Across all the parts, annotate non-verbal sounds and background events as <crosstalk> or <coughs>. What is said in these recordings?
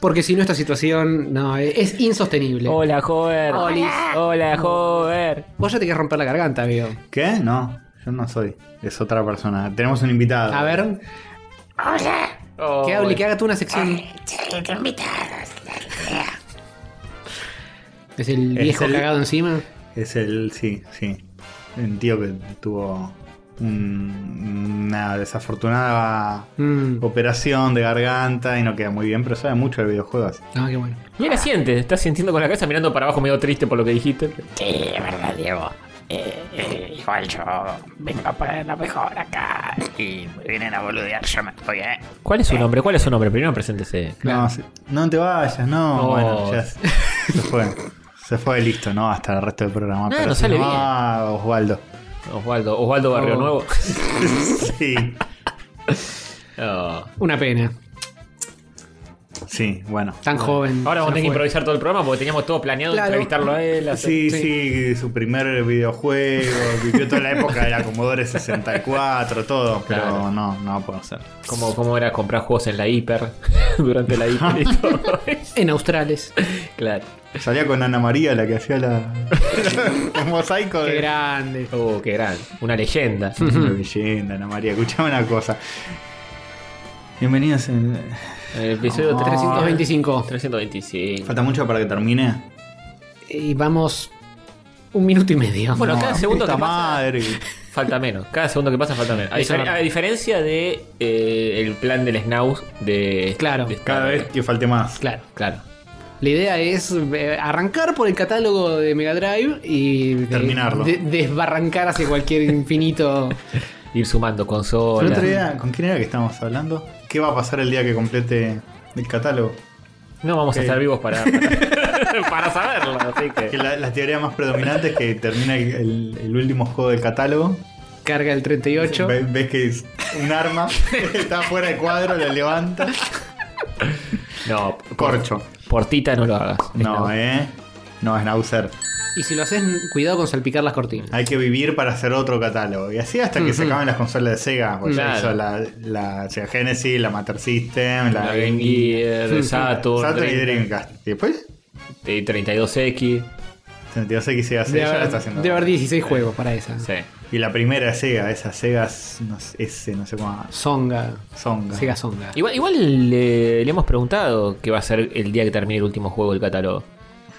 Porque si no, esta situación no es insostenible. Hola, Hover. Olis. Hola, Hover. Vos ya te querés romper la garganta, amigo. ¿Qué? No, yo no soy. Es otra persona. Tenemos un invitado. A ver, Hola, que Oh, hable, que haga tú una sección. soy tu invitado. <laughs> Es el Es viejo el- cagado encima. Es el. Sí, sí. Un tío que tuvo un- una desafortunada Mm. operación de garganta y no queda muy bien, pero sabe mucho de videojuegos. Ah, qué bueno. Y ahora siente, estás sintiendo con la cabeza mirando para abajo medio triste por lo que dijiste. Sí, es verdad, Diego. Eh, eh, igual yo vengo a poner lo mejor acá. Y me vienen a boludear, yo me voy, eh. ¿Cuál es su nombre? ¿Cuál es su nombre? Primero preséntese. Claro. No, se- no te vayas, no. No. Bueno, ya se, se fue. Se fue listo, no hasta el resto del programa. No, no sale bien. Ah, Osvaldo. <laughs> Osvaldo, Osvaldo Barrio Oh. Nuevo. Sí, Oh. Una pena. sí, bueno. Tan joven. Ahora Se vamos a tener que nos fue. improvisar todo el programa porque teníamos todo planeado Claro. entrevistarlo a él. hacer- Sí, sí, su primer videojuego, vivió toda la época de la Commodore 64, todo, pero Claro. no, no va a poder ser. Cómo, cómo era comprar juegos en la hiper <laughs> durante la hiper y todo. En Australes. claro. Salía con Ana María, la que hacía la. <laughs> el mosaico Qué de. grande. Oh, qué gran. Una leyenda. Una leyenda, Ana María. Escuchame una cosa. Bienvenidos. en- El episodio Oh. 325. 325. Falta mucho para que termine. Y vamos un minuto y medio. Bueno, cada segundo Puta que pasa- madre. Falta menos. Cada segundo que pasa falta menos. A, Eso diferen- no. a diferencia de eh, el plan del Snaus de. Claro. de esta- Cada vez que falte más. claro. Claro. La idea es eh, arrancar por el catálogo de Mega Drive y de- Terminarlo. de- desbarrancar hacia <laughs> cualquier infinito. Ir sumando El consolas. otro día, ¿con quién era que estábamos hablando? ¿Qué va a pasar el día que complete el catálogo? No vamos a Ok. estar vivos <laughs> para, para, para saberlo. Así Que que. la, la teoría más predominante es que termina el, el- el último juego del catálogo. Carga el 38. Ve- Ves que es un arma está fuera de cuadro, la levanta. No, Corcho. portita no lo hagas. No, Snaus. eh. No, es Nauser. Y si lo haces, cuidado con salpicar las cortinas. Hay que vivir para hacer otro catálogo. Y así hasta que se acaben las consolas de Sega. Porque ya Claro. hizo la, la Sega Genesis, la Master System, la, La Game Gear, Saturn, Saturn y 30, Dreamcast. Y después, eh, 32X. 32X Sega De Sega ya la está haber, haciendo. de haber 16 juegos para esa. Sí. Y la primera Sega, esa Sega no sé, S, no sé cómo. Songa. Songa. Sega Songa. Igual, igual le, le hemos preguntado qué va a ser el día que termine el último juego del catálogo.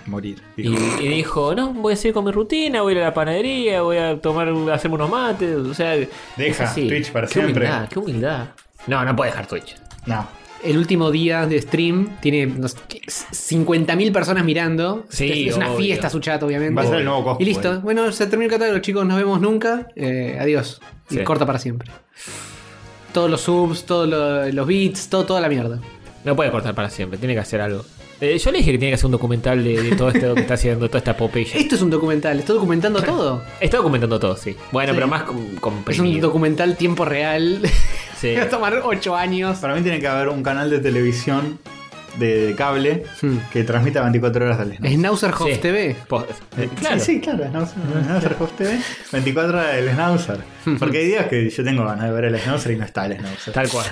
Morir. Y, y dijo, no, voy a seguir con mi rutina, voy a ir a la panadería, voy a tomar, a hacerme unos mates, o sea... Deja es así. Twitch para Qué siempre. Humildad, qué humildad. No, no puede dejar Twitch. No. El último día de stream tiene no sé, 50.000 personas mirando. Sí, es una obvio. fiesta su chato, obviamente. Va a ser el nuevo Coscu, Y listo. eh. Bueno, se terminó el catálogo, chicos. Nos vemos nunca. Eh, adiós. Y Sí. corta para siempre. Todos los subs, todos lo- los beats, todo, toda la mierda. No puede cortar para siempre, tiene que hacer algo. Eh, yo le dije que tiene que hacer un documental de, de todo esto que está haciendo, toda esta <laughs> epopeya. Esto es un documental, está documentando todo. Está documentando todo, sí. Bueno, Sí. pero más com- Es un comprimido. documental tiempo real. <laughs> Sí. <laughs> Va a tomar 8 años. Para mí tiene que haber un canal de televisión de, de cable Hmm. que transmita 24 horas del Snow. Schnauzerhof Sí. TV. Po- Eh, Claro. Sí, sí, claro, Snauzer, Snauzer Host TV, 24 horas del Snauzer. Porque hay días que yo tengo ganas de ver el Snauzer y no está el Snauzer. Tal cual.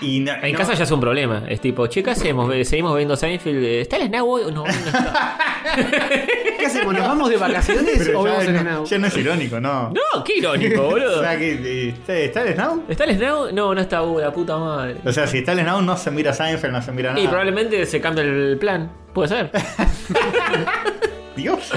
Y no- En Ah, no- casa ya es un problema. Es tipo, che, ¿qué hacemos? Ve- ¿Seguimos viendo Seinfeld? Eh, ¿Está el Snow hoy? No, no <laughs> está. ¿Qué hacemos? ¿Nos vamos de vacaciones pero o ya, vemos el no- Snau? ya no es irónico, no. No, qué irónico, O boludo. sea, que, eh, ¿está- ¿Está el Snow? ¿Está el Snow? No, no está, uh, la puta madre. O sea, si está el Snow no se mira Seinfeld, no se mira nada. Y probablemente se cambie el plan. Puede <laughs> ser. <laughs> Dios.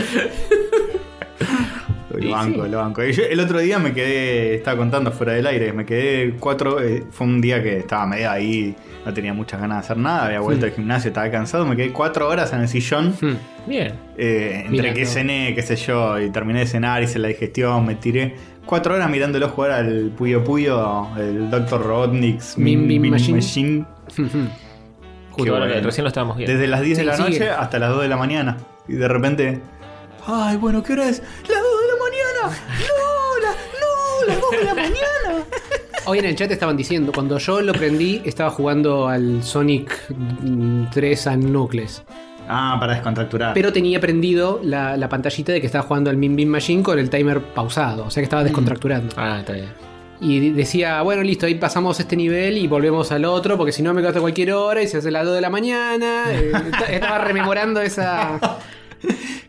Y Lo banco, sí. lo banco. Y yo el otro día me quedé, estaba contando fuera del aire, me quedé cuatro, eh, fue un día que estaba medio ahí, no tenía muchas ganas de hacer nada, había vuelto al gimnasio, estaba cansado, me quedé cuatro horas en el sillón, Hmm. Bien. eh, entre Mirando. que cené, qué sé yo, y terminé de cenar, hice la digestión, me tiré cuatro horas mirándolo jugar al Puyo Puyo, el Dr. Robotnik's Min Min Machine. Hmm, hmm. Justo, ahora, bueno. recién lo estábamos viendo. Desde las 10 de Sí, la sigue. noche hasta las 2 de la mañana. Y de repente. Ay, bueno, ¿qué hora es? ¡Las 2 de la mañana! ¡No! La, ¡No! ¡Las 2 de la mañana! Hoy en el chat estaban diciendo, cuando yo lo prendí, estaba jugando al Sonic mm, 3 a Nucleus. Ah, para descontracturar. Pero tenía prendido la, la pantallita de que estaba jugando al Min Bin Machine con el timer pausado, o sea que estaba descontracturando. Ah, está bien. Y decía, bueno, listo, ahí pasamos este nivel y volvemos al otro, porque si no me quedo hasta cualquier hora y se hace las 2 de la mañana. Eh, esta- estaba rememorando esa.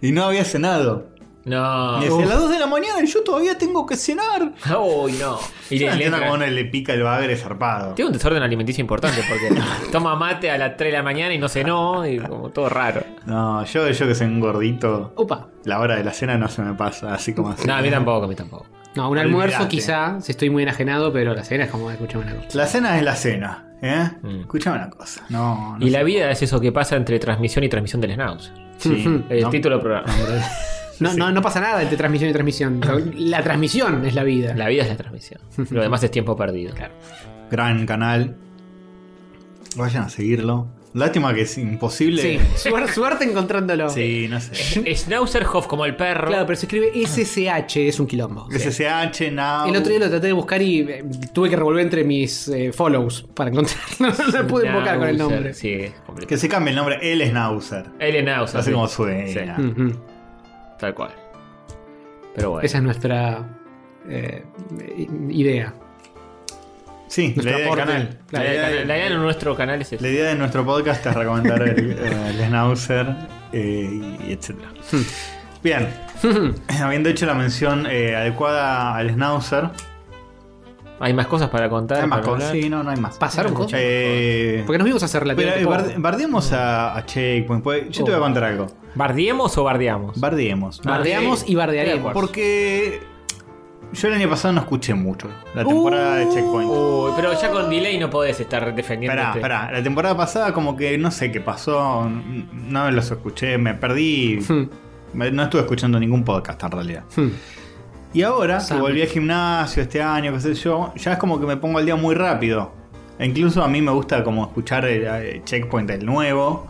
Y no había cenado. No. Y desde las 2 de la mañana y yo todavía tengo que cenar. <laughs> Uy, no. Y Yo le, le no entiendo entra- cómo no le pica el bagre zarpado. Tiene un desorden alimenticio importante <laughs> porque toma mate a las 3 de la mañana y no cenó y como todo raro. No, yo, yo que soy un gordito, Opa. la hora de la cena no se me pasa así como así. No, a mí tampoco, a mí tampoco. No, un almuerzo Olvídate. quizá, si estoy muy enajenado, pero la cena es como, escuchame una cosa. La cena es la cena, ¿eh? Mm. Escuchame una cosa. No, no Y sé. la vida es eso que pasa entre transmisión y transmisión del Snaus. Sí, Ujú. <laughs> El Mm, no. título del programa. <laughs> No, no, no pasa nada entre transmisión y transmisión. La transmisión es la vida. La vida es la transmisión. Lo demás es tiempo perdido. Gran canal. Vayan a seguirlo. Lástima que es imposible. Sí, <laughs> suer- suerte encontrándolo. Sí, no <laughs> sé. Schnauzerhoff como el perro. Claro, pero se escribe SSH, es un quilombo. SSH, now. El otro día lo traté de buscar y eh, tuve que revolver entre mis eh, follows para encontrarlo. <laughs> No lo pude invocar con el Schnauzer, nombre. Sí, es complicado. Que se cambie el nombre, él es Nauser. Él es Schnauzer, Así sí. como suena. Sí, Ujú. tal cual. Pero bueno. Esa es nuestra eh, idea. Sí, Nuestro la idea del aporte. canal. La, idea de- la idea de nuestro canal es esa. La idea de nuestro podcast es <laughs> recomendar el, eh, el Schnauzer eh, y etcétera. Bien, <laughs> habiendo hecho la mención eh, adecuada al Schnauzer, Hay más cosas para contar. hay más para cosas. hablar. Sí, no, no hay más. ¿Pasaron cosas? Eh, Porque nos vimos hacer la pero eh, barde- bardeemos a, a Checkpoint. pues, Yo Oh. te voy a contar algo. ¿Bardiemos o bardeamos? Bardeemos. Ah, Bardeamos sí. y bardearemos. Estoy de Porque yo el año pasado no escuché mucho la temporada Uh, de Checkpoint. Uy, pero ya con delay no podés estar defendiendo. este. Esperá, esperá. La temporada pasada como que no sé qué pasó. n- No los escuché, me perdí. Hmm, Me- No estuve escuchando ningún podcast en realidad. <laughs> hmm. Y ahora, que Sam. volví al gimnasio este año, qué sé yo, ya es como que me pongo al día muy rápido. E incluso a mí me gusta como escuchar el, eh, Checkpoint el nuevo,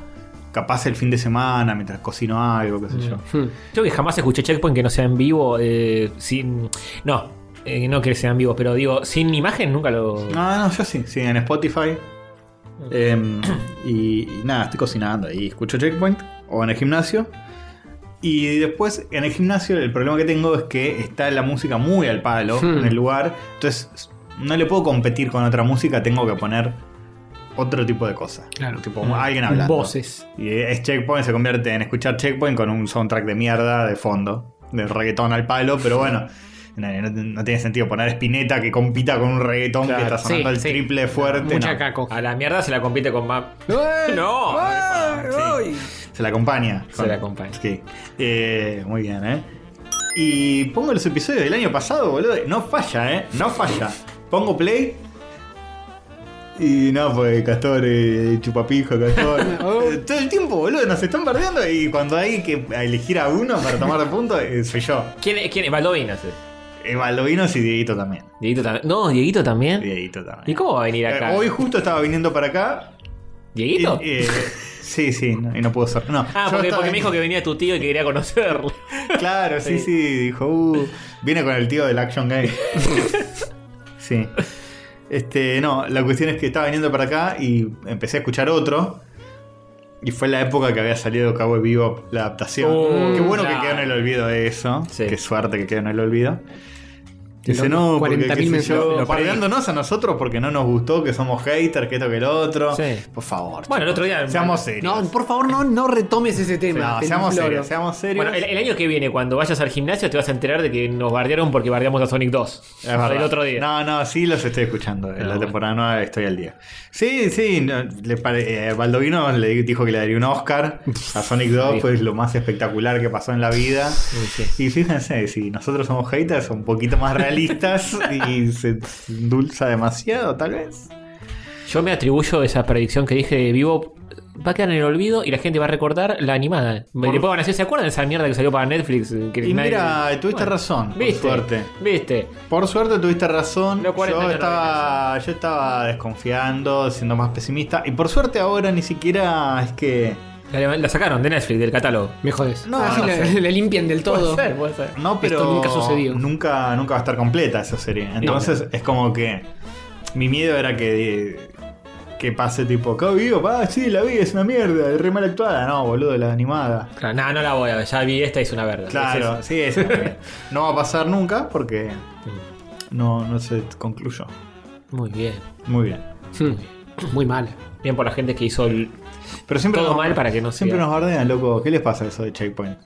capaz el fin de semana mientras cocino algo, qué sé yo. Hmm. Yo que jamás escuché Checkpoint que no sea en vivo, eh, sin... No, eh, no que sea en vivo, pero digo, sin imagen nunca lo... No, no, yo sí, sí, en Spotify. Em, y, y nada, estoy cocinando y escucho Checkpoint o en el gimnasio. Y después en el gimnasio el problema que tengo es que está la música muy al palo Hmm. en el lugar. Entonces no le puedo competir con otra música, tengo que poner otro tipo de cosas. Claro. Tipo alguien hablando. Voces. Y es Checkpoint, se convierte en escuchar Checkpoint con un soundtrack de mierda de fondo. De reggaetón al palo, pero bueno. No, no- no tiene sentido poner Spinetta que compita con un reggaetón que está sonando sí, el sí. triple fuerte. Mucha no. caco. A la mierda se la compite con más... ¡Eh! No, ¡Ay! Se la acompaña. Se Con- la acompaña. Sí. Eh, muy bien, ¿eh? Y pongo los episodios del año pasado, boludo. No falla, ¿eh? No falla. Pongo play. Y no, pues Castor, eh, chupapijo, <laughs> Castor. Oh. Eh, Todo el tiempo, boludo, nos están perdiendo. Y cuando hay que elegir a uno para tomar puntos, eh, soy yo. ¿Quién es? ¿Quién es? Baldovino, sí. Eh, Baldovinos y Dieguito también. Dieguito también. No, Dieguito también. Dieguito también. ¿Y cómo va a venir Eh, acá? hoy justo estaba viniendo para acá. y- ¿Dieguito? eh, sí, sí, no- y no pudo ser. No, ah, yo porque, estaba porque me dijo que venía tu tío y que quería <laughs> conocerlo. Claro, sí, Sí. sí, dijo, uh, viene con el tío del <laughs> Action Game. sí. Este, no, la cuestión es que estaba viniendo para acá y empecé a escuchar otro. Y fue la época que había salido Cabo Vivo la adaptación. Oh, Qué bueno claro. que quedó en el olvido de eso. Sí. Qué suerte que quedó en el olvido. Qué Dice, loco, no, porque 40.000 qué sé mensajes. yo, Lo perdí. bardeándonos a nosotros porque no nos gustó, que somos haters, que esto que el otro. Sí. Por favor. Bueno, el chicos, otro día- Seamos serios. No, por favor, no, no retomes ese tema. No, te seamos imploro. serios, seamos serios. Bueno, el, el año que viene, cuando vayas al gimnasio, te vas a enterar de que nos bardearon porque bardeamos a Sonic 2. Es verdad. El otro día. No, no, sí los estoy escuchando. En la bueno. temporada nueva estoy al día. Sí, sí. no, le pare- eh, Baldovino le dijo que le daría un Oscar a Sonic 2, Sí. pues lo más espectacular que pasó en la vida. sí. Y fíjense, si nosotros somos haters, son un poquito más <laughs> realistas y se endulza demasiado, tal vez. Yo me atribuyo esa predicción que dije de vivo. Va a quedar en el olvido y la gente va a recordar la animada. Y después van a decir, ¿se acuerdan de esa mierda que salió para Netflix? Que Y nadie- mira, tuviste Bueno, razón, por ¿Viste? suerte. ¿Viste? Por suerte tuviste razón. Los 40 Yo no estaba, yo estaba desconfiando, siendo más pesimista. Y por suerte ahora ni siquiera es que... La, la sacaron de Netflix, del catálogo. Me jodes. No, Así no le, <laughs> sé. le limpian del todo. Puede ser, puede ser. No, pero Esto nunca sucedió. Nunca, nunca va a estar completa esa serie. Entonces es como que mi miedo era que que pase tipo, ¿qué vivo? Ah, sí, la vi, es una mierda, es re mal actuada. No, boludo, la animada. Claro, no, no la voy a ver. Ya vi esta y es una verga. Claro, Es sí, es una mierda. No va a pasar nunca porque no, no se concluyó. Muy bien. Muy bien. Hmm. <clears throat> Muy mal. Bien por la gente que hizo el. Pero siempre Todo nos- mal para que no Siempre sea. nos bardean, loco. ¿Qué les pasa eso de Checkpoint?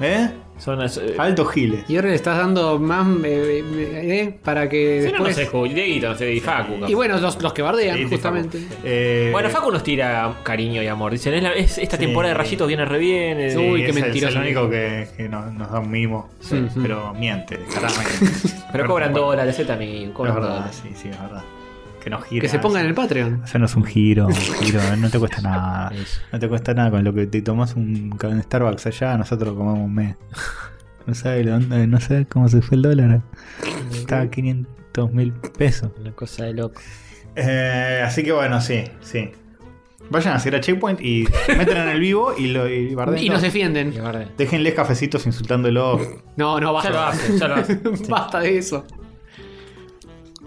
¿Eh? Son las, eh, Altos giles. Y ahora le estás dando más eh, eh, eh, para que si no, no después. sé, Ju- Dieguito, no sé, y Facu. capaz. y bueno, los, los que bardean, Sí, sí, justamente. Facu. Eh, Bueno, Facu nos tira cariño y amor. Dicen, es la- es- esta Sí. temporada de rayitos viene re bien. eh, Uy, sí, qué es el- mentiroso. Es el único que, que nos, nos da un mimo. Ujú. Pero miente, carajo. <laughs> pero cobran dólares, eh, también. Es Cobran verdad, dólares. sí, sí, es verdad. Que nos gira. Que se pongan en el Patreon. Hacernos un giro, <laughs> un giro, no te cuesta nada. Eso. No te cuesta nada con lo que te tomas un ca- un Starbucks allá, nosotros comemos un mes. No sabes lo- no sabes cómo se fue el <laughs> dólar. Estaba a 500 mil pesos. Una cosa de loco. Eh, así que bueno, sí, sí. Vayan a seguir a <laughs> Checkpoint y meten en el vivo y lo y bardeen Y nos todo. Y defienden. aparte- Déjenles cafecitos insultándolo. No, no, Ya lo basta. <laughs> hace, ya lo hace. basta de eso.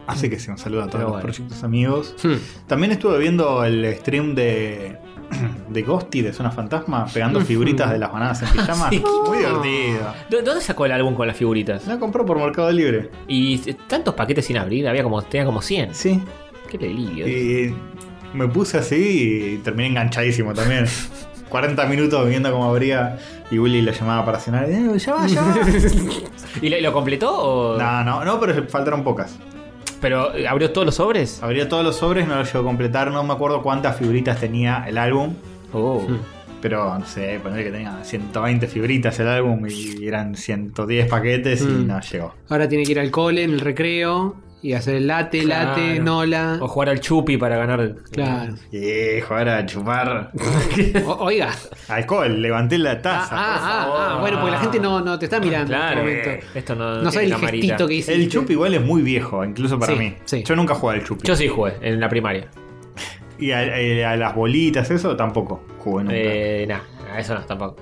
Así que sí, un saludo a todos Pero los bueno. proyectos amigos. Hmm. También estuve viendo el stream de, <clears throat> de Ghosty de Zona Fantasma pegando figuritas de las bananas en pijama. Hmm. <laughs> Sí. Muy divertido. ¿Dó- ¿Dónde sacó el álbum con las figuritas? La compró por Mercado Libre. Y eh, tantos paquetes sin abrir, había como, tenía como 100. Sí. Qué delirio. Y me puse así y terminé <laughs> enganchadísimo también. 40 minutos viendo cómo abría y Willy la llamaba para cenar. Eh, ya va, <laughs> ya va. ¿Y le- lo completó o.? no, no, no, pero faltaron pocas. ¿Pero eh, abrió todos los sobres? Abría todos los sobres, no los llegó a completar. No me acuerdo cuántas figuritas tenía el álbum. Oh. Pero no sé, poner que tenía 120 figuritas el álbum y eran 110 paquetes y Mm. no llegó. Ahora tiene que ir al cole en el recreo y hacer el late, late, Claro. nola. O jugar al Chupi para ganar. Claro. Y joder, a chupar O- oiga. <laughs> alcohol, levanté la Ah, ah, taza. por ah, favor. ah, bueno, porque la gente no, no te está mirando Claro, en este momento. eh, esto no. No tiene sabes el camarita. gestito que hiciste. El chup igual es muy viejo, incluso para Sí, mí. sí. Yo nunca jugué al chupi. Yo sí jugué en la primaria. Y a, eh, a las bolitas, eso tampoco jugué nunca. Eh, nah, a eso no, tampoco.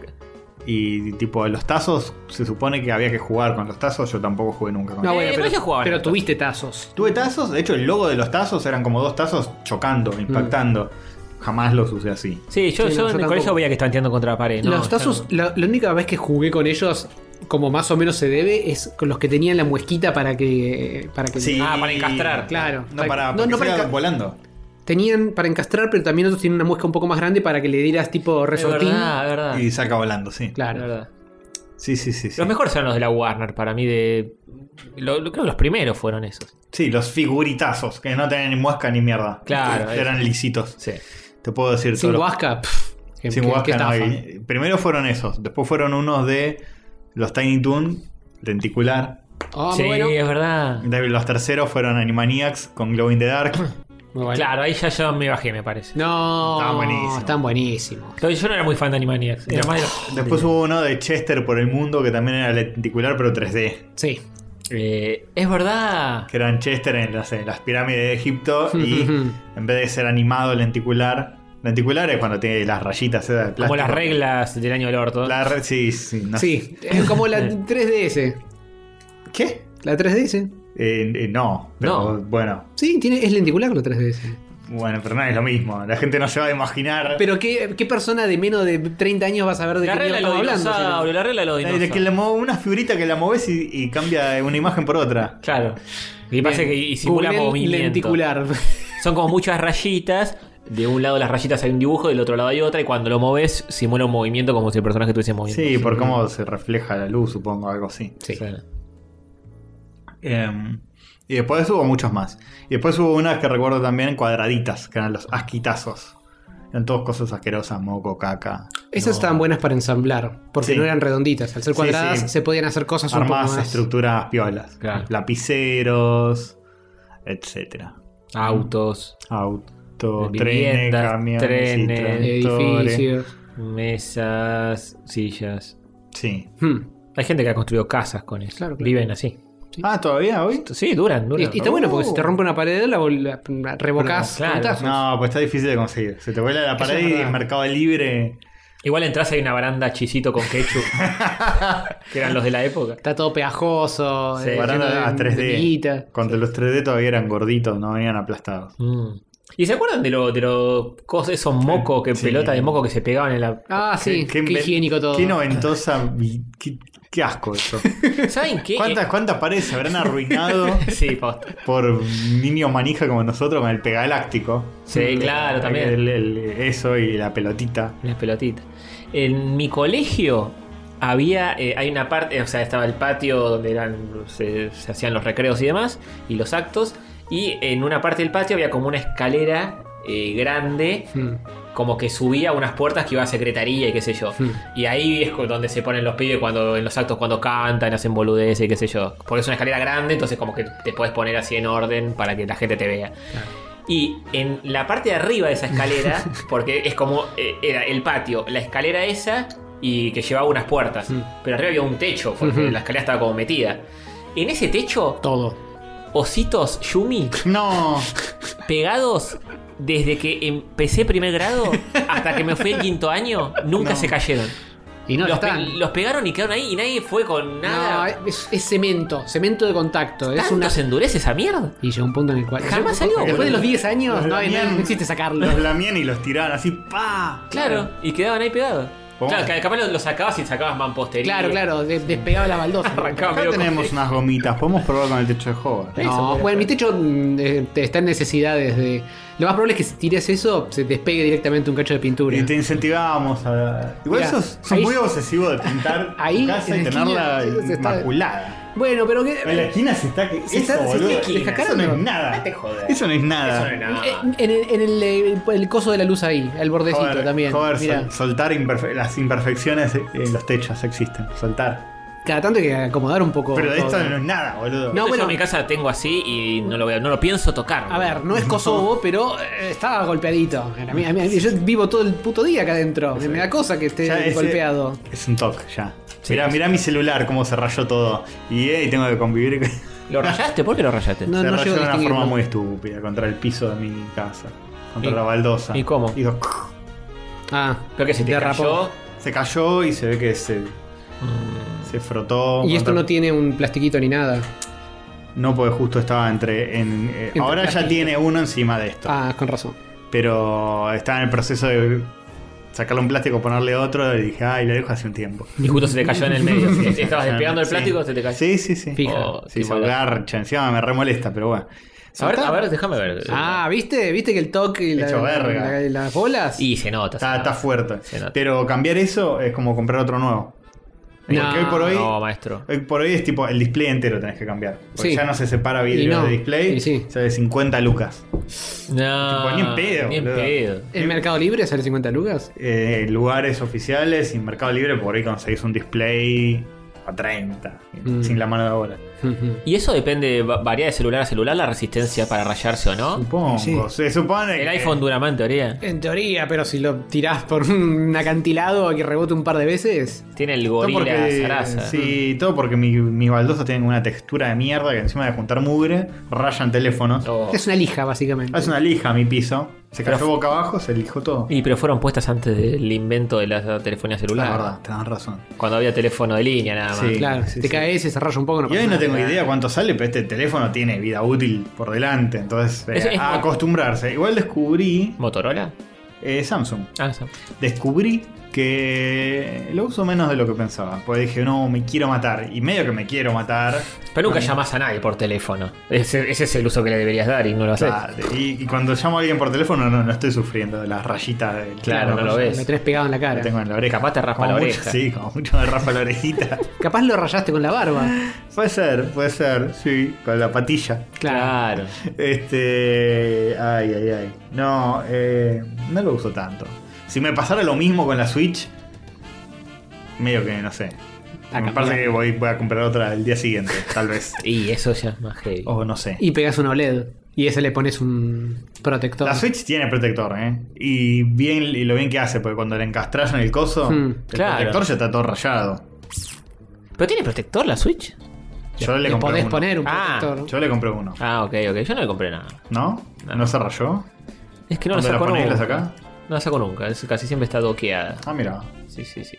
Y tipo, a los tazos, se supone que había que jugar con los tazos, yo tampoco jugué nunca con No, ellos. bueno, Eh, no, yo pero, jugaba pero en tuviste tazos. Tuve tazos, de hecho el logo de los tazos eran como dos tazos chocando, Mm. impactando. Jamás los usé así. Sí, yo, Sí, no, yo yo en el tampoco. colegio veía que estaban tirando contra la pared. No, los tazos, la, la única vez que jugué con ellos, como más o menos se debe, es con los que tenían la muesquita para que. Para que Ah, para encastrar. Claro. No, para, No, para que no para siga enca- volando. Tenían para encastrar, pero también otros tienen una muesca un poco más grande para que le dieras tipo Es resortín. verdad, es verdad. Y saca volando, sí. Es Ah. Claro. verdad. Sí, sí, sí. Sí, Los mejores eran los de la Warner, para mí de... lo- lo- creo que los primeros fueron esos. Sí, los figuritazos, que no tenían ni muesca ni mierda. Claro, Que Eran lisitos. Sí. Te puedo decir Sin todos los- huasca. pff, qué- Sin qué- huasca qué no estafa. hay. Primero fueron esos, después fueron unos de los Tiny Toon, Tenticular. Ah, sí, muy bueno. es verdad. De- Los terceros fueron Animaniacs con Glow in <coughs> the Dark. Muy bueno. Claro, ahí ya yo me bajé, me parece. No, Estaban buenísimos. están buenísimos. Yo yo no era muy fan de Animaniacs. Era más de <laughs> los- Después hubo uno de Chester por el mundo que también era lenticular pero 3D. Sí. Eh, es verdad. Que eran Chester en las, en las pirámides de Egipto y en vez de ser animado lenticular, lenticular es cuando tiene las rayitas esas de Como plástico. las reglas del año del orto. La re- sí, sí, no. Sí, es como <laughs> la 3DS. ¿Qué? ¿La 3DS? Eh, eh, no, pero No. bueno. Sí, tiene, es lenticular la 3DS. Bueno, pero no es lo mismo. La gente no se va a imaginar. Pero ¿qué, qué persona de menos de 30 años va a saber de La qué regla de estamos los hablando? dinosaurios, si no? la regla de los La- la que le dinosaurios. muevo una figurita que la moves y, y cambia una imagen por otra. Claro. Y pasa que y simula Google movimiento. <laughs> lenticular. Son como muchas rayitas. De un lado de las rayitas hay un dibujo, del otro lado hay otra, y cuando lo moves simula un movimiento como si el personaje estuviese moviendo. Sí, por cómo se refleja la luz, supongo, algo así. Sí. Em, y después hubo muchos más. Y después hubo unas que recuerdo también cuadraditas, que eran los asquitazos. Eran todas cosas asquerosas, moco, caca. Esas estaban buenas para ensamblar, porque Sí. no eran redonditas. Al ser Sí, cuadradas sí. se podían hacer cosas un poco Armas, más. estructuras piolas. Claro. Lapiceros, etcétera. Autos, Auto, trenes, Viviendas, camiones, y trenes, tractores. Edificios. mesas, sillas. Sí. Hmm. Hay gente que ha construido casas con eso. Claro, claro. Viven así. Ah, ¿todavía hoy? Sí, duran, Y, duran. y está bueno porque si te rompe una pared la, vol- la- la revocás. Claro, con tazos. No, pues está difícil de conseguir. Se te vuela la pared es y verdad. en Mercado Libre. Igual entras hay una baranda chisito con ketchup. que eran los de la época. Está todo pegajoso. Sí, eh, Parando lleno de- a de 3D. guita. Cuando los 3D todavía eran gorditos, no venían aplastados. Mm. ¿Y se acuerdan de los de los cos- esos mocos, que Sí. pelota de moco que se pegaban en la. Ah, sí, qué, inven- higiénico todo. Qué noventosa. vi- qué Qué asco <laughs> eso. ¿Saben qué? ¿Cuántas, ¿Cuántas paredes se habrán arruinado Sí, posta. por niños manija como nosotros con el pegaláctico? Sí, claro, también. El- el- eso y la pelotita. Las pelotitas. En mi colegio había, eh, hay una parte, o sea, estaba el patio donde eran, se, se hacían los recreos y demás, y los actos, y en una parte del patio había como una escalera eh, grande, Mm. como que subía a unas puertas que iba a secretaría y qué sé yo. Hmm. Y ahí es co- donde se ponen los pibes cuando en los actos cuando cantan, hacen boludeces y qué sé yo. Porque es una escalera grande, entonces como que te puedes poner así en orden para que la gente te vea. Y en la parte de arriba de esa escalera, porque es como eh, era el patio, la escalera esa y que llevaba unas puertas. Hmm. Pero arriba había un techo, porque Ujú. la escalera estaba como metida. En ese techo, Todo. ositos Yumi No, pegados desde que empecé primer grado hasta que me fui al quinto año, nunca No. se cayeron. Y no los, pe- están. los pegaron y quedaron ahí y nadie fue con No, nada. es, es cemento, cemento de contacto. Es ¿Tanto una... se endurece esa mierda? Y llegó un punto en el cual. Jamás salió, Después de boludo. los 10 años, Los no, hay- no hay- lamían. no existe sacarlo. los lamían y los tiraban así, ¡pa! Claro, y quedaban ahí pegados. Pongo- Claro, que capaz lo, lo sacabas y sacabas mampostería. Claro, claro, de- despegaba las baldosas. Arrancaba Acá medio tenemos con- unas gomitas, podemos probar con el techo de Hobart. Eso No, podría bueno, mi techo mm, eh, te- está en necesidades de. Lo más probable es que si tires eso, se despegue directamente un cacho de pintura. Y te incentivábamos a. Igual Mirá, sos, sos ahí- muy obsesivo de pintar ahí, tu casa en y la tenerla esquina, se está- inmaculada. Bueno, pero que. En la esquina se está. Se eso, está- se está boludo. esquina. eso no es Sacando. nada. Date joder. Eso no es nada. Eso no es nada. eh, En, el, en el, eh, el coso de la luz ahí, al bordecito Joder, también. joder, sol- Mirá, soltar imperfe- las imperfecciones en los techos existen. Soltar. cada tanto hay que acomodar un poco. Pero de esto todo. no es nada, boludo. No, Yo bueno. en mi casa tengo así y no lo veo, no lo pienso tocar. A ver, no es <laughs> Kosovo, pero eh, estaba golpeadito. A mí- a mí- yo vivo todo el puto día acá adentro. Me da cosa que esté Ya ese- golpeado. Es un toque ya. Sí, mirá, sí. mirá mi celular, cómo se rayó todo. Y eh, tengo que convivir con. ¿Lo rayaste? ¿Por qué lo rayaste? No, se no rayó llego a de una distinguirlo. forma muy estúpida contra el piso de mi casa. Contra ¿Y- la baldosa. y cómo? hizo Ah, Creo que se te derrapó. cayó. <laughs> se cayó y se ve que se, se frotó. Y esto contra- no tiene un plastiquito ni nada. No, porque justo estaba entre. en- eh, Entre ahora ya plástico. tiene uno encima de esto. Ah, con razón. Pero estaba en el proceso de sacarle un plástico, ponerle otro. Y dije, ay, lo dejo hace un tiempo. Y justo se te cayó en <laughs> el medio. Si Estabas despegando el Sí. plástico, se te cayó. Sí, sí, sí. Fija. Oh, Sí, qué se mala. garcha. Encima me remolesta, pero bueno. A ver, Está- a ver, déjame ver. Ah, ¿viste? ¿Viste que el toque y la- la- Hecho verga. la- las bolas? Y se nota. se Está, nota. está fuerte. Se nota. Pero cambiar eso es como comprar otro nuevo. Porque No, hoy por hoy. No, maestro. Hoy por hoy es tipo el display entero tenés que cambiar. Porque Sí. ya no se separa vidrio Y no. de display. Y sí. Se ve 50 lucas. No. Tipo, ni en pedo, Ni en boludo. pedo. ¿En Mercado Libre sale 50 <laughs> lucas? Eh, lugares oficiales y en Mercado Libre por ahí conseguís un display a 30. Mm. Sin la mano de obra. Y eso depende, va- varía de celular a celular la resistencia para rayarse o no. Supongo. Sí. Se supone El que- iPhone dura más en teoría. en teoría, pero si lo tirás por un acantilado que rebote un par de veces. Tiene el Todo gorila porque, zaraza. sí, todo porque mi- mis baldosas tienen una textura de mierda que encima de juntar mugre rayan teléfonos. Oh. Es una lija, básicamente. Hace una lija mi piso. Se cayó Pero- boca abajo, se lijó todo. Y pero fueron puestas antes del invento de la telefonía La celular. verdad, tenés razón. Cuando había teléfono de línea nada más. Sí. Claro, sí, te sí. caes, se raya un poco. No Y pasa hoy no nada. tengo idea cuánto sale, pero este teléfono tiene vida útil por delante. Entonces, eh, Es- es- a acostumbrarse. Igual descubrí ¿Motorola? eh, Samsung. Ah, esa. Descubrí que lo uso menos de lo que pensaba. Porque dije, no, me quiero matar. Y medio que me quiero matar. Pero nunca llamás a nadie por teléfono. Ese, ese es el uso que le deberías dar y no lo haces. Claro, y, y cuando llamo a alguien por teléfono, no, no estoy sufriendo de las rayitas. del- Claro, no lo ves. Lo tenés pegado en la Lo cara. tengo en la oreja. Capaz te raspa Como la mucho- oreja. <laughs> sí, como mucho me raspa la orejita. <laughs> Capaz lo rayaste con la barba. puede ser, puede ser, sí, con la patilla. Claro. Este. Ay, ay, ay. No, eh, no lo uso tanto. Si me pasara lo mismo con la Switch, medio que no sé. Ah, me parece que voy, voy a comprar otra el día siguiente, tal vez. Y eso ya es más heavy. O no sé. Y pegás un OLED. E Y ese le pones un protector. La Switch tiene protector, ¿eh? Y, bien, y lo bien que hace, porque cuando le encastras en el coso, Hmm, el claro. protector ya está todo rayado. ¿Pero tiene protector la Switch? Yo le, Le compré podés uno. poner un Ah, protector. Yo le compré uno. Ah, ok, ok. Yo no le compré nada. ¿No? ¿No, se rayó? Es que no la ¿Dónde la saco ponés? nunca. ¿La sacás? No la saco nunca. Es- casi siempre está doqueada. Ah, mira. Sí, sí, sí.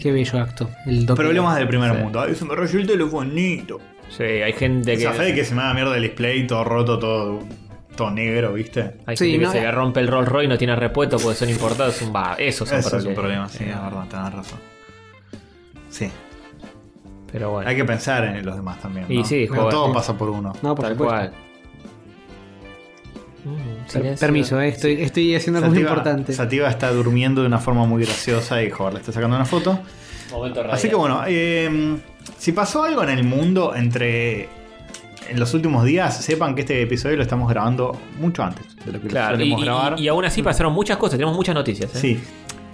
Qué bello acto. El doc- Problemas del primer Sí. mundo. Ay, se me rayó el telefonito. Sí, hay gente que. Esa fe de que se me da mierda el display, todo roto, todo, todo negro, ¿viste? Hay Sí, gente no, que se eh. le rompe el Rolls Royce y no tiene repuesto porque son importados. Es un va. Eso Eso es un problema, sí, Eh, la verdad, tenés razón. Sí. Pero bueno. Hay que pensar en los demás también. Y ¿no? sí, No joder. todo pasa por uno. No, por Tal supuesto. cual. Mm, Per- silencio. permiso, eh, estoy, estoy haciendo algo muy Sativa, importante. Sativa está durmiendo de una forma muy graciosa y joder, le está sacando una foto. Momento radial. Así que bueno, eh, si pasó algo en el mundo entre en los últimos días, sepan que este episodio lo estamos grabando mucho antes de lo que Claro, y, solemos y- grabar. y aún así pasaron muchas cosas, tenemos muchas noticias. ¿eh? sí,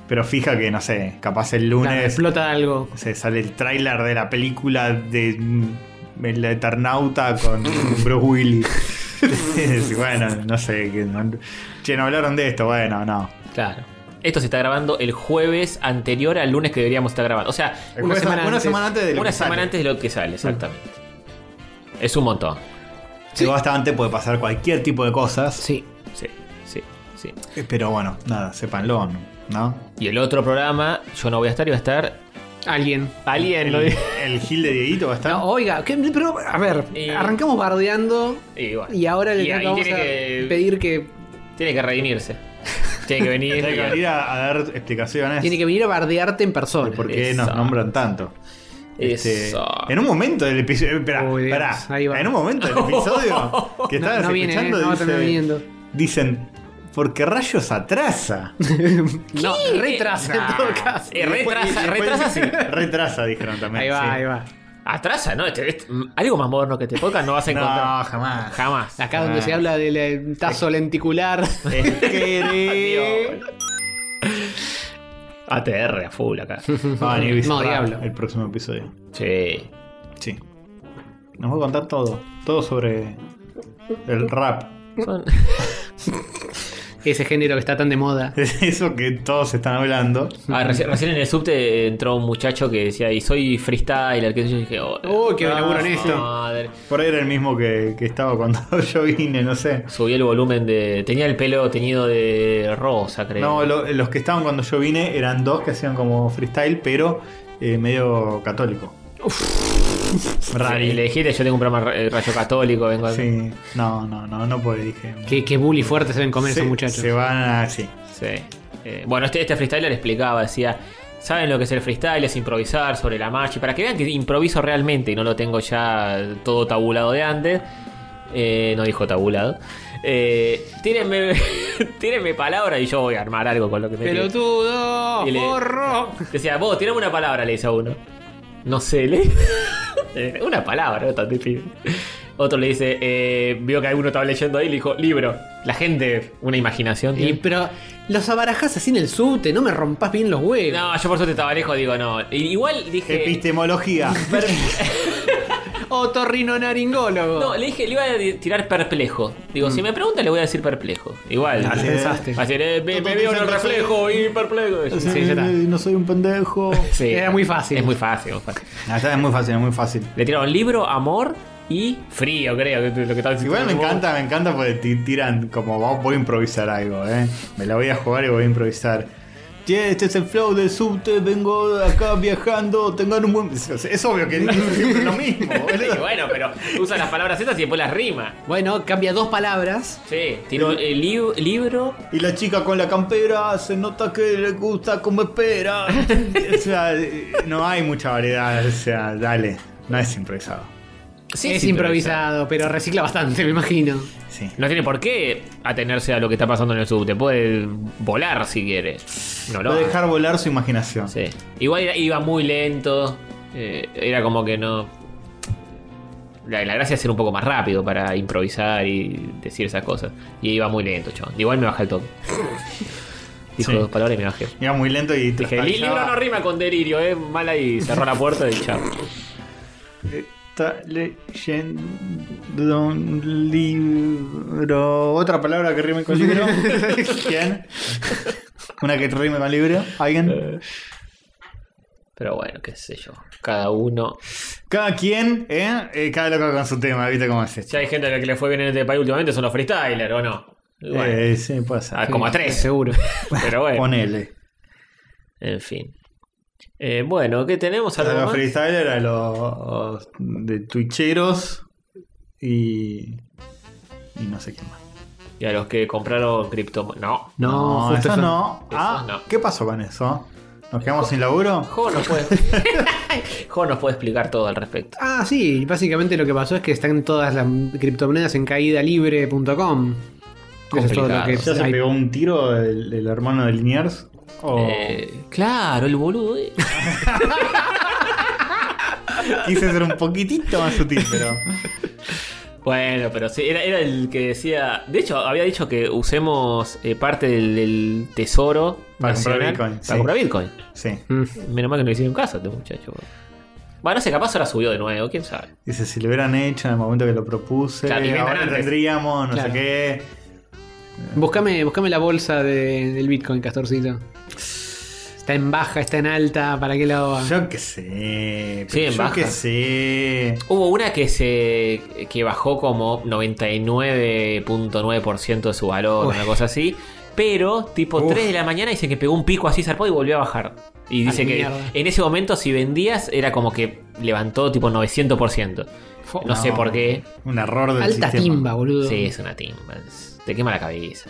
pero fija que no sé, capaz el Claro, lunes explota algo. se sale el tráiler de la película de mm, El Eternauta con Bruce Willis. <laughs> Y bueno, no sé, que no- che, no hablaron de esto, bueno, no. Claro. Esto se está grabando el jueves anterior al lunes que deberíamos estar grabando. O sea, El Una jueves- semana una antes. semana antes de lo una que sale. Mm. semana antes de lo que sale, exactamente. Es un montón. Sí, bastante puede pasar cualquier tipo de cosas. Sí. Sí, sí, sí. Pero bueno, nada, sépanlo, ¿no? Y el otro programa, yo no voy a estar, iba a estar Alguien. alguien. lo El, dije. el Gil de Dieguito va a estar. No, oiga, ¿qué- pero a ver, Y- arrancamos bardeando Y bueno, y ahora le y ahí vamos tiene a que- pedir que <laughs> tiene que redimirse. Tiene que venir. <laughs> Tiene que venir a, a dar explicaciones tiene que venir a bardearte en persona. de por qué nos Exacto. nombran tanto. Este, Eso. en un momento del episodio. Espera, Uy, Dios, espera. ahí va. En un momento del episodio <laughs> que No, estabas no viene, eh, escuchando, no va a dice- terminar viniendo. dicen: ¿Por qué <laughs> rayos atrasa? No, Retrasa en todo caso. Eh, retrasa, retrasa sí. Retrasa, dijeron también. Ahí va, sí. ahí va. Atrasa, ¿no? Este- este- algo más moderno que este podcast no vas a encontrar. No, jamás. Jamás. Acá donde Ah. se habla del eh, tazo lenticular. Es <laughs> que- Adiós. ATR a full <laughs> acá. Va a venir No, Bizarrap diablo. El próximo episodio. Sí. Sí. Nos va a contar todo. Todo sobre el rap. <laughs> Son- Ese género que está tan de moda. Es eso que todos están hablando. Ah, reci- recién en el subte entró un muchacho que decía, y soy freestyler, que yo dije, oh, Uy, qué Ah, laburo en sí. esto. madre. Por ahí era el mismo que, que estaba cuando <laughs> yo vine, no sé. Subí el volumen de... Tenía el pelo teñido de rosa, creo. No, lo- los que estaban cuando yo vine eran dos que hacían como freestyle, pero eh, medio católico. <laughs> Raro. Y le dijiste, yo tengo un programa eh, rayo católico, vengo... Sí. No, no, no, no puede, dije. Qué, qué bully fuerte se ven comer se, esos muchachos. Se van a. Sí. Sí. Eh, bueno, este, este freestyler explicaba, decía, ¿saben lo que es el freestyle? Es improvisar sobre la marcha. Y para que vean que improviso realmente y no lo tengo ya todo tabulado de antes. eh, no dijo tabulado. Eh, <laughs> tírenme, tírenme palabra y yo voy a armar algo con lo que me piden. ¡Pelotudo! Y le- ¡Porro! Decía, vos, tirame una palabra, le dice a uno. No sé, le. <laughs> Eh, una palabra, no tan difícil. Otro le dice, eh, vio que alguno estaba leyendo ahí, le dijo, libro. La gente, una imaginación. Y, tiene. pero los abarajás así en el subte, no me rompas bien los huevos. No, yo por suerte estaba lejos, digo, no. I- Igual dije. Epistemología. <laughs> per- Oh, Otorrinolaringólogo. No, le dije, le iba a di- tirar perplejo. Mm. Digo, si me pregunta, le voy a decir perplejo. Igual. Así Va pensaste. a decir, eh, me, me veo en el reflejo y perplejo. Sí, Sí, ya está. no soy un pendejo. Sí. Era muy fácil. Es muy fácil, muy fácil. Ah, está, es muy fácil, es muy fácil. Le tiraron libro, amor y frío, creo. que es Lo que estaba diciendo. Igual me encanta, me encanta porque ti- tiran como "Vamos, voy a improvisar algo, eh. Me la voy a jugar y voy a improvisar. Che, este es el flow del subte, vengo de acá viajando, tengan un buen. Es, es obvio que es siempre lo <laughs> mismo, <laughs> Sí, boludo. bueno, pero usa las palabras estas y después las rima. Bueno, cambia dos palabras. Sí, tiró el lib- libro. Y la chica con la campera se nota que le gusta como espera. O sea, eh, no hay mucha variedad, o sea, dale, no es improvisado. Sí, es sí, improvisado, pero recicla bastante, me imagino. Sí. No tiene por qué atenerse a lo que está pasando en el subte. Puede volar si quiere. No lo Va a haga. dejar volar su imaginación. Sí. Igual era- iba muy lento. eh, era como que no. La, la gracia es ser un poco más rápido para improvisar y decir esas cosas. Y iba muy lento, chabón. Igual me bajé el <laughs> toque. Dijo Sí. dos palabras y me bajé. Iba muy lento y Dije, "Li- libro no rima con delirio, eh. Mala y cerró la puerta y chao. Está leyendo un libro. Otra palabra que rime con libro. ¿Quién? Una que rime con libro. ¿Alguien? Pero bueno, qué sé yo. Cada uno. Cada quien, ¿eh? Eh, Cada loco con su tema, ¿viste cómo es esto? Si hay gente a la que le fue bien en este país últimamente, son los freestylers, ¿o no? Y bueno, Eh, sí, puede ser. ah, como a tres. Seguro. <laughs> Pero bueno. Ponele. En fin. Eh, bueno, ¿qué tenemos? A ¿Algo los más? freestylers, a los de twitcheros y. Y no sé quién más. Y a los que compraron cripto... No. No, justo eso eso no. Eso ah, no. ¿qué pasó con eso? ¿Nos quedamos sin laburo? Jo nos <laughs> puede, Jo nos puede explicar todo al respecto. Ah, sí, básicamente lo que pasó es que están todas las criptomonedas en caídalibre.com. Eso es todo lo que Complicado. ¿Ya se hay. pegó un tiro el, el hermano de Liniers? O Eh, claro, el boludo. eh. Quise ser un poquitito más sutil, pero. Bueno, pero sí, era, era el que decía. De hecho, había dicho que usemos eh, parte del, del tesoro Para comprar nacional Bitcoin, Para sí. comprar Bitcoin. Sí. Mm. Menos mal que no le hicieron caso a este muchacho. boludo. Bueno, no sé, capaz ahora subió de nuevo, quién sabe. Dice, si lo hubieran hecho en el momento que lo propuse, Claro, y vendan ahora antes. tendríamos, no Claro. sé qué. Buscame, buscame la bolsa de- del Bitcoin, Castorcito. Está en baja, está en alta, ¿para qué lado va? Yo qué sé. Ah. Sí, pero en yo baja. qué sé. Hubo una que se que bajó como 99.9% de su valor, Uy. una cosa así. Pero, tipo Uf. 3 de la mañana, dicen que pegó un pico así zarpado y volvió a bajar. Y la dice que mierda. en ese momento, si vendías, era como que levantó tipo 900%. Fo- No, sé por qué. Un error del Alta sistema. timba, boludo. Sí, es una timba. es- Te quema la cabeza.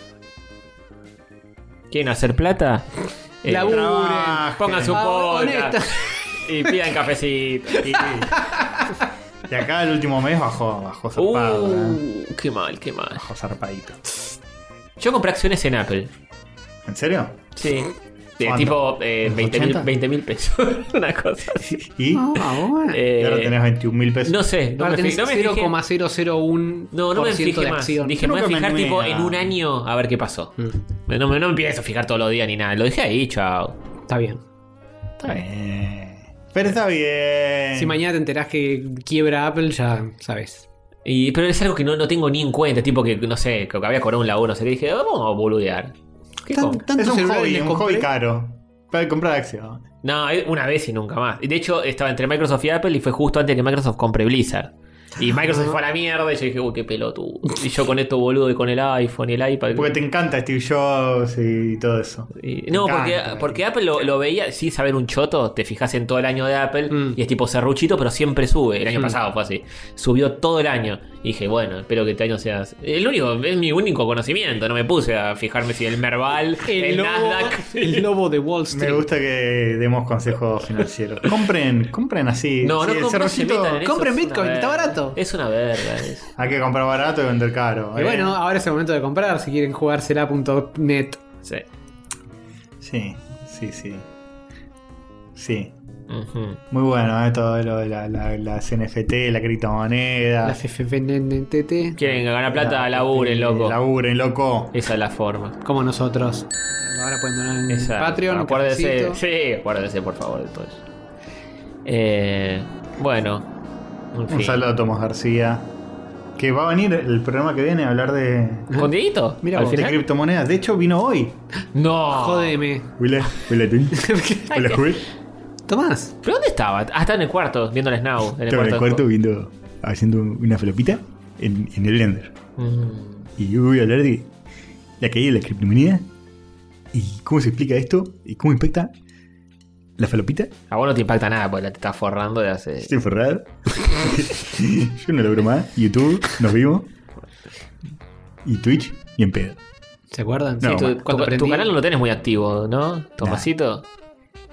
¿Quieren hacer plata? Eh, Laburen. trabajen. pongan su Ah, podcast honesta. y <laughs> pidan cafecito. Sí. De acá el último mes bajó, bajó zarpado. ¿eh? Uh, qué mal, qué mal. Bajó zarpadito. Yo compré acciones en Apple. ¿En serio? Sí. De ¿Cuánto? tipo eh, ¿Unos 20 mil 80? 20.000 pesos. <laughs> Una cosa así. Y, Ah, bueno. Eh, y ahora tenés 21 mil pesos. No sé, no Ahora me, tenés fijé, no me fijé. 0,001% No, no me de fijé más. acción. Dije, me voy a Creo que me fijar tipo nueva. en un año a ver qué pasó. Mm, No, me, no me pienso fijar todos los días ni nada. Lo dejé ahí, chao. está bien. Está bien. Pero está bien. Si mañana te enterás que quiebra Apple, ya sabes. Y, pero es algo que no, no tengo ni en cuenta. Tipo que, no sé, que había cobrado un laburo, no sé qué. Dije, "Ah, vamos a boludear. ¿Qué Tan- compro? tantos es un celulares hobby, les un compré. hobby caro. Para comprar acción. No, eh, una vez y nunca más. Y de hecho, estaba entre Microsoft y Apple y fue justo antes que Microsoft compre Blizzard. Y Microsoft fue a la mierda y yo dije, uy, qué pelotudo. Y yo con esto boludo y con el iPhone y el iPad. Porque te encanta Steve Jobs y todo eso. Y- no, porque, encanta, porque Apple lo, lo veía, sí, saber un choto, te fijas en todo el año de Apple Mm. y es tipo serruchito, pero siempre sube. El año Mm. pasado fue así. Subió todo el año. Y dije, bueno, espero que este año seas. El único, es mi único conocimiento. No me puse a fijarme si el Merval, el, El, lobo, <laughs> Nasdaq. el lobo de Wall <laughs> Me Street. gusta que demos consejos financieros. Compren, compren así. No, Sí, no el compren, eh. se cerrollito metan en eso, Compren es una Bitcoin, está verga. barato. Es una verga. eso. Hay que comprar barato y vender caro. Y ¿eh? bueno, ahora es el momento de comprar si quieren jugársela.net. Sí. Sí, sí, sí. Sí. Ujú. Muy bueno, ¿eh? todo lo de la, la- las NFT, la criptomoneda. La FFNNTT. Quieren ganar plata, laburen, loco. Laburen, loco. Esa es la forma. Como nosotros. Ahora pueden donar en Esa. Patreon. un Acuérdese. cafecito. Sí, acuérdese, por favor, de todo eso. Eh, bueno. en Un fin. saludo a Tomás García. Que va a venir el programa que viene a hablar de, ¿Con Dieguito? Mira ¿Al vos. de final? criptomonedas. De hecho, vino hoy. No. Jódeme. Huile, <laughs> huile, tin. Huile, huile. Tomás. ¿Pero dónde estaba? Ah, estaba en el cuarto, viendo el Snow. En el Estaba en cuarto. el cuarto viendo, haciendo una flopita en, en el Blender. Mm. Y yo voy a hablar de la caída de la criptomoneda y cómo se explica esto y cómo impacta la falopita. A vos no te impacta nada, porque la te estás forrando de hace. Estoy forrado. <laughs> yo no logro más. YouTube, nos vimos. Y Twitch, y en pedo. ¿Se acuerdan? No, Sí, Tu, tú- tu- cuando tu aprendí- canal no lo tenés muy activo, ¿no? Tomasito.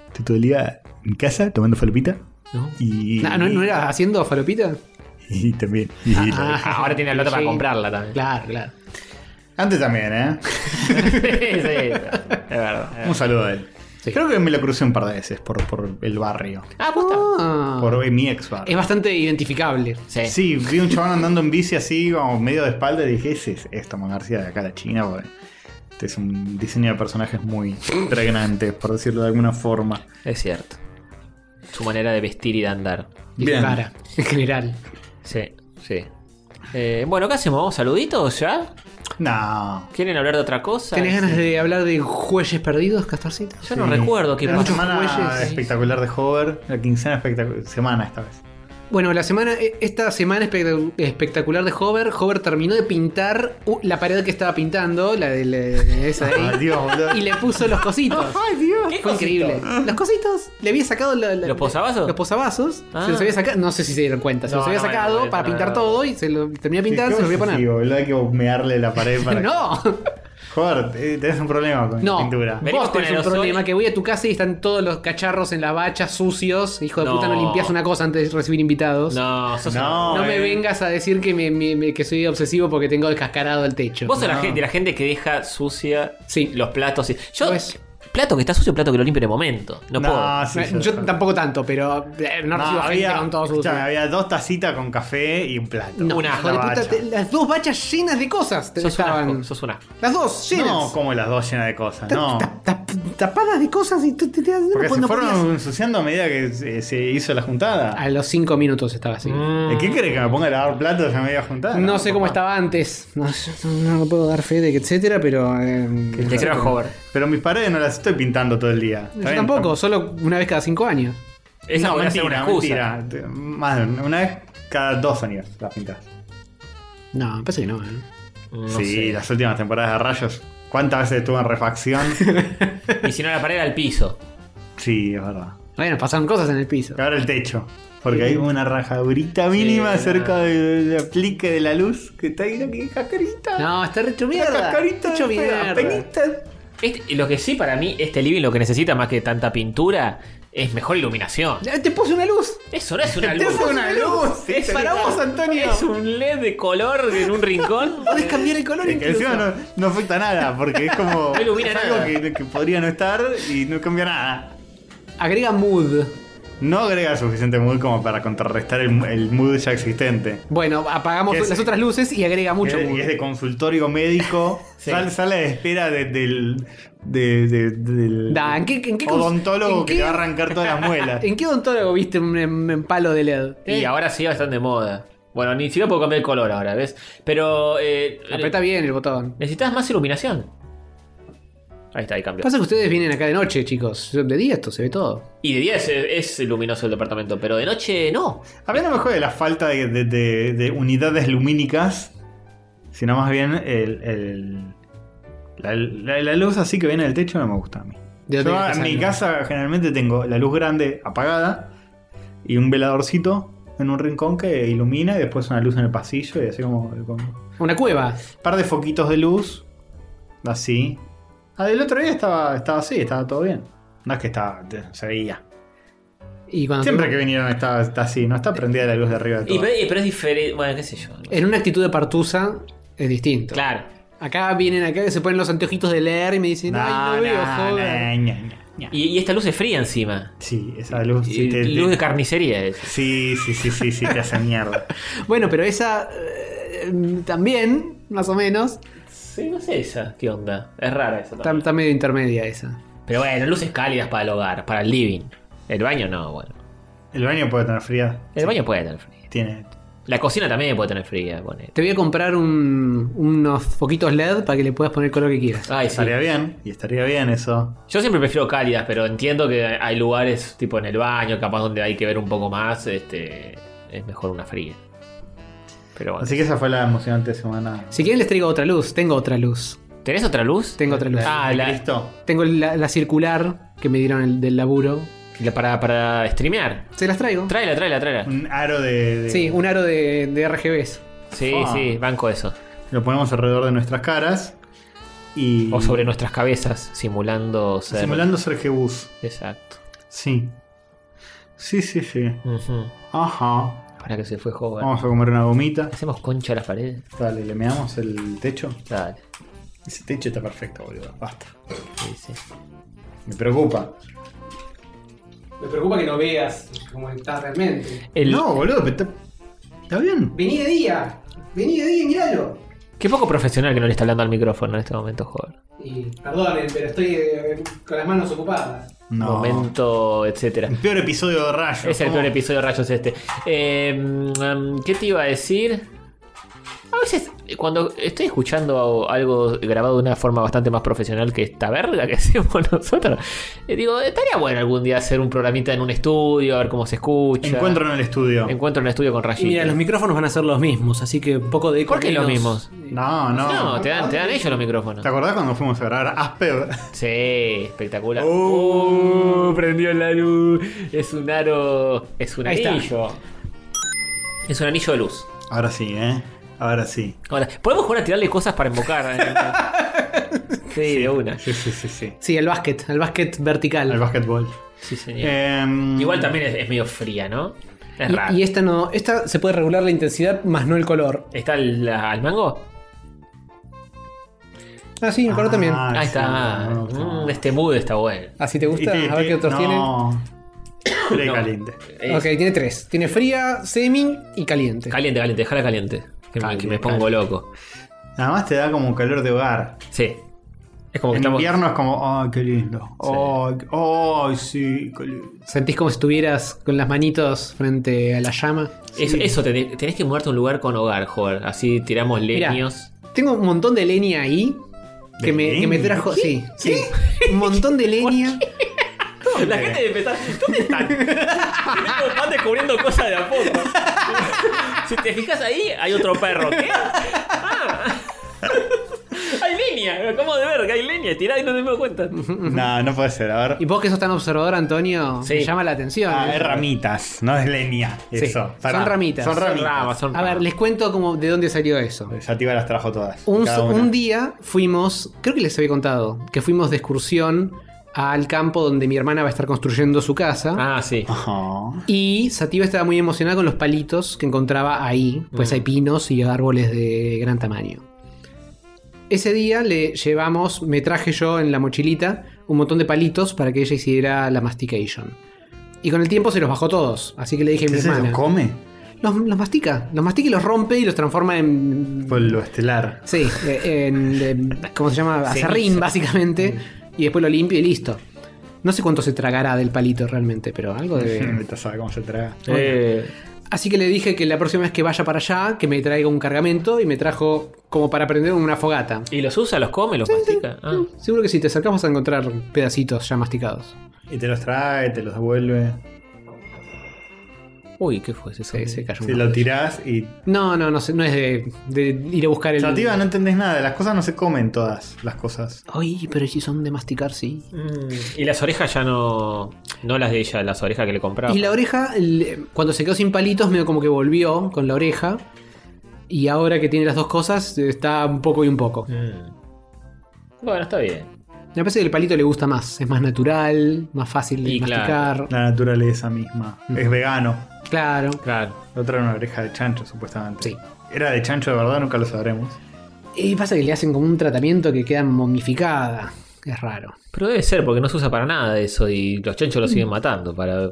Estoy todo el día en casa tomando falopita. No. Y, Ah, ¿No, no era haciendo falopita? Y también. y Ah, lo de- ah. Ahora tiene la plata para Sí. comprarla también. <laughs> Claro, claro. Antes también, ¿eh? sí, sí, es verdad. es Un verdad. saludo a él. Eh. Sí. Creo que me lo crucé un par de veces por, por el barrio. Ah, puta. Ah. Por mi ex barrio. Es eh. bastante identificable. Sí. Sí, vi un <laughs> chabón andando en bici así, como medio de espalda, y dije, ese es esto, Man García de acá a la China, porque este es un diseño de personajes muy pregnante, por decirlo de alguna forma. Es cierto. Su manera de vestir y de andar. Y Bien. su cara, <laughs> en general. Sí, sí. Eh, bueno, ¿qué hacemos? ¿Saluditos ya? No. ¿Quieren hablar de otra cosa? ¿Tenés ganas Sí. de hablar de jueces perdidos, Castorcito? Yo no Sí. recuerdo que Era La muchos semana jueces. espectacular de Hover, la quincena espectacular, semana esta vez. Bueno, la semana, e- esta semana espectac- espectacular de Hover, Hover terminó de pintar uh, la pared que estaba pintando, la de, la de <laughs> esa de Ay, ahí, Dios, <laughs> boludo. y le puso los cositos. ¿Qué Fue cosito? increíble. Los cositos, le había sacado la- la- Ah. ¿Los posavasos? Los posavasos, Ah. se los había sacado, no sé si se dieron cuenta, se No, los había no, no, sacado no, no, para no, pintar no. todo y se lo terminó de Sí, pintar, se los voy a qué poner. obsesivo, <laughs> boludo, hay que humearle la pared para No, Joder, eh, tenés un problema con No, la pintura. Venimos vos con tenés el un aerosol. problema que voy a tu casa y están todos los cacharros en la bacha, sucios. Hijo de No. puta, no limpias una cosa antes de recibir invitados. No, No, sos No. me eh. vengas a decir que, me- me- me- que soy obsesivo porque tengo descascarado el techo. Vos sos la No. gente, la gente que deja sucia Sí. los platos. y- Yo, Pues- plato que está sucio, plato que lo limpio en el momento. No, puedo. sí, Me- sí, yo sí. tampoco tanto, pero eh, no, No, recibo Ah, había, gente con todo sucio. escuchame, había dos tacitas con café y un plato. No, una hijo de puta, bacha. te- las dos bachas llenas de cosas te- Sos un estaban. asco, sos un asco. Las dos llenas. No, como las dos llenas de cosas, Ta- no. ta- ta- tapadas de cosas y tú te, te- no Porque po- se no fueron podías. ensuciando a medida que se, se hizo la juntada. Ah. A los cinco minutos estaba así. Mm. ¿De qué crees que me ponga a lavar platos a media juntada? No sé cómo estaba antes. No, yo no no puedo dar fe de que etcétera, pero. eh, El que era Mm, Hover. Pero mis paredes no las estoy pintando todo el día. ¿Está yo bien? tampoco, solo una vez cada cinco años. Esa no, podría ser mentira, una excusa. mentira. Te- Más de una, una vez cada dos años las pintas. No, me parece que no. eh. No sí, sé. las últimas temporadas de Rayos. ¿Cuántas veces estuve en refacción? <laughs> Y si no, la pared al piso. sí, es verdad. Bueno, pasaron cosas en el piso. Y ahora el techo. Porque hay una rajadurita mínima Sí, cerca no. del del aplique de la luz que está ahí la que cascarita. No, está hecho La mierda. cascarita Está hecho de fea, mierda. penita. Este- lo que sí, para mí, este living lo que necesita más que tanta pintura es mejor iluminación. Eh, Te puse una luz. Eso no es <laughs> una Te luz. hace una luz. Es para una- vos, Antonio. Es un LED E de color en un <laughs> rincón. Podés cambiar el color Es que incluso. encima no, no afecta nada, porque es como <laughs> No ilumina es algo nada. que, que podría no estar y no cambia nada. Agrega mood. No agrega suficiente mood como para contrarrestar el, el mood ya existente. Bueno, apagamos Que es- las otras luces y agrega mucho Es- mood. y es de <laughs> consultorio médico. Sí. Sal, sala de espera de- del. de- de- del Da, ¿en qué, en qué cons- odontólogo en que qué- te va a arrancar todas las <laughs> muelas. ¿En qué odontólogo viste un, un- un palo de E LED? Y ahora sí están de moda. Bueno, ni siquiera puedo cambiar el color ahora, ¿ves? Pero. Eh, Apreta bien el botón. Necesitas más iluminación. Ahí está, ahí cambio. Pasa que ustedes vienen acá de noche, chicos. De día esto se ve todo. Y de día es, es luminoso el departamento, pero de noche no. A mí no me jode la falta de, de- de- de unidades lumínicas, sino más bien el. el- la, la- la luz así que viene del techo no me gusta a mí. ¿De dónde Yo viene que en mi salga? casa generalmente tengo la luz grande apagada y un veladorcito en un rincón que ilumina y después una luz en el pasillo y así como. como- Una cueva. par de foquitos de luz. Así. Ah, del otro día estaba, estaba así, estaba todo bien. No es que estaba, te- se veía. Y cuando Siempre que vinieron estaba, está así, no está prendida la luz de arriba de todo. Y, pero, y- pero es diferente. Bueno, qué sé yo. En una actitud de partusa es distinto. Claro. Acá vienen acá que se ponen los anteojitos de leer y me dicen, ay, no veo, joder. ña, ña, ña. Y, y esta luz es fría encima. Sí, esa luz. Y- Sí, te- luz de te- carnicería es. sí, sí, sí, sí, sí, te hace mierda. Bueno, pero esa eh, también, más o menos, Sí, no sé esa. ¿Qué onda? Es rara esa. está, también. está medio intermedia esa. Pero bueno, luces cálidas para el hogar, para el living. El baño no, bueno. El baño puede tener fría. El baño puede tener fría. Tiene. La cocina también puede tener fría, ponele. Te voy a comprar un- unos foquitos LED para que le puedas poner el color que quieras. Ay, sí. Estaría bien, y estaría bien eso. Yo siempre prefiero cálidas, pero entiendo que hay lugares tipo en el baño, capaz donde hay que ver un poco más, este es mejor una fría. Pero bueno. Así que esa fue la emocionante semana. Si quieren les traigo otra luz, tengo otra luz. ¿Tenés otra luz? Tengo otra luz. Ah, la, Listo. Tengo la, la circular que me dieron el, del laburo. la- para, para streamear. Se las traigo. Tráela, tráela, tráela. Un aro de. de- Sí, un aro de, de RGBs. Sí, Ah. sí, banco eso. Lo ponemos alrededor de nuestras caras. Y. O sobre nuestras cabezas, simulando ser. Simulando ser Jebus. Exacto. Sí. Sí, sí, sí. Ujú. Ajá. Ahora que se fue joven. Vamos a comer una gomita. ¿Hacemos concha a las paredes? Dale, le meamos el techo. Dale. Ese techo está perfecto, boludo. Basta. Sí, sí. Me preocupa. Me preocupa que no veas cómo está realmente. El- No, boludo, pero está, está bien. Vení de día. Vení de día y miralo. Qué poco profesional que no le está hablando al micrófono en este momento, joven. Y perdonen, pero estoy eh, con las manos ocupadas. No. Momento, etcétera. El peor episodio de Rayo. Es el ¿Cómo? peor episodio de Rayos este. Eh, mm, ¿Qué te iba a decir? A veces, eh, cuando estoy escuchando a- algo grabado de una forma bastante más profesional que esta verga que <laughs> hacemos nosotros, eh, digo, estaría bueno algún día hacer un programita en un estudio, a ver cómo se escucha. Encuentro en el estudio. Encuentro en un estudio con Y mira, los rayitos. micrófonos van a ser los mismos, así que un poco de... ¿Por qué los mismos? No, no. No, te dan, te dan ellos los micrófonos. ¿Te acordás cuando fuimos a grabar Asper? Sí, espectacular. Oh. Uh, prendió la luz. Es un aro. Es un Ahí está. anillo. Es un anillo de luz. Ahora sí, ¿eh? Ahora sí. Ahora, podemos jugar a tirarle cosas para invocar. Sí, de una. Sí, sí, sí, sí. Sí, al básquet, al básquet vertical. Al básquetbol. Sí, señor. Eh, Igual también es, es medio fría, ¿no? Es Y- raro. y, esta no, esta se puede regular la intensidad más no el color. ¿Está al, al mango? Ah, sí, el color también. Ah, Ahí sí, está. no, no. Mm, este mood está bueno. Ah, si te gusta, Y te- a ver te- qué otros tienen. no. <coughs> Play No. caliente. Eh, Ok, tiene tres. Tiene fría, semi y caliente. Caliente, caliente, déjala caliente. Que, me- Caliente, que me pongo loco. Nada más te da como calor de hogar. Sí. Es como En que estamos. invierno es como, ¡ay, qué lindo! ¡Ay, qué- ay, sí, qué lindo! Sentís como si estuvieras con las manitos frente a la llama. Eso, eso tenés, tenés que mudarte a un lugar con hogar, joder. Así tiramos Mirá. leños. Tengo un montón de leña ahí que, ¿De me, que me leña? trajo. Sí, sí. Un montón <laughs> de leña. La gente debe pensar, ¿dónde están? Tenemos- Van descubriendo cosas de a <laughs> poco. Si te fijas ahí, hay otro perro. ¿Qué? Ah. Hay leña, acabo de ver que hay leña. Tirá y no te me doy cuenta. No, no puede ser. A ver. Y vos que sos tan observador, Antonio, Sí. me llama la atención. Ah, ¿eh? es ramitas, no es leña. Sí, Eso. son Pará. ramitas. Son Son ramitas. ramas, son A ver, ramas. les cuento como de dónde salió eso. Sativa las trajo todas. Un, cada una. un día fuimos, creo que les había contado, que fuimos de excursión al campo donde mi hermana va a estar construyendo su casa. Ah, sí. Ajá. Y Sativa estaba muy emocionada con los palitos que encontraba ahí, pues Mm. hay pinos y árboles de gran tamaño. Ese día le llevamos, me traje yo en la mochilita un montón de palitos para que ella hiciera la mastication. Y con el tiempo se los bajó todos, así que le dije a mi ¿Qué se hermana. lo come? Los, los mastica, los mastica y los rompe y los transforma en. Por lo estelar. Sí, eh, en, em, ¿cómo se llama? Sí. Acerrín, básicamente. Y después lo limpio y listo. No sé cuánto se tragará del palito realmente, pero algo <laughs> de. Ahorita sabe cómo se traga. Eh, Así que le dije que la próxima vez que vaya para allá, que me traiga un cargamento y me trajo como para prender una fogata. ¿Y los usa, los come, los mastica? Ah. Seguro que si te acercas vas a encontrar pedacitos ya masticados. Y te los trae, te los devuelve. Uy, ¿qué fue ese Se, sonido? se cayó Si un lo poco. tirás y. No, no, no, sé, no es de, de ir a buscar el. Sativa, no entendés nada. Las cosas no se comen todas. Las cosas. Ay, pero si son de masticar, sí. Mm, Y las orejas ya no. No las de ella, las orejas que le compraba. Y la oreja, el- cuando se quedó sin palitos, medio como que volvió con la oreja. Y ahora que tiene las dos cosas, está un poco y un poco. Mm. Bueno, está bien. Me parece que el palito le gusta más. Es más natural, más fácil de Y claro. masticar. La naturaleza misma. Es vegano. Claro. Claro. La otra era una oreja de chancho, supuestamente. Sí. Era de chancho de verdad, nunca lo sabremos. Y pasa que le hacen como un tratamiento que queda momificada. Es raro. Pero debe ser, porque no se usa para nada eso y los chanchos lo siguen matando para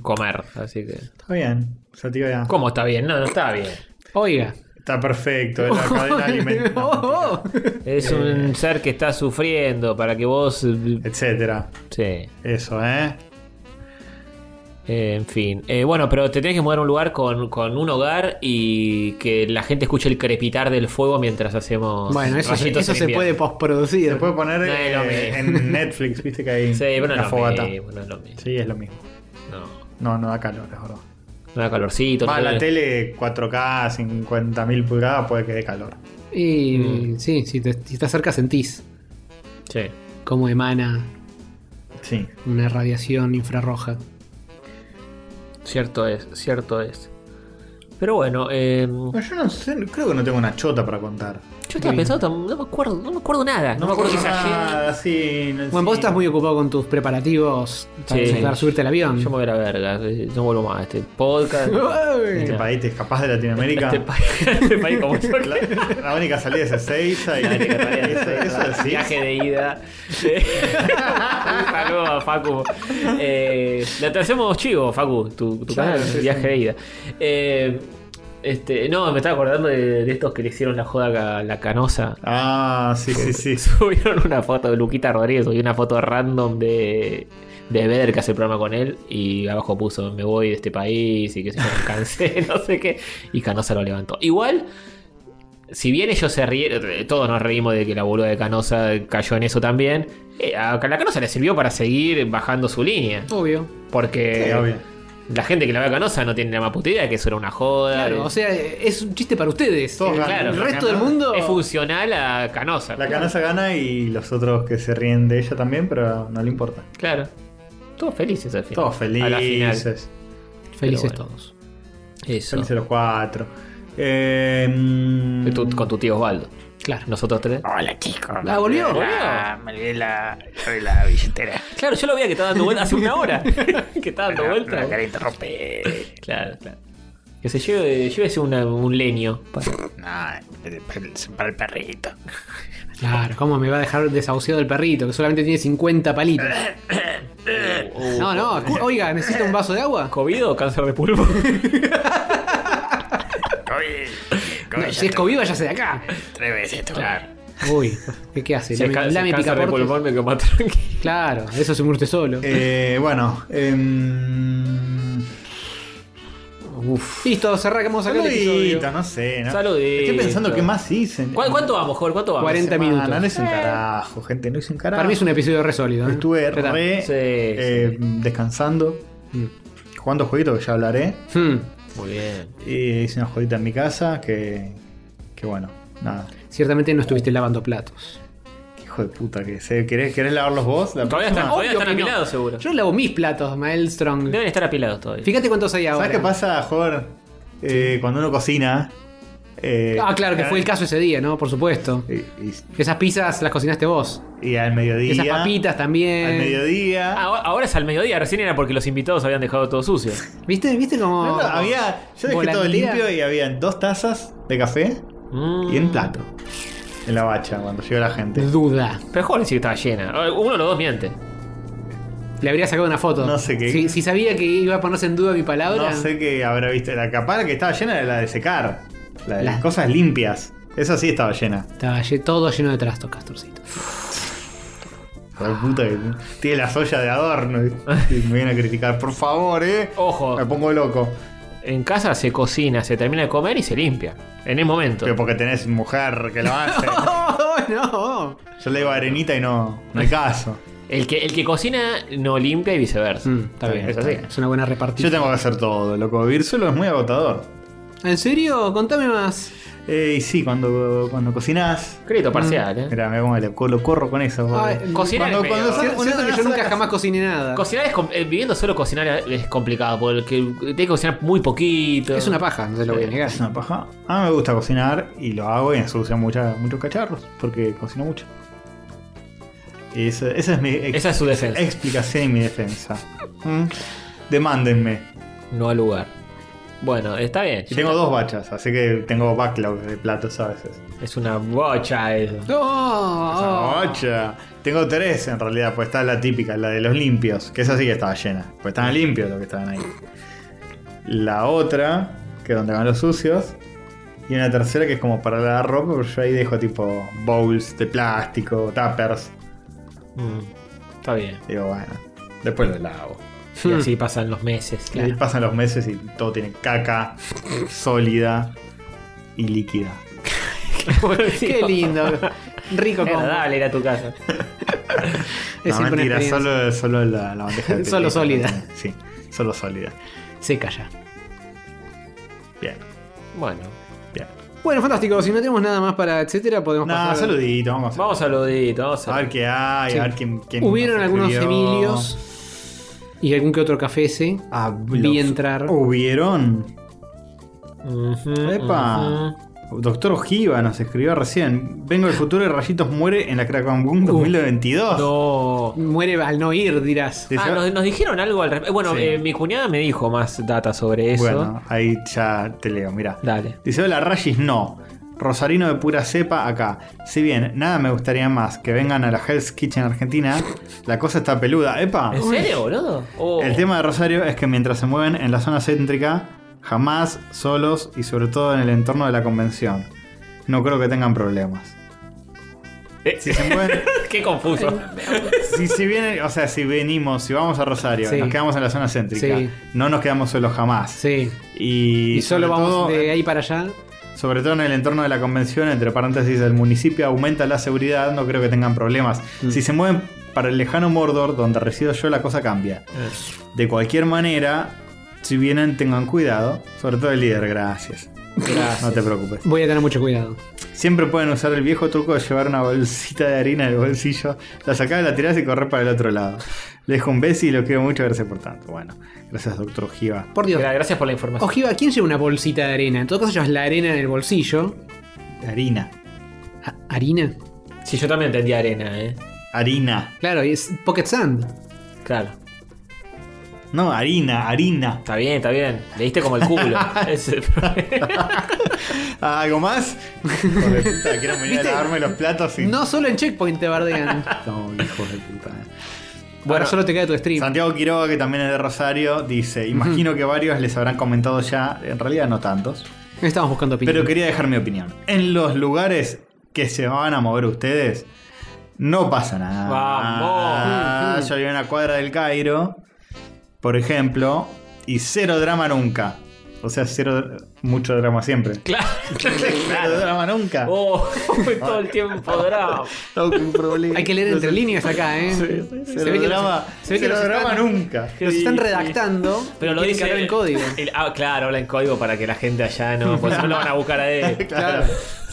comer. Así que. Está bien. Sativa ya. ¿Cómo está bien? No, no está bien. <laughs> Oiga. Está perfecto. <laughs> La cadena alimentaria. Oh, oh. Es Eh. un ser que está sufriendo para que vos. eh, Etcétera. Sí. Eso, ¿eh? Eh, en fin. Eh, bueno, pero te tenés que mudar a un lugar con, con un hogar y que la gente escuche el crepitar del fuego mientras hacemos. Bueno, eso, rayitos eso en se invierno. puede Se postproducir. puede poner No es lo eh, mismo. en Netflix, viste que <laughs> hay Sí, pero no una es lo fogata. mismo, no es lo mismo. Sí, es lo mismo. No, No, no da calor, es verdad. no da calorcito. Va, no la da- tele 4K, 50.000 pulgadas puede que dé calor. Y Mm. sí, si te, si estás cerca sentís Sí. cómo emana Sí. una radiación infrarroja. Cierto es, cierto es. Pero bueno, eh, yo yo no sé, creo que no tengo una chota para contar. estaba pensando, tam- no me acuerdo, no me acuerdo nada. No, me acuerdo si es ayer. nada, sí, no- Bueno, vos sí. estás muy ocupado con tus preparativos para, Sí. para subirte al avión. Yo me voy a la verga, eh, no vuelvo más a este <laughs> podcast. Uy. Este país te escapás de Latinoamérica. este, país, <laughs> este país como yo. la, la única salida es Ezeiza y eso, eso es sí. Viaje de ida. Eh, Un saludo a Facu. Eh, le hacemos chivo, Facu, tu, tu Claro, canal, sí, viaje sí. de ida. Eh, este, no, me estaba acordando de, de estos que le hicieron la joda a la canosa. Ah, sí, sí, <laughs> sí. Subieron una foto de Luquita Rodríguez, subí una foto random de, de Beder que hace el programa con él y abajo puso me voy de este país y que se yo, me cansé, <laughs> no sé qué. Y Canosa lo levantó. Igual, si bien ellos se rieron, eh, todos nos reímos de que la boluda de Canosa cayó en eso también, eh, a la Canosa le sirvió para seguir bajando su línea. Obvio. Porque Sí, Eh, obvio. la gente que la ve a Canosa no tiene la más puta idea que eso era una joda. Claro, o sea, es un chiste para ustedes. Todos Eh, ganan. claro. el resto del mundo. es funcional a Canosa. La canasa gana y los otros que se ríen de ella también, pero no le importa. Claro. Todos felices al final. Todos Eh, A la final. felices. Felices Pero bueno. todos. Eso. Felices los cuatro. Eh, mm, Tu- con tu tío Osvaldo. Claro. nosotros tres. Hola, chicos. La volvió, Me olvidé la- Me olvidé la, la billetera. Claro, yo lo veía que estaba dando vuelta hace una <laughs> hora. que estaba dando No, no vuelta. la cara interrumpe. Claro, claro. Que se lleve, llévese una- un leño. Pa- No, es para el- para el perrito. Claro, ¿cómo me va a dejar desahuciado el perrito que solamente tiene 50 palitos? Oh, No, no, cu- oiga, ¿necesita un vaso de agua? ¿Covid o cáncer de <laughs> pulpo? Oye, No, si es COVID, váyase de acá. Tres veces, tú. Uy, ¿qué, qué hace? Si es Lame, ca- si es lame cáncer de picaportes. pulmón me quedo más tranquilo. Claro, de eso se murte solo. Eh, bueno, em, Uf. Listo, cerramos acá el episodio. saluditos, no sé. ¿no? Saluditos. Estoy pensando qué más hice. en- ¿Cu- ¿Cuánto vamos, Jorge? ¿Cuánto vamos? 40 semana. minutos. No hice un carajo, gente, no hice un carajo. Para mí es un episodio re sólido. ¿eh? Estuve Ya está. re Sí, eh, descansando, jugando jueguitos que ya hablaré. Hmm. Muy bien. Y hice una jueguita en mi casa que. que bueno, nada. Ciertamente no estuviste lavando platos. Qué hijo de puta que sé. ¿Querés, querés lavarlos vos? La Todavía están, próxima? todavía Obvio están que no. apilados, seguro. Yo lavo mis platos, Mael Strong. Deben estar apilados todavía. Fíjate cuántos hay ahora. ¿Sabes qué pasa, Jorge? Eh, Cuando uno cocina. eh, Ah, claro, que fue el caso ese día, ¿no? Por supuesto. Y, y- Esas pizzas las cocinaste vos. y al mediodía. Esas papitas eh. Ah, también. Al mediodía. Ah, Ahora, ahora es al mediodía, recién era porque los invitados habían dejado todo sucio. ¿Viste? ¿Viste cómo? No, no, había, yo dejé todo volantea. limpio y habían dos tazas de café Mm. y un plato. En la bacha, cuando llegó la gente. Duda. Mm. Pero Jorge sí que estaba llena. Uno o los dos miente. Le habría sacado una foto. No sé qué. Si, si sabía que iba a ponerse en duda mi palabra. No sé qué habrá visto. La capara que estaba llena era la de secar. La de las La- cosas limpias. Esa sí estaba llena. Estaba lle- todo lleno de trastos, Castorcito. <laughs> Hijo de puta que tiene la soya de adorno. Y me vienen a criticar. Por favor, eh. Oh. Ojo, Me pongo loco. en casa se cocina, se termina de comer y se limpia. En el momento. Pero porque tenés mujer que lo <laughs> hace. ¡Oh, no! Yo le digo arenita y no, no hay caso. El que, el que cocina no limpia y viceversa. Mm, está bien. Es así. Es una buena Yo repartición. tengo que hacer todo, loco. Vivir solo es muy agotador. ¿En serio? Contame más. Eh, y sí, cuando, cuando cocinás. Crédito parcial, ¿eh? Mirá, mirá cómo le- lo corro con eso. Ay, porque- Cocinar es medio- sale- Cierto uno que sale yo nunca a la jamás cociné nada. Cocinar es com- eh, viviendo solo cocinar es complicado, porque tenés que cocinar muy poquito. Es una paja, no se lo voy a negar. Es una paja. A mí me gusta cocinar y lo hago y me soluciona mucha- muchos cacharros porque cocino mucho. Y esa, esa es mi ex- Esa es su defensa. explicación y mi defensa. ¿Mm? Demándenme. No al lugar. Bueno, está bien. Y tengo dos bachas, así que tengo backlog de platos a veces. Es una bocha eso. <laughs> ¡Oh! Esa bacha. Tengo tres en realidad, pues está la típica, la de los limpios, que esa sí que estaba llena. Pues estaban limpios los que estaban ahí. La otra, que es donde van los sucios. Y una tercera que es como para la ropa, pero yo ahí dejo tipo bowls de plástico, tuppers. Mm, está bien. Digo, bueno, después lo lavo. Y Hmm. así pasan los meses. Y ahí pasan los meses y todo tiene caca sólida y líquida. oh, <laughs> ¡Qué lindo! Rico como. Agradable ir a tu casa. Es no, siempre una mentira, experiencia. solo, solo la, la bandeja <laughs> de Solo pepino. sólida. Sí, solo sólida. Seca ya. Bien, Bueno, bien. Bueno, fantástico. Si no tenemos nada más para etcétera, podemos No, pasar. saludito, vamos a, vamos a lo de vamos a a ver qué hay, Sí. a ver quién, quién Hubieron nos algunos escribió. Emilios y algún que otro café ese. Ah, Vi los- entrar. Hubieron. Ujú, Epa. ujú. Doctor Ojiva nos escribió recién. Vengo del futuro y Rayitos muere en la Kraken Boom 2022. No. Muere al no ir, dirás. Sí, Ah, se- nos, nos dijeron algo al respecto. Bueno, Sí. eh, mi cuñada me dijo más data sobre eso. Bueno, ahí ya te leo, mira. Dale. Dice, hola Rayis, no. Rosarino de pura cepa acá. Si bien nada me gustaría más que vengan a la Hell's Kitchen Argentina, la cosa está peluda. Epa. ¿En serio, boludo? Oh. El tema de Rosario es que mientras se mueven en la zona céntrica, jamás solos y sobre todo en el entorno de la convención. No creo que tengan problemas. Eh, Si se <laughs> mueven, <laughs> Qué confuso. si, si vienen, o sea, si venimos, si vamos a Rosario, Sí. nos quedamos en la zona céntrica, Sí. no nos quedamos solos jamás. Sí. Y, Y, solo sobre vamos todo- eh, de ahí para allá. Sobre todo en el entorno de la convención, entre paréntesis, el municipio aumenta la seguridad, no creo que tengan problemas. Si se mueven para el lejano Mordor, donde resido yo, la cosa cambia. De cualquier manera, si vienen, tengan cuidado. Sobre todo el líder, gracias. Gracias. No te preocupes. Voy a tener mucho cuidado. Siempre pueden usar el viejo truco de llevar una bolsita de harina en el bolsillo, la sacás, la tirás y correr para el otro lado. Le dejo un beso y lo quiero mucho, gracias por tanto. Bueno, gracias, doctor Ojiva. Por Dios. Gra- Gracias por la información. Ojiva, ¿quién lleva una bolsita de arena? En todo caso, llevas la arena en el bolsillo. Harina. ¿Ha- ¿Harina? Sí, yo también entendí arena, ¿eh? Harina. Claro, y es Pocket Sand. Claro. No, harina, harina. Está bien, está bien. Leíste como el <laughs> culo. Ese es el problema. ¿Algo más? Hijo de <laughs> puta, quiero venir a ¿Viste? lavarme los platos y. No solo en Checkpoint te bardean. <laughs> No, hijo de puta. bueno, solo te cae tu stream. Santiago Quiroga, que también es de Rosario, dice: Imagino que varios les habrán comentado ya, en realidad no tantos, Estamos buscando opinión. pero quería dejar mi opinión. En los lugares que se van a mover ustedes, no pasa nada. Vamos. Yo vivo en una cuadra del Cairo, por ejemplo, y cero drama nunca. O sea, cero. mucho drama siempre. claro. Cero drama nunca. Oh, todo el tiempo drama. No, qué problema. Hay que leer <laughs> entre líneas acá, ¿eh? Sí, sí, Se ve Cero que los- drama. se ve que Cero los drama están- <laughs> nunca. que los están Sí, sí. redactando. Pero y lo quieren dice. cargar en código. el- ah, claro, habla en código para que la gente allá no. Pues no lo van a buscar a él. <laughs> Claro.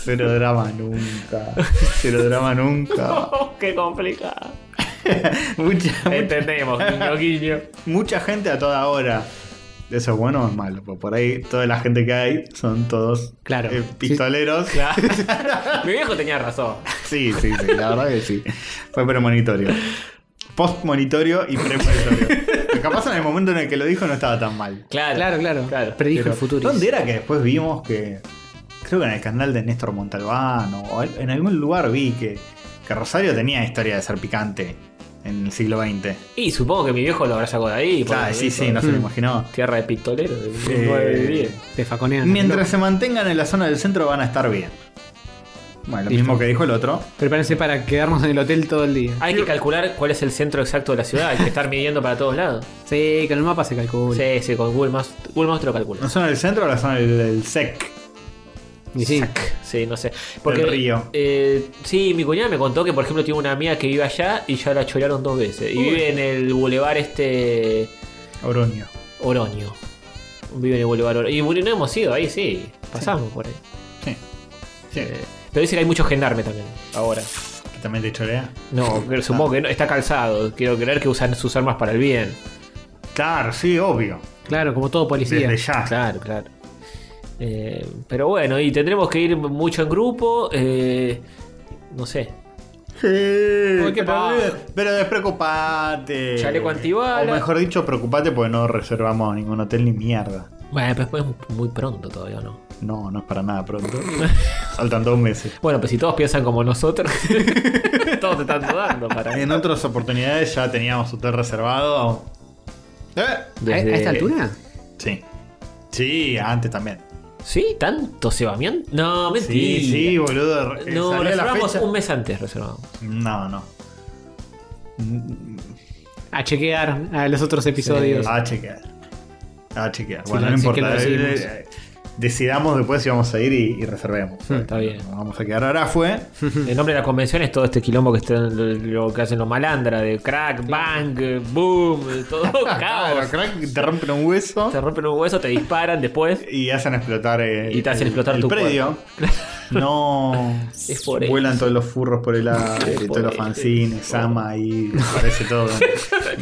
Cero drama nunca. Cero <laughs> drama nunca. Oh, qué complicado. <laughs> mucha, mucha, Entendemos, guiño, guiño. mucha gente a toda hora. ¿Eso es bueno o es malo? Porque por ahí toda la gente que hay son todos Claro. eh, pistoleros. <laughs> Claro. Mi viejo tenía razón. Sí, sí, sí. La verdad que sí. Fue premonitorio. Postmonitorio <laughs> y premonitorio. Pero Capaz en el momento en el que lo dijo no estaba tan mal. Claro, Claro, claro. Predijo Pero, el futuro. ¿Dónde era que después vimos que.? Creo que en el canal de Néstor Montalbán o al- en algún lugar vi que, que Rosario tenía historia de ser picante en el siglo XX. Y supongo que mi viejo lo habrá sacado de ahí. porque Claro, sí, eso- sí, no se lo imaginó. Tierra de pistoleros. de Eh, 19 de 10. Te faconean. Mientras se mantengan en la zona del centro van a estar bien. Bueno, lo Listo. mismo que dijo el otro. Prepárense para quedarnos en el hotel todo el día. Hay que calcular cuál es el centro exacto de la ciudad. Hay que estar midiendo para todos <laughs> lados. Sí, con el mapa se calcula. Sí, sí, con Google Maps. Google Maps te lo calcula. ¿La zona del centro o la zona del, del SEC? Y sí. Sí, no sé. Del río. eh, sí, mi cuñada me contó que, por ejemplo, tiene una amiga que vive allá y ya la chorearon dos veces. Y vive en el bulevar este. Oroño. Oroño. Vive en el bulevar Oroño. Y bueno, no hemos ido ahí, sí. Pasamos por ahí. Sí. Sí. Eh, pero dice que hay mucho gendarme también. Ahora. Que también te chorea. No, pero supongo que no, está calzado. Quiero creer que usan sus armas para el bien. Claro, sí, obvio. Claro, como todo policía. Desde ya. Claro, claro. Eh, pero bueno, y tendremos que ir mucho en grupo. eh, no sé. Sí, Uy, qué pero, paja. pero despreocupate. Chaleco antibalas. O mejor dicho, preocupate porque no reservamos ningún hotel ni mierda. Bueno, pero después es muy pronto todavía, ¿no? No, no es para nada pronto. Faltan dos meses. Bueno, pues si todos piensan como <laughs> nosotros, todos te están dudando para En otras oportunidades ya teníamos hotel reservado. ¿Eh? ¿A, a Desde- esta altura? Sí. Sí, antes también. ¿Sí? ¿Tanto se va bien? No, mentira. Sí, sí, boludo. Eh, No, salió la reservamos fecha. un mes antes, reservamos. No, no. A chequear a los otros episodios. A chequear. A chequear. Sí, bueno, no sí que importa. lo decimos. Eh, eh, Decidamos después si vamos a ir y, y reservemos. Está bien. Nos Vamos a quedar ahora fue. El nombre de la convención es todo este quilombo que está en lo que hacen los malandras, de crack, bang, boom, <laughs> todo Claro, caos. crack, te rompen un hueso Te rompen un hueso, te disparan <laughs> después. y hacen explotar el, Y te hacen explotar el tu predio. No <laughs> Es por eso. vuelan todos los furros por el aire, Es por todos los eso. fanzines, Sama ahí, aparece todo.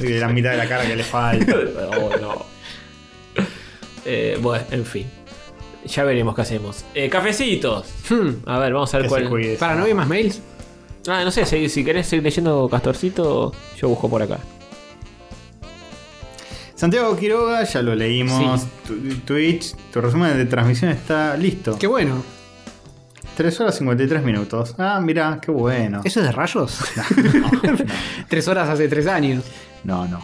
Y la mitad de la cara que le falta. <laughs> Oh, no. Eh, bueno, en fin. Ya veremos qué hacemos. Eh, cafecitos. Hmm. A ver, vamos a Que ver se cuál. cuide. Para, ¿no hay más mails? Ah, no sé, si, si querés seguir leyendo Castorcito, yo busco por acá. Santiago Quiroga, ya lo leímos. Tu- Twitch, tu resumen de transmisión está listo. Qué bueno. 3 horas 53 minutos. Ah, mirá, qué bueno. ¿Eso es de rayos? <laughs> tres horas hace tres años. <laughs> No, no.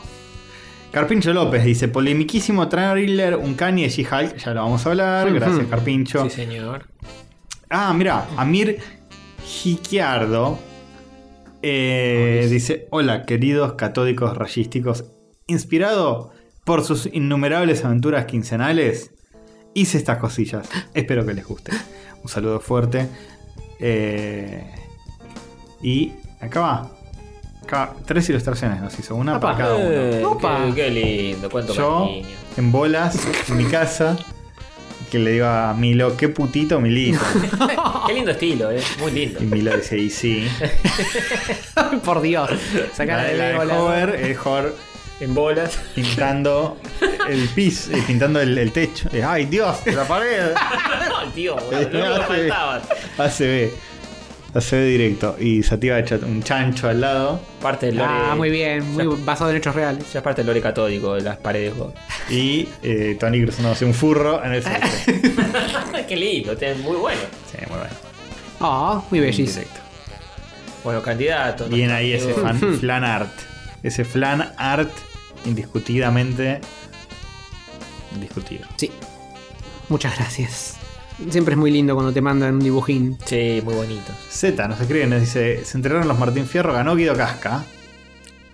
Carpincho López dice: Polemiquísimo trailer, un Kanye de She-Hulk. Ya lo vamos a hablar. Ujú. Gracias, Carpincho. señor. Ah, mira, Amir Jiquiardo eh, dice: Hola, queridos catódicos rayísticos. Inspirado por sus innumerables aventuras quincenales, hice estas cosillas. Espero que les guste. Un saludo fuerte. Eh, y acá va. Acá, tres ilustraciones nos hizo, una Apa. para Ah, cada uno. Eh. Opa. Qué, qué lindo, cuánto Yo, cariño. en bolas, en mi casa, que le digo a Milo, qué putito Milito. Qué lindo estilo, eh. Muy <laughs> lindo. Y Milo dice, y sí. Por Dios. Sacar La el de la de Hover, el Hover En bolas. pintando el piso, eh, pintando el, el techo. <laughs> Eh, ¡Ay, Dios! ¡La pared! No, tío, Eh, <laughs> boludo, no me hace- faltaban. ACB. hace directo. Y Sativa echa un chancho al lado. Parte del lore. Ah, muy bien, muy basado en hechos reales. Ya es parte del lore catódico de las paredes. vos. Y eh, Tony cruzándose un furro en <laughs> el centro. Qué lindo, te- muy bueno. sí, muy bueno. Oh, muy bellis. Directo. Bueno, candidato. Bien ahí nuestro ese amigo. fan, flan art. Ese flan art indiscutidamente discutido. Sí. Muchas gracias. Siempre es muy lindo cuando te mandan un dibujín. Sí, muy bonitos. Z nos escribe, nos dice, se enteraron los Martín Fierro, ganó Guido Casca,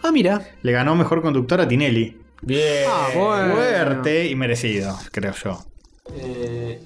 Ah, mira. le ganó mejor conductor a Tinelli. Bien. Ah, bueno. Fuerte y merecido, creo yo. Eh,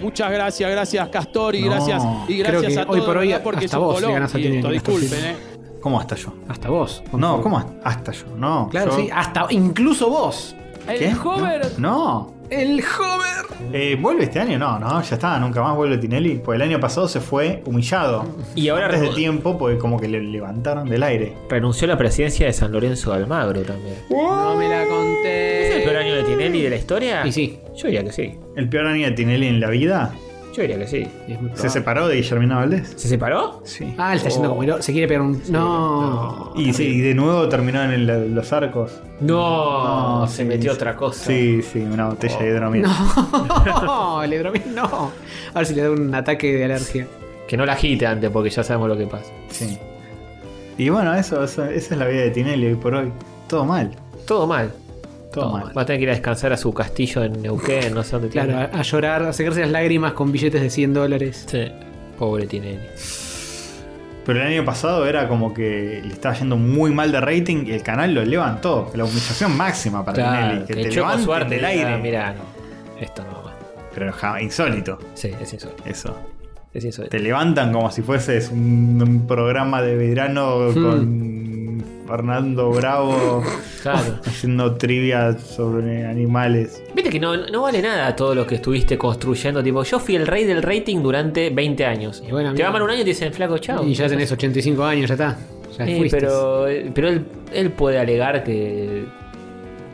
Muchas gracias, gracias Castor y No, gracias y creo gracias que a hoy todos por hoy ¿verdad? porque hasta es un vos le Colón ganás a y Tinelli, esto, Castor. <laughs> disculpen, eh. ¿Cómo hasta yo? Hasta vos. No, ¿cómo hasta- hasta yo? No. Claro, yo- sí. Hasta incluso vos. ¿Qué? El Hover No. no. El Hover. Eh, ¿Vuelve este año? No, no, ya está, nunca más vuelve Tinelli. Pues el año pasado se fue humillado. Y ahora Antes de renun- tiempo, pues como que le levantaron del aire. renunció a la presidencia de San Lorenzo de Almagro también. No me la conté. ¿Es el peor año de Tinelli de la historia? Y sí. Yo diría que sí. El peor año de Tinelli en la vida. Yo diría que sí. Es muy ¿Se probable. separó de Guillermina Valdés? ¿Se separó? Sí. Ah, le está yendo Oh. como el... Se quiere pegar un... No. <laughs> y, sí, y de nuevo terminó en el- los arcos. No, No, se sí, metió sí. otra cosa. Sí, sí, una botella de hidromiel. No, le bromé, no. A ver si le da un ataque de alergia. Que no la agite antes porque ya sabemos lo que pasa. Sí. Y bueno, eso, eso- esa es la vida de Tinelli hoy por hoy. Todo mal. Todo mal. Todo, mal. Va a tener que ir a descansar a su castillo en Neuquén, no sé dónde tiene. Claro, a, a llorar, a secarse las lágrimas con billetes de 100 dólares. Sí. Pobre Tinelli. Pero el año pasado era como que le estaba yendo muy mal de rating y el canal lo levantó. La humillación máxima para Tinelli. Que, te Choco levanten Suárez del diga, aire. Ah, Mirá, no, esto no va. Pero jamás- insólito. Sí, es insólito. Eso. Es insólito. Te levantan como si fueses un, un programa de verano con Hmm. Fernando <laughs> Bravo <laughs> Claro. haciendo trivia sobre animales. Viste que no, no vale nada todo lo que estuviste construyendo. Tipo, yo fui el rey del rating durante 20 años. Y bueno, te amigo. va mal un año y te dicen flaco, chao. Y ya tenés 85 años, ya está. Ya Sí, fuiste. pero pero él, él puede alegar que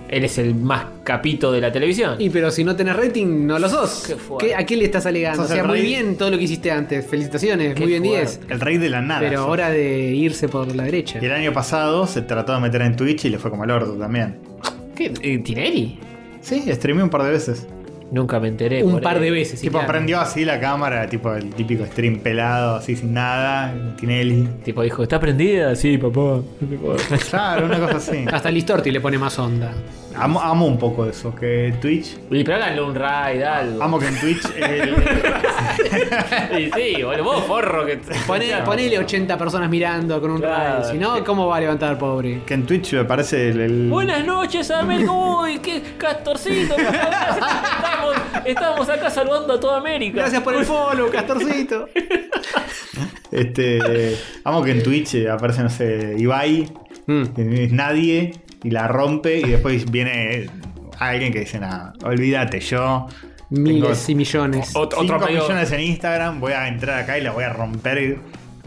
él es el más capito de la televisión. Y pero si no tenés rating, no lo sos. Qué fuerte. ¿Qué- ¿A qué le estás alegando? O Sos sea, el muy rey. bien todo lo que hiciste antes. Felicitaciones, Qué muy bien fuerte. 10. El rey de la nada. Pero sos. hora de irse por la derecha. Y el año pasado se trató de meter en Twitch y le fue como el orto también. ¿Qué? Eh, ¿Tinelli? Sí, streameé un par de veces. Nunca me enteré. Un Eh, por par él. de veces. sí, tipo, claro. prendió así la cámara, tipo el típico stream pelado, así sin nada, Tinelli. Tipo, dijo, ¿está prendida? Sí, <laughs> papá. Claro, una cosa así. Hasta Listorti le pone más onda. Amo, amo un poco eso, que Twitch. y pero háganle un raid, algo. Amo que en Twitch el- Y sí, boludo, vos forro que. Poné- <laughs> ponele 80 personas mirando con un Claro. radio. Si no, ¿cómo va a levantar, pobre? que en Twitch me parece el, el- Buenas noches, América. Uy, qué castorcito. por favor. Estamos, estamos acá saludando a toda América. Gracias por el follow, Castorcito. Este, amo que en Twitch eh, aparece, no sé, Ibai, Mm. que es nadie, y la rompe, y después viene alguien que dice, nada, olvídate, yo Miles y millones. Ot- cinco otro medio- millones en Instagram, voy a entrar acá y la voy a romper,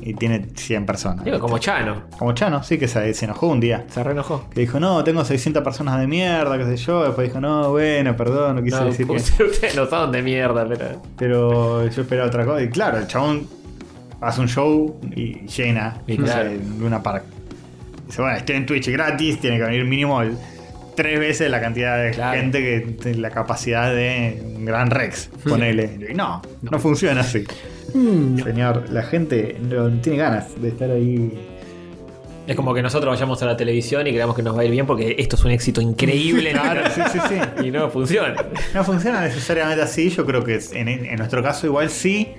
y tiene 100 personas. Digo, como Chano. Como Chano, sí, que se, se enojó un día. Se reenojó. Que dijo, no, tengo 600 personas de mierda, qué sé yo. Después dijo, no, bueno, perdón, no quise No, decir que... puse- ustedes no saben de mierda, pero. Pero yo esperaba otra cosa. Y claro, el chabón hace un show y llena Y no claro. sé, Luna Park. Dice, bueno, estoy en Twitch gratis, tiene que venir mínimo el- tres veces la cantidad de Claro. gente que tiene la capacidad de un gran Rex, ponele. Y no, no, funciona así. Mm, Señor, la gente no tiene ganas de estar ahí. Es como que nosotros vayamos a la televisión y creamos que nos va a ir bien porque esto es un éxito increíble. ¿no? Claro, sí, sí, sí. Y no funciona. No funciona necesariamente así, yo creo que en, en nuestro caso igual sí.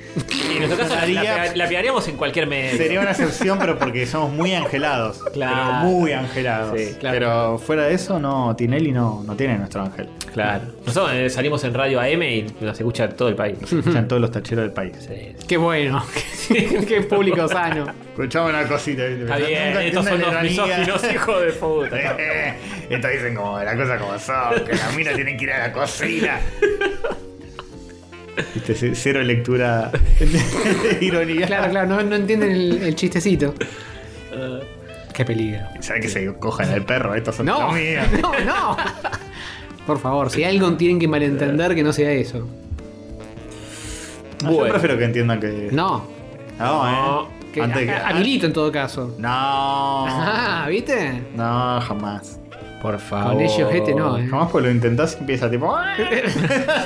Y en nuestro caso la, Haría- la- la pegaríamos en cualquier medio. Sería una excepción, pero porque somos muy angelados. <laughs> Claro. Pero muy angelados. Sí, claro. Pero fuera de eso, no, Tinelli no, no tiene nuestro ángel. Claro. Nosotros eh, salimos en radio AM y nos escucha todo el país. Escuchan todos los tacheros del país. Sí. qué bueno. <laughs> qué público sano. Escuchamos una cosita. ¿viste? Está Nunca bien, entienden estos son la los <laughs> ironía. misóginos hijos de puta. Eh, eh, <laughs> Estos dicen como la cosa como son, que las minas tienen que ir a <laughs> la cocina. Viste, c- <laughs> cero lectura de ironía. Claro, claro, no, no entienden el, el chistecito. Eh. Qué peligro. ¿Sabes que se cojan al perro? Estos son No, los míos. <laughs> no, no. Por favor, si algo tienen que malentender, que no sea eso. No, Yo Bueno. prefiero que entiendan que. No. No, eh. No. Que Antes de que- a- habilito en todo caso. No. <laughs> Ah, ¿viste? No, jamás. Por favor. Con ese ojete no, eh. Jamás pues lo intentás y empieza tipo. ¡Ah!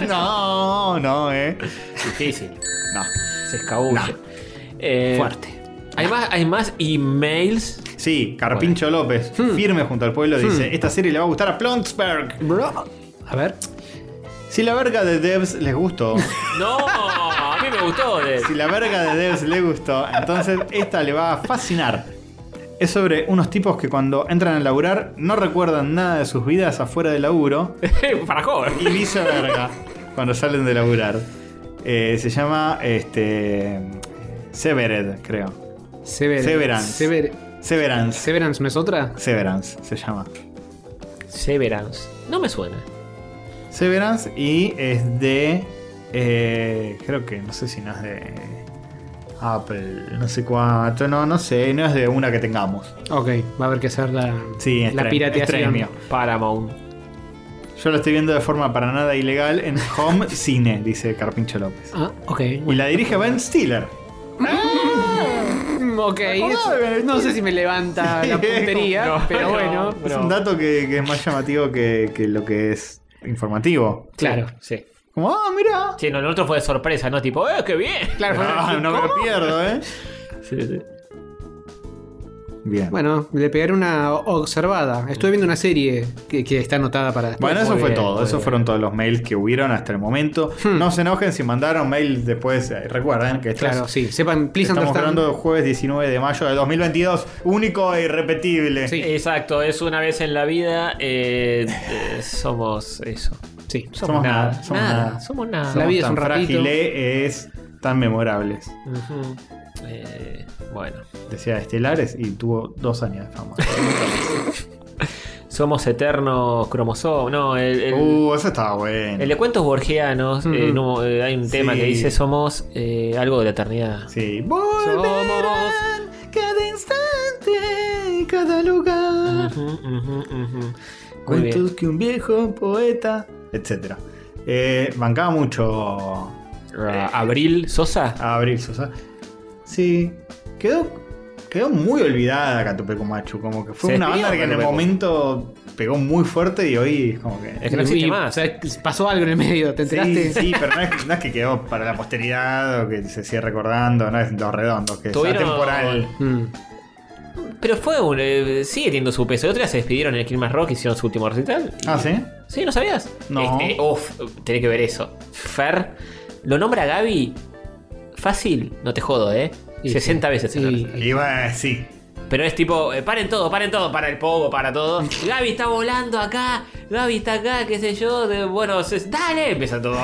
no, no, eh. Difícil. No. Se escabulle. Eh, Fuerte. Hay más, hay más emails. Sí, Carpincho López, firme junto al pueblo, dice: Esta serie le va a gustar a Plonksberg. Bro. A ver. Si la verga de Devs les gustó, No, a mí me gustó. de- si la verga de Devs les gustó, entonces esta le va a fascinar. Es sobre unos tipos que cuando entran a laburar no recuerdan nada de sus vidas afuera del laburo <laughs> Para joven. y viceversa cuando salen de laburar. Eh, se llama este Severed, creo. Sever- Severance. Sever- Severance. Severance, ¿no es otra? Severance se llama. Severance. No me suena. Severance y es de. eh, creo que no sé si no es de. Apple, no sé cuánto, no, no sé, no es de una que tengamos. Ok, va a haber que hacer la, Sí, es la trem- pirateación. es tremio. Paramount. Yo lo estoy viendo de forma para nada ilegal en Home Cine, dice Carpincho López. Ah, ok. <laughs> Y la dirige Ben Stiller. Mm, Ok, eso- no sé si me <laughs> levanta la puntería, No, pero no, bueno. no. Es un dato que, que es más llamativo que, que lo que es informativo. Claro. Sí. Como, ah, mira. Sí, no, lo otro fue de sorpresa, ¿no? Tipo, ¡eh, qué bien! Claro, fue- Ah, no <laughs> me lo pierdo, ¿eh? Sí, sí. Bien. Bueno, Bueno, le pegaré una o- observada. Estuve viendo una serie que, que está anotada para después. eso muy fue bien, todo. muy Esos bien. fueron todos los mails que hubieron hasta el momento. Hmm. No se enojen si mandaron mails después. Eh, Recuerden que esto Claro, es- sí. Sepan, please estamos understand. hablando del jueves 19 de mayo de 2022. Único e irrepetible. Sí. Exacto, es una vez en la vida. eh, eh, somos eso. Sí. Somos, Somos nada. nada, somos nada. Somos nada. La Somos vida es tan un ratito. frágil, eh, es tan memorables. Ujú. Eh, bueno. Decía Estelares y tuvo dos años de fama. Somos eternos cromosomas. No, el, el, uh, eso estaba bueno. el de cuentos borgianos. eh, Ujú. no, eh, hay un tema Sí. que dice: Somos eh, algo de la eternidad. Sí. Volverán cada instante, cada lugar. Ujú, ujú, ujú. Muy Cuentos bien. que un viejo poeta, etcétera. Eh, bancaba mucho Eh, Abril Sosa. a Abril Sosa. Sí. Quedó, quedó muy olvidada Catupecu Machu. Como que fue Se una despidió banda que en el Catupecu. momento pegó muy fuerte y hoy es como que. Es que no existe Y- más. o sea, pasó algo en el medio, ¿te enteraste? Sí, sí, pero no es, no es que quedó para la posteridad o que se sigue recordando, no es los redondos, que es Tuvieron- atemporal. Mm. Pero fue un. eh, sigue teniendo su peso. El otro día se despidieron en el Kilmas Rock, hicieron su último recital. y- Ah, ¿sí? Sí, ¿no sabías? No. Este, uf, tenés que ver eso. Fer, lo nombra Gaby. Fácil, no te jodo, ¿eh? Y 60 sí. veces. Y- en realidad. Y bueno, sí. Pero es tipo, eh, paren todo, paren todo, para el pogo, para <laughs> todo. Gaby está volando acá, Gaby está acá, qué sé yo, de, bueno, se- dale, empieza <laughs> todo.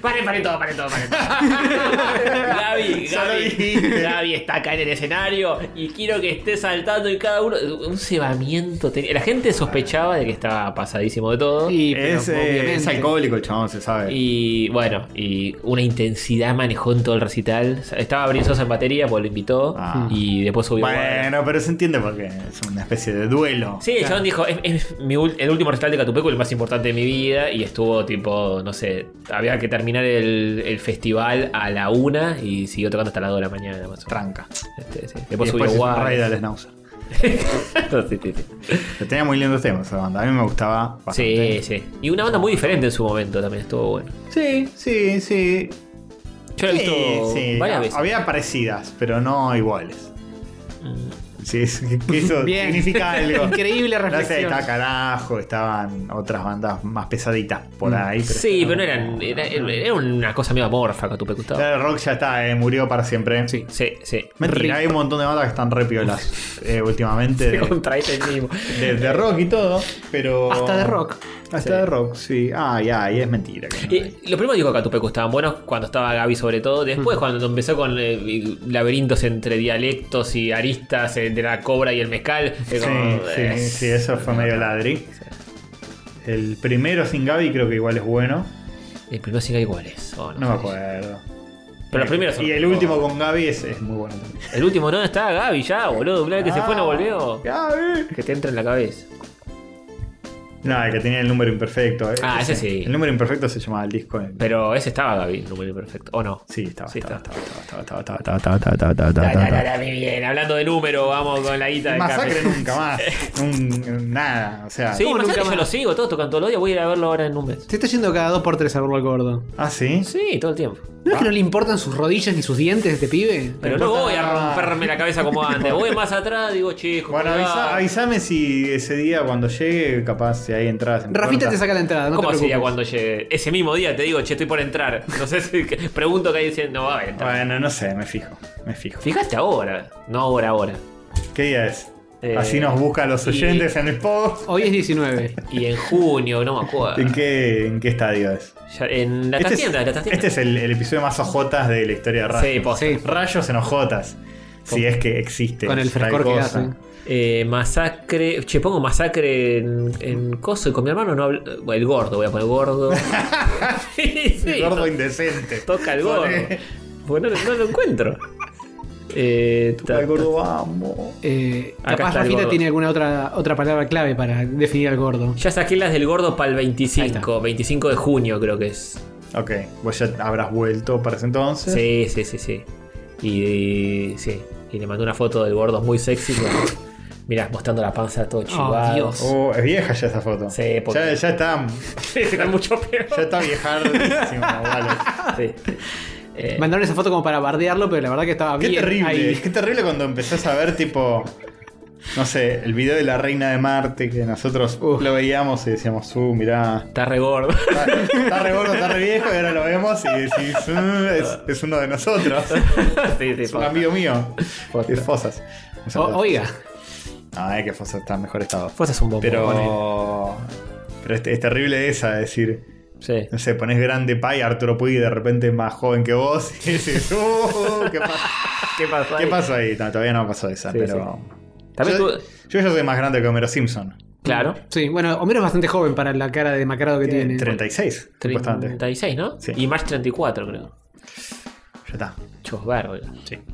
Paren, paren todo, paren todo, paren todo. Gaby, Ya lo Gaby, dijiste. Gaby está acá en el escenario y quiero que esté saltando y cada uno... Un cebamiento. tenía. La gente sospechaba de que estaba pasadísimo de todo. Y, pero, Es, eh, obviamente. es alcohólico el chabón, se sabe. Y bueno, y una intensidad manejó en todo el recital. Estaba Brinzosa en batería, pues lo invitó. Ah. Y después subió. bueno, pero se entiende porque es una especie de duelo. Sí, el chabón dijo, es, es mi ul- el último recital de Catupecu, el más importante de mi vida, y estuvo tipo, no sé, había que terminar el, el festival a la una y siguió tocando hasta las 2 de la mañana. Más o menos. Tranca. Este, sí. Y Después subió después es un <laughs> raid Guay. al Snauzer. sí, sí, sí. Pero Tenía muy lindos temas esa banda, a mí me gustaba sí, bastante. sí. Y una banda muy diferente en su momento también, estuvo bueno. Sí, sí, sí. Yo la he visto sí. varias veces. Había parecidas, pero no iguales. Mm. Sí, es que <laughs> eso Bien. significa algo. Increíble No sé, reflexión. está carajo, estaban otras bandas más pesaditas por ahí. Mm. Sí, pero no eran, era, era una cosa medio amorfa Catupecu estaba. Ya el rock ya está, eh, murió para siempre. Sí. Sí, sí. <laughs> Mentira, hay un montón de bandas que están re piolas eh, últimamente. Se De, contradice el mismo. de- de rock y todo, pero. Hasta de rock. Hasta de rock, sí. Ah, ya, y es mentira. que no Y hay. los primeros discos de Catupecu estaban buenos cuando estaba Gaby sobre todo. Mm. Después cuando empezó con eh, y laberintos entre dialectos y aristas entre la cobra y el mezcal. Sí, es como, eh, sí, sí, eso fue medio ladri. El primero sin Gaby creo que igual es bueno. El primero sigue igual es. o no, No me sé. acuerdo. Pero los primeros son Y los el mejores. último con Gaby es, es muy bueno también. El último no está Ah. Gaby ya, boludo. Una vez que se fue no volvió. Gaby. Que te entra en la cabeza. No, el que tenía el número imperfecto. eh. Ah, ese sí. El número imperfecto se llamaba el disco. en- Pero ese estaba, David, número perfecto. ¿O no? Sí, estaba, Sí, estaba, está. estaba, estaba, estaba, estaba, estaba, estaba, estaba, estaba, estaba, Ta, ta, estaba. ta, muy bien. Hablando de número, vamos con la guita de Masacre nunca más. <laughs> Nun- nada, o sea. Sí, ¿Cómo Masacre nunca yo más? lo sigo, todos tocan todo el odio, voy a ir a verlo ahora en un mes. Se está yendo cada dos por tres a verlo al gordo. Ah, sí. Sí, todo el tiempo. ¿No Ah. es que no le importan sus rodillas ni sus dientes a este pibe? Pero no voy a romperme la cabeza <laughs> como antes. Voy más atrás, digo, chico. Bueno, avisa- avísame si ese día cuando llegue, capaz si hay entradas en Rafita puerta. te saca la entrada, no ¿Cómo te sería preocupes. cuando llegue? Ese mismo día te digo, che, estoy por entrar. No sé si pregunto que ahí dicen, no va a haber entrada. Bueno, no sé, me fijo. Me fijo. Fijaste ahora, no ahora, ahora. ¿Qué día es? Eh, Así nos busca a los y- oyentes en el pod. Hoy es <laughs> 19. Y en junio, no me acuerdo. ¿En qué, en qué estadio es? Ya- en la este trastienda, es, la trastienda. este es el, el episodio más ojotas de la historia de Rayos. Sí, posta. Sí. Rayos en ojotas. Si es que existe. Con el tal frescor que cosa. hace. Eh, masacre. Che, pongo masacre en, en coso y con mi hermano no hablo. bueno, el gordo, voy a poner <laughs> gordo. sí, El gordo indecente. Toca el gordo. Pone- Porque no, lo- no lo encuentro. Eh, ta- Toca el gordo, vamos. Eh, Acá capaz está el Rafita gordo. tiene alguna otra, otra palabra clave para definir al gordo. Ya saqué las del gordo para el Ahí está. 25, 25 de junio creo que es. Ok, vos ya habrás vuelto para ese entonces. Sí, sí, sí, sí. Y, sí. Y le mandé una foto del gordo muy sexy. Con, mirá, mostrando la panza todo chivado. Dios. <laughs> Oh, es vieja ya esa foto. Sí, porque- ya, ya está. Está mucho peor. Ya está viejardísima, vale. Sí. Eh, Mandaron esa foto como para bardearlo, pero la verdad que estaba Qué bien. terrible. ahí. Qué terrible cuando empezás a ver, tipo. No sé, el video de la reina de Marte que nosotros lo veíamos y decíamos, uh, mirá. está re <laughs> gordo. Está, está re gordo, está re viejo, y ahora lo vemos y decís, "Uh, es, es uno de nosotros. sí, sí, Es un posta. amigo mío. Posta. Es Fosas. Un O- saludo. oiga, Ah, es que Fosas está en mejor estado. Vos sos un bombón. Pero. Pero es, es terrible esa, decir. Sí. No sé, pones grande pay Arturo Puig de repente es más joven que vos <laughs> y dices, "Uh, ¿qué, pa- ¿Qué pasó? qué pasó ahí? No, todavía no pasó esa, Sí, pero. También yo, tú- yo ya soy más grande que Homero Simpson. Claro. sí, bueno, Homero es bastante joven para la cara de macarado que tiene. 36, supuestamente. 36, ¿no? Sí. Y March 34, creo. Ya está. Chosbar, boludo.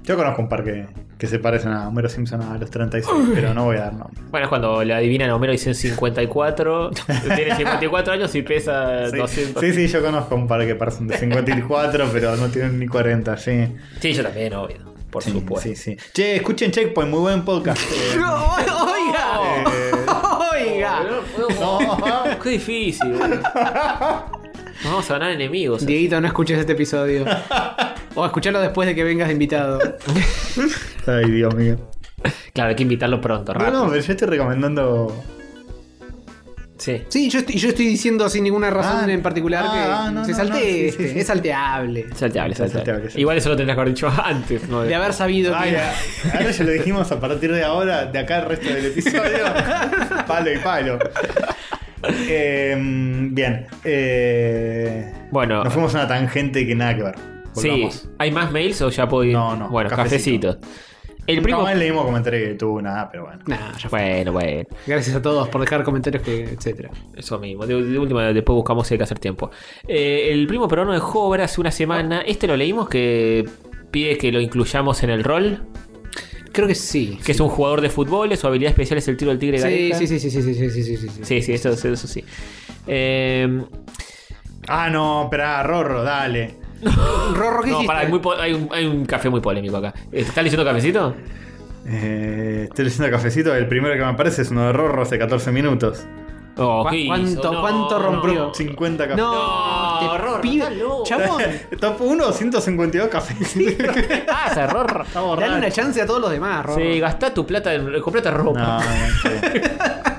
Yo conozco un par que, que se parecen a Homero Simpson a los 36, pero no voy a <laughs> dar nombre. Bueno, es cuando le adivinan a Homero y dicen <laughs> 54. tiene 54 años y pesa Sí, 200. sí, sí, yo conozco un par que parecen <laughs> de 54, pero no tienen ni 40, sí. Sí, yo también, obvio. Por Sí, supuesto. sí, sí. Che, escuchen Checkpoint, muy buen <laughs> podcast. <laughs> Eh, ¡Oiga! eh, ¡Oiga! no. Qué difícil, boludo. Nos Vamos a ganar enemigos. Dieguito, no escuches este <laughs> episodio. O escucharlo después de que vengas de invitado. Ay, Dios mío. Claro, hay que invitarlo pronto, No, rápido. no, pero yo estoy recomendando. Sí. Sí, yo estoy, yo estoy diciendo sin ninguna razón Ah, en particular ah, que ah, no, se no, saltee no, sí, este, sí, sí. es salteable. Salteable, salteable. Salteable, sí. Igual eso lo tendrías que haber dicho antes, ¿no? De haber sabido Ay, que... a- ahora ya lo dijimos a partir de ahora, de acá el resto del episodio. <laughs> palo y palo. Eh, bien. eh, Bueno. Nos fuimos a una tangente que nada que ver. Sí, Volvamos. ¿hay más mails o ya puedo ir? No, no, Bueno, cafecito. cafecito. El primo. Ah, No, él leímos comentario que tuvo nada, pero bueno. Nah, ya fue. Bueno, bueno, Gracias a todos por dejar comentarios, que etcétera. eso mismo. De, de última, después buscamos si hay que hacer tiempo. Eh, el primo peruano de Jobra hace una semana. Este lo leímos que pide que lo incluyamos en el rol. Creo que sí. Que es un jugador de fútbol, su habilidad especial es el tiro del tigre Sí, Gareca. sí, sí, sí, sí, sí, sí, sí, sí, sí, sí. Sí, sí, eso, eso, eso sí. Eh, Ah, no, espera, Rorro, dale. Rorro, ¿qué no, hiciste? pará, hay, muy po- hay un, hay un café muy polémico acá. Eh, ¿Estás leyendo cafecito? Eh, estoy leyendo cafecito. El primero que me aparece es uno de Rorro hace 14 minutos. Oh, ¿Cu- ¿qué hizo? cuánto- No, cuánto rompió? <laughs> no. 50 cafés. No, No, te Rorro, pido- estás loco. Chabón, <laughs> Top 1, 152 cafés. <laughs> ¿Qué pasa, Rorro? Estamos dale raros. una chance a todos los demás, Rorro. Ah, Sí, gastá tu plata en. Comprate ropa. No, no, no.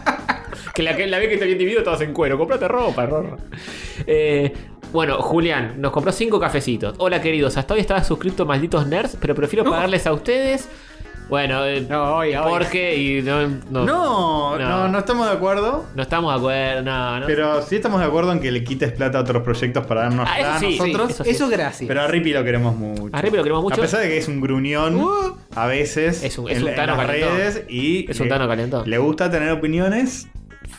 Que la, que la vez que te había individuo estabas en cuero. Comprate ropa, Rorro. Eh, bueno, Julián, nos compró cinco cafecitos. Hola, queridos. Hasta hoy estaba suscrito malditos nerds, pero prefiero pagarles a ustedes. Bueno, eh, No, oiga, oiga. porque y no, no, No, No. no, no estamos de acuerdo. no estamos de acuerdo. No, no. Pero sí estamos de acuerdo en que le quites plata a otros proyectos para darnos Ah, eso plata a sí, nosotros. sí, Eso gracias. Pero a Rippy lo queremos mucho. A Rippy lo queremos mucho. A pesar de que es un gruñón Uh. a veces Es un- en, es un en Tano las calentón. redes y eh, Es un le- Tano calentón. Le gusta tener opiniones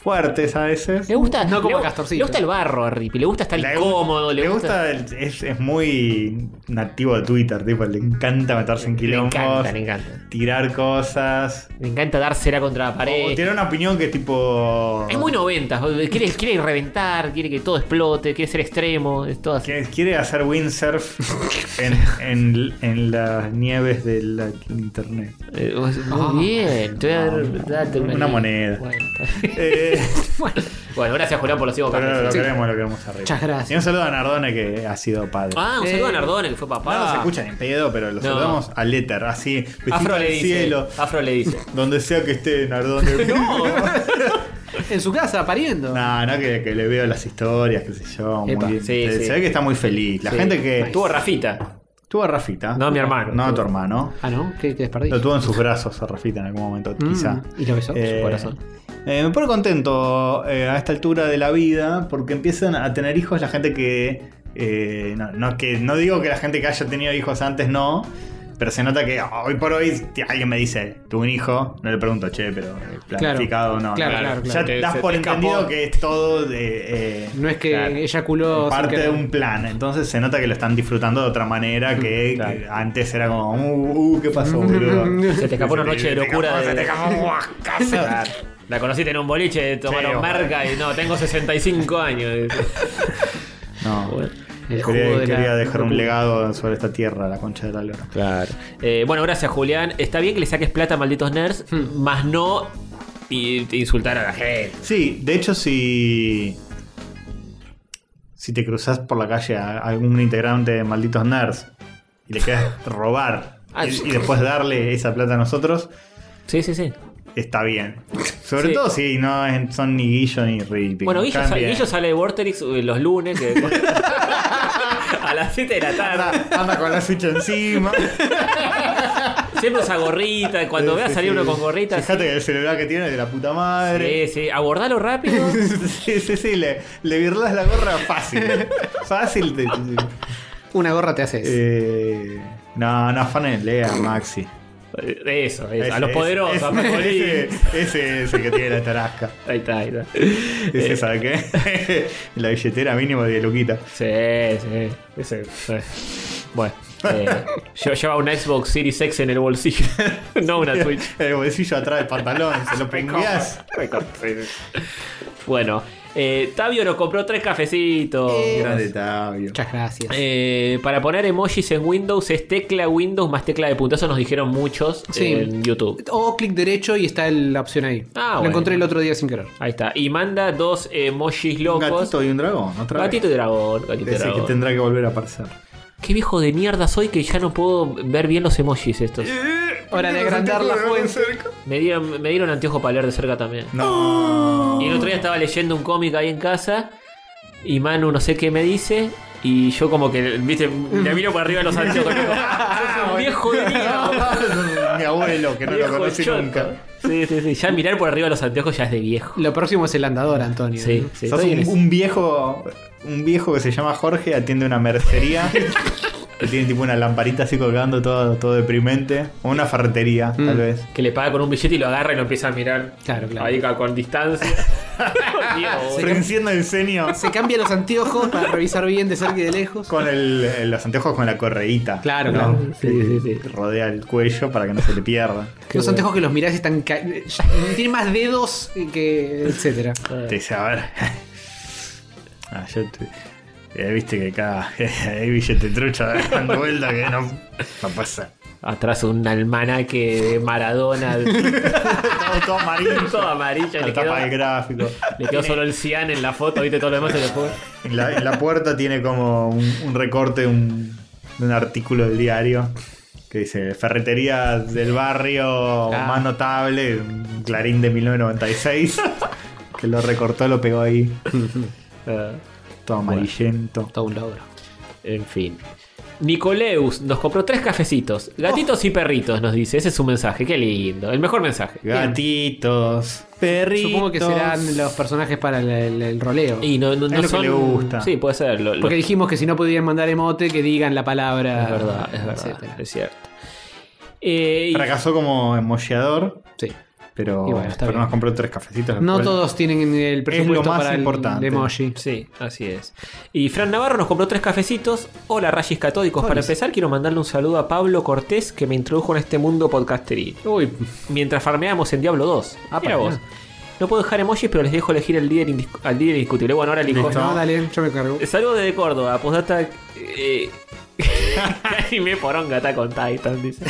fuertes a veces. Le gusta, No como le, Castorcito. le gusta el barro a Rippy, le gusta estar Le- incómodo, le, gusta. el- es, es muy nativo de Twitter, tipo, le encanta meterse en le quilombos, encanta, le encanta. tirar cosas. Le encanta dársela contra la O pared. tiene una opinión que tipo. Es muy noventas, quiere, quiere reventar, quiere que todo explote, quiere ser extremo, es todo así. que quiere hacer windsurf en, en- en las nieves de la internet. <laughs> Eh, vos- Muy Ah. bien, te voy a dar date Una moneda. Bueno, Eh, <laughs> Bueno, gracias Julián por los cinco pero lo cafés. queremos, lo queremos arriba. Muchas gracias. Y un saludo a Nardone que ha sido padre. Ah, un saludo Eh. a Nardone que fue papá. no se escucha ni en pedo, pero lo No. saludamos al éter, así, besito Afro al le dice. cielo, Afro le dice. donde sea que esté <laughs> Nardone. no, En su casa, pariendo. <laughs> no, que, que le veo las historias, qué sé yo. Epa. muy- Sí, se, sí. se ve que está muy feliz. La gente que Tuvo Rafita. tuvo a Rafita. No, mi hermano. No, a tu hermano. Ah, ¿no? ¿Qué, qué desperdicio? Lo tuvo en sus brazos a Rafita en algún momento, Mm, quizá. ¿Y lo besó? Eh, Su corazón. eh, me pone contento eh, a esta altura de la vida porque empiezan a tener hijos la gente que. eh, no, no que no digo que la gente que haya tenido hijos antes no, pero se nota que ah, hoy por hoy t- alguien me dice, tuve un hijo, no le pregunto, che, pero eh, planificado no. claro, no. claro, claro. Ya Te- das se por te entendido escapó. que es todo de. eh, No es que claro. eyaculó. sin Parte de querer. un plan, entonces se nota que lo están disfrutando de otra manera que, Claro. que antes era como, uh, uh, ¿qué pasó, boludo? <laughs> Se te escapó una noche de locura. Se te de- escapó, ¡buah! casa. La conociste en un boliche, tomaron Sí, ojalá. marca y no, tengo 65 años. No. El jugo quería de la- quería dejar un legado sobre esta tierra, la concha de la lora. Claro. Eh, bueno, gracias, Julián. Está bien que le saques plata a malditos nerds, Hmm. más no i- insultar a la gente. Sí, de hecho, si. Si te cruzas por la calle a algún integrante de malditos nerds y <laughs> le quedas robar Ah, y, sí. y después darle esa plata a nosotros, Sí, sí, sí. está bien. Sobre Sí. todo si no es- son ni Guillo ni Rippy. Bueno, En Guillo, cambio- sale- Guillo sale de Vorterix eh, los lunes. <laughs> que- <laughs> a las 7 de la anda, tarde. anda con la ficha encima. Siempre usa gorrita. Cuando vea Sí, salir sí. uno con gorrita. Fíjate que el celular que tiene es de la puta madre. Sí, sí. Abordalo rápido. <laughs> Sí, sí, sí, le, le virlas la gorra fácil. fácil. Te, Una gorra te haces. eh, no, no, fan lea, Maxi. Eso, eso. Ese- a los ese- poderosos. a Macolín. Ese ese es el que tiene la tarasca. Ahí está, ahí está. Ese, ¿sabe qué? <laughs> la billetera mínimo de Luquita. Sí, sí. Ese, eh. Bueno. eh, <laughs> lle- lleva una Xbox Series X en el bolsillo. <laughs> no una Switch. <laughs> El bolsillo atrás del pantalón, <laughs> se lo pengueás. Bueno. eh, Tabio nos compró tres cafecitos. Grande Tabio. Muchas gracias. Eh, para poner emojis en Windows es tecla Windows más tecla de punto. Eso nos dijeron muchos Sí. en YouTube. O clic derecho y está el- la opción ahí. Ah, Lo bueno. encontré el otro día sin querer. Ahí está. Y manda dos emojis Un locos. gatito y un dragón, otra vez. Gatito y dragón. Gatito y Ese que dragón. tendrá que volver a aparecer. Qué viejo de mierda soy que ya no puedo ver bien los emojis estos. Eh. Hora de agrandar la fuente. Me dieron, me dieron anteojos para leer de cerca también. No. Y el otro día estaba leyendo un cómic ahí en casa. Y Manu no sé qué me dice. Y yo como que, viste, le miro por arriba de los <laughs> anteojos. digo, "Sos un viejo de mierda. Mi abuelo, que no lo Viejo conocí choto". nunca. Sí, sí, sí. Ya mirar por arriba de los anteojos ya es de viejo. Lo próximo es el andador, Antonio. Sí, sí. Sos estoy en un, ese- un viejo. Un viejo que se llama Jorge atiende una mercería. que tiene tipo una lamparita así colgando todo, todo deprimente. O una ferretería, tal Mm. vez. Que le paga con un billete y lo agarra y lo empieza a mirar. Claro, claro. Ahí ca- con <laughs> distancia. Dios, Frenciendo el ceño Se cambia los anteojos para revisar bien de cerca y de lejos. con el- el- los anteojos con la correíta. Claro, ¿no? claro. Sí, sí, sí. Que Rodea el cuello para que no se le pierda. los anteojos que los mirás están. ca- Tienen más dedos que. etcétera. Te dice, a ver. <laughs> Ah, yo te- eh, Viste que cada. <laughs> Hay billete trucha eh, <laughs> dando vuelta que no, no pasa. Atrás un almanaque de Maradona. Todo, todo amarillo. <laughs> todo amarillo. La Le tapa quedó, del gráfico. le quedó solo el cian en la foto, viste, todo lo demás se le fue. En la, en la puerta tiene como un, un recorte de un, de un artículo del diario que dice Ferretería del barrio Ah. más notable, un clarín <laughs> de 1996. que lo recortó, lo pegó ahí. Eh, Todo amarillento. Todo un logro. en fin. Nicoleus nos compró tres cafecitos. Gatitos Oh. y perritos, nos dice. Ese es su mensaje. Qué lindo. El mejor mensaje. Gatitos, perritos. Supongo que serán los personajes para el, el- el roleo. Y no, no, Es no lo que son- le gusta. Sí, puede ser. lo- lo- Porque dijimos que si no podían mandar emote, que digan la palabra. Es verdad, es verdad. etcétera. Es cierto. Eh, y- Fracasó como emollador. Sí. Pero, Y bueno, está pero bien. nos compró tres cafecitos. Ah, lo No cual- todos tienen el presupuesto más para el importante. emoji. Sí, así es. Y Fran Navarro nos compró tres cafecitos. Hola, rayis catódicos. Para empezar, quiero mandarle un saludo a Pablo Cortés, que me introdujo en este mundo podcasteril. Uy, Mientras farmeábamos en Diablo 2. Ah, para Mira vos. allá. No puedo dejar emojis, pero les dejo elegir el líder indis- al líder indiscutible. Bueno, ahora elijo. Listo. no, dale, yo me cargo. Saludos desde Córdoba, postdata. Eh, <laughs> anime poronga está con Titan, <laughs> dice.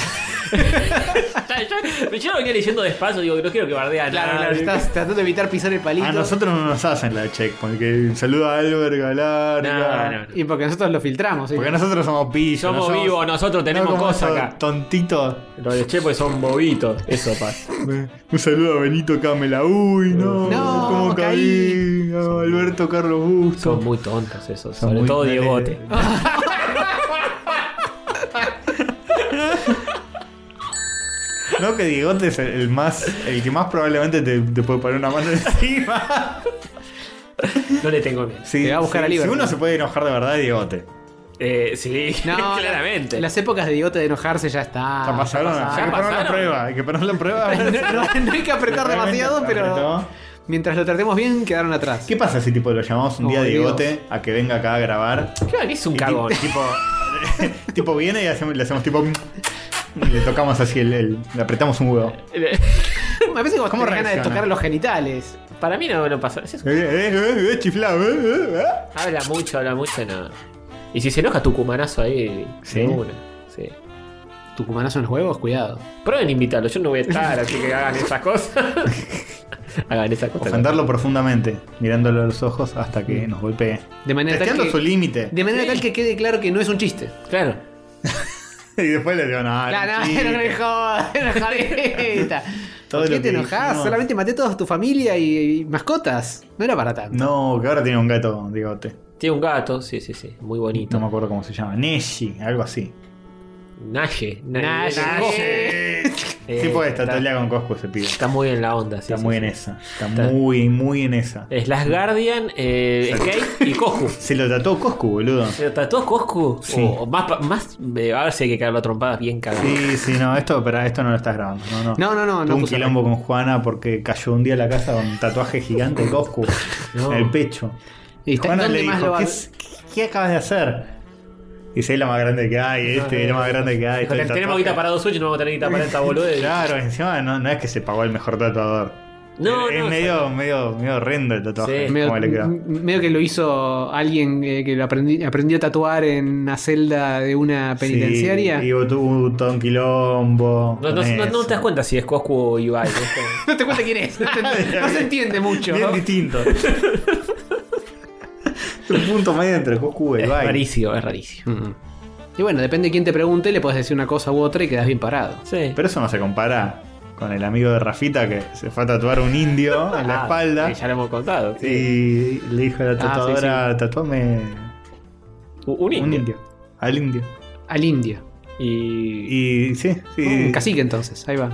yo, yo lo venía leyendo despacio, digo, no quiero que bardea Claro, nada. claro, estás tratando de evitar pisar el palito. A nosotros no nos hacen la check, porque saluda a Albert Galarga. No, no, no. Y porque nosotros lo filtramos. ¿sí? Porque nosotros somos pillos. Somos no vivos, nosotros tenemos como cosas esos acá. Tontitos. Los de Chepo son bobitos, eso pasa. Un saludo a Benito Camela. Uy, no. No, ¿Cómo caí? caí? A Alberto Carlos Busto. Son muy tontos esos, Son sobre muy- todo Diegote. No, que Diegote es el, el más. El que más probablemente te, te puede poner una mano <laughs> encima. No le tengo miedo. Sí, Te va a buscar sí, a Liverpool. Si uno se puede enojar de verdad, Diegote. Eh, sí, <laughs> <laughs> No, claramente. Las épocas de idiota de enojarse ya está. ya pasaron. ya Hay que poner la pasaron. prueba. Hay que poner la prueba. pasaron. <laughs> No, no hay que apretar demasiado, pero Apretó. mientras lo tratemos bien, quedaron atrás. ¿Qué pasa si tipo lo llamamos un día Oh, a Dios. Diegote a que venga acá a grabar? Claro, que es un Y <laughs> cagón. ti- Tipo, tipo viene y hacemos- le hacemos tipo. Y le tocamos así el, el- Le apretamos un huevo. Eh, Me parece como ¿Cómo tenés ganas de reacciona? tocar los genitales. Para mí no, no pasa. es un- Eh, eh, eh, eh, chiflado. eh, eh, eh. Habla mucho, habla mucho, no. Y si se enoja tu cumanazo ahí, Sí. de una. Sí. Tucumanazo en los huevos, cuidado. Prueben invitarlo, yo no voy a <laughs> estar, así que hagan esas cosas. hagan esas cosas. Ofenderlo profundamente, mirándolo a los ojos hasta que nos golpee. De manera tal Testeando que- su límite. De manera tal que quede claro que no es un chiste. Claro. Y después le digo, no, Claro, no, <laughs> era un chiste". no me jodas, <laughs> enojadita. Todo ¿Por qué te lo que enojás? dijimos. Solamente maté toda tu familia y, y mascotas. No era para tanto. No, que ahora tiene un gato, Diegote. Tiene un gato, sí, sí, sí. Muy bonito. No me acuerdo cómo se llama. Neshi, algo así. Mm. Naye. Na- Naye. sí, puede está- estar pelea con Cosco ese pibe. Está muy en la onda, sí. Está sí, muy sí. en esa. Está, Está- muy, muy en esa. Es Last Guardian, eh, Skate y <laughs> Coscu. Se lo trató Coscu, boludo. ¿Se tatuó Coscu? Sí. O, o más, pa- más eh, ahora sí hay que caer la trompada bien cagada. Sí, sí, no, esto, pero esto no lo estás grabando. No, no. No, no, no, Tuve no un puse quilombo con Juana porque cayó un día a la casa con un tatuaje gigante de Coscu No. en el pecho. ¿Y Y está- Juana dónde le más lo dijo, va- ¿Qué, es- qué acabas de hacer? Y es la más grande que hay, este es la más grande que hay. Dijo, este "Ten- Tenemos tatuaje". guita para dos Switch, no vamos a tener guita para esta boludez. Claro, encima no, no es que se pagó el mejor tatuador. No, es no, medio, medio, medio horrendo el tatuaje. Sí. como Eh, Medio, mm, le quedó. medio que lo hizo alguien eh, que lo aprendi- aprendió a tatuar en una celda de una penitenciaria. Sí, y tuvo todo un quilombo. No, no, con no- no eso. te das cuenta si es Coscu o Ibai. es como- <laughs> No te cuenta quién es, no, <laughs> te- no se entiende mucho. <laughs> Bien distinto. un punto medio entre Coscu y Es Ibai. rarísimo, es rarísimo. Mm. <laughs> Y bueno, depende de quién te pregunte, le puedes decir una cosa u otra y quedas bien parado. Sí. Pero eso no se compara con el amigo de Rafita que se fue a tatuar un indio en <laughs> la Ah, espalda. que ya Ah, lo hemos contado. sí. Y le dijo a la tatuadora, tatuame Un un indio. indio. Al indio. Al indio. Y, Y sí, sí. Mm, cacique entonces, ahí va.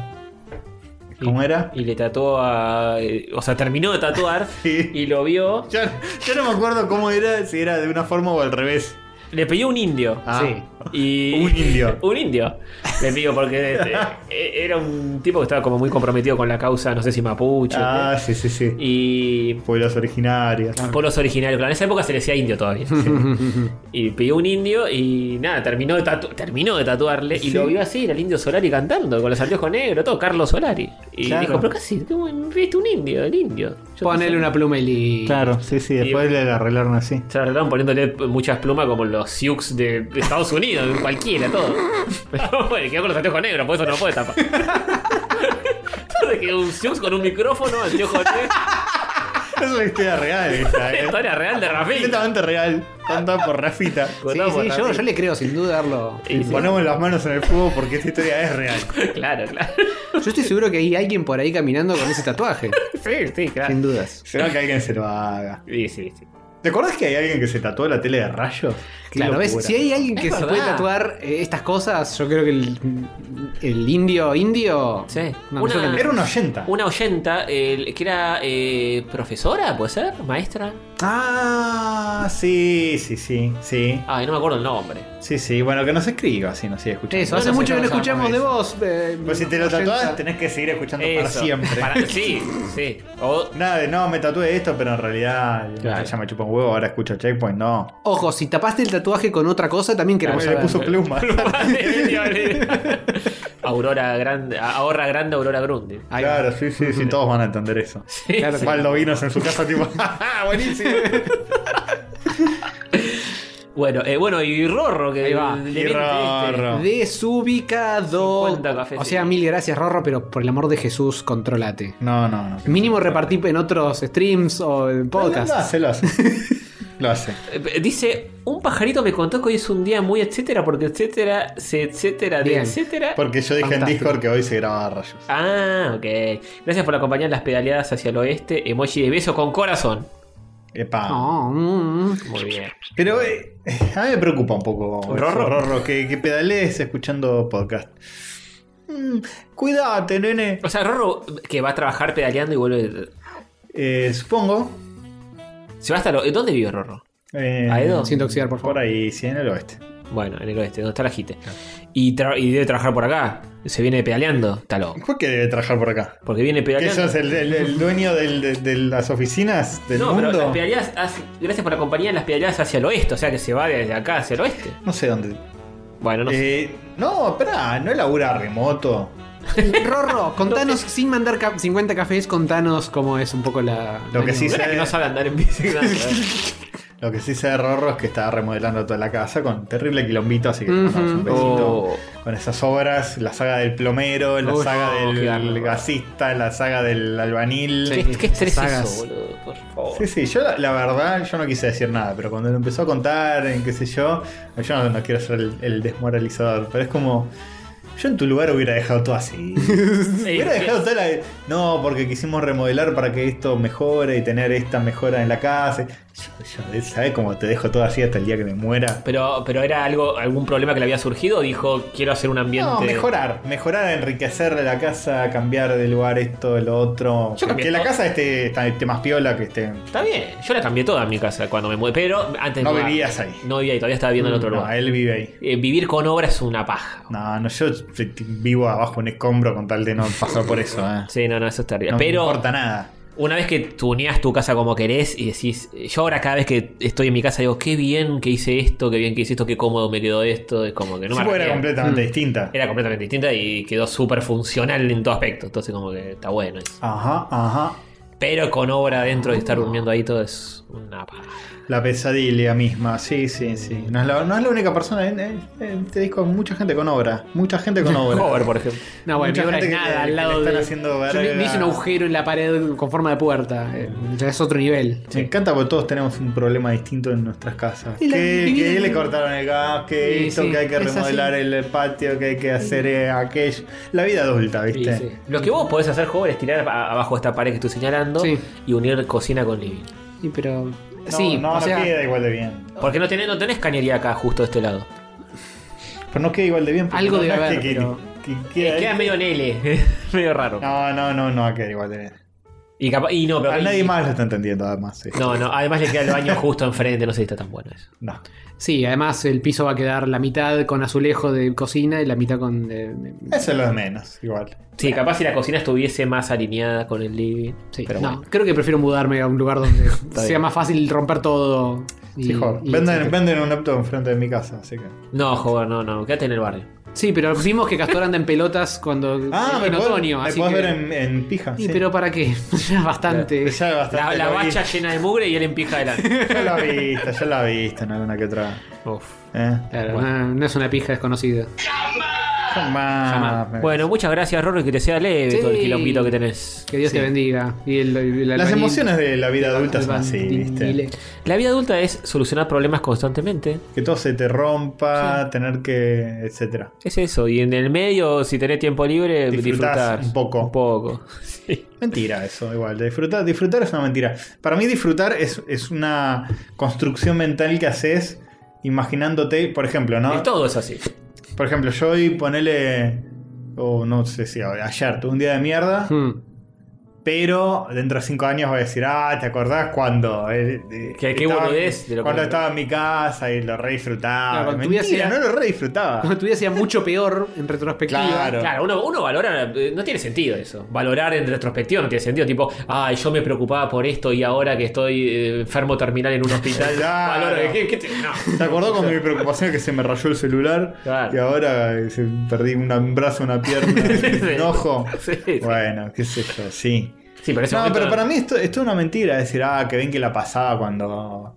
¿Cómo era? y le tatuó a. eh, O sea, terminó de tatuar <laughs> Sí. y lo vio. Yo, yo no me acuerdo cómo era, si era de una forma o al revés. Le pidió un indio. Ah. Sí. Y, <laughs> Un indio. <laughs> un indio. Le pidió porque <laughs> este, e- era un tipo que estaba como muy comprometido con la causa, no sé si mapuche. Ah, sí, sí, sí. ¿sí? Y. Ah, Pueblos originarios. Pueblos originarios, claro. En esa época se le decía indio <laughs> todavía. Y pidió un indio y nada, terminó de, tatu- terminó de tatuarle y Sí. lo vio así, era el indio Solari cantando, con los anteojos negros, todo, Carlos Solari. Y Claro. dijo, pero casi, ¿cómo viste un indio, el indio? Yo Ponele pensé- una pluma y li- Claro, sí, sí. Después le arreglaron así. Se arreglaron poniéndole muchas plumas como los Sioux de Estados Unidos, cualquiera, todo. Pero <laughs> bueno, quedó con los anteojos negros, por eso no lo puede tapar. Entonces quedó un Sioux con un micrófono, anteojos negros. <laughs> Es una historia real esta, <laughs> eh. Historia real de Rafita. Completamente real. Contada por Rafita. Sí, Contamos sí, yo, también. yo le creo sin dudarlo. Y sí, Ponemos las manos en el fuego porque esta historia es real. Claro, claro. Yo estoy seguro que hay alguien por ahí caminando con ese <laughs> tatuaje. Sí, sí, claro. sin dudas. Será que alguien se lo haga. Sí, sí, sí. ¿Te acordás que hay alguien que se tatuó la tele de rayos? Qué Claro, ¿ves? locura. Si hay alguien que Es se verdad. puede tatuar eh, estas cosas, yo creo que el, el indio indio. Sí. No, Una- nosotros- Era un 80. Una oyenta eh, que era eh, profesora, ¿puede ser? Maestra. Ah, sí, sí, sí, sí. Ay, no me acuerdo el nombre. Sí, sí. Bueno, que nos escriba si nos sigue escuchando. Eso, No, hace no sé mucho que no cómo se llama escuchamos de eso. vos. eh, Pues si te lo oyenta. tatuás, tenés que seguir escuchando para Eso. siempre. Para- sí, sí. O- Nada de no, me tatué esto, pero en realidad Claro. ya me chupa un huevo, ahora escucho Checkpoint, no. Ojo, si tapaste el tatuaje con otra cosa, también queremos Me le saber. puso <laughs> pluma. Aurora grande, ahorra grande, Aurora grande. Ahí va. Claro, sí, sí, sí, todos van a entender eso. Claro, <laughs> sí. Baldovinos en su <laughs> casa, tipo, "Ja, ja, buenísimo. Bueno, eh, bueno, y Rorro que Ahí va. le Y metiste. Rorro. Desubicado. 50 cafés, O sea, sí. mil gracias, Rorro, pero por el amor de Jesús, controlate. No, no, no. Mínimo repartir en otros streams o en Lo podcasts. hace, lo hace. <laughs> Lo hace. Eh, Dice, un pajarito me contó que hoy es un día muy etcétera, porque etcétera, se etcétera, de Bien. etcétera. Porque yo dije en Fantástico. Discord que hoy se grababa rayos. Ah, ok. Gracias por acompañar las pedaleadas hacia el oeste. Emoji de beso con corazón. Epa. No, mm, mm. Muy bien. Pero eh, a mí me preocupa un poco. eso, ¿Rorro? Rorro, que, que pedalees escuchando podcast. Mm, cuídate, nene. O sea, Rorro que va a trabajar pedaleando y vuelve. Eh, supongo. Se va hasta lo... ¿Dónde vive Rorro? eh, ¿A Edo? Sin toxiar, por favor. Por ahí, sí, en el oeste. Bueno, en el oeste, donde está la jite. Y, tra- y debe trabajar por acá. Se viene pedaleando, está loco. ¿Por qué debe trabajar por acá? Porque viene ¿Que pedaleando. sos el, el- el dueño del- de, de las oficinas del no, pero las mundo? pedaleadas, hace- gracias por acompañar las pedaleadas hacia el oeste, o sea que se va desde acá hacia el oeste. No sé dónde. Bueno, no sé. Eh, no, espera, no labura remoto. Rorro, contanos, <laughs> sin mandar ca- 50 cafés, contanos cómo es un poco la. Lo que sí ¿Verdad sé- que no sabe andar en ¿eh? bici. <laughs> nada, ¿verdad? Lo que sí sé de Rorro es que está remodelando toda la casa con terrible quilombito, así que le mandamos un Ujú. besito. Oh. Con esas obras, la saga del plomero, la Uy, saga no, qué bárbaro. del gasista, la saga del albanil. ¿Qué, Sí. qué estrés Sagas. es eso, boludo? Por favor. Sí, sí, yo la, la verdad, yo no quise decir nada, pero cuando lo empezó a contar, en qué sé yo, yo no, no quiero ser el, el desmoralizador, pero es como, yo en tu lugar hubiera dejado <laughs> todo así. hubiera Sí, dejado toda la... No, porque quisimos remodelar para que esto mejore y tener esta mejora en la casa. Yo, yo, ¿Sabes cómo te dejo todo así hasta el día que me muera? Pero, pero era algo, algún problema que le había surgido o dijo quiero hacer un ambiente. No, mejorar, mejorar, enriquecer la casa, cambiar de lugar esto, lo otro. Yo cambié que la todo. casa esté, esté más piola, que esté... Está bien. Yo la cambié toda en mi casa cuando me mudé. Pero antes de No mudar- vivías ahí. No vivía ahí, todavía estaba viviendo en otro No, lugar. él vive ahí. Eh, vivir con obra es una paja. No, no, yo vivo abajo un escombro con tal de no pasar por eso, eh. Sí, no, no, eso es terrible. No pero me importa nada. una vez que tuneas tu casa como querés y decís, yo ahora cada vez que estoy en mi casa digo, qué bien que hice esto, qué bien que hice esto, qué cómodo me quedó esto, es como que no Sí, me porque arrepiento. era Mm. completamente distinta. Era completamente distinta y quedó súper funcional en todo aspecto, entonces como que está bueno eso. Ajá, ajá. Pero con obra adentro y estar durmiendo ahí todo es una paja. La pesadilla misma, sí, sí, sí. No es la, no es la única persona, en, en- en este disco mucha gente con obra. Mucha gente con <laughs> obra. Cover, por ejemplo. No, bueno, Mucha mi obra gente es que- nada que al lado le están de- haciendo Yo verga. me, me hice un agujero en la pared con forma de puerta. eh, ya es otro nivel. Me encanta porque todos tenemos un problema distinto en nuestras casas. Y la- Que, y que la- le cortaron el gas, que Sí, esto, sí, que hay que es así. remodelar el patio, que hay que hacer eh, aquello. La vida adulta, ¿viste? Sí, sí. Lo que vos podés hacer, joven, es tirar a- abajo esta pared que estoy señalando Sí. y unir cocina con living. Sí, pero. No, sí, no, o no sea, queda igual de bien. Porque no tenés, no tenés cañería acá justo de este lado. Pero no queda igual de bien. porque Algo no debe es haber, que- pero- que- que Eh, queda queda ahí. medio en L, <laughs> medio raro. No, no, no, no queda igual de bien. Y, capa- y no, pero. A y- nadie más lo está entendiendo, además. sí. No, no, además le queda el baño justo enfrente, no sé si está tan bueno eso. No. sí, además el piso va a quedar la mitad con azulejo de cocina y la mitad con. de- de- Eso es lo de menos, igual. Sí, capaz si la cocina estuviese más alineada con el living. sí, pero no, bueno. creo que prefiero mudarme a un lugar <laughs> donde sea bien. más fácil romper todo. y- Mejor. y Venden, etcétera. venden un laptop enfrente de mi casa, así que. No, joder, no, no, quédate en el barrio. Sí, pero vimos que Castor anda en pelotas cuando. <laughs> Ah, en me otoño. podés, me así podés que- ver en, en pija. Y sí. pero para qué, <laughs> ya bastante. Ya La, bastante. la lo vi. bacha llena de mugre y él empija adelante. <laughs> Ya la viste, ya la viste en alguna que otra. Uf. ¿Eh? Claro, no, no es una pija desconocida. Jamás. Ah, me- Ah, Bueno, muchas gracias, Rorro, y que te sea leve Sí. todo el quilombito que tenés. Que Dios Sí. te bendiga. Y el, el Las albañil- emociones de la vida adulta son albañil- así, viste. La vida adulta es solucionar problemas constantemente. Que todo se te rompa, tener que. etcétera. Es eso, y en el medio, si tenés tiempo libre, disfrutar. Disfrutás un poco. Un poco. Sí. Mentira eso, igual. de Disfrutar, disfrutar es una mentira. Para mí disfrutar es, es una construcción mental que haces imaginándote, por ejemplo, ¿no? Y todo es así. Por ejemplo, yo hoy ponele, o no sé si a- ayer, tuve un día de mierda Hmm. Pero dentro de cinco años voy a decir, ah, ¿te acordás cuando? eh, eh, Que- qué estaba- boludez de lo que- Cuando estaba en mi casa y lo re disfrutaba. Claro, cuando Mentira, tuviese- no lo re disfrutaba. Cuando tu vida sea mucho peor en retrospectiva. Claro. Claro, uno, uno valora, eh, no tiene sentido eso. Valorar en retrospectiva no tiene sentido. Tipo, ay, yo me preocupaba por esto y ahora que estoy eh, enfermo terminal en un hospital. <laughs> Claro. valoro- ¿qué- qué te- no. ¿Te acordás <laughs> cuando mi preocupación es que se me rayó el celular? Claro. Y ahora eh, se- perdí una- un brazo, una <laughs> pierna, Sí. un ojo. Sí, sí. Bueno, qué sé yo, sí. Sí, pero ese No, momento- pero para mí esto, esto es una mentira. Decir, ah, que ven que la pasaba cuando.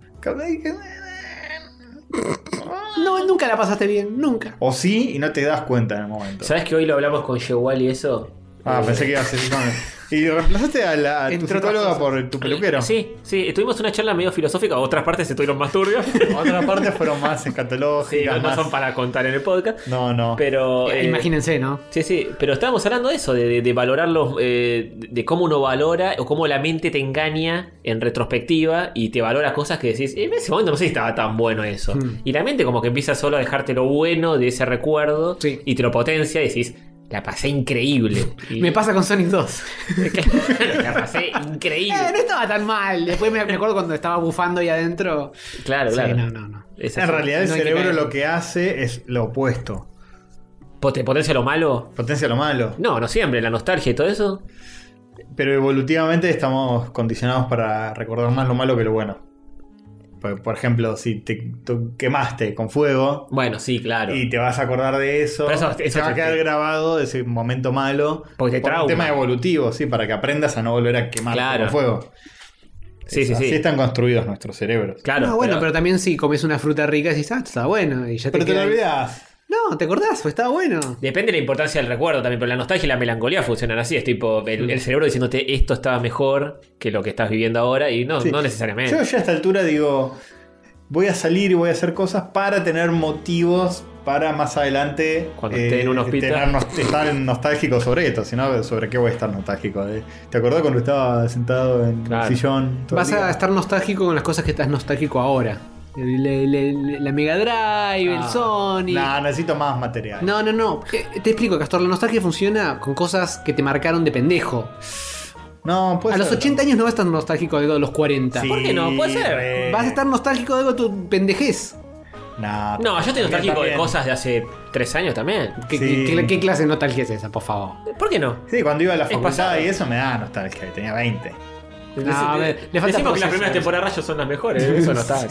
No, nunca la pasaste bien, nunca. O sí, y no te das cuenta en el momento. ¿Sabes que hoy lo hablamos con Shewal y eso? Ah, Eh, pensé que ibas a decir. "Come". Y reemplazaste a, la, a tu Entre otras psicóloga cosas. por tu peluquero. Sí, sí, tuvimos una charla medio filosófica, otras partes se tuvieron más turbias. Otras partes fueron <laughs> más sí, escatológicas. no, no más- son para contar en el podcast. No, no. Pero. eh, Imagínense, ¿no? Sí, sí, pero estábamos hablando de eso, de, de- de valorar los. eh, de cómo uno valora o cómo la mente te engaña en retrospectiva y te valora cosas que decís, "Eh, en ese momento no sé si estaba tan bueno eso. Hmm. Y la mente como que empieza solo a dejarte lo bueno de ese recuerdo Sí. y te lo potencia y decís, la pasé increíble. <laughs> Y- Me pasa con Sonic 2. <laughs> la pasé increíble. <laughs> Eh, no estaba tan mal. Después me, me acuerdo cuando estaba bufando ahí adentro. Claro, claro. Sí, no, no, no. Es en así. realidad, el no hay que cerebro caer. lo que hace es lo opuesto. Po- ¿Te potencia lo malo? Potencia lo malo. No, no siempre, la nostalgia y todo eso. Pero evolutivamente estamos condicionados para recordar más lo malo que lo bueno. Por, por ejemplo, si te tú quemaste con fuego Bueno, sí, claro. y te vas a acordar de eso, Pero eso- te eso va a sí, quedar sí. grabado ese momento malo. Porque te por trauma. un tema evolutivo, sí, para que aprendas a no volver a quemar Claro. con fuego. sí, Es- sí, Así sí. están construidos nuestros cerebros. Claro. no, bueno, pero... también si comes una fruta rica y dices, ah, está bueno. Y ya Pero te, te lo queda ahí. olvidás. No, ¿te acordás? Pues estaba bueno. Depende de la importancia del recuerdo también, pero la nostalgia y la melancolía funcionan así. Es tipo el, el cerebro diciéndote esto estaba mejor que lo que estás viviendo ahora y no, Sí. no necesariamente. Yo ya a esta altura digo, voy a salir y voy a hacer cosas para tener motivos para más adelante eh, Cuando esté en un hospital. tener nos- estar nostálgico sobre esto, sino sobre qué voy a estar nostálgico. de- ¿Te acordás cuando estaba sentado en Claro. el sillón? todo el Vas día? a estar nostálgico con las cosas que estás nostálgico ahora. El- el- el- la Mega Drive, el Ah, Sonic. Nah, necesito más material. No, no, no. Eh, Te explico, Castor. La nostalgia funciona con cosas que te marcaron de pendejo. No, puede A los ser, 80 años no vas a estar nostálgico de algo de los 40. Sí, ¿Por qué no? Puede ser. re. Vas a estar nostálgico de algo de tu pendejez. Nah, No, yo estoy también, nostálgico de también. cosas de hace tres años también. ¿Qué, Sí. qué- qué clase de nostalgia es esa, por favor? ¿Por qué no? Sí, cuando iba a la facultad pasado. y eso me da nostalgia, tenía 20. No, a ver, le falta Decimos que proceso. las primeras temporadas rayos son las mejores. Eso no <laughs> está.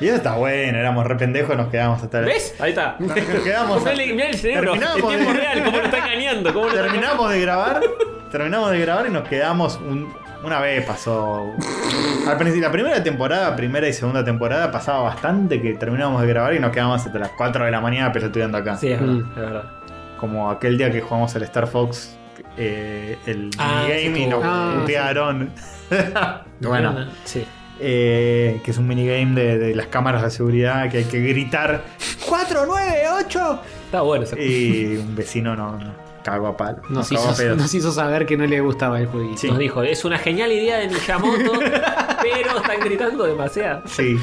Y eso está bueno, éramos re pendejos, nos quedamos hasta la- ¿Ves? Ahí está. Nos <laughs> quedamos. Mirá el- mirá el cerebro. Terminamos en tiempo de- real, cómo lo está engañando. cómo lo está Terminamos de grabar. terminamos de grabar y nos quedamos un- una vez pasó. Al principio, la primera temporada, primera y segunda temporada pasaba bastante que terminábamos de grabar y nos quedábamos hasta las 4 de la mañana pero estudiando acá. Sí, es verdad, Mm. es verdad. Como aquel día que jugamos al Star Fox eh, el Ah, minigame sí, y nos ah, sí. putearon. bueno, Sí. eh, que es un minigame de, de las cámaras de seguridad que hay que gritar 4, 9, 8 Está bueno ese y un vecino no, no cagó a palo. Nos, cagó a hizo, pedos. nos hizo saber que no le gustaba el jueguito. Sí. Nos dijo, es una genial idea de Miyamoto, <laughs> pero están gritando demasiado. Sí.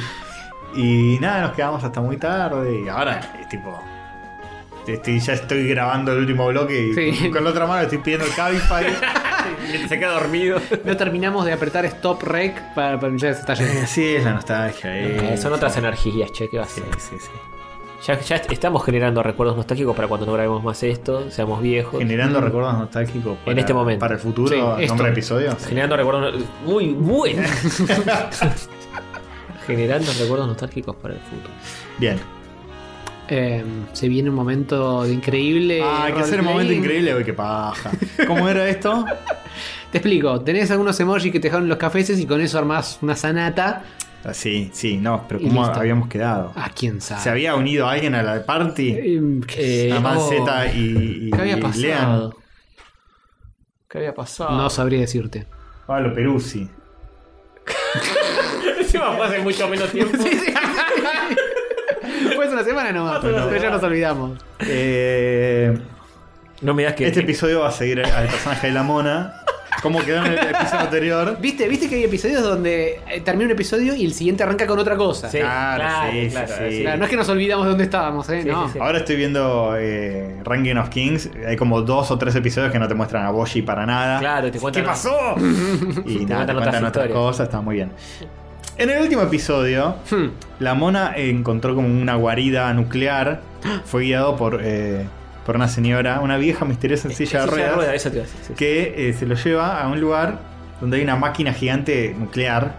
Y nada, nos quedamos hasta muy tarde. Y ahora es tipo. estoy- ya estoy grabando el último bloque y Sí. con, la otra mano estoy pidiendo el <laughs> Cabify. Se queda dormido. No terminamos de apretar Stop Rec para, para ya se está yendo. Así es la nostalgia. eh. son otras energías, che, ¿qué va a Sí, ser? sí, sí. Ya, ya estamos generando recuerdos nostálgicos para cuando no grabemos más esto, seamos viejos. Generando Pues, recuerdos nostálgicos para, este momento. para el futuro, Sí, esto. nombre de episodio. Generando recuerdos no- muy <laughs> buenos. Generando recuerdos nostálgicos para el futuro. Bien. Eh, se viene un momento de increíble. ah, hay que hacer un momento roleplaying. increíble hoy, <laughs> qué paja. ¿Cómo era esto? Te explico, tenés algunos emojis que te dejaron en los cafeses y con eso armás una sanata. Ah, sí, sí, no, pero Y ¿cómo listo. habíamos quedado? Ah, quién sabe. ¿Se había unido alguien a la de party? Eh, qué La sé yo. Manceta y, y, ¿Qué había y pasado? Lean. ¿Qué había pasado? No sabría <laughs> decirte. Pablo Peruzzi. <laughs> Encima fue hace mucho menos tiempo. Fue hace una semana nomás, Fue hace una pero ya semana. nos olvidamos. Eh, No me das que. este este episodio va a seguir al personaje de la mona. cómo quedó en el episodio anterior. ¿Viste, ¿Viste que hay episodios donde eh, termina un episodio y el siguiente arranca con otra cosa? Sí, Claro, claro, sí, sí, claro, sí. sí. Claro, no es que nos olvidamos de dónde estábamos, ¿eh? Sí, no. sí, sí. Ahora estoy viendo eh, Ranking of Kings. Hay como dos o tres episodios que no te muestran a Boshi para nada. Claro, te ¿Qué cuentan- pasó? <laughs> y nada, te cuentan cuentan otras otras historias. cosas, está muy bien. En el último episodio, Hmm. la mona encontró como una guarida nuclear. Fue guiado por, eh, por una señora, una vieja misteriosa en Silla silla de de ruedas, ruedas, Eh, eso te iba a decir, sí, sí. que eh, se lo lleva a un lugar donde hay una máquina gigante nuclear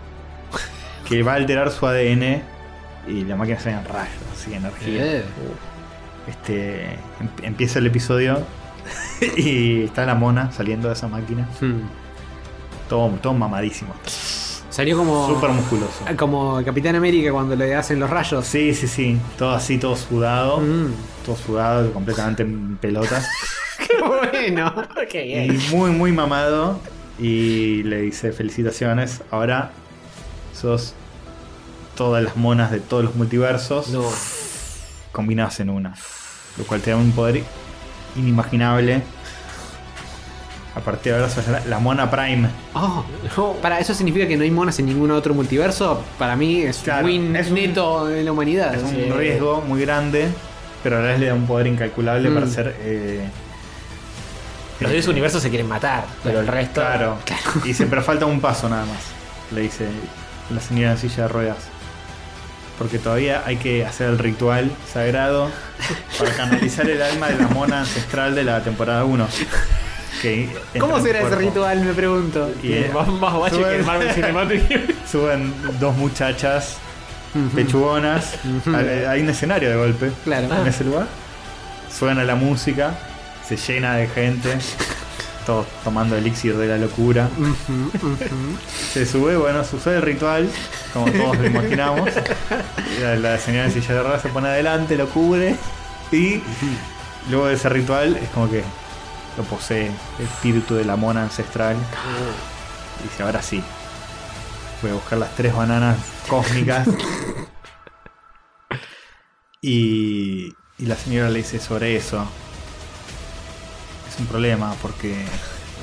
que va a alterar su ADN y la máquina se ve en rayos y energía. Eh, Este, em- empieza el episodio <laughs> y está la mona saliendo de esa máquina. hmm. Todo, todo mamadísimo. Salió como. Súper musculoso. Como el Capitán América cuando le hacen los rayos. Sí, sí, sí. Todo así, todo sudado. Mm. Todo sudado, completamente en pelotas. Qué <laughs> bueno. Qué Y bien. muy, muy mamado. Y le dice, felicitaciones. Ahora sos todas las monas de todos los multiversos No. combinadas en una. Lo cual te da un poder inimaginable. A partir de ahora sos la- la mona Prime. Oh, para eso significa que no hay monas en ningún otro multiverso. Para mí es Claro, win es un- neto de la humanidad. Es un Sí. riesgo muy grande, pero a la vez le da un poder incalculable Mm. para ser. eh, Los de ese universo se quieren matar, pero el resto. claro. Y dice, pero falta un paso nada más, le dice la señora en silla de ruedas. Porque todavía hay que hacer el ritual sagrado para canalizar el alma de la mona ancestral de la temporada 1. que entra ¿Cómo en tu será ese cuerpo. ritual? Me pregunto. Y, eh, Más, más bache que el <laughs> Marvel Cinematic. Suben dos muchachas pechugonas. Ujú. Hay- Hay un escenario de golpe. Claro. Ah. En ese lugar. Suena la música. Se llena de gente. Todos tomando elixir de la locura. Ujú, ujú. Se sube, bueno, sucede el ritual, como todos lo imaginamos. La, la señora en silla de ruedas se pone adelante, lo cubre. Y luego de ese ritual es como que lo posee el espíritu de la mona ancestral. Ah. Y dice, ahora sí. Voy a buscar las tres bananas cósmicas. y, y la señora le dice sobre eso. Es un problema porque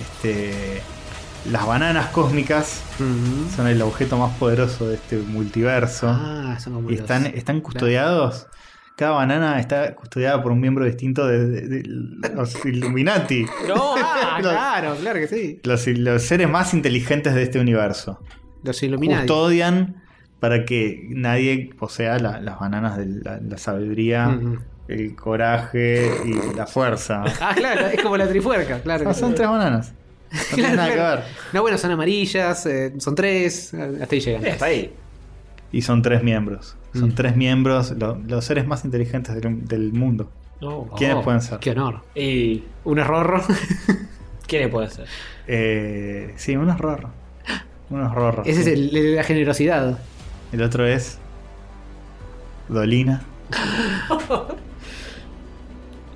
este, las bananas cósmicas Ujú. son el objeto más poderoso de este multiverso. Ah, son como y los- están, están custodiados. Cada banana está custodiada por un miembro distinto de, de- de los Illuminati. No, <laughs> ah, Los- claro, claro que sí. Los, los seres más inteligentes de este universo. Los iluminados. Custodian para que nadie posea la- las bananas de la, la sabiduría, Ujú. el coraje y la fuerza. Ah, claro, es como la trifuerca, claro. No, que <laughs> Ah, son sí. tres bananas. No tiene Claro, nada que claro. ver. No, bueno, son amarillas, eh, son tres, eh, hasta ahí llegan. Está ahí. Y son tres miembros. Son Mm. tres miembros, lo- los seres más inteligentes del, del mundo. No. ¿Quiénes Oh, pueden ser? Qué honor. ¿Y Un error. quiénes pueden ser? Eh, sí, unos rorros. Unos rorros. Esa es sí. el- el- la generosidad. El otro es. Dolina.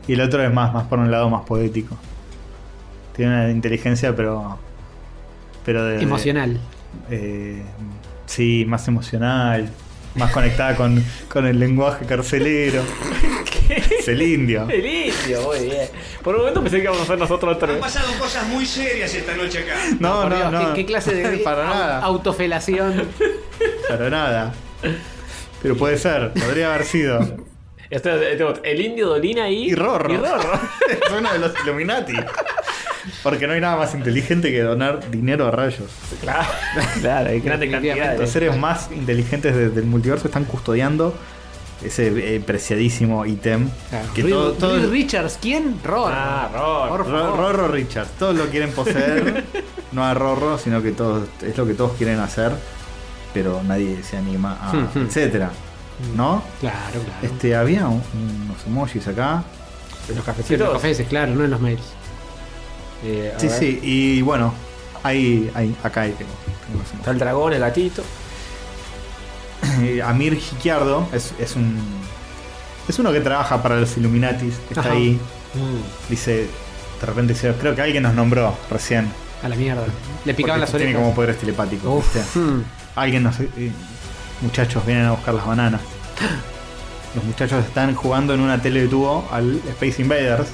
y el otro es más, más por un lado más poético. Tiene una inteligencia, pero. Pero de. de- Emocional. eh, sí, más emocional. Más conectada con, con el <laughs> lenguaje carcelero. Es el indio. Delicio, muy bien. Por un momento pensé que íbamos a ser nosotros Han tres. pasado cosas muy serias esta noche acá. No, Por no, Dios, no. ¿qué, qué <laughs> clase de Para au- nada. autofelación? Para nada. Pero puede ser, podría haber sido. Este- este- el indio Dolina y. Y Rorro. Y <laughs> Rorro. es uno de los Illuminati. Porque no hay nada más inteligente que donar dinero a rayos. <laughs> Claro, claro, hay grandes Definitivamente. Los cantidades. seres más inteligentes de- del multiverso están custodiando ese eh, preciadísimo ítem. Que Reed- todo, todo- Reed Richards, ¿quién? Ror. Ah, Rorro. Por Ro- favor. Rorro Richards, todos lo quieren poseer. <laughs> no a Rorro, sino que todos, es lo que todos quieren hacer. Pero nadie se anima a. <laughs> Hmm, hmm. etcétera. ¿No? Claro, claro. Este, había un- unos emojis acá. Los Sí, los cafecitos. cafés, claro, no en los mails. Eh, a Sí, ver. sí, y bueno, ahí, ahí acá ahí tengo, tengo los Está emojis. el dragón, el gatito. Eh, Amir Hiquiardo es, es un. Es uno que trabaja para los Illuminatis, está Ajá. ahí. Mm. Dice, de repente dice, creo que alguien nos nombró recién. A la mierda. Le porque picaban las Tiene orejas. como poderes telepáticos. <laughs> ¿viste? Hmm. Alguien nos. eh, muchachos vienen a buscar las bananas. Los muchachos están jugando en una tele de tubo al Space Invaders.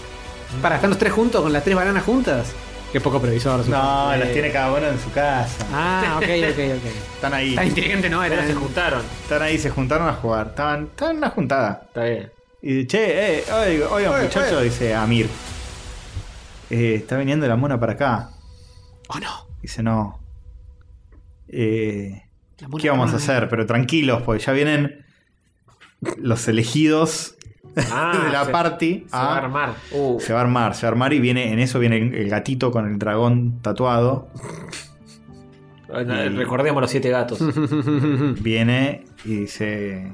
Para, ¿están los tres juntos con las tres bananas juntas? Qué poco previsor. No, supongo. las tiene cada uno en su casa. eh. Ah, ok, ok, <laughs> ok. Están ahí. Tan inteligente no Pero era. se juntaron. Están ahí, se juntaron a jugar. Estaban, estaban en una juntada. Está <laughs> bien. Y che, eh, oiga, oiga, muchacho, dice Amir. Eh, está viniendo la mona para acá. Oh, no. Dice, no. Eh, La mona ¿Qué vamos a para- hacer? Pero tranquilos, porque ya vienen los elegidos Ah, de la se- party. Se va a armar. Uh, Se va a armar, se va a armar y viene, en eso viene el el gatito con el dragón tatuado. eh, Recordemos los siete gatos. Viene y dice.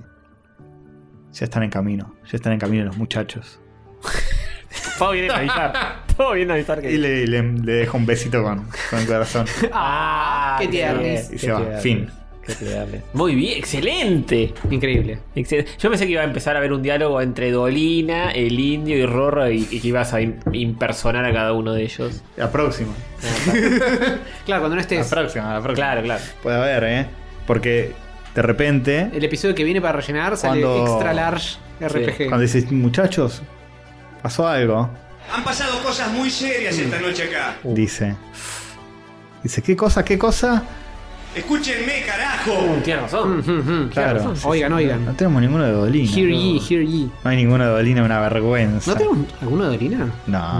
Ya están en camino, ya están en camino los muchachos. <laughs> Todo viene a <laughs> avisar. Todo viene a avisar que. Y le, le, le deja un besito con, con el corazón. Ah, Qué tierno. bien. Y se va, fin. Muy bien, excelente. Increíble. Excel- Yo pensé que iba a empezar a haber un diálogo entre Dolina, el indio y Rorro y, y que ibas a im- impersonar a cada uno de <laughs> ellos. La próxima. Claro, cuando no La estés. próxima, la próxima. Claro, claro. Puede haber, ¿eh? Porque de repente. El episodio que viene para rellenar sale Cuando- extra large RPG. Cuando dices, muchachos, pasó algo, Han pasado cosas muy serias esta noche acá. Uh. dice. Dice, ¿qué cosa, qué cosa? Escúchenme, Mm, carajo. Tienes razón. Mm, mm, mm. Claro. Oigan, No oigan. tenemos ninguno de Dolina. Hear ye, hear ye. No hay ninguno de Dolina, una vergüenza. ¿No tenemos alguno de orina? Nada. No,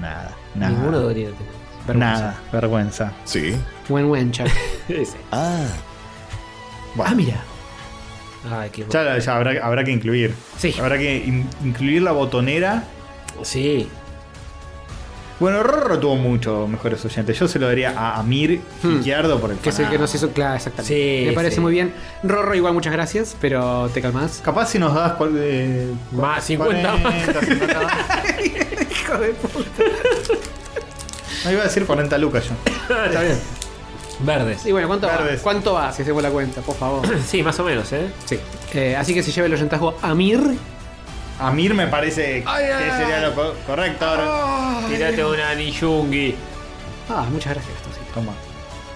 nada. Nada. Ninguno de Dolina Nada, vergüenza. Sí. Wen Wen, Chuck. tiene. Ese. Ah. Ah, mira. Ay, qué bueno. Ya, ya habrá, habrá que incluir. Sí. Habrá que in- incluir la botonera. Sí. Bueno, Rorro tuvo mucho mejores oyentes. Yo se lo daría a Amir Hmm. Guiardo por el Que es el fanático. que nos hizo. Claro, exactamente. Sí, Me parece sí. muy bien. Rorro, igual, muchas gracias, pero te <laughs> calmas. Capaz si nos das cual- eh, Más 50 más. <laughs> 50 más. Hijo de puta. No iba a decir 40 lucas yo. Está bien. Verdes. Y bueno, ¿cuánto va? Verdes. ¿Cuánto va si hacemos la cuenta? Por favor. <coughs> Sí, más o menos, ¿eh? Sí. Eh, así que se lleva el oyentazgo Amir. Amir me parece que sería lo co- correcto ahora. Tírate una Niyungi. Ah, muchas gracias, Gastoncito. Toma.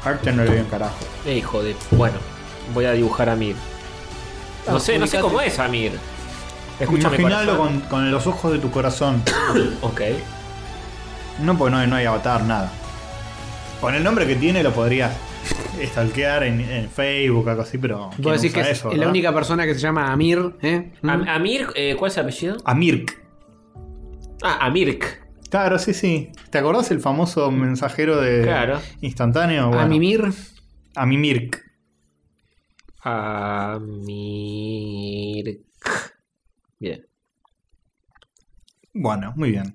Arte no le dio un carajo. Eh, hijo de. Bueno, voy a dibujar a Mir. No Ah, sé, no sé ubicate. cómo es Amir. Escúchame. Imaginalo corazón. con, con los ojos de tu corazón. Ok. No, pues no, hay- no hay avatar, nada. Con el nombre que tiene lo podrías stalkear en, en Facebook, algo así, pero. ¿quién Puedo decir usa que es eso, la verdad? única persona que se llama Amir, ¿eh? ¿Mm? Am- Amir, eh, ¿cuál es el apellido? Amirk. Ah, Amirk. Claro, sí, sí. ¿Te acordás el famoso mensajero de Claro. instantáneo? Bueno, Amimir. Amimirk. Ah, Amir. Bien. Bueno, muy bien.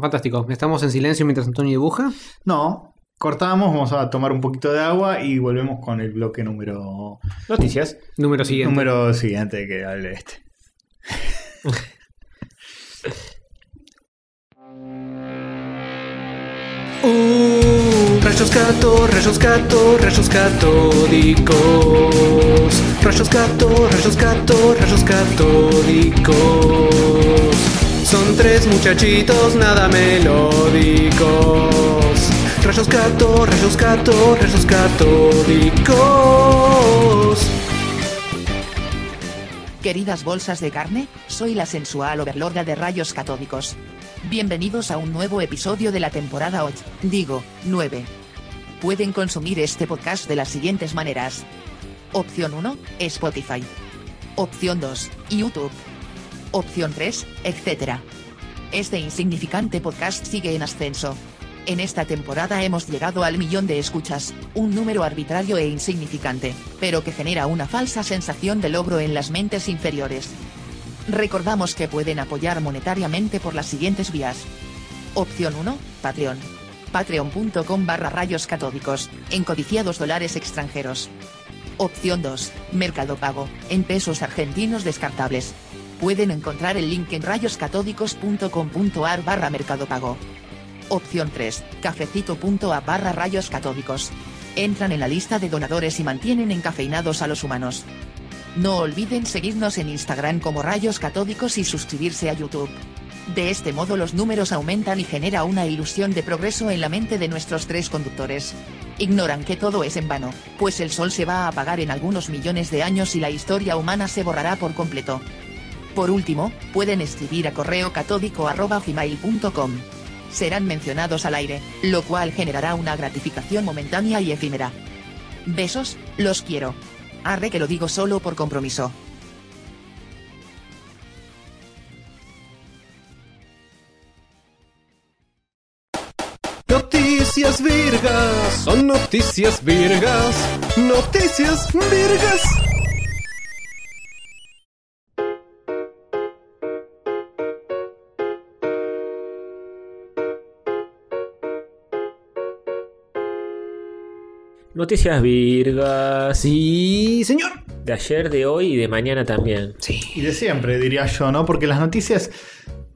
Fantástico. Estamos en silencio mientras Antonio dibuja. No, cortamos, vamos a tomar un poquito de agua y volvemos con el bloque número Noticias. Número siguiente. Número siguiente que era el de este. Uh, rayos gato, rayos gato, rayos catódicos. Rayos gato, rayos gato, rayos catódicos. Son tres muchachitos nada melódicos. Rayos gato, rayos gato, rayos catódicos. Queridas bolsas de carne, soy la sensual overlorda de rayos catódicos. Bienvenidos a un nuevo episodio de la temporada 8, digo, 9. Pueden consumir este podcast de las siguientes maneras. Opción 1, Spotify. Opción 2, YouTube. Opción 3, etc. Este insignificante podcast sigue en ascenso. En esta temporada hemos llegado al millón de escuchas, un número arbitrario e insignificante, pero que genera una falsa sensación de logro en las mentes inferiores. Recordamos que pueden apoyar monetariamente por las siguientes vías. Opción 1, Patreon. Patreon.com barra rayos catódicos, en codiciados dólares extranjeros. Opción 2, Mercado Pago, en pesos argentinos descartables. Pueden encontrar el link en rayoscatódicos.com.ar barra Mercado Pago. Opción 3, cafecito.a barra rayos catódicos. Entran en la lista de donadores y mantienen encafeinados a los humanos. No olviden seguirnos en Instagram como Rayos Catódicos y suscribirse a YouTube. De este modo los números aumentan y genera una ilusión de progreso en la mente de nuestros tres conductores. Ignoran que todo es en vano, pues el sol se va a apagar en algunos millones de años y la historia humana se borrará por completo. Por último, pueden escribir a correo catódico arroba gmail punto com. serán mencionados al aire, lo cual generará una gratificación momentánea y efímera. Besos, los quiero. Arre que lo digo solo por compromiso. Noticias virgas, son noticias virgas, noticias virgas. Noticias virgas Sí, señor. de ayer, de hoy y de mañana también. Sí. Y de siempre, diría yo, ¿no? Porque las noticias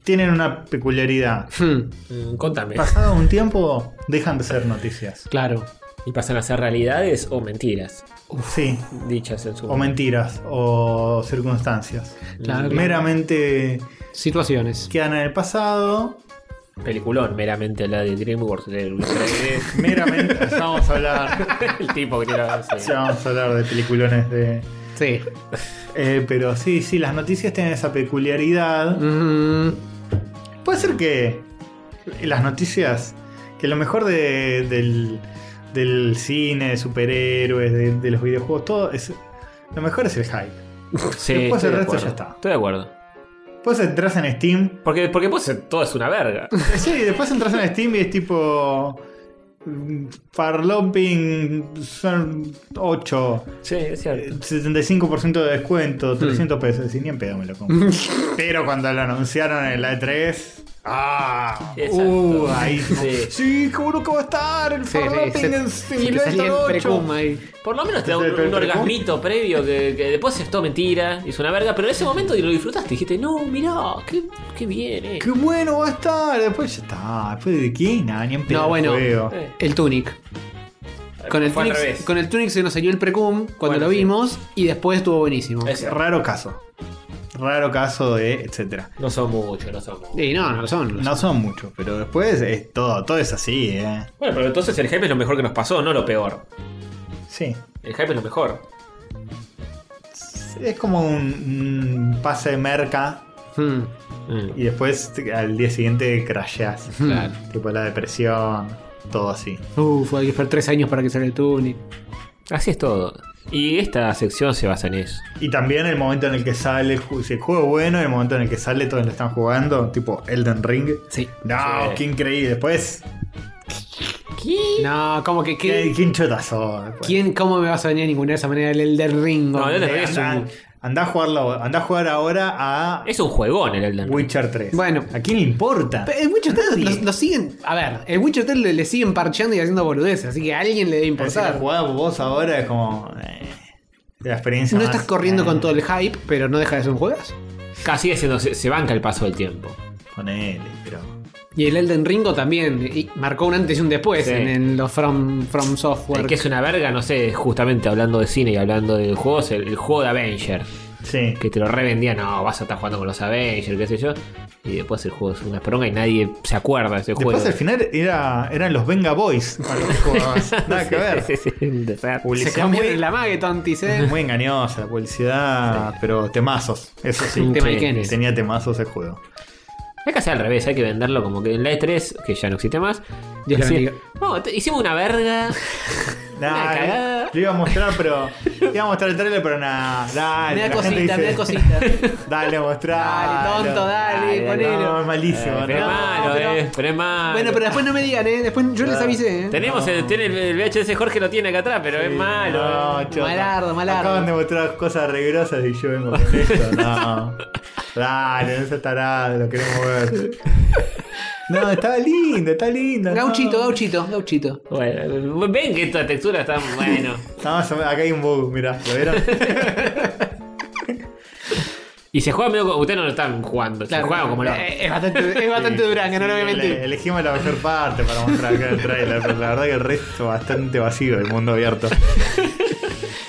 tienen una peculiaridad. Hmm, Mm, contame. Pasado un tiempo, dejan de ser noticias. claro. ¿Y pasan a ser realidades o mentiras? Sí. Dichas en su O mentiras, o circunstancias. Claro, claro. Meramente Situaciones. quedan en el pasado. Peliculón, meramente la de DreamWorks. del- Eh, Meramente. ya <laughs> vamos a hablar. <laughs> el tipo que tiraba. sí. Ya vamos a hablar de peliculones de. Sí. Eh, pero sí, sí, las noticias tienen esa peculiaridad. Mm, Puede ser que las noticias, que lo mejor de- del, del cine, de superhéroes, de, de los videojuegos, todo es. Lo mejor es el hype. Sí, estoy Después de el resto acuerdo. ya está. Estoy de acuerdo. Después entras en Steam. Porque, porque pues todo es una <laughs> verga. Sí, después entras en Steam y es tipo. mm, Farlopping son 8, Sí, es eh, cierto. 75% de Hmm. descuento, 300 pesos. Y ni en pedo me lo <laughs> compro. Pero cuando lo anunciaron en la E3. ¡Ah! Exacto. ¡Uh! Ahí. Sí. Sí, seguro que va a estar el sí, Farlopping sí. Se, en se te salía Simulator el 8. precum ahí. Por lo menos te da un, Pero- pero- un pero- orgasmito previo que, que después es todo mentira, es una verga, pero en ese momento lo disfrutaste. Dijiste, no, mirá, qué, qué bien, eh. ¡Qué bueno va a estar! Después ya está. Después de qué? Nada, ni en pedo. No, bueno. juego. Eh, El Tunic. Con el, Fue al tunic, revés. con el Tunic se nos salió el precum cuando Bueno, lo sí. vimos y después estuvo buenísimo. es cierto. Raro caso. Raro caso de etcétera. No son muchos, no son muchos. Y no, no lo son. no lo No son muchos, pero después es todo, todo es así, ¿eh? Bueno, pero entonces el hype es lo mejor que nos pasó, no lo peor. Sí. El hype es lo mejor. Es como un, un pase de merca son. Hmm. Mm. y después te- al día siguiente crasheas. Tipo la depresión, todo así. Uf, hay que esperar tres años para que salga el Tunic. Así es todo. Y esta sección se basa en eso. Y también el momento en el que sale, el ju- si el juego es bueno, el momento en el que sale, todos lo están jugando, tipo Elden Ring. Sí. No, Sí. qué increíble. Después, No, como que. qué, ¿qué, qué chotazo. después. ¿Quién, cómo me vas a venir a ninguna de esa manera el Elder Ring? No, el Elden Ring Eh, es Andá, un, andá a jugarlo, andá a jugar ahora a es un juegón el Elden Ring. Witcher 3. Bueno. ¿a quién le importa? Pero El Witcher 3 lo, lo siguen. A ver, el Witcher 3 le, le siguen parcheando y haciendo boludeces, así que a alguien le debe Si la importar. jugás vos ahora es como. eh, la experiencia. No más, estás corriendo eh, con todo el hype, pero no deja de ser un juegazo. Casi haciendo, se, se banca el paso del tiempo. Ponele, pero. Y el Elden Ringo también y marcó un antes y un después Sí. en, en los From, from El Software. que es una verga, no sé, justamente hablando de cine y hablando de juegos, el, el juego de Avengers. Sí. Que te lo revendían, no, vas a estar jugando con los Avengers, qué sé yo. Y después el juego es una peronga y nadie se acuerda de ese Después juego. al final era, eran los <laughs> Venga Boys. a los que jugabas. <laughs> Nada que ver. <laughs> Sí, sí, sí, un desastre. Se Publicidad cambió en muy, la mague, tontis, <laughs> ¿eh? muy engañosa, la publicidad, pero temazos. Eso sí. Tema Sí, de Kenneth. Tenía temazos el juego. Hay que hacer al revés, hay que venderlo como que en la E3, que ya no existe más. Dios la decir, bendiga. no, te- hicimos una <laughs> verga. Una Nah, cagada. lo iba a mostrar, pero. Le iba a mostrar el trailer, pero nada. Dale, Me da la gente cosita, me da dice, <laughs> cosita. <laughs> Dale, mostrar. Dale, tonto, dale, No, ponelo. es malísimo. pero es no. malo, pero- eh, pero es malo. Bueno, pero después no me digan, ¿eh? Después yo les avisé, ¿eh? Tenemos el, tiene el- el VHS Jorge lo tiene acá atrás, pero es malo. No, eh. chota. Malardo, malardo. Acaban de mostrar cosas regrosas y yo vengo con <laughs> esto. No. Dale, no se tarado, lo queremos ver. No, está lindo, está lindo. no. Gauchito, gauchito, gauchito. Bueno, ven que esta textura está <laughs> bueno. No, se- acá hay un bug, mirá, ¿lo vieron? Y se juega medio como. Ustedes no lo están jugando, se juega como lo. Eh, Es bastante, es bastante duranga, no lo voy a mentir. Ele- elegimos la mejor parte para mostrar acá en el trailer, pero la verdad que el resto bastante vacío del mundo abierto.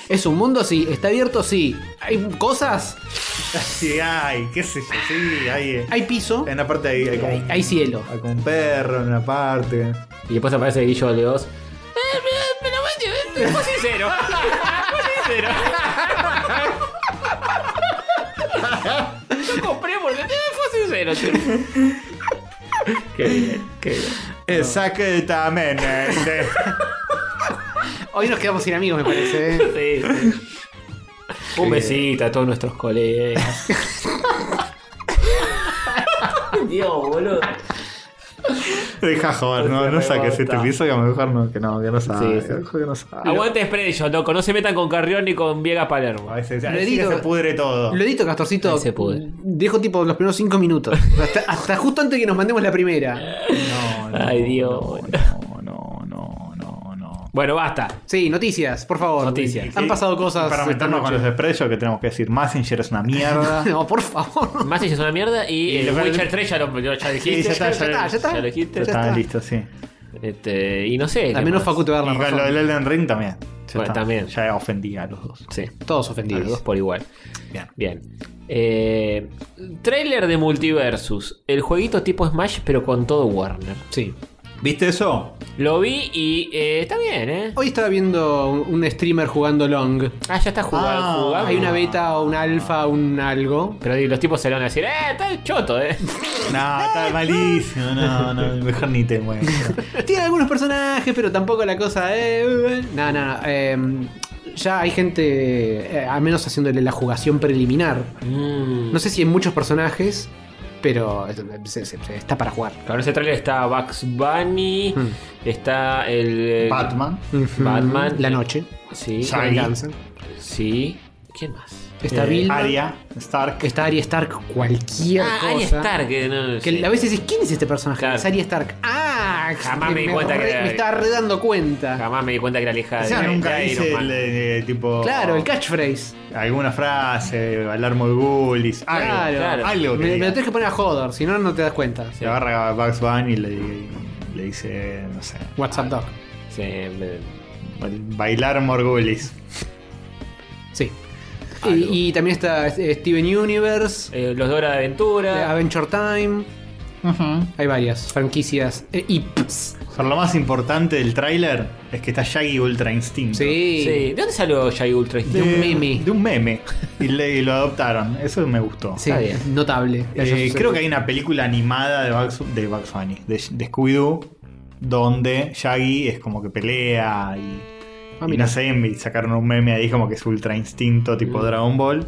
Es un mundo, sí. Está abierto, sí. Hay cosas, Sí, ay, qué sé yo, sí, hay. hay piso, En una parte hay, hay como, hay, un- hay cielo. hay como un perro, en una parte. Y después aparece Guillo de Oz. Eh, pero bueno, eh, fue sincero. Fue sincero. Yo compré porque eh, fue sincero, che. Qué bien, qué bien. Exactamente. Hoy nos quedamos sin amigos, me parece. ¿eh? Sí, sí. Un besito a todos nuestros colegas. <laughs> Dios, boludo. Deja Pues joder, no, no saques este episodio, mejor no, que no, que no saques. Sí, sí. mejor que no Ah, saques. Aguante Expedition, loco. No se metan con Carrión ni con Viega Palermo. A veces Lo así que digo- se pudre <laughs> todo. Lo edito, Castorcito. Ahí se puede. Dejo tipo los primeros cinco minutos. Hasta, hasta justo antes que nos mandemos la primera. No, no, Ay, Dios. No, no, no, no, no. Bueno, basta. Sí, noticias, por favor. Noticias. Han pasado cosas. Y Para meternos esta con los noche. desprecios que tenemos que decir, Massinger es una mierda. <laughs> No, por favor. Más es una mierda y, Y eh, lo que- Witcher 3 ya lo ya dijiste. Sí, ya está, ya está, ya está. lo dijiste. Ya está, está. listo, sí. Este, y no sé. Al menos ¿qué más? Facu te va a dar Y la con lo razón. del Elden Ring también. Ya Bueno, está. también. Ya ofendí a los dos. Sí, Todos a los dos ofendidos. por igual. Bien. Bien. Eh, trailer de Multiversus. El jueguito tipo Smash, pero con todo Warner. Sí. ¿Viste eso? Lo vi y eh, está bien, ¿eh? Hoy estaba viendo un un streamer jugando long. Ah, ya está jugado. Ah, jugado. Hay una beta o un alfa, un algo. Pero los tipos se le van a decir, ¡eh! Está choto, ¿eh? No, está malísimo. No, no, mejor ni te <laughs> mueves. Tiene algunos personajes, pero tampoco la cosa. eh, eh, eh. No, no, no. eh, ya hay gente, eh, al menos haciéndole la jugación preliminar. Mm. No sé si en muchos personajes, pero es- se- se- se- está para jugar. Claro, en ese trailer está Bugs Bunny, Mm. está el. eh, Batman. eh, Batman. La noche. Sí. La Shaggy. venganza. Sí. ¿Quién más? Está Eh, Vilma. Arya. Stark. Está Arya Stark. Cualquier Ah, cosa. Arya Stark. eh, no, no Que sé. a veces dices, ¿quién es este personaje? Claro. Es Arya Stark. ¡Ah! Jamás me di cuenta que re- era- Me estaba redando cuenta. Jamás me di cuenta que era la hija O sea, de, nunca de Iron dice Man. el, eh, tipo. Claro, el catchphrase. Alguna frase, alarmo de bullies. Algo, Claro. claro. algo que Me, me diga. lo tenés que poner a joder, si no, no te das cuenta. Se agarra a Bugs Bunny y le, le dice, no sé, WhatsApp Doc. Sí, me- bailar morgulis. Sí. Y, y también está eh, Steven Universe, eh, los de Hora de eh, Aventura. Adventure Time. Hay varias franquicias. Eh, y pss, Pero lo más importante del tráiler es que está Shaggy Ultra Instinct. Sí. Sí. ¿De dónde salió Jay Ultra? De un meme. De un meme. Y, le- y lo adoptaron. Eso me gustó. Sí, Está bien. notable. Eh, creo que hay una película animada de Bugs, de Bugs Bunny, de, de Scooby-Doo, donde Shaggy es como que pelea y, Ah, y mira. no sé, y sacaron un meme ahí como que es Ultra Instinto tipo Mm. Dragon Ball.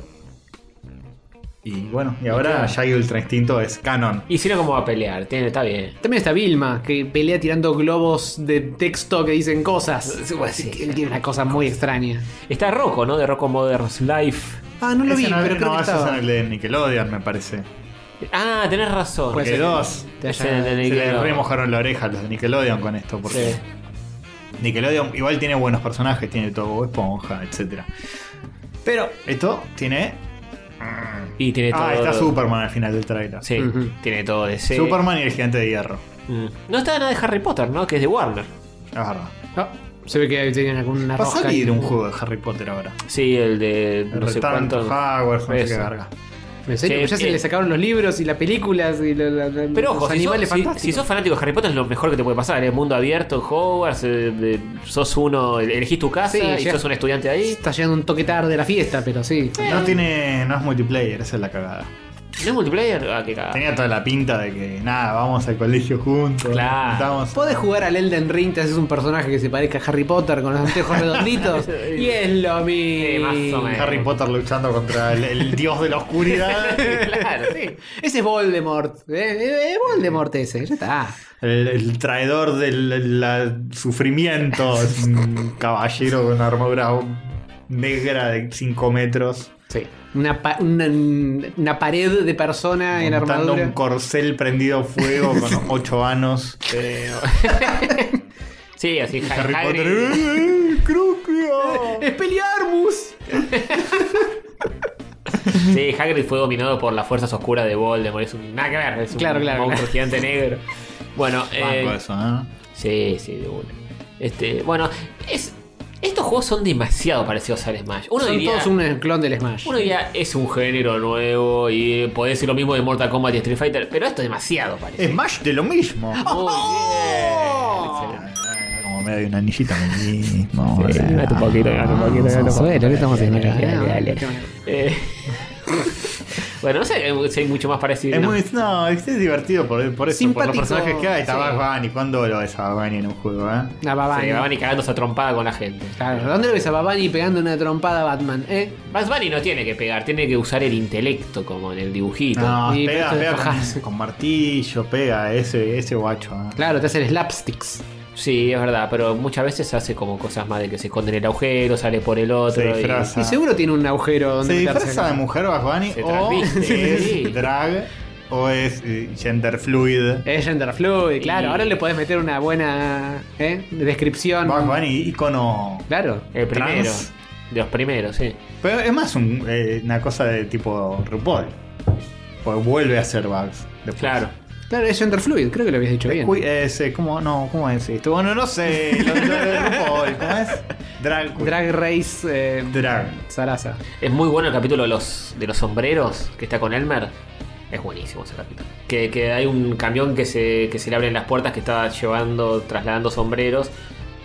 Y bueno, y ahora Shaggy Ultra Instinto es canon. Y si no, ¿cómo va a pelear? Tiene, está bien. También está Vilma, que pelea tirando globos de texto que dicen cosas. Sí, bueno, sí. Tiene una cosa muy extraña. Está Rocco, ¿no? De Rocco Modern's Life. Ah, no lo Ese vi, no, pero no, creo que ese es estaba. en el de Nickelodeon, me parece. Ah, tenés razón. Puede Que ser. dos. Te Es haya- en el de Se le Nickelodeon. remojaron la oreja a los de Nickelodeon con esto, porque Sí. Nickelodeon igual tiene buenos personajes, tiene todo Bob esponja, etc. Pero esto tiene. Y tiene Eh, todo. Ah, está Superman al final del trailer. Sí, Ujú. tiene todo de C. Superman y el gigante de hierro. Mm. No está nada de Harry Potter, ¿no? Que es de Warner. Es verdad. Ah, se ve que tienen alguna Va a rosca salir ahí. un juego de Harry Potter ahora. Sí, el de El no sé Return cuánto. to Hogwarts, no sé qué Eso. verga. ¿En serio? Sí, ya se eh. le sacaron los libros y las películas y la- la- la- Pero ojo, los si sos, animales si- fantásticos. si sos fanático de Harry Potter es lo mejor que te puede pasar. ¿eh? Mundo abierto, Hogwarts, eh, de- sos uno, elegís tu casa Sí, y ya. sos un estudiante ahí. Está llegando un toque tarde la fiesta, pero sí. No tiene. no es multiplayer, esa es la cagada. ¿No es multiplayer? Ah, qué cagada. Tenía toda la pinta de que nada, vamos al colegio juntos. Claro. estamos- Podés jugar al Elden Ring, te haces un personaje que se parezca a Harry Potter con los anteojos redonditos. y <laughs> es lo Sí, mismo. más o menos. Harry Potter luchando contra el, el dios de la oscuridad. <laughs> Claro, sí. <laughs> Ese es Voldemort. Eh, eh, eh, Voldemort ese, ya está. El, el traidor del la- sufrimiento. Es un caballero con armadura negra de 5 metros. Sí. Una, pa- una, una pared de persona en montando armadura. un corcel prendido a fuego <laughs> con 8 anos. Sí, así Ha- Harry Hagrid- Potter. ¡eh, eh, Crucio! <laughs> ¡Es Peliarmus! Sí, Hagrid fue dominado por las fuerzas oscuras de Voldemort. Es un, nada que ver, es un Claro, claro, monstruo gigante negro. <laughs> Bueno, eh, Banco eso, ¿eh? Sí, sí, de una. Este, bueno, es, estos juegos son demasiado parecidos al Smash. Uno Son diría, todos un clon del Smash. uno diría, es un género nuevo y podés decir lo mismo de Mortal Kombat y Street Fighter, pero esto es demasiado parecido. Smash de lo mismo. Oh. Muy bien. Ah, Excelente. Como me doy una anillita a mí mismo. eh. o sea. Ah, Consuelo, ¿qué estamos haciendo acá? Eh, <laughs> Bueno, no sé, eh, si hay mucho más parecido. Es ¿no? muy, no, es es divertido por, por eso, por los Simpático, personajes que hay. Está sí. Bad Bunny. ¿Cuándo lo ves a Bad Bunny en un juego, eh? A Babani. Se van y cagándose a trompada con la gente. Claro, ¿dónde lo ves a Babani pegando una trompada a Batman? ¿Eh? Bugs Bunny no tiene que pegar, tiene que usar el intelecto como en el dibujito. No, Y pega, esto de pega fajarse. con, con martillo, pega ese, ese guacho. ¿eh? Claro, te hace el slapsticks. Sí, es verdad, pero muchas veces hace como cosas más de que se esconde en el agujero, sale por el otro. Se y- disfraza. Y seguro tiene un agujero donde Se meterse disfraza acá. de mujer Bad Bunny Se o transviste, es sí. drag o es eh, gender fluid. Eh, Es gender fluid, claro. Y- Ahora le podés meter una buena ¿eh? descripción. um, Bad Bunny, ícono. Claro. El primero. Trans. De los primeros, sí. Pero es más un, eh, una cosa de tipo RuPaul. Porque vuelve a ser Bugs. después. Claro. Claro, es gender fluid, creo que lo habías dicho bien. Uy, es, eh, ¿cómo, no, ¿Cómo es esto? Bueno, no sé. Lo, lo de RuPaul, ¿cómo es? Drag. queen. Drag Race eh, Drag. Sarasa. Es muy bueno el capítulo de los, de los sombreros que está con Elmer. Es buenísimo ese capítulo. Que, que hay un camión que se, que se le abren las puertas que está llevando, trasladando sombreros.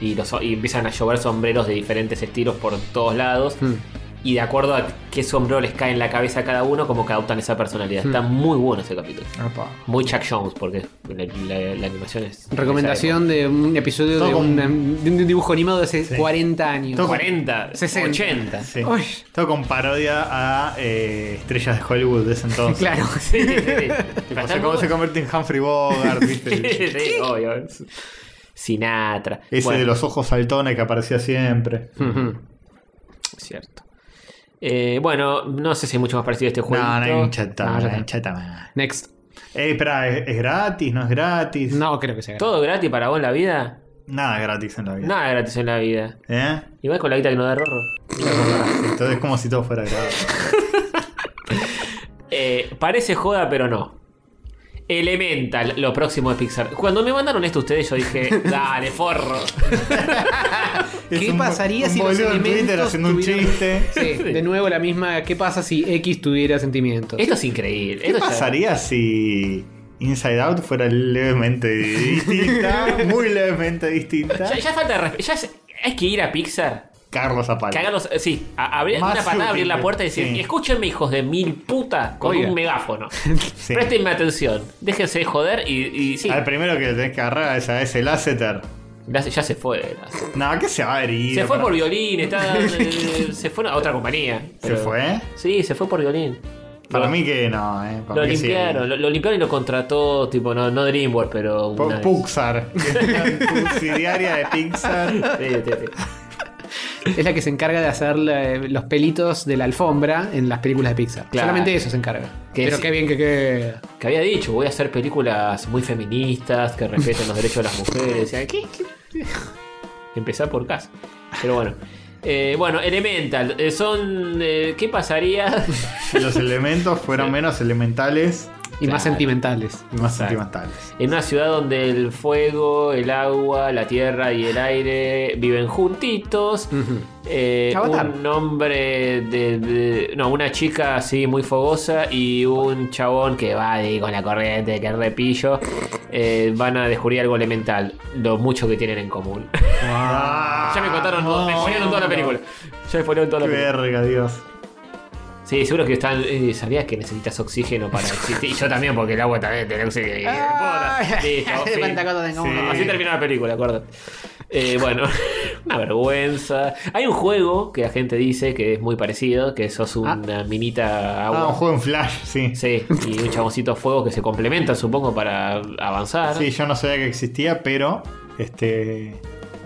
Y, los, y empiezan a llover sombreros de diferentes estilos por todos lados. Mm. Y de acuerdo a qué sombrero les cae en la cabeza a cada uno, como que adoptan esa personalidad. Está muy bueno ese capítulo. Opa. Muy Chuck Jones, porque la, la- la animación es. Recomendación de un episodio Todo de, con- una- de un dibujo animado de hace Sí. 40 años. Todo con- 40, 60. 80. Sí. Uy. Todo con parodia a eh, estrellas de Hollywood de <laughs> ese entonces. Claro. Sí, sí, sí. Tipo, se, cómo se convierte en Humphrey <laughs> Bogart, ¿viste? <laughs> Sí, obvio. Sinatra. Ese Bueno, de los ojos saltones que aparecía siempre. Ujú. Cierto. Eh, bueno, no sé si hay mucho más parecido a este juego. No, no hay un chata, No, ya no está. hay un chata más. Next. Eh, espera, ¿es, es gratis? ¿No es gratis? No creo que sea. ¿Todo gratis para vos en la vida? Nada es gratis en la vida. Nada gratis en la vida. ¿Eh? Igual con la guita que nos da Rorro. Entonces es como si todo fuera gratis. Eh, parece joda, pero no. Elemental, lo próximo de Pixar. Cuando me mandaron esto ustedes, yo <laughs> dije, dale, forro. ¿Qué Es un- pasaría un si los boludo en Twitter elementos haciendo un tuvieran- chiste? <laughs> Sí, de nuevo la misma. ¿Qué pasa si X tuviera sentimientos? Esto es increíble. ¿Qué Esto ya- pasaría si Inside Out fuera levemente distinta? muy levemente distinta. Ya, ya falta de respeto. Ya es- hay que ir a Pixar. Carlos Apal. Cagarlos, eh, sí, a- abrir Más una patada, abrir la útil, puerta y decir, sí. escúchenme hijos de mil puta con Oiga. un megáfono. <laughs> Sí. Préstenme atención, déjense de joder y, y sí. Al primero que le tenés que agarrar es, a- es el Aceter. Ya, se- ya se fue. ya se- No, ¿qué se va a herir? Se fue por violín, está, <laughs> eh, se fue a otra compañía. pero- fue? Sí, se fue por violín. Para Lo- mí que no, ¿eh? Para Lo mí que sí. limpiaron, lo, lo limpiaron y lo contrató, tipo, no, no DreamWorks, pero... Pu- una- Puxar. subsidiaria de Pixar. <laughs> Sí, sí, sí. Es la que se encarga de hacer la- eh, los pelitos de la alfombra en las películas de Pixar. Claro. Solamente eso se encarga. Que Pero sí. qué bien que quede. Que había dicho, voy a hacer películas muy feministas, que respeten los derechos de las mujeres. Decía, <laughs> ¿qué? ¿Qué? Empezar por casa. Pero bueno. Eh, bueno, Elemental. eh, son. eh, ¿Qué <laughs> pasaría? Si los elementos fueran menos elementales Y Claro. más sentimentales. y más Exacto. sentimentales. en una ciudad donde el fuego, el agua, la tierra y el aire viven juntitos. Eh, Avatar. un hombre de, de- No, una chica así muy fogosa y un chabón que va ahí con la corriente, que es repillo. eh, van a descubrir algo elemental. Lo mucho que tienen en común. <laughs> ya me contaron todo, me spoilearon toda la película. Ah, Ya me spoilearon toda Ah, Qué la película. verga, Dios. Sí, seguro que están. eh, ¿Sabías que necesitas oxígeno para existir? Y yo también, porque el agua también tiene oxígeno. Ah. Puta. Listo, fin. Sí. Así terminó la película, acuérdate. Eh, bueno, <laughs> una vergüenza. Hay un juego que la gente dice que es muy parecido, que sos una minita agua. Ah, un juego en Flash, sí. sí. Sí, y un chaboncito a fuego que se complementan, supongo, para avanzar. yo no sabía que existía, pero este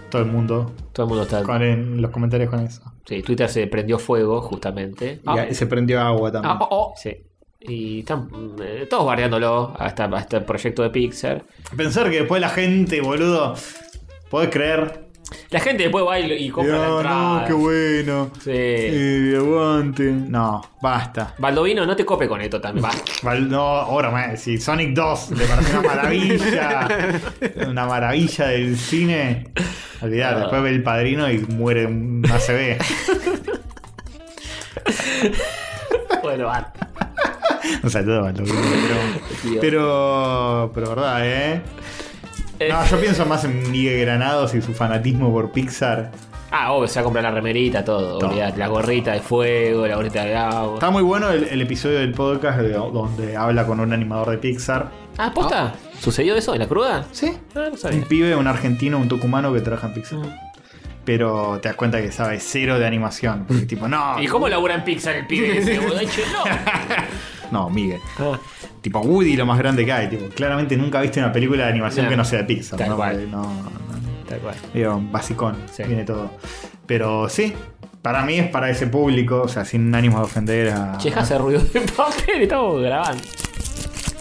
todo el mundo Todo el mundo está. con, en los comentarios con eso. Sí, Twitter se prendió fuego, justamente. Ah. Y ahí se prendió agua también. Ah, oh, oh. Sí. Y están eh, todos bardeándolo hasta, hasta el proyecto de Pixar. Pensar que después la gente, boludo, podés creer. La gente después va y, y compra la "Ah, entrada. no, qué bueno. Sí. Eh, aguante. No, basta. Baldovino, no te cope con esto también. <laughs> Va. Val- No, ahora más, si Sonic 2 le parece una <laughs> maravilla, una maravilla del cine. Olvidar, Ah. después ve el padrino y muere un ACB. bueno, basta. Un saludo a Balduino, pero, pero. Pero, verdad, ¿eh? Eh, No, yo pienso más en Miguel Granados y su fanatismo por Pixar Ah, obvio, se va a comprar la remerita, todo. Todo. olvidate, La gorrita de fuego, la gorrita de agua. Está muy bueno el, el episodio del podcast de- donde habla con un animador de Pixar. Ah, posta. ¿Sucedió eso en la cruda? Sí. Ah, no sabía. Un pibe, un argentino, un tucumano que trabaja en Pixar. Pero te das cuenta que sabe cero de animación. Porque <laughs> tipo, no. ¿Y cómo labura en Pixar el pibe ese? boludo? Che, no. No, Miguel. Tipo Woody lo más grande que hay. Tipo, claramente nunca viste una película de animación No. que no sea de Pixar. Tal ¿no? cual. Porque No, no. Tal cual. Digo, basicón. Sí. Tiene todo. Pero sí. Para mí es para ese público, o sea, sin ánimos de ofender a. Che, hace ruido de papel, estamos grabando.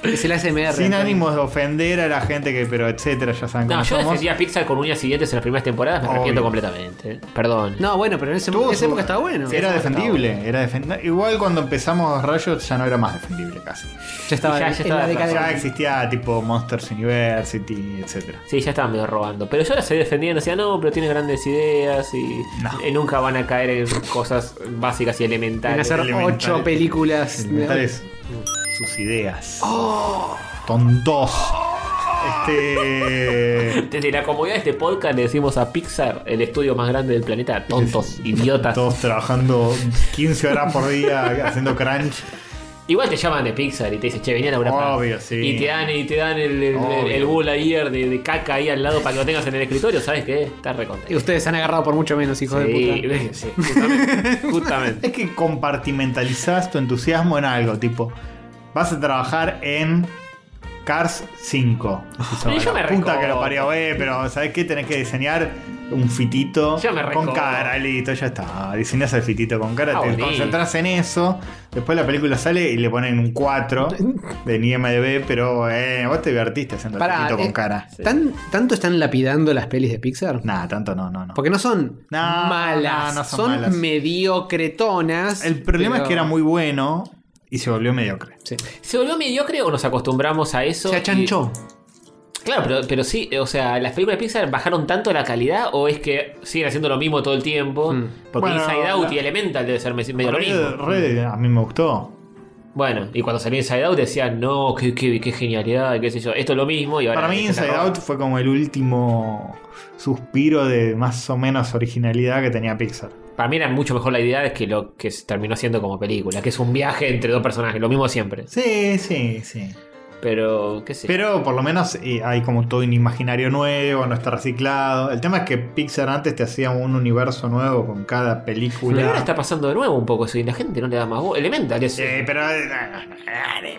Es el ASMR. sin Antonio. ánimos de ofender a la gente que, pero etcétera, ya saben No, cómo yo somos. defendía Pixar con uñas siguientes en las primeras temporadas, me Obvio. arrepiento completamente. eh. Perdón. No, bueno, pero en ese, Tuvo en esa su- época estaba bueno. Era defendible, era defendible. Igual cuando empezamos Riot ya no era más defendible casi. Ya estaba, Ya- ya en- en estaba la década Ya de- existía tipo Monsters University, etcétera. Sí, ya estaban medio robando. Pero yo la seguí defendiendo, decía, no, pero tiene grandes ideas y No. eh, nunca van a caer en cosas básicas y en elementales. hacer elementales. ocho películas. Elementales. Sus ideas. Tontos. <laughs> Este. Desde la comodidad de este podcast le decimos a Pixar, el estudio más grande del planeta, tontos, idiotas. Todos trabajando 15 horas por día haciendo crunch. Igual te llaman de Pixar y te dicen, che, venían a una Obvio, sí. Y te dan, y te dan el, el, Obvio. el Bull Air de, de caca ahí al lado para que lo tengas en el escritorio, ¿sabes qué? Estás recontento. Y ustedes se han agarrado por mucho menos, hijos de puta. <laughs> Sí, sí, justamente. justamente. Es que compartimentalizás tu entusiasmo en algo, tipo. Vas a trabajar en Cars <laughs> 5. Y yo me La puta que lo recojo. parió, eh, pero ¿sabes qué? Tenés que diseñar un fitito Yo me con recojo. cara, listo, ya está. Diseñás el fitito con cara, Ah, te bonito. concentrás en eso. Después la película sale y le ponen un 4 de IMDb, pero eh, vos te divertiste haciendo Pará, el fitito con eh, cara. ¿Tan, ¿Tanto están lapidando las pelis de Pixar? Nah, tanto no, no, no. Porque no son No, malas, no, no son son, malas. mediocretonas. El problema pero- es que era muy bueno y se volvió mediocre. Sí. ¿Se volvió mediocre o nos acostumbramos a eso? Se achanchó. Y- claro, pero, pero sí, o sea, ¿las películas de Pixar bajaron tanto la calidad o es que siguen haciendo lo mismo todo el tiempo? Mm. Porque Bueno, Inside Out la- y Elemental debe ser me- medio lo Red- mismo. Red, a mí me gustó. Bueno, y cuando salió Inside Out decían, no, qué, qué, qué genialidad, y qué sé yo, esto es lo mismo. Y ahora Para mí se Inside acabó. Out fue como el último suspiro de más o menos originalidad que tenía Pixar. Para mí era mucho mejor la idea que lo que se terminó siendo como película, que es un viaje entre dos personajes, lo mismo siempre. Sí, sí, sí. Pero, qué sé yo. Pero por lo menos eh, hay como todo un imaginario nuevo, no está reciclado. El tema es que Pixar antes te hacía un universo nuevo con cada Pero película. ahora está pasando de nuevo un poco eso y la gente no le da más voz. Elemental es. Sí, pero... eh,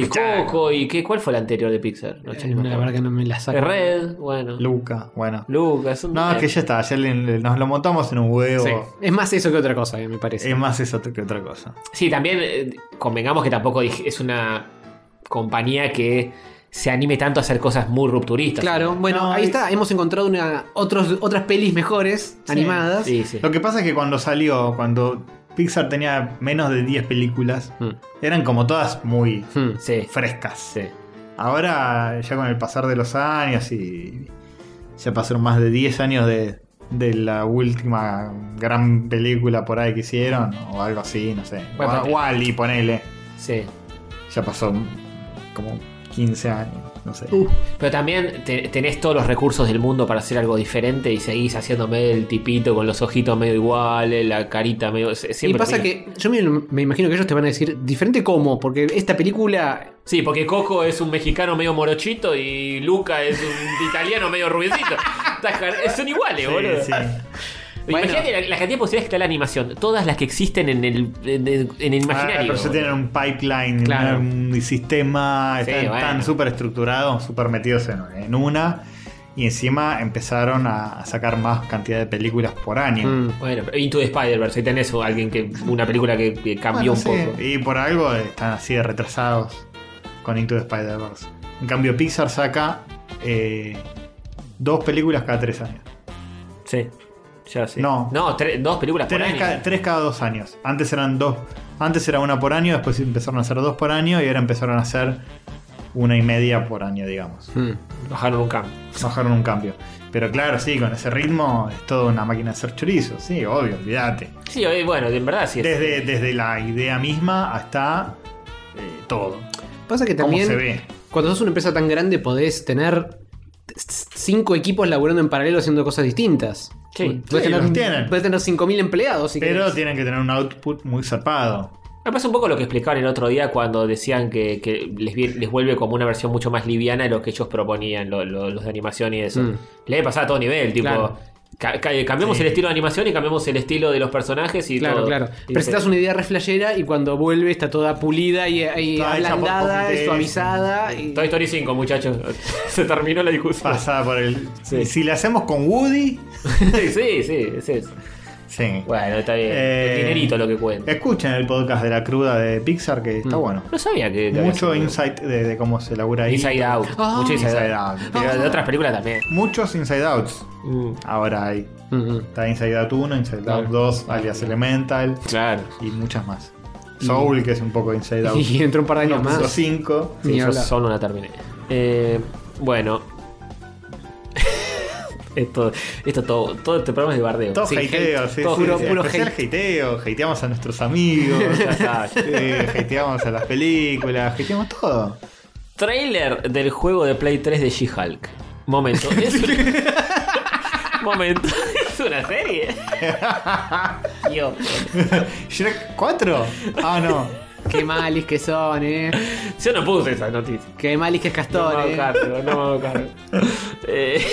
y Coco, y qué, ¿cuál fue la anterior de Pixar? No, ya ni Eh, me la acuerdo. verdad que no me la saco. Red, bueno. Luca, bueno. Lucas. un- No, es que ya está, ya le- le- nos lo montamos en un huevo. Sí. Es más eso que otra cosa, eh, me parece. Es más eso que otra cosa. Sí, también eh, convengamos que tampoco dij- es una compañía que se anime tanto a hacer cosas muy rupturistas. claro, bueno, No, ahí hay- está. Hemos encontrado una, otros, otras pelis mejores, animadas. Sí, sí. Lo que pasa es que cuando salió, cuando Pixar tenía menos de 10 películas, Mm. eran como todas muy Hmm, sí, frescas. sí. Ahora, ya con el pasar de los años y ya pasaron más de 10 años de, de la última gran película por ahí que hicieron, o algo así, no sé. Bueno, Wa- ponele. Wall-E, ponele. sí. Ya pasó como 15 años, no sé. Uh, Pero también te- tenés todos los recursos del mundo para hacer algo diferente y seguís haciéndome el tipito con los ojitos medio iguales, la carita medio. se- y siempre pasa tenés- que yo me, me imagino que ellos te van a decir, diferente cómo, porque esta película Sí, porque Coco es un mexicano medio morochito y Luca es un <laughs> italiano medio rubiecito. Está jar- Son iguales, boludo. Sí, sí. Imagínate la, la cantidad de posibilidades que está la animación. Todas las que existen en el, en, en- en el Ah, imaginario. pero ya tienen un pipeline, Claro. un sistema, Sí, están bueno. tan súper estructurados, súper metidos en, en una. Y encima empezaron a, a sacar más cantidad de películas por año. Mm. Bueno, pero Into the Spider-Verse, ahí tenés alguien que, una película que, que cambió Bueno, un sí, poco. Y por algo están así de retrasados con Into the Spider-Verse. En cambio, Pixar saca eh, dos películas cada tres años. Sí. Ya sé. No. No, tre- dos películas por Tres, año. ca- tres cada dos años. Antes eran dos. Antes era una por año, después empezaron a hacer dos por año y ahora empezaron a hacer una y media por año, digamos. Bajaron un cambio. Bajaron un cambio. Pero claro, sí, con ese ritmo es toda una máquina de hacer chorizo. Sí, obvio, olvídate. Sí, eh, bueno, en verdad sí. es- Desde, desde la idea misma hasta eh, todo. Pasa que ¿Cómo también se ve? cuando sos una empresa tan grande podés tener cinco equipos laburando en paralelo haciendo cosas distintas. Sí. Puedes Sí, tener, los tienen. puedes tener 5.000 empleados. Si Pero querés. tienen que tener un output muy zarpado. Me pasa un poco lo que explicaban el otro día cuando decían que, que les, vi- les vuelve como una versión mucho más liviana de lo que ellos proponían, lo- lo- los de animación y eso. Mm. Le debe pasar a todo nivel, tipo. Claro. ca- ca- cambiamos el estilo de animación y cambiamos el estilo de los personajes y Claro, todo. claro. Y Presentas dice, una idea reflejera y cuando vuelve está toda pulida y, y Toda hecha por ablandada, comités. y suavizada. y- Toy Story 5, muchachos. <laughs> Se terminó la discusión. Pasada por el. Sí. y Si la hacemos con Woody. <laughs> sí, sí, es eso. Sí. Bueno, está bien. Eh, el dinerito lo que cuenta. Escuchen el podcast de la cruda de Pixar que está bueno. No sabía que. que había Mucho sido- insight de, de cómo se labura ahí. Inside Out. Ah. Mucho Inside, Inside Out. Out. Pero de otras películas también. Muchos inside outs. Mm, Ahora hay. Ujú. Está Inside Out 1, Inside Out 2, alias Elemental claro. y muchas más. Soul, que es un poco Inside <laughs> <laughs> Out. Y entró un par de años más. 1.5. Sí, Ni yo hablar. solo la terminé. Eh, bueno. <laughs> esto, esto todo, todo este programa es de bardeo. Todo Sí, hateo, hate, sí, todo sí, puro- sí. puro Especial hateo. Hateamos a nuestros <laughs> amigos. Ya está, ya eh, hateamos a las películas. Hateamos todo. Trailer del juego de Play 3 de She-Hulk. Momento. Es una- <laughs> Momento. <laughs> Es una serie. Yo. Shrek 4. Ah, no. Qué malis que son, eh. Yo no puse esa noticia. Qué malis que es No Castor, me eh. hago cargo, no me hago cargo. Eh,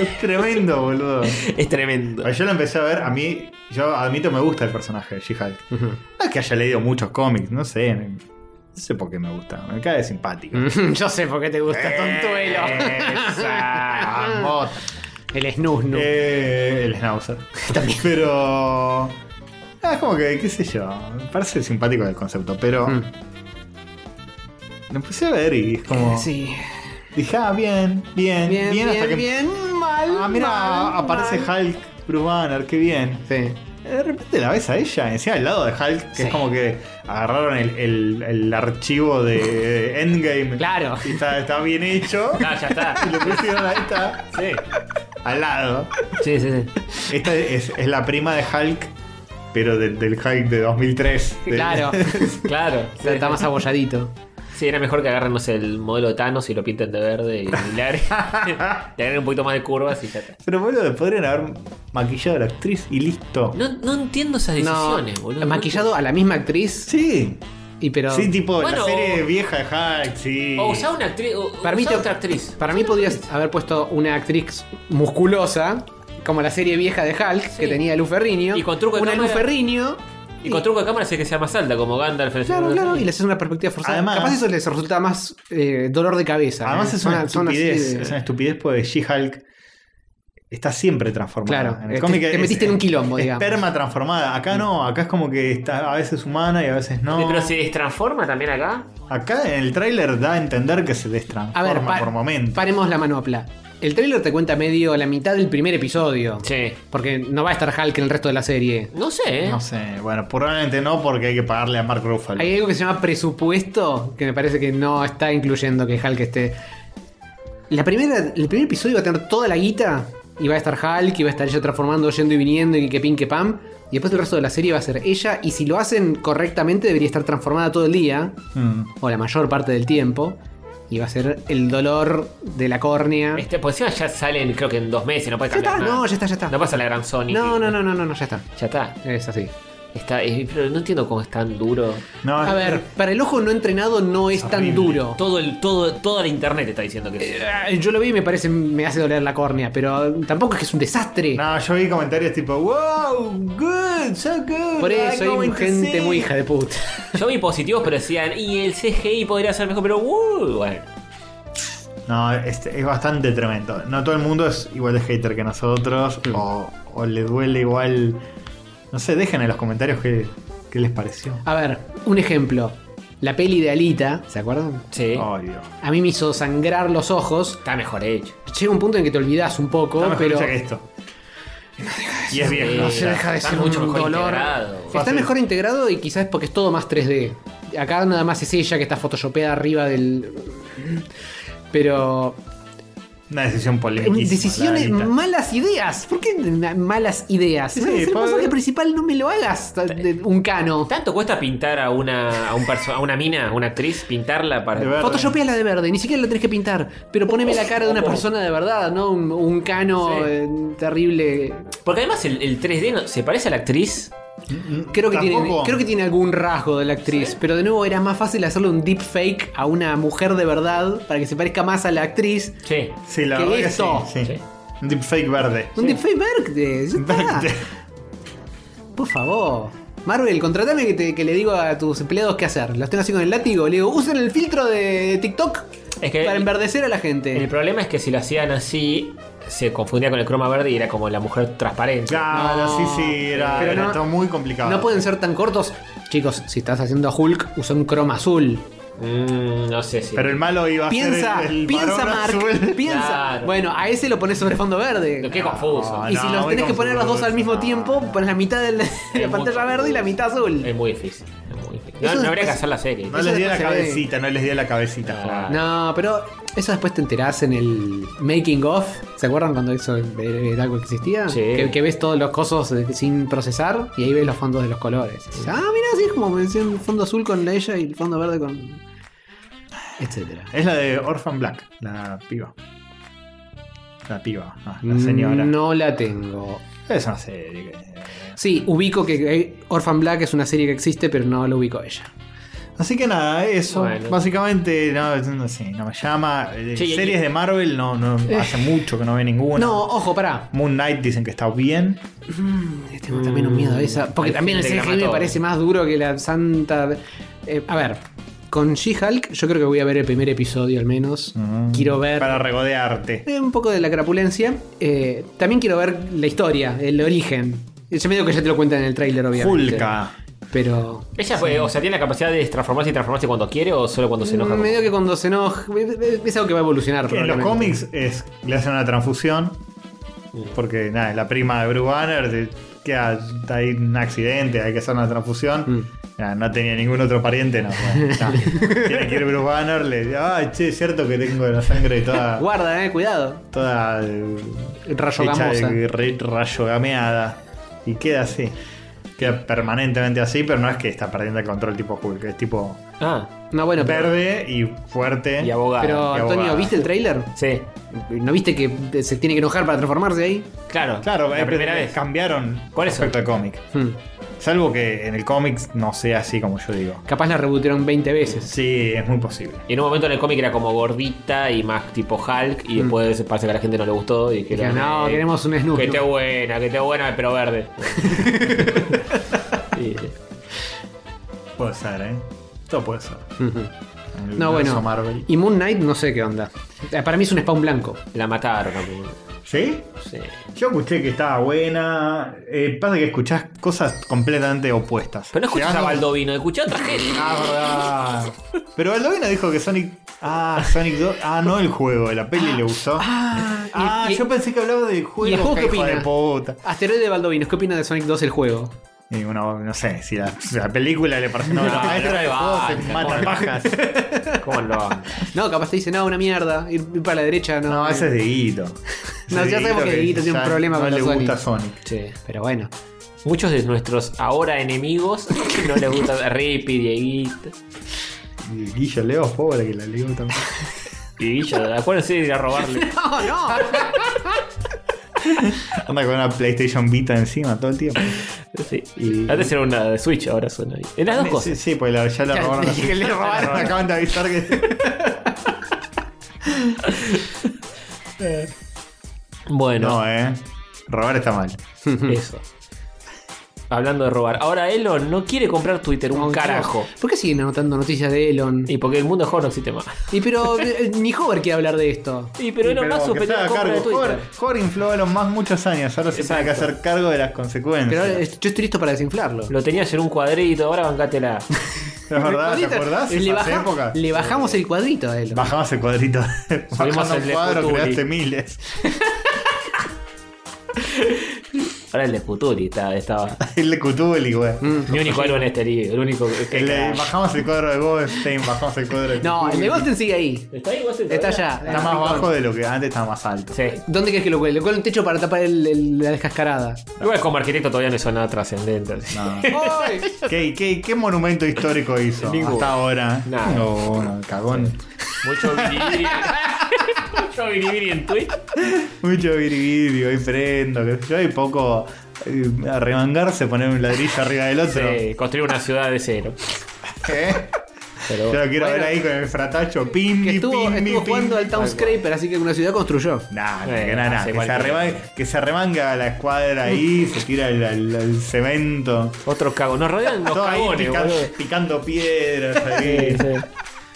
Es tremendo, boludo. es tremendo. Yo lo empecé a ver, a mí, yo admito, me gusta el personaje de She-Hulk. No es que haya leído muchos cómics, no sé. No sé por qué me gusta. Me cae <laughs> simpático. <laughs> Yo sé por qué te gusta, Eh. tontuelo. Vamos. El snusnu. Eh, el Schnauzer. <laughs> También. Pero. ah, es como que, qué sé yo. Me parece simpático el concepto, pero. Mm. Lo empecé a ver y es como. Sí. Dije, ah, bien, bien, bien, Bien, bien, hasta bien, que. mal. ah, mira, mal, aparece mal. Hulk, Bruce Banner, qué bien. Eh, Sí. De repente la ves a ella, encima al lado de Hulk, que Sí. es como que agarraron el, el- el archivo de Endgame. Claro. Y está, está bien hecho. Ah, ya está. <laughs> y lo pusieron ahí, está Sí. al lado. Sí, sí, sí. Esta es, es la prima de Hulk, pero de- del Hulk de 2003. De- Claro. Claro. O sea, Está más abolladito. Sí, era mejor que agarren, no sé, el modelo de Thanos y lo pinten de verde y milagre. Le <laughs> agreguen un poquito más de curvas y ya está. <laughs> Pero boludo, podrían haber maquillado a la actriz y listo. No, no entiendo esas No, decisiones, boludo. maquillado a la misma actriz Sí. y pero Sí, tipo Bueno, la serie o- vieja de Hulk, sí. O usar una actriz. O, para mí usá te- otra actriz. Para mí podías haber puesto una actriz musculosa como la serie vieja de Hulk que tenía Lu Ferrigno. Y con truco de una Lu cámara. Ferrigno. Y con truco de cámara hace que sea más alta, como Gandalf. en Claro, el Señor de los claro, y Anillos. le haces una perspectiva forzada. Además- Capaz eso les resulta más eh, dolor de cabeza. Además ¿eh? es una, Son- son así estupidez. de- Es una estupidez porque She-Hulk está siempre transformada. Claro, En el te- cómic te es- metiste en un quilombo, es digamos. Perma transformada. Acá no, acá es como que está a veces humana y a veces no. Pero se destransforma también acá. Acá en el tráiler da a entender que se destransforma A ver, pa- por momentos. paremos la manopla. El tráiler te cuenta medio la mitad del primer episodio. Sí. Porque no va a estar Hulk en el resto de la serie. No sé, ¿eh? No sé, bueno, probablemente no porque hay que pagarle a Mark Ruffalo. Hay algo que se llama presupuesto que me parece que no está incluyendo que Hulk esté. La primera, el primer episodio va a tener toda la guita y va a estar Hulk y va a estar ella transformando, yendo y viniendo y que pin que pam. Y después el resto de la serie va a ser ella y si lo hacen correctamente debería estar transformada todo el día Mm. o la mayor parte del tiempo y va a ser el dolor de la córnea. Este, por encima ya salen, creo que en dos meses, no puede Ya cambiar. está, nada. no, ya está, ya está. No pasa la gran Sony. No, no, no, no, no, no, ya está. Ya está. Es así. está eh, pero no entiendo cómo es tan duro. No, eh, A ver, para el ojo no entrenado no es tan horrible. duro. Todo el, todo, toda la internet está diciendo que es. Eh, Yo lo vi y me parece, me hace doler la córnea, pero tampoco es que es un desastre. <laughs> No, yo vi comentarios tipo, wow, good, so good. Por I eso go hay into gente see". muy hija de puta. Yo vi positivos, pero decían, y el CGI podría ser mejor, pero uh, bueno. No, es, es bastante tremendo. No todo el mundo es igual de hater que nosotros, o, o le duele igual. No sé, dejen en los comentarios qué, qué les pareció. A ver, un ejemplo. La peli de Alita, ¿se acuerdan? Sí. Ay, Dios. A mí me hizo sangrar los ojos. Está mejor hecho. Llega un punto en que te olvidas un poco, Está mejor Oh, pero hecha <laughs> que esto. Y es Eh, viejo. se <laughs> deja de está ser mucho un mejor dolor. integrado. está Fácil. mejor integrado y quizás porque es todo más 3D. Acá nada más es ella que está photoshopeada arriba del. Pero. Una decisión polémica. Decisiones, malas ideas. ¿Por qué na- malas ideas? Sí, Eh. Es el pa- personaje principal, no me lo hagas ta- de- un cano. ¿Tanto cuesta pintar a una, a un perso- a una mina, a una actriz, pintarla De para. verdad. Photoshopeala de verde, ni siquiera la tenés que pintar. Pero poneme la cara de una persona de verdad, no un, un cano Sí. eh, terrible. Porque además el, el 3D no- se parece a la actriz. Creo que, tiene, Tampoco. creo que tiene algún rasgo de la actriz, pero de nuevo era más fácil hacerle un deepfake a una mujer de verdad para que se parezca más a la actriz. Sí. Sí, la que verdad que esto. sí, sí. Sí. Un deepfake verde. Un deepfake verde. ya está. Verde. Por favor. Marvel, contratame que, te- que le digo a tus empleados qué hacer. Los tengo así con el látigo. Le digo, usen el filtro de TikTok Es que- para enverdecer a la gente. El problema es que si lo hacían así, se confundía con el croma verde y era como la mujer transparente. <laughs> Claro, No, sí, sí, era, pero era no- todo muy complicado. No pueden ser tan cortos. Chicos, si estás haciendo a Hulk, usa un croma azul. Mm, no sé si. Pero el malo iba a Piensa, ser el, el piensa, varón Mark. azul. Piensa. Claro. Bueno, a ese lo pones sobre fondo verde. Qué confuso. y Ah, No, si muy los tenés que poner los dos confuso, al mismo no. tiempo, pones la mitad del- <laughs> de la muy pantalla verde y la mitad azul. Es muy difícil. es muy difícil. Eso No, no habría después- que hacer la serie. No Eso les di la después se ve. cabecita, no les di la cabecita. Ah. joder. No, pero eso después te enterás en el making of. ¿Se acuerdan cuando eso era algo que existía? Sí. Que, que ves todos los cosos eh, sin procesar y ahí ves los fondos de los colores. Y dices, ah, mira, sí, es como mención fondo azul con ella y el fondo verde con. etcétera. Es la de Orphan Black, la piba. La piba, no, la señora. Mm, No la tengo. Es una serie. que- Sí, ubico que eh, Orphan Black es una serie que existe, pero no la ubico a ella. Así que nada, eso. Bueno. Básicamente, no, no sé, no me llama. Eh, Sí, y- series de Marvel, no, no hace mucho que no ve ninguna. Eh. No, ojo, pará. Moon Knight dicen que está bien. Le Tengo también un miedo a esa. Porque Hay también el gente que CGI me mató. parece más duro que la santa. Eh, a ver, con She-Hulk, yo creo que voy a ver el primer episodio al menos. Mm. Quiero ver. Para regodearte. Eh, Un poco de la crapulencia. Eh, también quiero ver la historia, el origen. Ese medio que ya te lo cuentan en el tráiler, obviamente. Fulca. Pero. ¿Ella fue, o sea, tiene la capacidad de transformarse y transformarse cuando quiere o solo cuando se enoja? Medio que cuando se enoja. Es algo que va a evolucionar. Que en los probablemente. cómics es, le hacen una transfusión. Porque nada, es la prima de Bruce Banner te- queda ahí un accidente, hay que hacer una transfusión. Nada, no tenía ningún otro pariente, no. bueno, ya. Tiene que ir Bruce Banner, le dice, ah, che, es cierto que tengo la sangre <laughs> toda. Guarda, eh, cuidado. eh. toda eh, Rayo hecha de gamosa. re- rayo gameada. Y queda así. Queda permanentemente así, pero no es que está perdiendo el control tipo Hulk, es tipo Ah, No, bueno, pero. verde y fuerte. y abogada. Pero, y Antonio, abogada. ¿viste el tráiler? Sí, ¿No viste que se tiene que enojar para transformarse ahí? claro. Claro, la eh, primera pero vez. cambiaron Por eso. respecto al cómic. Hmm. Salvo que en el cómic no sea así como yo digo. Capaz la rebotearon 20 veces. Sí, es muy posible. Y en un momento en el cómic era como gordita y más tipo Hulk y después parece que a la gente no le gustó y dijeron... Mm. Dijeron, no, eh, queremos un Snoop. Que esté buena, que esté buena, <laughs> pero verde. Sí. Puede ser, ¿eh? Todo puede <laughs> ser. Ujú. En el No, universo bueno. Marvel. Y Moon Knight, no sé qué onda. Eh, Para mí es un spawn blanco. La mataron. amigo. ¿Sí? Sí. Yo escuché que estaba buena. Eh, pasa que escuchás cosas completamente opuestas. Pero no escuchas a Llegando- Baldovino, escuchás a otra gente. Ah, verdad. <laughs> Pero Baldovino dijo que Sonic. Ah, Sonic 2. Ah, no el juego, la peli le gustó. Ah, y- yo pensé que hablaba del juego. ¿Y el juego qué hijo opina? de puta. Asteroide de Baldovinos, ¿qué opina de Sonic 2 el juego? Y uno, no sé, si la, si la película le parece una obra No, maestra, no, el juego se banca, mata pobre. pajas. ¿Cómo lo hago? No, capaz te dice, no, una mierda. Ir, ir para la derecha, no. No, ese es Dieguito. No, ya sabemos que Dieguito tiene un problema no con le los gusta Sonic. Che, pero bueno. <laughs> Muchos de nuestros ahora enemigos <laughs> no les gusta Rippy, Dieguito. Y Guillo Leo, pobre que la le gusta. Dieguillo, acuérdense de ir <laughs> a robarle. No, no. Anda con una PlayStation Vita encima todo el tiempo. Sí. Y- Antes era una de Switch, ahora suena ahí. En las dos Sí, cosas. sí, pues la, ya <laughs> la Ya, robaron. la dije que le Switch. robaron. Me <laughs> acaban de avisar que. Bueno, No, eh. Robar está mal. eso. Hablando de robar. Ahora Elon no quiere comprar Twitter, un carajo. ¿Por qué siguen anotando noticias de Elon? Y porque el mundo de Hover no existe más. Y pero eh, ni Hover quiere hablar de esto. Y pero Elon Musk que se suspendió la haga compra de cargo. Twitter. Jorge, infló a los más muchos años. Ahora se tiene que Exacto. hacer cargo de las Pero consecuencias. ahora, eh, yo estoy listo para desinflarlo. Lo tenías en un cuadrito, ahora bancátela. es verdad, ¿te Cuadrito, acordás? Le, Esa baja- época. le bajamos el cuadrito a Elon. Bajabas el cuadrito. Bajando el un de cuadro, Futuri. creaste miles. Ahora el de Futuri está- estaba. <laughs> El de Cutuli, güey. Mi único héroe en este libro. El único que- que. Le bajamos el cuadro de Goldstein, bajamos el cuadro de No, el Cutuli. de Goldstein sigue ahí. Está ahí, vos Está allá. Está más bajo de lo que antes, está más alto. Sí. ¿Dónde crees que lo cuele? Lo cuele un techo para tapar el- el- la descascarada. Igual como arquitecto todavía no hizo nada trascendente. así. No. ¡Ay! ¿Qué, qué, qué monumento histórico hizo Ninguno. hasta ahora? Nada. No, no, cagón. Mucho biribiri. Mucho biribiri en Twitch. Mucho biribiri, hoy prendo, qué sé yo, y poco eh, arremangarse, poner un ladrillo arriba del otro. Sí, construir una ciudad de cero. ¿Eh? Pero Yo lo quiero Bueno. ver ahí con el fratacho, pim, <laughs> Que pim, estuvo, pim, estuvo pim, jugando pim. al Town Scraper, así que una ciudad construyó. Nah, no, Eh, que, nah, nah, hace que, se cualquier- arremanga, que se arremanga la escuadra <laughs> ahí, se tira el, el- el cemento. otros cagos. Nos rodean los Todo ahí cagones, pica- boludo. picando <laughs> piedras. Sí, ahí. sí.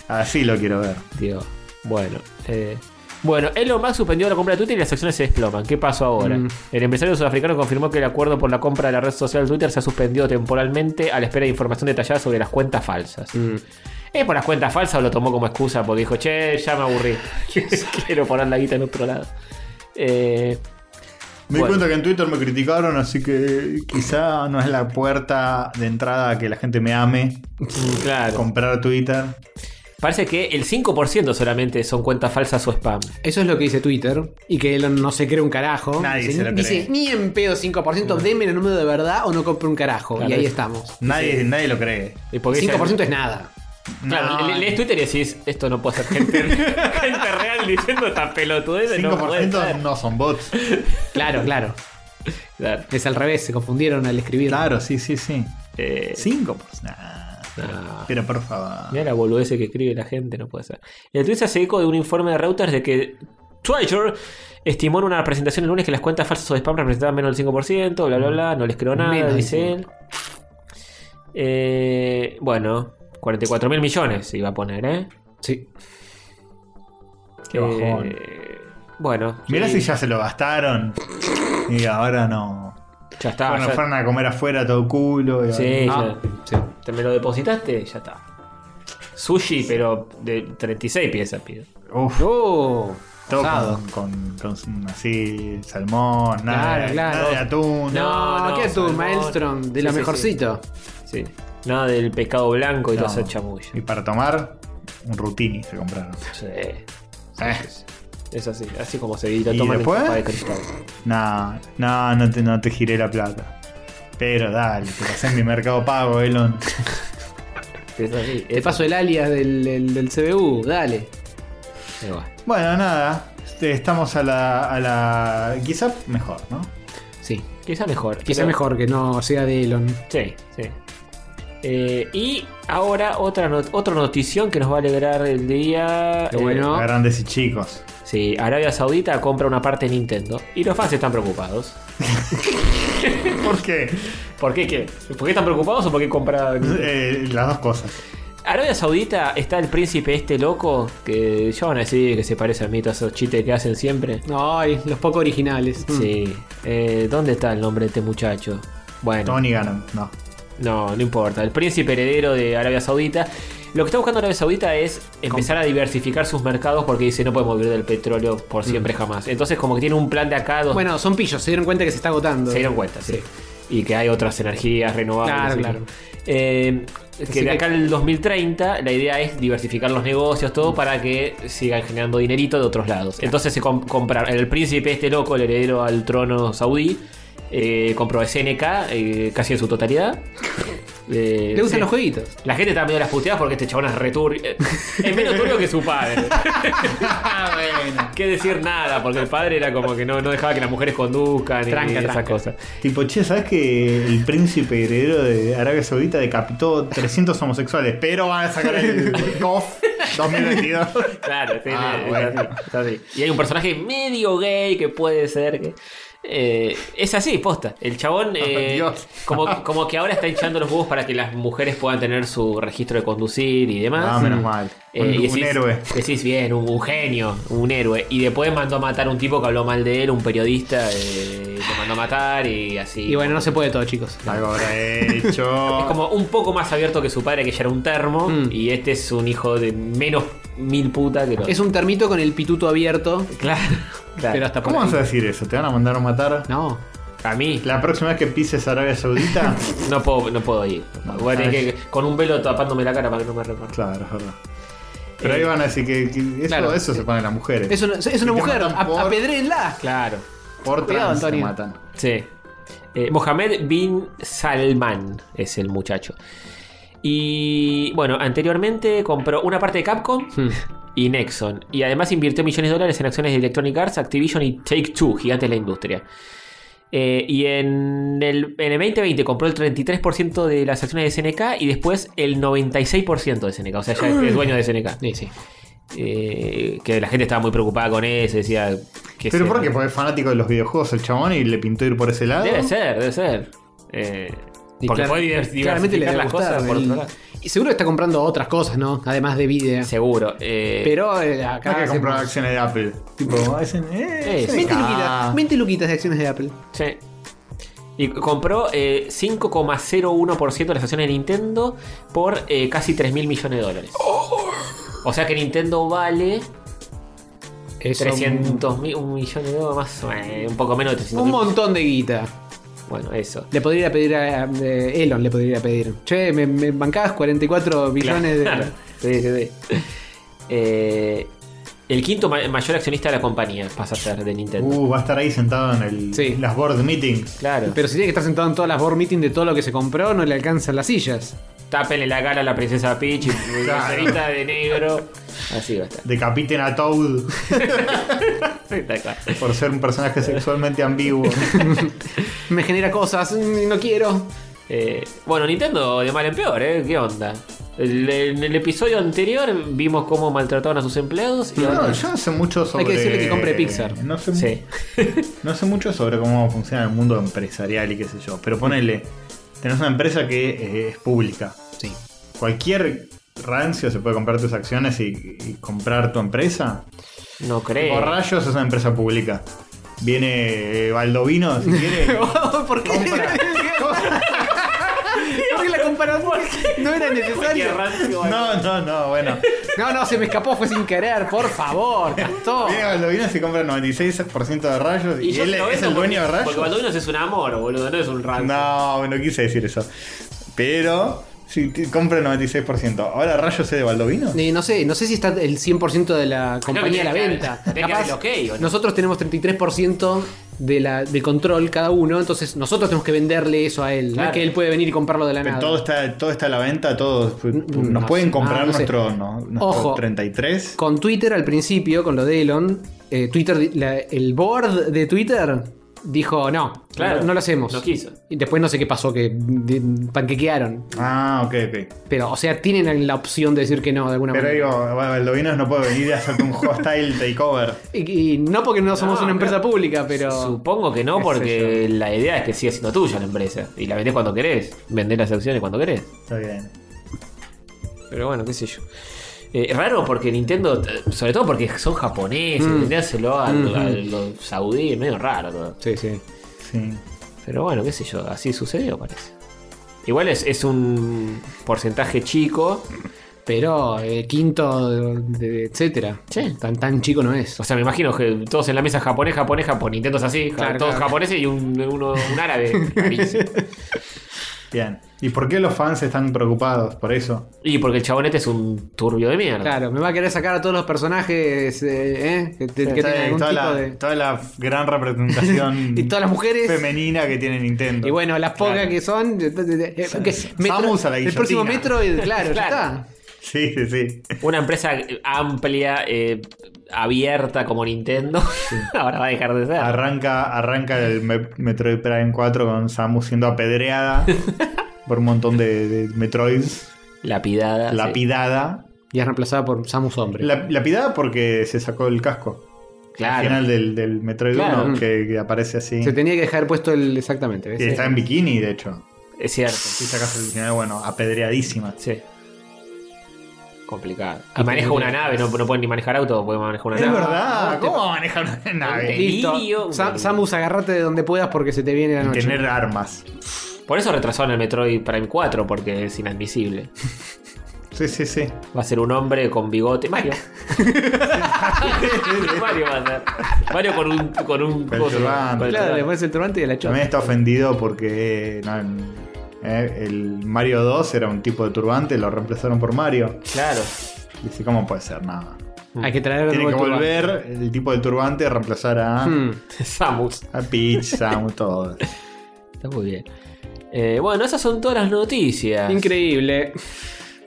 Así lo quiero ver. Tío, bueno. eh, bueno, Elon Musk suspendió la compra de Twitter y las acciones se desploman. ¿Qué pasó ahora? El empresario sudafricano confirmó que el acuerdo por la compra de la red social Twitter se ha suspendido temporalmente a la espera de información detallada sobre las cuentas falsas. ¿Es por las cuentas falsas o lo tomó como excusa? Porque dijo, che, ya me aburrí. <laughs> Quiero poner la guita en otro lado. Eh, Me Bueno. di cuenta que en Twitter me criticaron, así que quizá no es la puerta de entrada a que la gente me ame. claro. Comprar Twitter. Parece que el 5% solamente son cuentas falsas o spam. Eso es lo que dice Twitter. Y que Elon no se cree un carajo. Nadie dice, se lo dice, cree. ni en pedo 5%, deme el número de verdad o no compro un carajo. Claro, y ahí es- estamos. Nadie, nadie lo cree. Y porque dicen- 5% es nada. Claro, No, le- lees Twitter y decís, esto no puede ser gente, <laughs> gente real diciendo esta pelotudez. No puede 5% ser". no son bots. Claro, claro. Claro, Es al revés, se confundieron al escribir. Claro, sí, sí, sí. eh, 5%. Nah, Nah. Pero por favor. Mira la boludez que escribe la gente, no puede ser. El Twitter se hace eco de un informe de Reuters de que Twitter estimó en una presentación el lunes que las cuentas falsas o de spam representaban menos del 5%, bla, bla, Mm. bla, no les creo nada, Menos del dice él. Eh, bueno, 44 mil millones se iba a poner, ¿eh? Sí. Qué bajón. Eh, bueno, Mirá sí, si ya se lo gastaron. Y ahora no. ya está. Bueno, Ah, ya- fueron a comer afuera todo culo. y Sí, Ah, ya- sí. Te me lo depositaste, ya está. Sushi, pero de 36 piezas, pido. Uf, Oh, todo osado. con, con- con así, salmón, nada, Claro, claro. nada de atún. No, No, no, ¿qué tú, salmón. Maelstrom? De Sí, lo sí, mejorcito. Sí. Nada del pescado blanco y No. todo ese chamullo. Y para tomar, un rutini se compraron. Sí. Eh. Es así, así como se la ¿Y toman en después? copa de cristal. No, no, no te, no te giré la plata. Pero dale, te pasé en mi mercado pago, Elon. Es así. eh. Te paso el alias del, del- del CBU, dale. Bueno, nada. este, Estamos a la. A la quizá mejor, ¿no? Sí, Quizá mejor. quizá pero- mejor que no sea de Elon. Sí, sí. Eh, y ahora otra, not- otra notición que nos va a alegrar el día. eh, Qué bueno. No. Grandes y chicos. Sí, Arabia Saudita compra una parte de Nintendo. Y los fans están preocupados. ¿Por qué? ¿Por qué, qué? ¿Por qué están preocupados o por qué compra Eh, las dos cosas. Arabia Saudita está el príncipe este loco que ya van a decir que se parece a mí, todos esos chistes que hacen siempre. Ay, los poco originales. Mm. Sí. Eh, ¿Dónde está el nombre de este muchacho? Bueno, Tony Gannon, no. no, no importa. El príncipe heredero de Arabia Saudita. Lo que está buscando Arabia Saudita es empezar a diversificar sus mercados porque dice no podemos vivir del petróleo por siempre jamás. Entonces como que tiene un plan de acá Mm. dos Bueno, son pillos, se dieron cuenta que se está agotando. Se dieron cuenta, sí. Y que hay otras energías renovables. Claro, así claro. que- Eh, Así que de que- acá al 2030 la idea es diversificar los negocios, todo para que sigan generando dinerito de otros lados. Entonces se comp- compraron, el príncipe este loco, el heredero al trono saudí, eh, compró SNK eh, casi en su <laughs> totalidad. Eh, Le gustan sí. los jueguitos. La gente está medio las puteadas porque este chabón es returbio. Es menos turbio que su <laughs> padre. Qué decir nada, porque el padre era como que no, no dejaba que las mujeres conduzcan y Tranca, esas tranca. cosas. Tipo, che, ¿sabes que el príncipe heredero de Arabia Saudita decapitó 300 homosexuales? Pero van a sacar el COF <laughs> 2022. Claro, sí, Ah, sí, bueno. es así, es así. Y hay un personaje medio gay que puede ser que. eh, es así, posta. El <laughs> chabón, eh, Dios. como, como que ahora está hinchando los huevos para que las mujeres puedan tener su registro de conducir y demás. Ah, menos mal. Eh, un, y un héroe. Decís bien, un, un genio, un héroe. Y después mandó a matar a un tipo que habló mal de él, un periodista, eh, lo mandó a matar y así. Y bueno, no se puede todo, chicos. Algo habrá <laughs> hecho. Es como un poco más abierto que su padre, que ya era un termo. Mm. Y este es un hijo de menos mil puta que lo. Es un termito con el pituto abierto, Claro, claro. pero hasta por ¿Cómo ahí. vas a decir eso? ¿Te van a mandar a matar? No. A mí La próxima vez que pises <laughs> Arabia Saudita. no puedo, no puedo ir. Voy a tener que- con un velo tapándome la cara para que no me reconozca. claro, es verdad. Eh, Pero ahí van a decir que, que eso, claro. eso se ponen las mujeres. Es una, es una Y te mujer, matan a- por- apedréenla. Claro. Por Cuidado, trans te Antonio. matan. Sí. Eh, Mohamed bin Salman es el muchacho. Y bueno, anteriormente compró una parte de Capcom Hmm. y Nexon. Y además invirtió millones de dólares en acciones de Electronic Arts, Activision y Take Two, gigantes de la industria. Eh, y en el, en el 2020 compró el 33% de las acciones de SNK y después el 96% de SNK. O sea, ya es, es dueño de SNK. Sí, sí. Eh, que la gente estaba muy preocupada con eso, decía que Pero ¿por qué? Porque es fanático de los videojuegos el chabón y le pintó ir por ese lado. Debe ser, debe ser. Eh, Y porque clar- puede divers- claramente le diversificar debe las gustar, cosas por otro y- lado. Y seguro está comprando otras cosas, ¿no? Además de vida. Seguro. eh, Pero eh, acá. No hay que hacemos- comprar acciones de Apple. Tipo, dicen, eh, Eh, SNK. 20 luquitas, 20 luquitas de acciones de Apple. sí. Y compró eh, 5,01% de las acciones de Nintendo por eh, casi 3 mil millones de dólares. O sea que Nintendo vale Es 300 mil, un millón de dólares más, o menos, un poco menos de 300 Un montón de guita. Bueno, eso. Le podría ir a pedir a. eh, Elon le podría ir a pedir. Che, ¿me, me bancás 44 billones de. Sí, sí, sí. Eh, el quinto ma- mayor accionista de la compañía pasa a ser de Nintendo. Uh, va a estar ahí sentado en el, Sí. las board meetings. Claro. Pero si tiene que estar sentado en todas las board meeting de todo lo que se compró, no le alcanzan las sillas. Tápenle la cara a la princesa <laughs> Peach, y la cerita de negro. Así va a estar. Decapiten a Toad Está claro. por ser <laughs> un personaje sexualmente ambiguo. Me genera cosas, mm, no quiero. <laughs> Eh, bueno, Nintendo de mal en peor, ¿eh? ¿Qué onda? El- en el episodio anterior vimos cómo maltrataban a sus empleados y No, ahora- yo no sé mucho sobre. Hay que decirle que compre Pixar. No sé, Sí. no sé mucho sobre cómo funciona el mundo empresarial y qué sé yo. Pero ponele, tenés una empresa que eh, es pública. Sí. Cualquier rancio se puede comprar tus acciones y, y comprar tu empresa. No creo. Por rayos es una empresa pública. Viene eh, Baldovino, <laughs> si quiere. ¿Por qué? Porque la comparación no era necesaria. <laughs> No, no, no, bueno. No, no, se me escapó, fue sin querer, por favor, Gastón. Viene Baldovino se compra el 96% de rayos y, yo él te lo es vendo el porque- dueño de rayos. Porque Balduinos es un amor, boludo, no es un rango. No, no quise decir eso. Pero si te- compra el 96%. Ahora rayos es de Baldovino. Eh, no sé, no sé si está el 100% de la compañía a la tiene que venta. haber- tiene que Capaz, haber el ok, ¿o no? Nosotros tenemos 33% de la, del control cada uno, entonces nosotros tenemos que venderle eso a él. No Claro. es que él puede venir y comprarlo de la Pero nada. todo está, todo está a la venta, todos nos no pueden sé, Ah, comprar no, no sé. nuestro, no, nuestro Ojo. 33. Con Twitter al principio, con lo de Elon, eh, Twitter, di- la- el board de Twitter dijo no, Claro, no, no lo hacemos. no quiso. Y después no sé qué pasó, que di- panquequearon. Ah, ok, ok. Pero, o sea, tienen la opción de decir que no de alguna Pero manera. digo, Baldovinos no puede venir a hacerte un hostile takeover. Y, y no porque no somos No, una empresa claro. pública, pero. Supongo que no, Qué sé porque la idea es que siga siendo tuya la empresa. Y la vendés cuando querés. Vendés las acciones cuando querés. Está bien. Pero bueno, qué sé yo. Eh, raro porque Nintendo, eh, sobre todo porque son japoneses, vendérselo a, a los saudíes, es medio raro todo. Sí, sí. Sí. Pero bueno, qué sé yo, así sucedió parece. Igual es, es un porcentaje chico, Pero eh, quinto, de- de- etcétera. Sí. Tan, tan chico no es. o sea, me imagino que todos en la mesa japonés, japonés, japonés, Nintendo es así, ja- Claro, todos claro. japoneses y un, uno, un <laughs> árabe. rarísimo. Bien. ¿Y por qué los fans están preocupados por eso? y porque el chabonete es un turbio de mierda. Claro, me va a querer sacar a todos los personajes eh, ¿eh? que, te- que tengan Está bien, algún toda, tipo la, de. toda la gran representación <laughs> Y todas las mujeres. femenina que tiene Nintendo. Y bueno, las pocas Claro. que son. eh, eh, eh, que Samus a la el próximo guillotina. metro, eh, claro, ya Claro. está. Sí, sí, sí. Una empresa amplia, eh, abierta como Nintendo, <laughs> ahora va a dejar de ser. Arranca, arranca el Me- Metroid Prime 4 con Samus <laughs> siendo apedreada por un montón de, de Metroids. Ah, Lapidada. sí. Lapidada. Y es reemplazada por Samus Hombre. La- lapidada porque se sacó el casco. Claro. Al final del, del Metroid Claro. 1 que, que aparece así. Se tenía que dejar puesto el. Exactamente, ¿ves? Y está en bikini, de hecho. Es cierto. Si sacas el final, bueno, apedreadísima. Sí. Complicado. Y maneja una nave, no, no pueden ni manejar auto, pueden manejar una Es nave. verdad, ¿cómo manejar una nave? delirio. Listo. Sa- Samus, agarrate de donde puedas porque se te viene la Y noche. tener armas. Por eso retrasaron el Metroid Prime 4, porque es inadmisible. Sí, sí, sí. Va a ser un hombre con bigote. <laughs> Mario. <laughs> Mario va a ser. Mario con un. Con un Con el turbante. con el Claro, turbante. le pones el turbante y a la chota. También está ofendido porque eh, no, eh, el Mario 2 era un tipo de turbante, lo reemplazaron por Mario. Claro. <laughs> Dice, ¿cómo puede ser? Nada. Hay que traer Tiene algo que de turbante. volver el tipo de turbante a reemplazar a, Hmm. Samus. a <laughs> Peach, Samus, todos. Está muy bien. Eh, bueno, esas son todas las Ah. noticias. Increíble.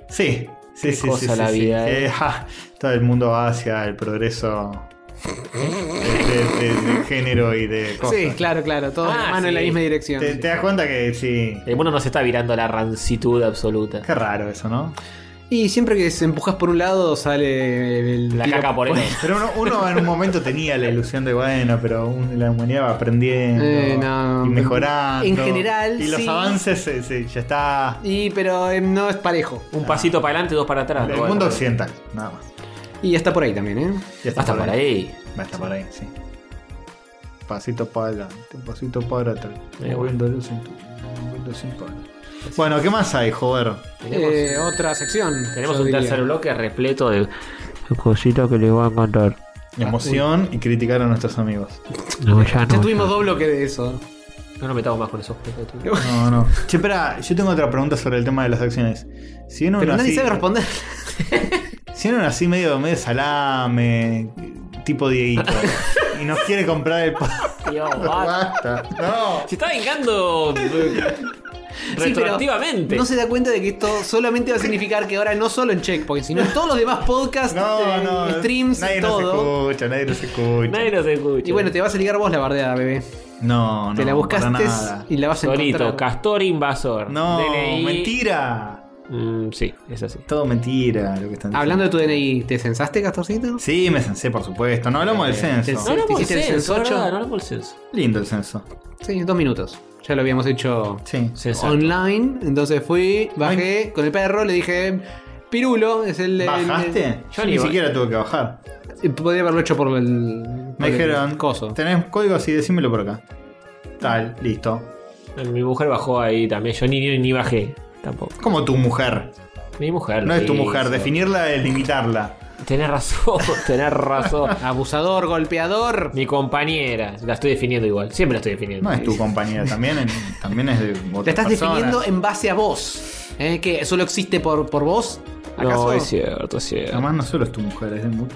Sí, sí, Qué sí. cosa sí, la sí, vida, sí. eh. Eh, ja, todo el mundo va hacia el progreso de, de- de- de género y de cosas. Sí, claro, claro. Todos Ah, las manos en la sí. misma dirección. Te, te das cuenta que sí. El mundo nos está virando a la rancitud absoluta. Qué raro eso, ¿no? Y siempre que se empujas por un lado sale el La tiro caca por el otro. Pero uno, uno en un momento tenía la ilusión de, bueno, pero un- la humanidad va aprendiendo Eh, no. y mejorando. En general, Y los sí. avances se- se- ya está. Y pero eh, no es parejo. <laughs> Un pasito para adelante, dos para atrás. El Bueno, mundo pero- occidental, nada más. Y hasta por ahí también, ¿eh? Ya está Hasta por ahí. Hasta por ahí, sí. Pasito para adelante, pasito para atrás. Eh, Moviéndolo sin tu- moviendo sin parar. Bueno, ¿qué más hay, joder? Tenemos, Eh, otra sección. tenemos yo un diría. tercer bloque repleto de. cosita que le va a encantar. Emoción y criticar a nuestros amigos. No, ya Ya no. tuvimos dos bloques de eso. No nos metamos más con esos No, no. Che, espera, yo tengo otra pregunta sobre el tema de las acciones. Si viene Pero uno nadie así- sabe responder. Si uno así medio, medio salame, tipo <laughs> Dieguito, y nos quiere comprar el podcast. <laughs> Basta. No. Se <laughs> está vengando eh, Sí, pero retroactivamente. No se da cuenta de que esto solamente va a significar que ahora no solo en Checkpoint, sino en todos los demás podcasts, eh, <laughs> No, no. streams nadie y todo. nos escucha, nadie nos escucha. Nadie nos escucha. Y bueno, te vas a ligar vos la bardeada, bebé. No, no. te la para buscaste nada. y la vas a Solito, encontrar. Castor Invasor. No, DNI. mentira. Mm, sí, es así. Todo mentira lo que están diciendo. Hablando de tu DNI, ¿te censaste, Castorcito? Sí, me censé, por supuesto. No hablamos del Eh, del censo. censo. No hablamos del hiciste el censo, censo, ¿verdad? ocho? No hablamos del censo. Lindo el censo. Sí, dos minutos. Ya lo habíamos hecho Sí. Censo. online. Entonces fui, bajé con el perro, le dije, Pirulo, es el... el- ¿Bajaste? Yo ni siquiera tuve que bajar. el- eh, podría haberlo hecho por el... por Me el dijeron, Coso. tenés códigos y decímelo por acá. Tal, listo. Mi mujer bajó ahí también. Yo ni, ni, ni bajé. Tampoco. Como tu mujer. Mi mujer. No lo es tu hizo. mujer, definirla es limitarla. Tenés razón, <laughs> tenés razón. Abusador, golpeador. Mi compañera. La estoy definiendo igual. Siempre la estoy definiendo. No es tu compañera, también, en- también es de otra Te estás persona. definiendo en base a vos. ¿eh? ¿Que solo existe por, por vos? No, ¿Acaso? es cierto, es cierto. Además, no solo es tu mujer, es de mu-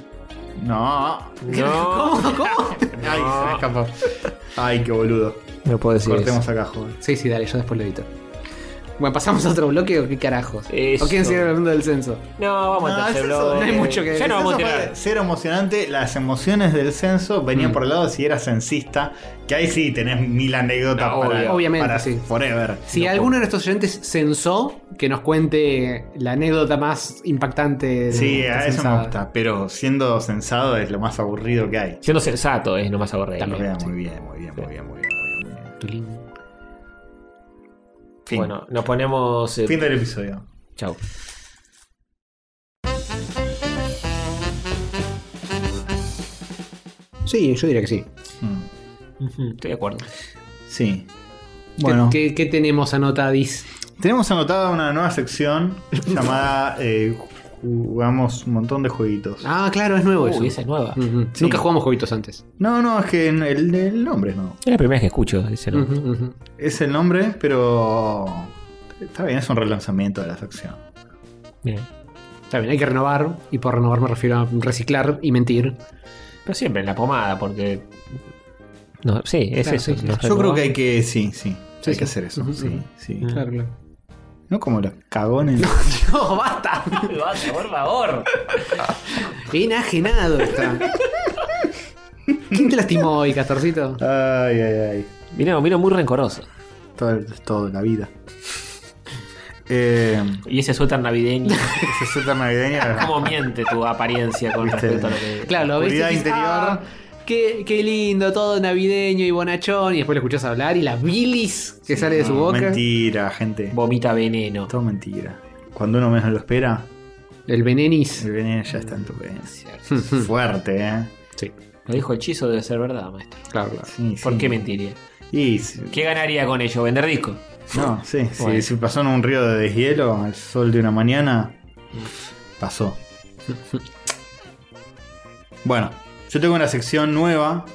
No. No, ¿Cómo? ¿Cómo? Ay, se me escapó. Ay, qué boludo. no puedo decir Cortemos eso. acá, joder. Sí, sí, dale, yo después lo edito. Bueno, ¿pasamos a otro bloque o qué carajos? Eso. ¿O quién sigue hablando del censo? No, vamos al No, tercer es eso, bloque. no hay mucho que Ya no El vamos a censo fue tirar. Cero emocionante, las emociones del censo venían por el lado de si eras censista, que ahí sí tenés mil anécdotas No, para, obvio. Obviamente, para sí. forever. Si alguno de nuestros oyentes censó, que nos cuente la anécdota más impactante. de Sí, esta a eso censada. me gusta, pero siendo censado es lo más aburrido que hay. Siendo sensato es lo más aburrido. Muy bien, muy bien, muy bien, muy bien, muy bien, muy bien, muy bien. Tulín. Fin. Bueno, nos ponemos. eh, Fin del episodio. Chau. Sí, yo diría que sí. Mm. Ujú, Estoy de acuerdo. Sí. ¿Qué- Bueno. ¿Qué, qué tenemos anotadis? Tenemos anotada una nueva sección llamada eh, Jugamos un montón de jueguitos. Ah, claro, es nuevo eso. Uy, esa es nueva. Ujú. Sí. Nunca jugamos jueguitos antes. No, no, es que en el, el nombre no. Es la primera vez que escucho ese nombre. Ujú, ujú. Es el nombre, pero. Está bien, es un relanzamiento de la sección. Bien. Está bien, hay que renovar. Y por renovar me refiero a reciclar y mentir. Pero siempre en la pomada, porque. No, sí, es Claro, eso. sí, sí. nos Yo creo renovamos. que hay que. Sí, sí. Sí, hay sí. que hacer eso. Ujú, sí, ujú. sí. Claro, No como los cagones. <laughs> ¡No, basta! <laughs> Basta, por favor. Enajenado está. ¿Quién te lastimó hoy, Castorcito? Ay, ay, ay. Vino, vino muy rencoroso. Todo, todo, la vida. <laughs> Eh, Y ese suéter <laughs> navideño. ese suéter navideño. <laughs> ¿Cómo miente tu apariencia con Viste. respecto a lo que. Claro, lo ves y Oscuridad decís, interior. "Ah, qué, qué lindo, todo navideño y bonachón. Y después lo escuchás hablar y la bilis que sale de su No, boca. Mentira, gente. Vomita veneno. Todo mentira. Cuando uno menos lo espera, El venenis. el veneno ya está en tu <laughs> venas. Ujú. Fuerte, ¿eh? Lo dijo hechizo, debe ser verdad, maestro. claro, claro. Sí, sí. ¿Por qué mentiría? Y sí, ¿Qué ganaría con ello? ¿Vender disco? no, sí, sí, Bueno. si pasó en un río de deshielo al sol de una mañana, <laughs> Pasó. Bueno, yo tengo una sección nueva,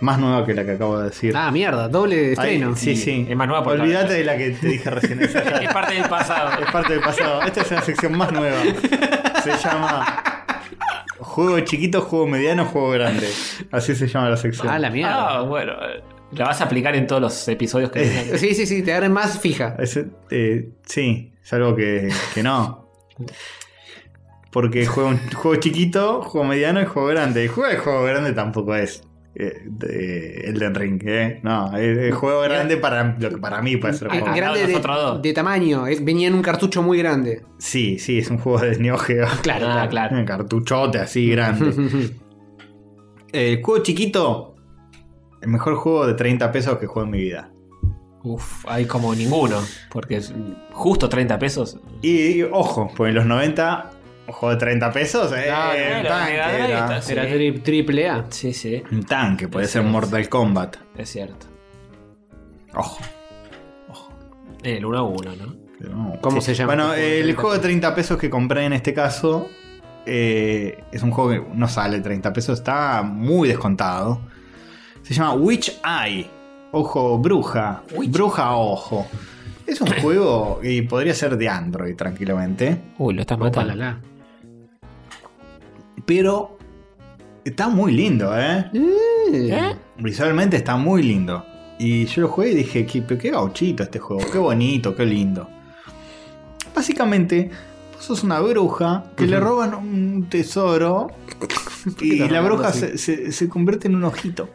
más nueva que la que acabo de decir. Ah, mierda, doble de Ahí- estreno. sí, sí. Es más nueva por Olvídate de la que te dije recién. Esa ya- <laughs> Es parte del <laughs> pasado. es parte del pasado. Esta es una sección más nueva. Se llama Juego chiquito, juego mediano, juego grande. Así se llama la sección. Ah, la mierda. Ah, bueno. La vas a aplicar en todos los episodios que tengas. Sí, sí, sí, te agarren más fija. Ese, eh, sí, es algo que, que no. Porque juego, un- juego chiquito, juego mediano y juego grande. Y juego, el juego grande tampoco es eh, de- Elden Ring, ¿eh? No, es el juego grande para, lo que para mí puede ser Eh, juego grande. grande no, de, nosotros dos. de tamaño. es- venía en un cartucho muy grande. Sí, sí, es un juego de Neo Geo. Claro, Ah, <laughs> claro. Un cartuchote así <laughs> grande. el juego chiquito, el mejor juego de 30 pesos que juego en mi vida. Uf, hay como ninguno. Porque es justo 30 pesos. Y, ojo, pues en los 90, un juego de 30 pesos, eh, No, no, un era tanque, Mega Drive, era. <laughs> está- Era Sí. tri- triple A. Sí, sí, Un tanque, puede Eso ser es. Mortal Kombat. es cierto. Ojo. En el 1 a 1, ¿no? pero no. ¿Cómo se llama? Bueno, Este el juego juego de de 30 pesos que compré en este caso eh, es un juego que no sale 30 pesos, está muy descontado. Se llama Witch Eye. Ojo, bruja. Bruja ojo. Es un juego y podría ser de Android tranquilamente. Uy, lo estás Opa, matando. la, la. Pero está muy lindo, ¿eh? Eh, Visualmente está muy lindo. Y yo lo jugué y dije, qué, pero qué gauchito este juego, qué bonito, qué lindo. Básicamente, vos sos una bruja que le roban un tesoro y la bruja se, se- se convierte en un ojito.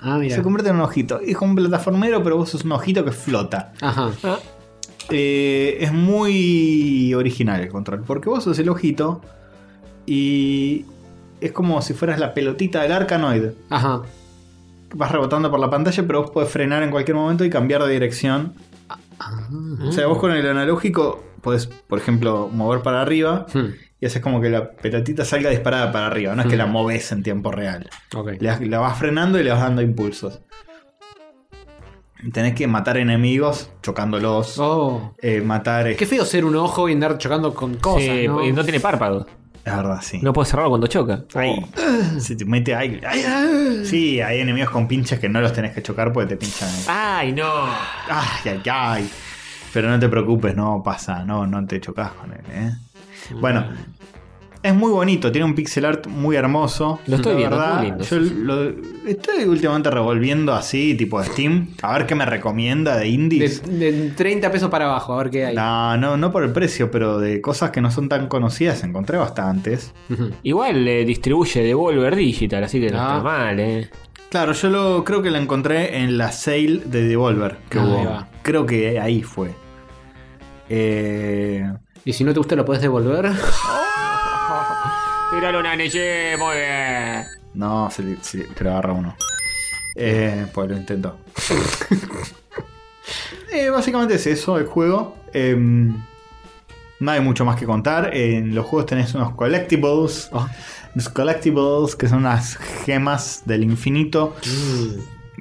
Ah, mira. Se convierte en un ojito. Es como un plataformero, pero vos sos un ojito que flota. Ajá. Eh, es muy original el control, porque vos sos el ojito y es como si fueras la pelotita del arcanoide Ajá. vas rebotando por la pantalla, pero vos podés frenar en cualquier momento y cambiar de dirección. Ah. O sea, Mm. vos con el analógico podés, por ejemplo, mover para arriba Hmm. y haces como que la pelotita salga disparada para arriba, no es que Mm. la moves en tiempo real. Ok. La, la vas frenando y le vas dando impulsos. Tenés que matar enemigos chocándolos. Oh. eh, matar. Qué feo ser un ojo y andar chocando con cosas. Sí, ¿no? y no tiene párpado. La verdad, sí. No puedes cerrarlo cuando choca. Ahí. Oh. Se te mete ahí. Ay, Sí, hay enemigos con pinches que no los tenés que chocar porque te pinchan. ahí. ¡Ay, no! Ay, ay, ay. Pero no te preocupes, no pasa, no, no te chocas con él, ¿eh? Bueno, es muy bonito, tiene un pixel art muy hermoso. Lo estoy La viendo, verdad, muy lindo. Yo lo estoy últimamente revolviendo así, tipo Steam, a ver qué me recomienda de De, indies. de 30 pesos para abajo, a ver qué hay. No, no, no por el precio, pero de cosas que no son tan conocidas encontré bastantes. Ujú. Igual le distribuye Devolver Digital, así que no Ah. está mal, ¿eh? Claro, yo lo creo que la encontré en la sale de Devolver que Ah, Ahí hubo. va. Creo que ahí fue. Eh, Y si no te gusta, lo puedes devolver. Tíralo una NG, muy bien. No, se, le- se, te lo agarra uno. Eh, pues lo intentó. <laughs> Eh, básicamente es eso el juego. Em, no hay mucho más que contar. En los juegos tenés unos collectibles. Los collectibles que son unas gemas del infinito.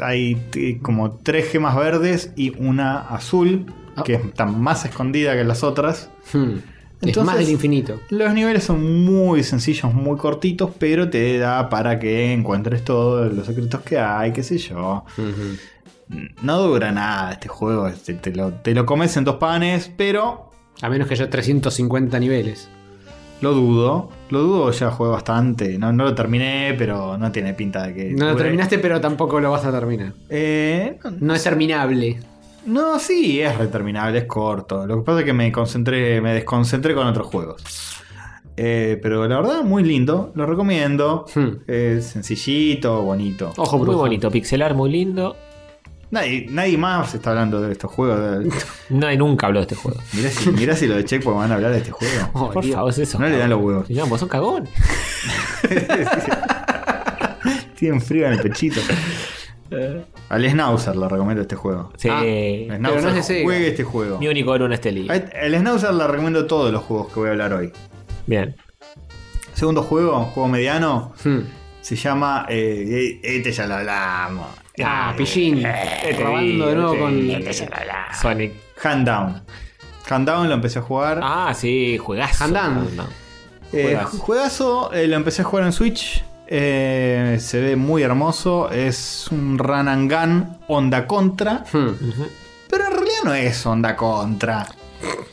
Hay t- como tres gemas verdes y una azul. Que está más escondida que las otras. Hmm. es Entonces- más del infinito. Los niveles son muy sencillos, muy cortitos, pero te da para que encuentres todos los secretos que hay, qué sé yo. No dura nada este juego, este, te, lo, te lo comes en dos panes, pero A menos que haya 350 niveles. lo dudo. Lo dudo, ya jugué bastante. No, no lo terminé, pero no tiene pinta de que. No lo dure. terminaste, pero tampoco lo vas a terminar. Eh, No es terminable. no, sí, es reterminable, es corto. Lo que pasa es que me concentré, me desconcentré con otros juegos. Eh, pero la verdad, muy lindo, lo recomiendo. Hmm. Eh, sencillito, bonito. Ojo, muy brujo. bonito, pixelar muy lindo. Nadie, nadie más está hablando de estos juegos. <laughs> Nadie nunca habló de este juego. Mirá si, mirá si lo de Checkpoint van a hablar de este juego. <laughs> Oh, Por Dios. favor, es eso. No le dan los huevos. No, vos sos cagón. Tienen frío en el <laughs> pechito. Al Snauzer le recomiendo este juego. Sí. Ah, El no es de Snauzer Sega. juegue este juego. Mi único oro en este libro. El Snauzer le recomiendo todos los juegos que voy a hablar hoy. Bien. Segundo juego, un juego mediano, Hmm. se llama. eh, eh, este ya lo hablamos. Eh, Ah, pillín. Este Robando de nuevo video, con. este video. Sonic. Hand Down. Handown lo empecé a jugar. Ah, sí, juegazo. Handam. Handam. Eh, Juegazo. juegazo, eh, lo empecé a jugar en Switch. eh, se ve muy hermoso. Es un run and gun onda contra. Hmm, Pero en realidad no es onda contra.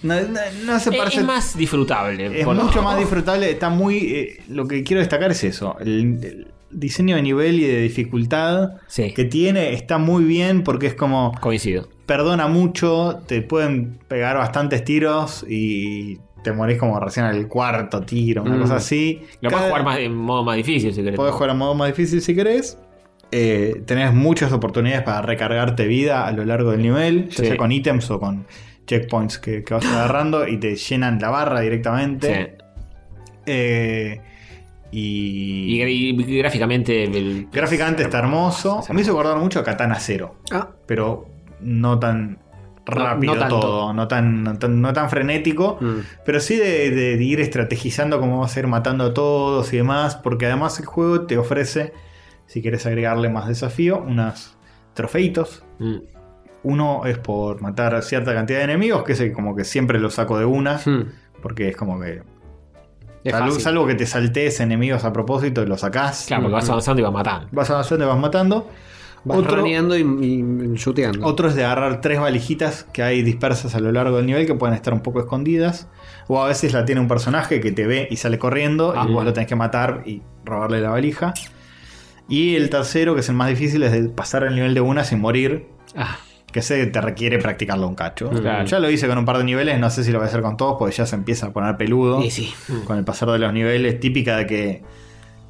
No, no- no se Eh, parece. Es más disfrutable. es por lo- mucho más disfrutable. Está muy. eh, lo que quiero destacar es eso. El, el diseño de nivel y de dificultad Sí. que tiene está muy bien porque es como Coincido. perdona mucho, te pueden pegar bastantes tiros y te morís como recién al cuarto tiro, una Mm. cosa así. Lo Cada- puedes jugar más, en modo más difícil, si querés. podés jugar en modo más difícil si querés. Eh, tenés muchas oportunidades para recargarte vida a lo largo del nivel, ya Sí. sea con ítems o con checkpoints que, que vas agarrando y te llenan la barra directamente. Sí. Eh, Y, y, gra- y gráficamente. el- gráficamente está hermoso. Me hizo acordar mucho a Katana Zero Ah, pero no tan rápido no tanto. todo, no tan, no tan, no tan frenético, Mm. pero sí de, de- de ir estrategizando cómo vas a ir matando a todos y demás, porque además el juego te ofrece, si quieres agregarle más desafío, unos trofeitos. Mm. Uno es por matar cierta cantidad de enemigos, que ese como que siempre lo saco de una, hmm. porque es como que... Es salvo, fácil. salvo que te saltees enemigos a propósito y los sacás. Claro, porque vas avanzando y vas matando. Vas avanzando y vas matando. Vas Otro- raneando y, y shooteando. Otro es de agarrar tres valijitas que hay dispersas a lo largo del nivel que pueden estar un poco escondidas. O a veces la tiene un personaje que te ve y sale corriendo Ah. y vos lo tenés que matar y robarle la valija. Y el tercero, que es el más difícil, es de pasar el nivel de una sin morir. Ah. Que se te requiere practicarlo un cacho. Claro. Ya lo hice con un par de niveles, no sé si lo voy a hacer con todos porque ya se empieza a poner peludo. Y sí. Con el pasar de los niveles, típica de que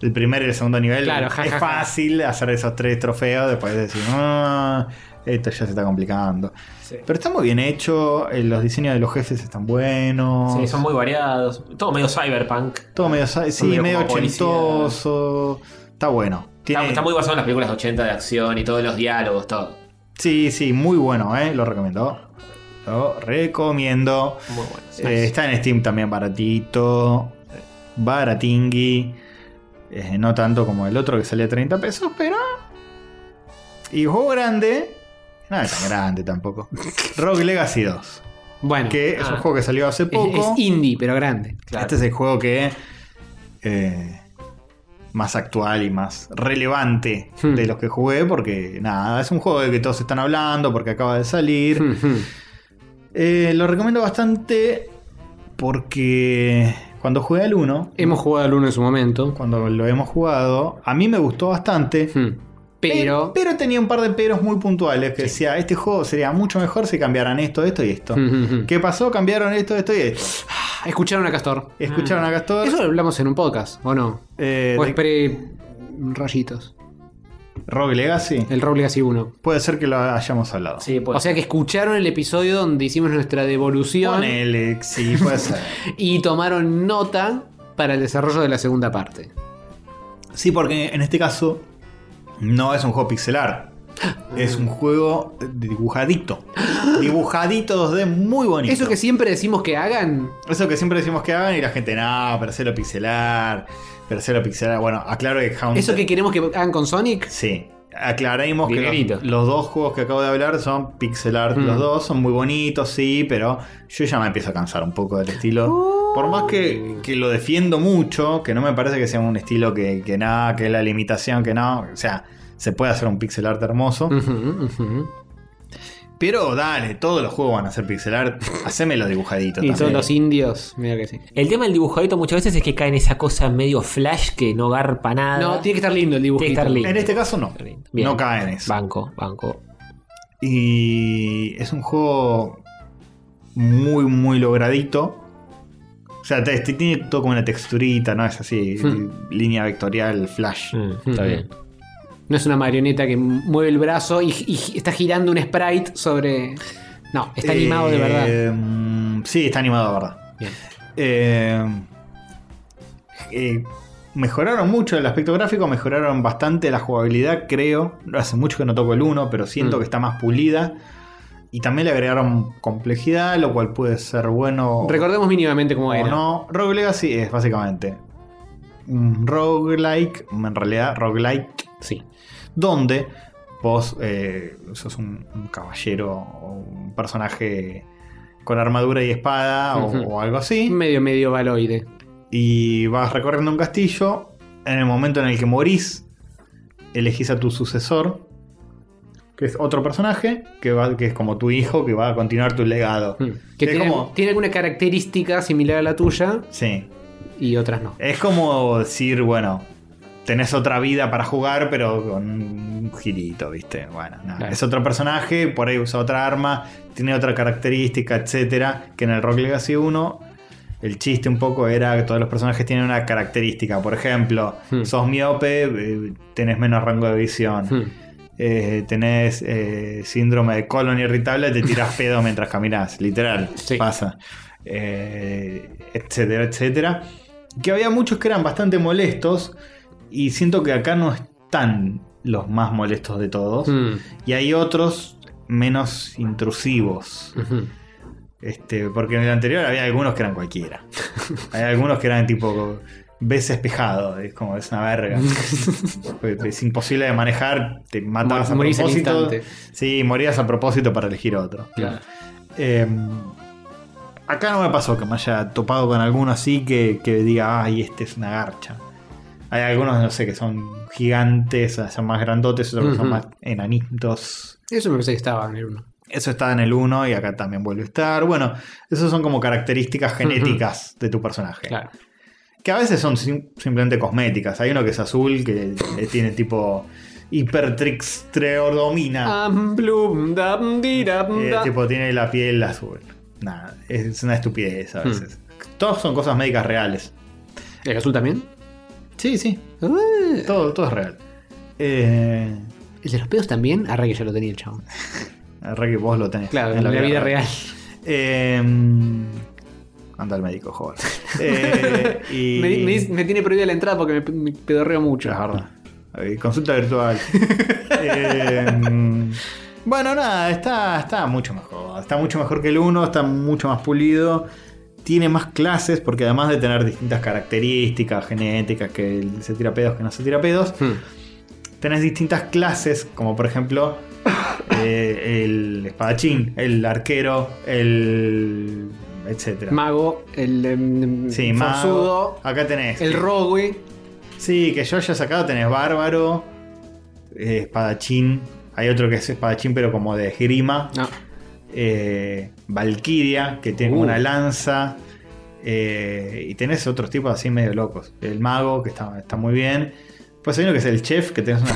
el primer y el segundo nivel Claro, ja, es ja, ja. fácil hacer esos tres trofeos, después decir, "Ah, esto ya se está complicando. Pero está muy bien hecho, eh, los diseños de los jefes están buenos. Sí, son muy variados. Todo medio cyberpunk. Todo medio, sa- sí, medio medio, como policía. ochentoso. Está bueno. Está, Tiene- está muy basado en las películas de 80 de acción y todos los diálogos, todo. Sí, sí, muy bueno, eh, lo recomiendo. Lo recomiendo. Muy bueno. sí. Eh, está en Steam también baratito. Baratingui. Eh, no tanto como el otro que salía a 30 pesos, pero. Y juego grande. No es tan grande tampoco. <laughs> Rock Legacy 2. Bueno, Que es un Ah. juego que salió hace es, poco. es indie, pero grande. Este es el juego que. eh, más actual y más relevante Hmm. de los que jugué. Porque nada, es un juego del que todos están hablando. Porque acaba de salir. Hmm, hmm. Eh, lo recomiendo bastante porque cuando jugué al 1, Hemos jugado al uno en su momento. cuando lo hemos jugado, a mí me gustó bastante. Hmm. Pero. pero tenía un par de peros muy puntuales que decía, este juego sería mucho mejor si cambiaran esto, esto y esto. Hmm, hmm, <laughs> hmm. ¿Qué pasó? Cambiaron esto, esto y esto. Ah, Escucharon a Castor. Escucharon a Castor. Eso lo hablamos en un podcast, ¿o no? eh, o de- esperé rayitos. Rogue Legacy. El Rogue Legacy 1. Puede ser que lo hayamos hablado. Sí, pues. puede O sea que escucharon el episodio donde hicimos nuestra devolución Ponele, sí, puede ser. y tomaron nota para el desarrollo de la segunda parte. <laughs> Sí, porque en este caso no es un juego pixelar. Es un juego dibujadito. Dibujadito 2D muy bonito. Eso que siempre decimos que hagan. Eso que siempre decimos que hagan y la gente, no, pero hacerlo pixelar, pero hacerlo pixelar. Bueno, aclaro que Hound- Eso que queremos que hagan con Sonic. Sí. Aclaremos que Dinerito. los, los dos juegos que acabo de hablar son pixel art. Los dos son muy bonitos, sí, pero yo ya me empiezo a cansar un poco del estilo. Por más que, que lo defiendo mucho, que no me parece que sea un estilo que, que nada, que la limitación, que no. O sea, se puede hacer un pixel art hermoso. Ujú, ujú. Pero dale, todos los juegos van a ser pixel art. Hacémelo dibujadito Y también. son los indios. Mira que sí. El tema del dibujadito muchas veces es que cae en esa cosa medio flash que no garpa nada. No, tiene que estar lindo el dibujito. Tiene que estar lindo. En este caso no. Bien. No caen en eso. Banco, banco. Y es un juego muy, muy logradito. O sea, te- te- tiene todo como una texturita, ¿no? Es así, Hmm. línea vectorial, flash. Mm, está Mm. bien. No es una marioneta que mueve el brazo y, y gi- está girando un sprite sobre. No, está animado de Eh, verdad. mm, Sí, está animado de verdad. Bien. Eh, eh, mejoraron mucho el aspecto gráfico, mejoraron bastante la jugabilidad, creo. Hace mucho que no toco el 1, pero siento Mm. que está más pulida. Y también le agregaron complejidad, lo cual puede ser bueno. Recordemos mínimamente cómo O era. no, Rogue Legacy es básicamente un roguelike, en realidad roguelike, Sí. donde vos eh, sos un, un caballero o un personaje con armadura y espada o- Ujú. o, algo así. Medio, medio baloide. Y vas recorriendo un castillo. En el momento en el que morís, elegís a tu sucesor, que es otro personaje, que, va, que es como tu hijo, que va a continuar tu legado. Mm. Que Es tiene, como- tiene alguna característica similar a la tuya Sí. y otras no. Es como decir, bueno, tenés otra vida para jugar, pero con un girito, ¿viste? Bueno, nada. Claro. es otro personaje, por ahí usa otra arma, tiene otra característica, etcétera, que en el Rock Legacy 1. El chiste un poco era que todos los personajes tienen una característica. Por ejemplo, Hmm. sos miope, eh, tenés menos rango de visión. Mm. Eh, tenés eh, síndrome de colon irritable, te <laughs> tirás pedo mientras caminás, literal, Sí. pasa. Eh, etcétera, etcétera. Que había muchos que eran bastante molestos y siento que acá no están los más molestos de todos. Mm. Y hay otros menos intrusivos. Ujú. Este, porque en el anterior había algunos que eran cualquiera. Hay algunos que eran tipo ves espejado, es como es una verga. <laughs> es imposible de manejar, te matabas Mor- a morís al propósito. instante. Sí, morías a propósito para elegir otro. Eh, acá no me pasó que me haya topado con alguno así que, que diga, ay, este es una garcha. Hay algunos, no sé, que son gigantes, son más grandotes, otros que son Ujú. más enanitos. Eso me parece que estaba en el uno. Eso estaba en el 1 y acá también vuelve a estar. Bueno, esas son como características genéticas de tu personaje. Claro. Que a veces son sim- simplemente cosméticas. Hay uno que es azul, que eh, tiene tipo hipertrixtreodomina. Am, blum, dam, diram, Eh, da. tipo, tiene la piel azul. Nada, es una estupidez Hmm. a veces. Todos son cosas médicas reales. ¿El azul también? Sí, sí. Ah, Todo, todo es real. Eh, ¿El de los pedos también? Arre que ya lo tenía el chabón. re que vos lo tenés. Claro, en la, vida real. Eh, anda al médico, joven. <laughs> Eh, y... Me, me- me tiene prohibida la entrada porque me, me pedorreo mucho. Es <laughs> verdad. Eh, Consulta <laughs> virtual. Eh, bueno, nada, está, está mucho mejor. Está mucho mejor que el 1, está mucho más pulido. Tiene más clases porque además de tener distintas características genéticas, que el se tira pedos, que no se tira pedos, Hmm. tenés distintas clases, como por ejemplo eh, el espadachín, el arquero, el... etcétera. Mago, el em, sí, forzudo, mago. Acá tenés. el rogue. Sí, que yo haya sacado tenés bárbaro, eh, espadachín. Hay otro que es espadachín, pero como de esgrima. No. Eh, Valkyria, que tiene como Uh. una lanza. Eh, y tenés otros tipos así medio locos. El mago, que está, está muy bien. Pues hay uno que es el chef, que tenés una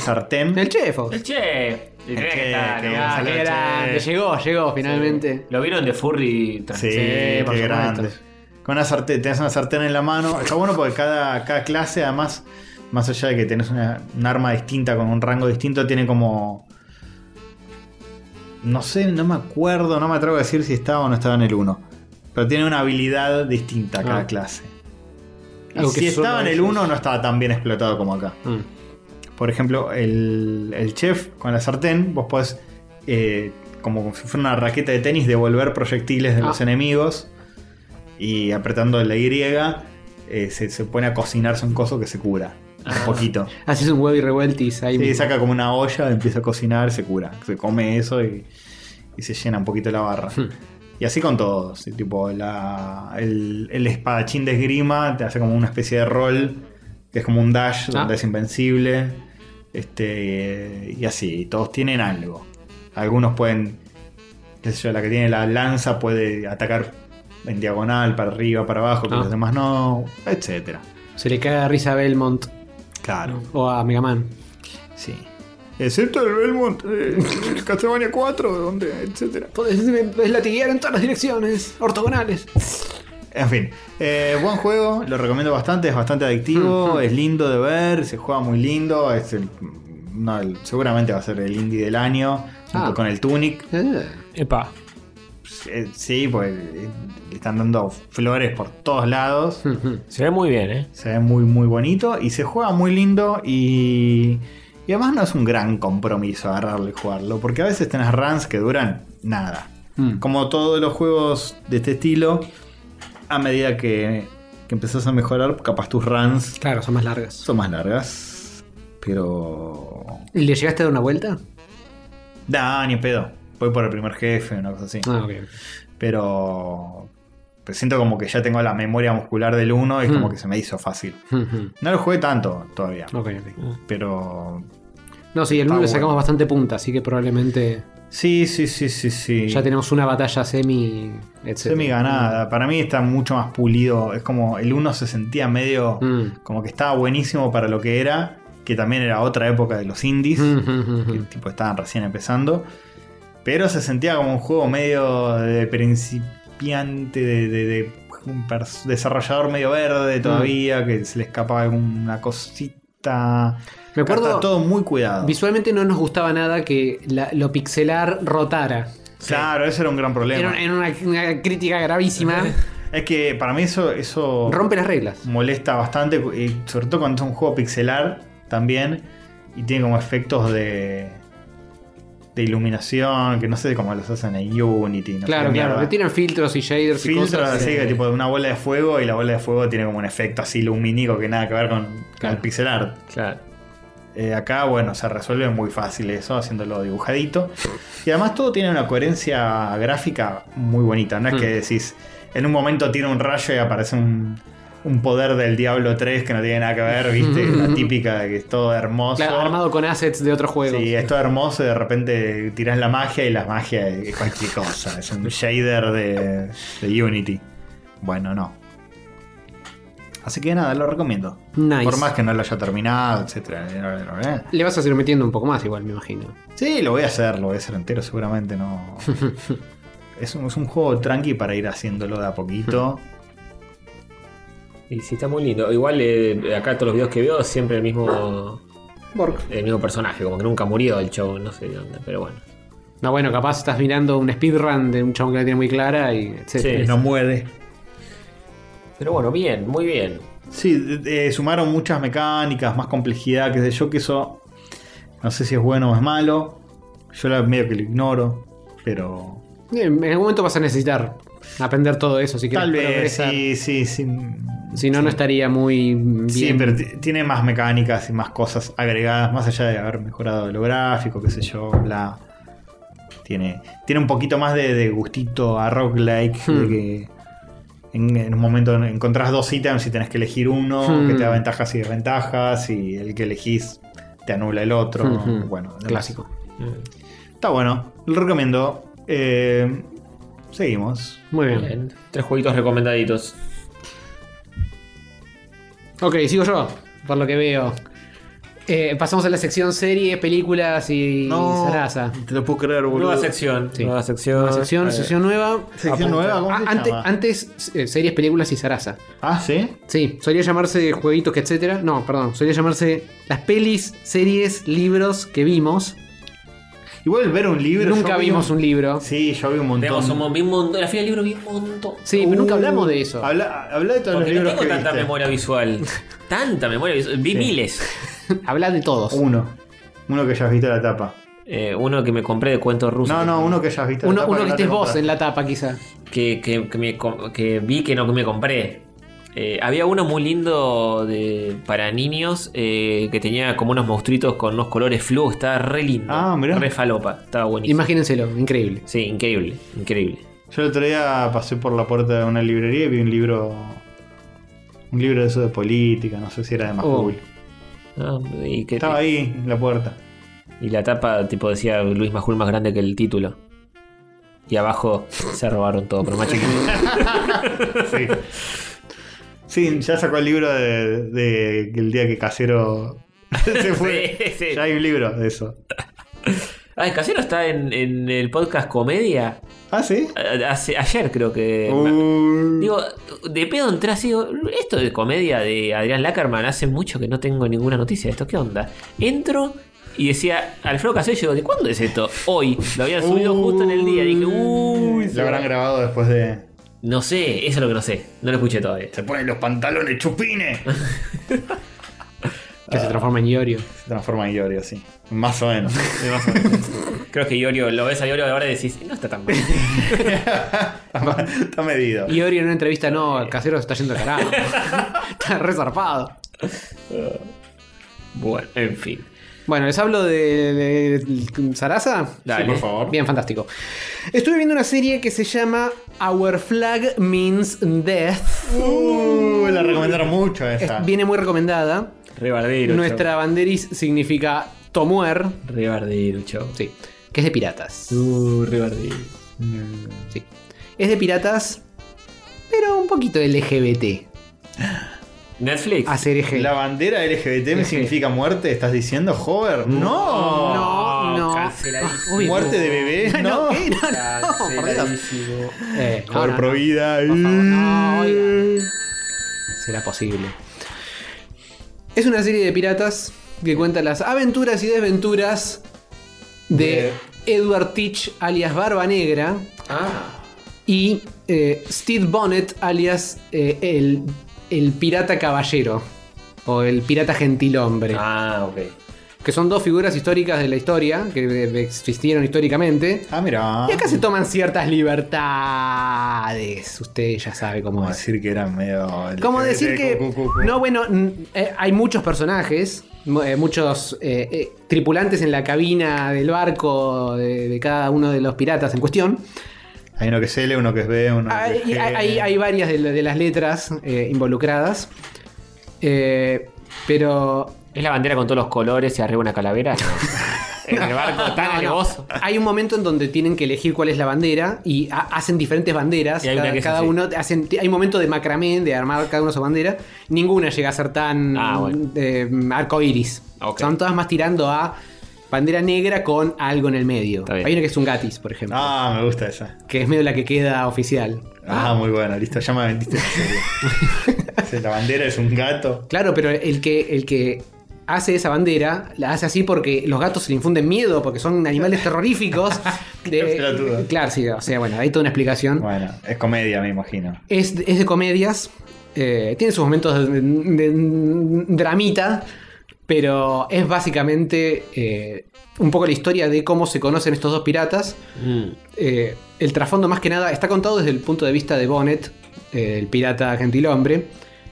<laughs> sartén. El chef. El che. El tenés che, que estar, que ¿no? Ah, Gonzalo qué Che. grande. Llegó, llegó finalmente. Lo vieron de Furry trans- Sí, por qué supuesto. grande. Con una sartén, tenés una sartén en la mano. Está bueno porque cada, cada clase, además, más allá de que tenés una, un arma distinta con un rango distinto, tiene como. No sé, no me acuerdo, no me atrevo a decir si estaba o no estaba en el 1. Pero tiene una habilidad distinta cada Ah. clase. Y Algo que si solo estaba en el ellos- 1, no estaba tan bien explotado como acá. Mm. Por ejemplo, el, el chef con la sartén, vos podés, eh, como si fuera una raqueta de tenis, devolver proyectiles de Ah. los enemigos. Y apretando la Y, eh, se, se pone a cocinarse un coso que se cura. Un poquito. Haces Ah, un huevo y revueltis ahí. Sí, mismo. saca como una olla, empieza a cocinar, se cura. Se come eso y, y se llena un poquito la barra. Hmm. Y así con todos. sí, Tipo, la- el, el espadachín de esgrima te hace como una especie de rol, que es como un dash, Ah. donde es invencible. Este, y así, todos tienen algo. Algunos pueden, qué sé yo, la que tiene la lanza puede atacar en diagonal, para arriba, para abajo, que Ah. los demás no, etcétera. Se le cae a risa a Belmont Claro. o a Megaman. Sí. Excepto el Belmont, eh, el Castlevania 4, donde, etcétera. Es latiguear en todas las direcciones, ortogonales. En fin, eh, buen juego, lo recomiendo bastante, es bastante adictivo, es lindo de ver, se juega muy lindo, es el- no, el- seguramente va a ser el indie del año, junto Ah. con el Tunic. Eh, Epa. Eh, sí, pues eh, le están dando flores por todos lados. ujú. Se ve muy bien, ¿eh? Se ve muy, muy bonito y se juega muy lindo y, y además no es un gran compromiso agarrarlo y jugarlo, porque a veces tenés runs que duran nada. Mm. Como todos los juegos de este estilo, a medida que, que empezás a mejorar, capaz tus runs Claro, son más largas. son más largas, pero... ¿Y ¿Le llegaste a dar una vuelta? Da, ni en pedo. Voy por el primer jefe, una cosa así. Ah, ok. Pero pues siento como que ya tengo la memoria muscular del 1 y como Hmm. Ah. que se me hizo fácil. Ujú. No lo jugué tanto todavía, <laughs> Ok, ok. pero No, sí, el Está 1 le bueno. sacamos bastante punta, así que probablemente sí, sí, sí, sí, sí. ya tenemos una batalla semi. etc. Semi ganada. Para mí está mucho más pulido. Es como el 1 se sentía medio Mm. como que estaba buenísimo para lo que era, que también era otra época de los indies. Mm, mm, mm, que mm. tipo estaban recién empezando. Pero se sentía como un juego medio de principiante, de, de- de un pers- desarrollador medio verde todavía, Mm. que se le escapaba alguna cosita. Me acuerdo- Está todo muy cuidado. Visualmente no nos gustaba nada que la- lo pixelar rotara. Claro, eso era un gran Era, problema. era una, una crítica gravísima. Es que para mí eso, eso Rompe las reglas. Mm, molesta bastante, y sobre todo cuando es un juego pixelar también, y tiene como efectos de, de iluminación, que no sé cómo los hacen en Unity. No claro, claro. sé, mierda. Le tiran filtros y shaders y filtro cosas. eh, así que tipo de una bola de fuego y la bola de fuego tiene como un efecto así lumínico que nada que ver con, con Claro. el pixel art. Claro. Eh, acá, bueno, se resuelve muy fácil eso, haciéndolo dibujadito. Y además todo tiene una coherencia gráfica muy bonita. No es Mm. que decís, en un momento tira un rayo y aparece un, un poder del Diablo 3 que no tiene nada que ver, ¿viste? <laughs> La típica de que es todo hermoso. Claro, armado con assets de otro juego. Sí, es todo hermoso y de repente tirás la magia y la magia es cualquier cosa. Es un shader de, de Unity. Bueno, no. Así que nada, lo recomiendo. Nice. Por más que no lo haya terminado, etcétera. eh, Le vas a seguir metiendo un poco más igual, me imagino. Sí, lo voy a hacer, lo voy a hacer entero, <laughs> seguramente no. Es un, es un juego tranqui para ir haciéndolo de a poquito. Y sí, está muy lindo. Igual eh, acá todos los videos que veo siempre el mismo. El mismo personaje, como que nunca murió el show, no sé de dónde, pero bueno. No, bueno, capaz estás mirando un speedrun de un chabón que la tiene muy clara y etcétera. Sí. Eh, No muere. Pero bueno, bien, muy bien. Sí, eh, sumaron muchas mecánicas, más complejidad, qué sé yo, que eso no sé si es bueno o es malo. Yo la, medio que lo ignoro, pero Eh, En algún momento vas a necesitar aprender todo eso si quieres tal vez progresar. sí, sí, sí. Si no, no estaría muy bien. Sí, pero t- tiene más mecánicas y más cosas agregadas, más allá de haber mejorado lo gráfico, qué sé yo, bla. Tiene, tiene un poquito más de, de gustito a roguelike, de Hmm. que en, en un momento encontrás dos ítems y tenés que elegir uno, Hmm. que te da ventajas y desventajas, y el que elegís te anula el otro. Ujú. Bueno, demás. Hmm, Clásico. Está bueno, lo recomiendo. Eh, seguimos. Muy bien. Bien. Tres jueguitos recomendaditos. Ok, sigo yo, por lo que veo. Eh, pasamos a la sección series, películas y zaraza. te lo puedo creer, Nueva sección. Sí. Nueva sección. Nueva sección, Eh, sección nueva. Sección nueva, ¿cómo se Ah, ante- llama? antes, eh, series, películas y zaraza. Ah, sí. Sí, solía llamarse jueguitos que etcétera. No, perdón, solía llamarse las pelis, series, libros que vimos. Igual ver un libro. Nunca yo vi vimos un libro. Sí, Sí, yo vi un montón. Tenemos un mon- vi un montón. La fila del libro vi un montón. pero nunca Uh, hablamos de eso. <laughs> Habla, habla de todos Porque los no libros tengo que tanta viste. memoria <laughs> visual. Tanta memoria visual. Vi miles. Habla de todos. Uno. Uno que ya has visto la tapa. Eh, uno que me compré de cuentos rusos. No, no, uno que ya has visto la Uno, tapa. uno que no te estés vos compraste. en la tapa, quizá. que, que, que me com- que vi que no me compré. Eh, había uno muy lindo de, para niños eh, que tenía como unos monstruitos con unos colores fluo, estaba re lindo. Ah, mirá. Re falopa, estaba buenísimo. Imagínenselo, increíble. sí, increíble, increíble. Yo el otro día pasé por la puerta de una librería y vi un libro. Un libro de eso de política, no sé si era de Oh. Majul. Ah, y, que- Estaba ahí en la puerta. y la tapa tipo decía Luis Majul más grande que el título. Y abajo se robaron todo, pero más chiquito. <laughs> Sí. Sí, ya sacó el libro de, de el día que Casero <laughs> se <laughs> fue. <laughs> Sí, sí. Ya hay un libro de eso. Ah, el casero está en, en el podcast Comedia. Ah, sí. A- hace- ayer creo que. Uh. Digo, de pedo entré así, digo, esto de comedia de Adrián Lackerman, hace mucho que no tengo ninguna noticia de esto, ¿qué onda? Entro y decía, Alfredo Casero, digo, ¿de cuándo es esto? Hoy, lo habían subido justo en el día, dije, uy, Lo habrán grabado después de. no sé, eso es lo que no sé, no lo escuché todavía. Se ponen los pantalones <laughs> chupines. Ah. Que se transforma en <laughs> Iorio. Se transforma en Iorio, sí. Más <laughs> o menos. Creo que Iorio, lo ves a Iorio ahora y decís, no está tan mal. Está medido. Iorio en una entrevista, no, Casero se está yendo al <laughs> carajo. está resarpado. bueno, en fin. Bueno, les hablo de, de- de Sarasa. Dale. por favor. Bien, fantástico. Estuve viendo una serie que se llama Our Flag Means Death. Uh, la recomendaron mucho esa. Es- viene muy recomendada. Rebardero. Nuestra banderis significa tomuer, Rebardero, chao. sí, que es de piratas. Uh, rebardero. Mm. Sí. Es de piratas, pero un poquito LGBT. Netflix. Hacer eje. ¿La bandera LGBT me Eje. significa muerte? ¿Estás diciendo, Hover? ¡No! Mm. No, no. canceladísimo. Ah, uy, ¿Muerte de bebé? No. ¿qué? <laughs> No, no, por Dios. Canceladísimo. Eh, no, Hover no, pro no. vida. Por favor, Mm. no, oiga. Será posible. Es una serie de piratas que cuenta las aventuras y desventuras de Edward Teach, alias Barba Negra, Ah, y eh, Steve Bonnet, alias eh, el, el pirata caballero o el pirata gentilhombre, ah, ok. que son dos figuras históricas de la historia que eh, existieron históricamente. Ah, mira. Y acá se toman ciertas libertades. Usted ya sabe cómo Como es. decir que era medio. Como LGBT, decir que. Eh, cu, cu, cu. No, bueno, n- eh, hay muchos personajes, mu- eh, muchos eh, eh, tripulantes en la cabina del barco de, de cada uno de los piratas en cuestión. Hay uno que es L, uno que es B, uno Hay, que es G. hay- hay- hay varias de, la- de las letras eh, involucradas. Eh, pero ¿Es la bandera con todos los colores y arriba una calavera? en el barco tan alevoso. hay un momento en donde tienen que elegir cuál es la bandera y ha- hacen diferentes banderas. Y hay una cada que es cada así. uno hacen, hay un momento de macramé, de armar cada uno su bandera. Ninguna llega a ser tan Ah, bueno. eh, arcoiris. Ok. Son todas más tirando a bandera negra con algo en el medio. Está bien. Hay una que es un gatis, por ejemplo, Ah, me gusta esa. que es medio la que queda oficial. Ah, muy bueno, listo, ya me vendiste en <laughs> serio. Esa es La bandera es un gato. Claro, pero el que, el que hace esa bandera, la hace así porque los gatos se le infunden miedo, porque son animales terroríficos. <laughs> Qué pelotudo. claro, sí, o sea, bueno, hay toda una explicación. Bueno, es comedia, me imagino. Es, de- es de comedias, eh, tiene sus momentos de, de- de- dramita, pero es básicamente eh, un poco la historia de cómo se conocen estos dos piratas. Eh, el trasfondo más que nada está contado desde el punto de vista de Bonnet, eh, el pirata gentilhombre,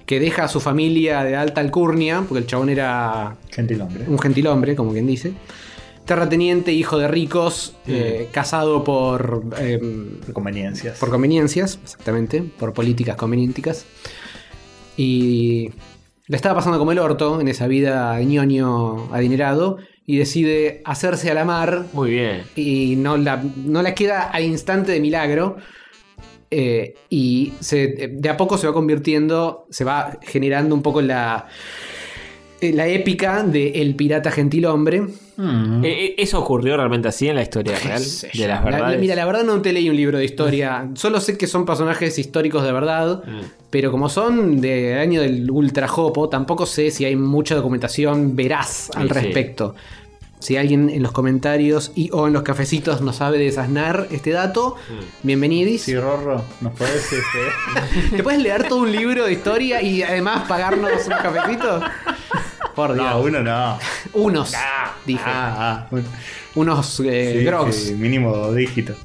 que deja a su familia de alta alcurnia, porque el chabón era Gentilhombre. un gentilhombre, como quien dice. Terrateniente, hijo de ricos, eh, casado por, em, Por conveniencias. por conveniencias, exactamente, por políticas convenienticas. Y le estaba pasando como el orto en esa vida de ñoño adinerado y decide hacerse a la mar Muy bien. y no la, no la queda al instante de milagro. eh, y se- de a poco se va convirtiendo, se va generando un poco la, eh, la épica de El pirata gentilhombre. Mm. Eh, eh, ¿Eso ocurrió realmente así en la historia real? Qué sé yo. De las La- la- verdades. mira, la verdad no te leí un libro de historia. Solo sé que son personajes históricos de verdad. Mm. Pero como son del año del ultrajopo, tampoco sé si hay mucha documentación veraz al Sí, sí. respecto. Si alguien en los comentarios y o en los cafecitos nos sabe desasnar este dato, bienvenidis. Mm. Sí, Rorro, nos podés. este, ¿Te puedes leer todo un libro de historia y además pagarnos un cafecito? Por Dios. <laughs> No, uno no. Unos, dije. Ah, ah, un- Unos eh, sí, grogs. <laughs> sí, mínimo dos dígitos.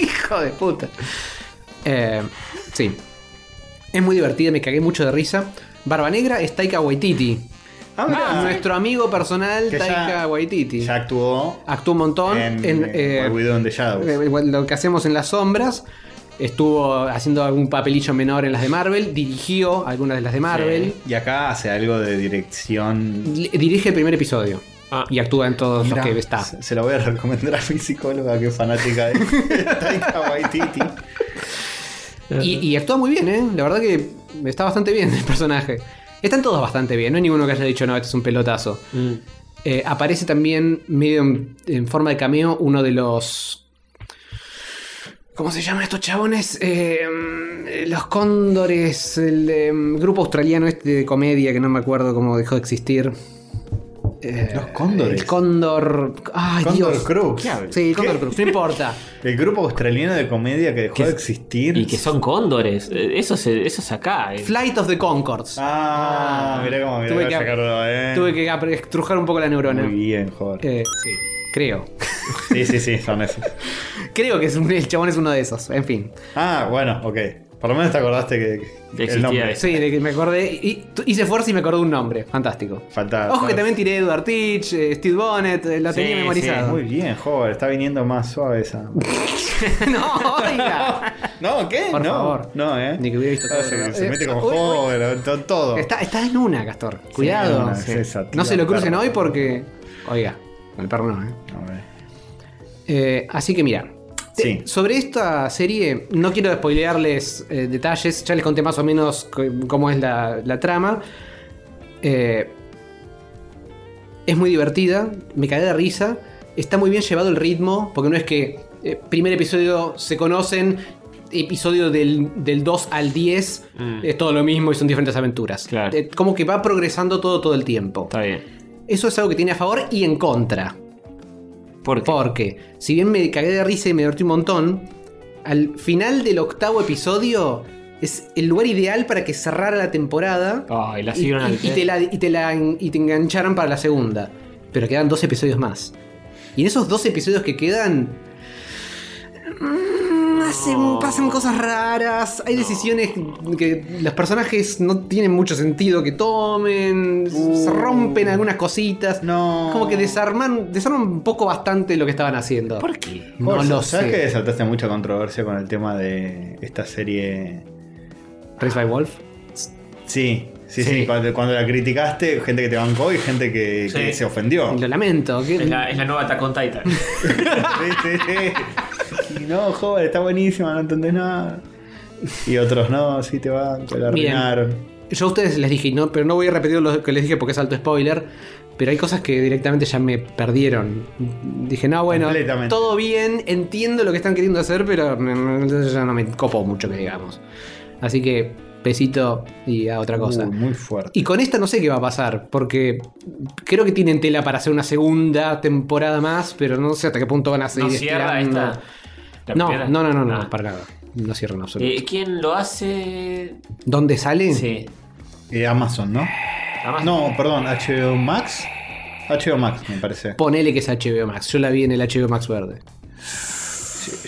Hijo de puta. Eh, sí. Es muy divertida, me cagué mucho de risa. Barba Negra es Taika Waititi. Ah, mirá. nuestro amigo personal Que ya- Taika Waititi. Ya actuó Actuó un montón en, en, eh, eh, What We Do in the Shadows. eh, bueno, lo que hacemos en las sombras. Estuvo haciendo algún papelillo menor en las de Marvel. Dirigió algunas de las de Marvel. y acá hace algo de dirección. Li- Dirige el primer episodio. Ah. Y actúa en todos Mirá, los que está. Se, se lo voy a recomendar a mi psicóloga que es fanática de <laughs> Taika Waititi. Eh. Y, y actúa muy bien, ¿eh? La verdad que está bastante bien el personaje. Están todos bastante bien, no hay ninguno que haya dicho, no, este es un pelotazo. Mm. Eh, aparece también, medio en, en forma de cameo, uno de los... ¿Cómo se llaman estos chabones? Eh, mm, los cóndores, el em, grupo australiano este de comedia que no me acuerdo cómo dejó de existir. Eh, Los Cóndores. El cóndor... Ay, Condor Dios. Crooks. Sí, el ¿Qué? cóndor Cruz, no <laughs> importa. El grupo australiano de comedia que dejó Que- de existir. Y que son cóndores. Eh, Eso, se- eso es acá. eh. Flight of the Concords. Ah, mirá cómo mirá Tuve cómo que- sacarlo, eh. Tuve que apre- estrujar un poco la neurona. Muy bien, joder. Eh, Creo. <laughs> Sí, sí, sí, son esos. Creo que es un- el chabón es uno de esos. En fin. Ah, bueno, ok. Por lo menos te acordaste que, que Que el existía nombre. eso. Sí, de que me acordé. y- y- hice fuerza y me acordé un nombre. Fantástico. Faltaba. Ojo que también tiré Edward Teach, eh, Steve Bonnet, eh, la Sí, tenía memorizada. Muy bien, joder, está viniendo más suave <laughs> esa. no, <laughs> oiga. no, ¿qué? Por no, favor. no, eh. Ni que hubiera visto Ah, todo. se, se Eh, mete con uy, uy. joder, to- todo. Está, está en una, Castor. Cuidado. en una, Sí. es esa, no tira se lo al crucen perro. hoy porque. Oiga, con el perro no, ¿eh? A ver. Eh, así que mira. te- Sí. Sobre esta serie, no quiero spoilearles eh, detalles, ya les conté más o menos c- cómo es la, la trama. Eh, es muy divertida, me cagué de risa, está muy bien llevado el ritmo, porque no es que eh, primer episodio se conocen, episodio del, del 2 al 10 es todo lo mismo y son diferentes aventuras. Mm. Claro. Eh, como que va progresando todo todo el tiempo. Está bien. Eso es algo que tiene a favor y en contra. ¿Por qué? Porque, si bien me cagué de risa y me divertí un montón, al final del octavo episodio es el lugar ideal para que cerrara la temporada Ay, la y, siguieron al y- y te la, y, te la en- y te engancharon para la segunda. Pero quedan dos episodios más. Y en esos dos episodios que quedan. mm, hacen- pasan cosas raras. Hay decisiones que los personajes no tienen mucho sentido que tomen. Uh. Se rompen algunas cositas. No. Como que desarman, desarman un poco bastante lo que estaban haciendo. ¿Por qué? No Joder, lo ¿Sabes que sé. desataste mucha controversia con el tema de esta serie? Race by Wolf. Sí, sí, sí. Sí. Cuando, cuando la criticaste, gente que te bancó y gente que, Sí. que se ofendió. Lo lamento. que- Es la, es la nueva Attack on Titan. Sí, sí, sí. Y no, joder, está buenísima, no entendés nada. Y otros no, sí te van, te la Bien. arruinaron. Yo a ustedes les dije, no, pero no voy a repetir lo que les dije porque es alto spoiler. Pero hay cosas que directamente ya me perdieron. Dije, no, bueno, Completamente. todo bien, entiendo lo que están queriendo hacer, pero me- me- ya no me copo mucho que digamos. Así que, besito y a otra cosa. Uy, Uh, muy fuerte. Y con esta no sé qué va a pasar, porque creo que tienen tela para hacer una segunda temporada más, pero no sé hasta qué punto van a ¿No seguir cierra estirando. esta? la No, primera? no, no, no, no, Ah. para nada. No cierran absoluto. Eh, ¿Quién lo hace? ¿Dónde sale? Sí. Eh, Amazon, ¿no? Amazon. No, perdón, HBO Max. HBO Max, me parece. Ponele que es HBO Max. Yo la vi en el HBO Max verde.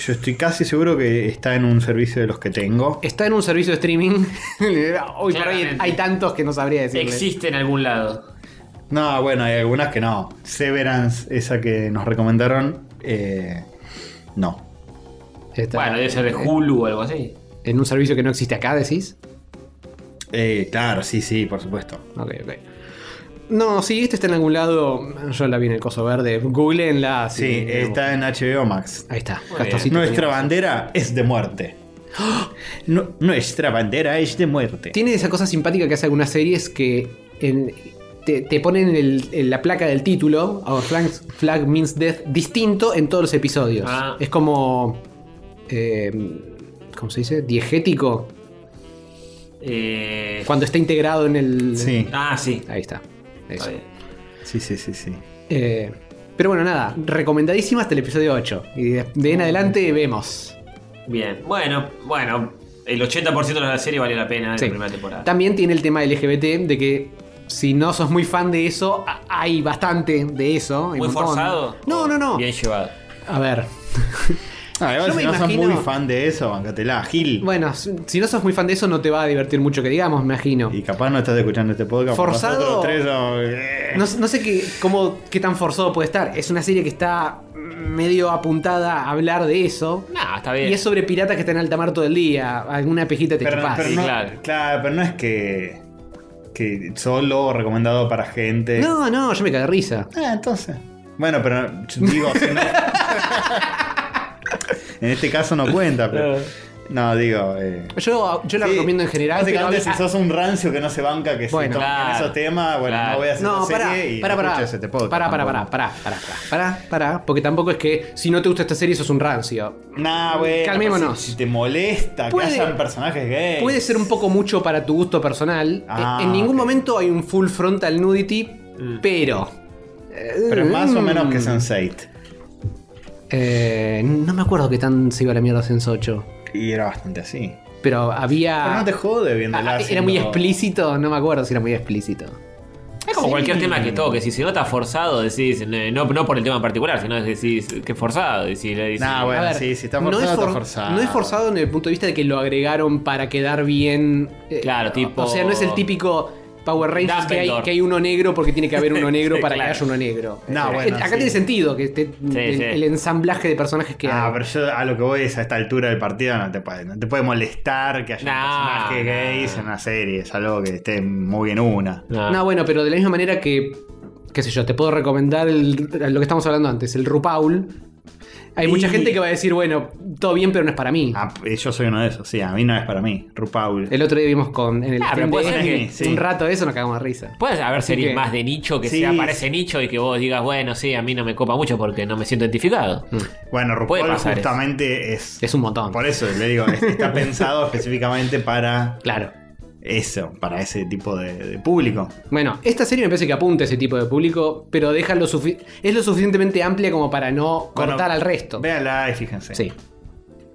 Yo estoy casi seguro que está en un servicio de los que tengo. Está en un servicio de streaming. <laughs> Hoy por hoy Claramente. hay tantos que no sabría decirle. Existe en algún lado. No, bueno, hay algunas que no. Severance, esa que nos recomendaron, eh, no. Está Bueno, debe ser de Hulu o algo así. En un servicio que no existe acá, decís. Eh, claro, sí, sí, por supuesto. Ok, ok. No, sí, este está en algún lado. Yo la vi en el coso verde. Googleenla. si- Sí, está en HBO Max. Ahí está. Muy Castorcito Nuestra tenía- bandera es de <gasps> muerte. Nu- nuestra bandera es de muerte. Tiene esa cosa simpática que hace algunas series que en- te, te ponen el- en la placa del título, Our Flag, Flag Means Death, distinto en todos los episodios. Ah. Es como. eh, ¿Cómo se dice? Diegético. Eh, Cuando está integrado en el. Sí, Ah, sí. Ahí está. Eso. Está bien. sí, sí, sí, sí. Eh, pero bueno, nada. Recomendadísima hasta el episodio 8. Y de, de en adelante vemos. Bien. Bueno, bueno. El 80% de la serie valió la pena en Sí. la primera temporada. También tiene el tema LGBT de que si no sos muy fan de eso, a- hay bastante de eso. hay ¿Muy un montón. forzado? No, no, no. Bien llevado. A ver. Ah, Yo igual si me no imagino- sos muy fan de eso, bancatela, Gil. Bueno, si si no sos muy fan de eso, no te va a divertir mucho que digamos, me imagino. Y capaz no estás escuchando este podcast. por Forzado- nosotros tres, oh, eh. No, no sé qué, cómo, qué tan forzado puede estar. Es una serie que está medio apuntada a hablar de eso. Nah, está bien. Y es sobre piratas que están en alta mar todo el día. Alguna pejita te pero, chupás. pero sí, no, claro. claro. pero no es que, que solo recomendado para gente. No, no, yo me cagué de risa. Ah, entonces. Bueno, pero yo digo, si <laughs> no- en este caso no cuenta, pero. No, digo. eh, Yo, yo la sí, recomiendo en general. pero Básicamente, a- si sos un rancio que no se banca, que Bueno. se toman Claro. esos temas, bueno, Claro. no voy a hacer No, una pará, serie y pará, no pará. escuchas este podcast. Pará, pará, pará, tampoco. pará, pará, pará, pará, porque tampoco es que si no te gusta esta serie sos un rancio. Nah, bueno. Mm, Calmémonos. Si, si te molesta Puede- que hayan personajes gays. Puede ser un poco mucho para tu gusto personal. Eh, Ah, en en ningún ok. Mm. momento hay un full frontal nudity, pero. Pero es más o Mm. menos que Sense8. Eh, no me acuerdo que tan se iba la mierda Sense 8. Y era bastante así. Pero había. Pero no te jode viendo Ah, era muy explícito, no me acuerdo si era muy explícito. Es como o cualquier Sí. tema que toques. Si se nota forzado, decís, eh, no, no por el tema en particular, sino decís que forzado. Decís, decís, Nah, bueno, A ver, sí, sí, está no forzado, es está for- forzado. No es forzado en el punto de vista de que lo agregaron para quedar bien. eh, Claro, tipo- O sea, no es el típico Power Rangers que hay, Dumbledore. que hay uno negro porque tiene que haber <laughs> uno negro Sí, para claro. que haya uno negro. No, Eh, bueno, Acá sí. tiene sentido que esté el, sí. el ensamblaje de personajes que Ah, hay. pero yo a lo que voy es a esta altura del partido no te puede, no te puede molestar que haya Nah, un personaje nah. gay en una serie, es algo que esté muy en una. nah. No, bueno, pero de la misma manera que, qué sé yo, te puedo recomendar el- lo que estamos hablando antes, el Rupaul. Hay mucha Y- gente que va a decir, bueno, todo bien, pero no es para mí. Ah, p- yo soy uno de esos, sí, a mí no es para mí, Rupaul. El otro día vimos con en el Ah, pero Team puede DS, ser que- sí. un rato eso nos cagamos de risa. Puede haber series que- más de nicho que Sí, sea para sí. ese nicho y que vos digas, bueno, sí, a mí no me copa mucho porque no me siento identificado. Mm. Bueno, puede Rupaul pasar eso. justamente es, Es un montón. Por eso le digo, es- <laughs> está pensado específicamente para Claro. eso, para ese tipo de, de público. Bueno, esta serie me parece que apunta a ese tipo de público, pero deja lo sufi- es lo suficientemente amplia como para no Bueno, cortar al resto. Véanla y fíjense. Sí.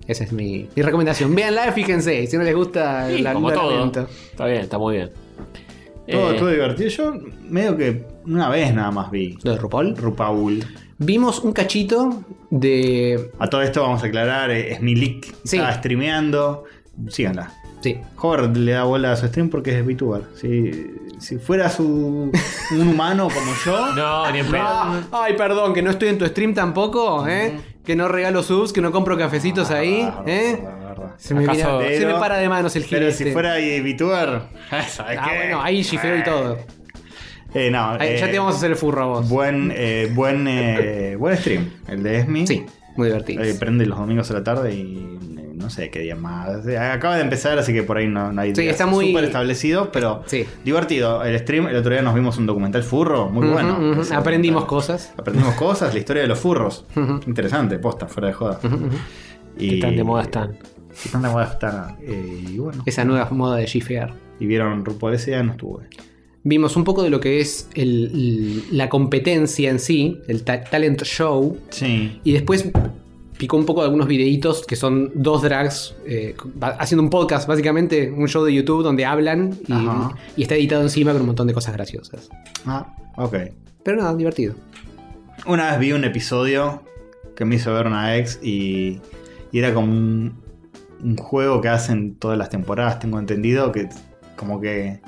Esa es mi, mi recomendación. Véanla <laughs> y fíjense. Si no les gusta, Sí, la como la todo. lamento. Está bien, está muy bien. Todo Eh, estuvo divertido. Yo medio que una vez nada más vi Lo de RuPaul. Rupaul. Vimos un cachito de. A todo esto vamos a aclarar, eh, es Milik, Sí. está streameando. Síganla. Sí. Howard le da bola a su stream porque es VTuber. Si, si fuera su, un humano como yo, No, ni en pedo. Ah, ay, perdón, que no estoy en tu stream tampoco, ¿eh? Que no regalo subs, que no compro cafecitos ahí, Ah, ¿eh? verdad, verdad. Se me, ¿Acaso- mira- se me para de manos el Pero gilete. si fuera eh, VTuber, <laughs> ¿sabes Ah, qué? bueno, ahí shifero y todo. Eh, no, Ahí, ya eh, te vamos a hacer el furro a vos. Buen, eh, buen, <laughs> eh, buen stream, el de Esmi. Sí, muy divertido. Eh, prende los domingos a la tarde y eh, no sé qué día más. Eh, Acaba de empezar, así que por ahí no, no hay Sí, días está muy- súper establecido, pero Sí. divertido. El stream, el otro día nos vimos un documental furro, muy Ujú, bueno. ujú, Ese Aprendimos documental. cosas. Aprendimos cosas, la historia de los furros. Ujú. Interesante, posta, fuera de joda. ¿Qué tan de moda están? ¿Qué tan de moda están? Eh, y bueno. Esa nueva moda de shifear. Y vieron RuPaul ese día, no estuve. Vimos un poco de lo que es el- la competencia en sí, el ta- talent show. Sí. Y después picó un poco de algunos videitos que son dos drags eh, va- haciendo un podcast, básicamente, un show de YouTube donde hablan y, Ajá. y está editado encima con un montón de cosas graciosas. Ah, ok. Pero nada, divertido. Una vez vi un episodio que me hizo ver una ex y, y era como un, un juego que hacen todas las temporadas, tengo entendido, que como que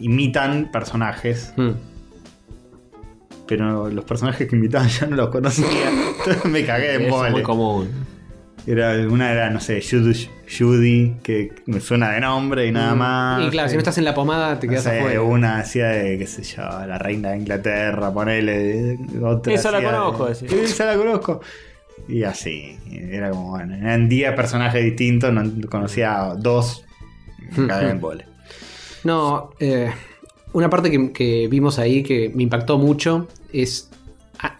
imitan personajes, Mm. pero los personajes que imitaban <laughs> ya no los conocía. Entonces me cagué de es muy mole. común. Era, una era, no sé, Judy, Judy, que me suena de nombre y nada Mm. más. Y claro, si no estás en la pomada, te No quedas sé, afuera. una hacía de, qué sé yo, la reina de Inglaterra, ponele. eh, Otra Esa la hacía de- conozco, decís. Esa la conozco. Y así, era como, bueno, eran 10 personajes distintos, no conocía dos. Hmm. me cagaba en vole. No, eh, una parte que, que vimos ahí que me impactó mucho es ah,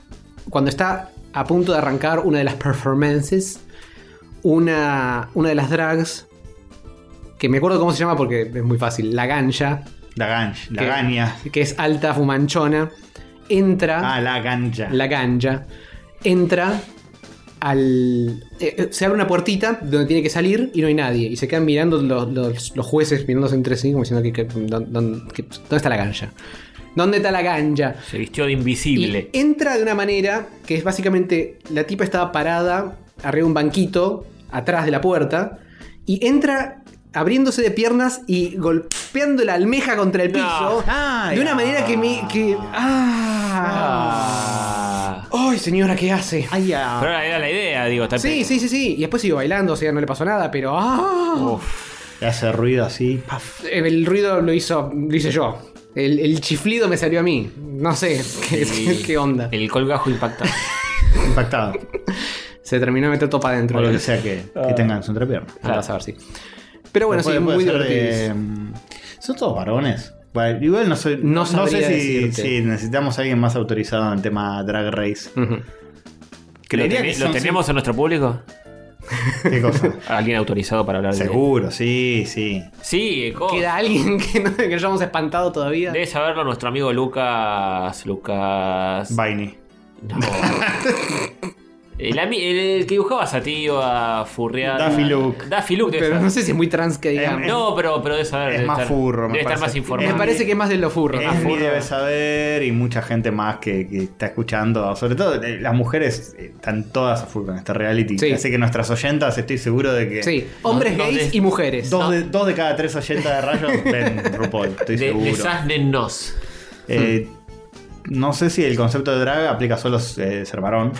cuando está a punto de arrancar una de las performances, una, una de las drags, que me acuerdo cómo se llama porque es muy fácil, la gancha, La ganch, la ¿Qué? gaña. que es alta fumanchona, entra, Ah, la gancha. la gancha, entra al... eh, eh, se abre una puertita donde tiene que salir y no hay nadie. Y se quedan mirando los, los- los jueces, mirándose entre sí, como diciendo que, que- don- don- que- ¿dónde está la gancha? ¿Dónde está la gancha? Se vistió de Y invisible. entra de una manera que es básicamente la tipa estaba parada arriba de un banquito, atrás de la puerta, y entra abriéndose de piernas y golpeando la almeja contra el No. piso Ay, de una ah. manera que me... Que, ¡Ah! Ah. ¡Ay, señora, qué hace! Ay, ah. Pero era la idea, digo, está Sí, sí, sí, sí. Y después siguió bailando, o sea, no le pasó nada, pero ¡ah! Eh, Le hace ruido así. paf. El ruido lo hizo, lo hice yo. El, el chiflido me salió a mí. No sé <laughs> qué, qué onda. El colgajo impacta. <laughs> Impactado. Se terminó de meter todo para adentro. o lo que sea que, Ah. que tengan su entrepierna. Para saber, sí. Pero bueno, Puede- sí, puede muy ser, divertido. eh, Son todos varones. Bueno, igual no soy. No sabría sé si, decirte. si necesitamos a alguien más autorizado en el tema Drag Race. Ujú. ¿Lo, Creería teni- que lo son- tenemos en nuestro público? ¿Qué <laughs> cosa? <laughs> ¿Alguien autorizado para hablar de Seguro, sí, sí. Sí, co- Oh. ¿Queda alguien <laughs> que no, que hayamos espantado todavía? Debe saberlo nuestro amigo Lucas. Lucas. Viney. No. El, ami- el que dibujaba a Satío, a Furriada. Daffy Luke. Daffy Luke debe Pero ser. no sé si es muy trans que digamos. No, pero, pero debe saber. Es debe más estar- furro, me Debe estar parece. más me informado. parece que es más de los furros. Es mi debe saber y mucha gente más que, que está escuchando. Sobre todo eh, las mujeres eh, están todas a full con este reality. Sí. Así que nuestras oyentas estoy seguro de que Sí, hombres No, no, gays de- y mujeres. dos, de, dos de cada tres oyentas de rayos <laughs> ven RuPaul, estoy De, seguro. de Sasnennos. Eh, no sé si el concepto de drag aplica solo eh, ser varón.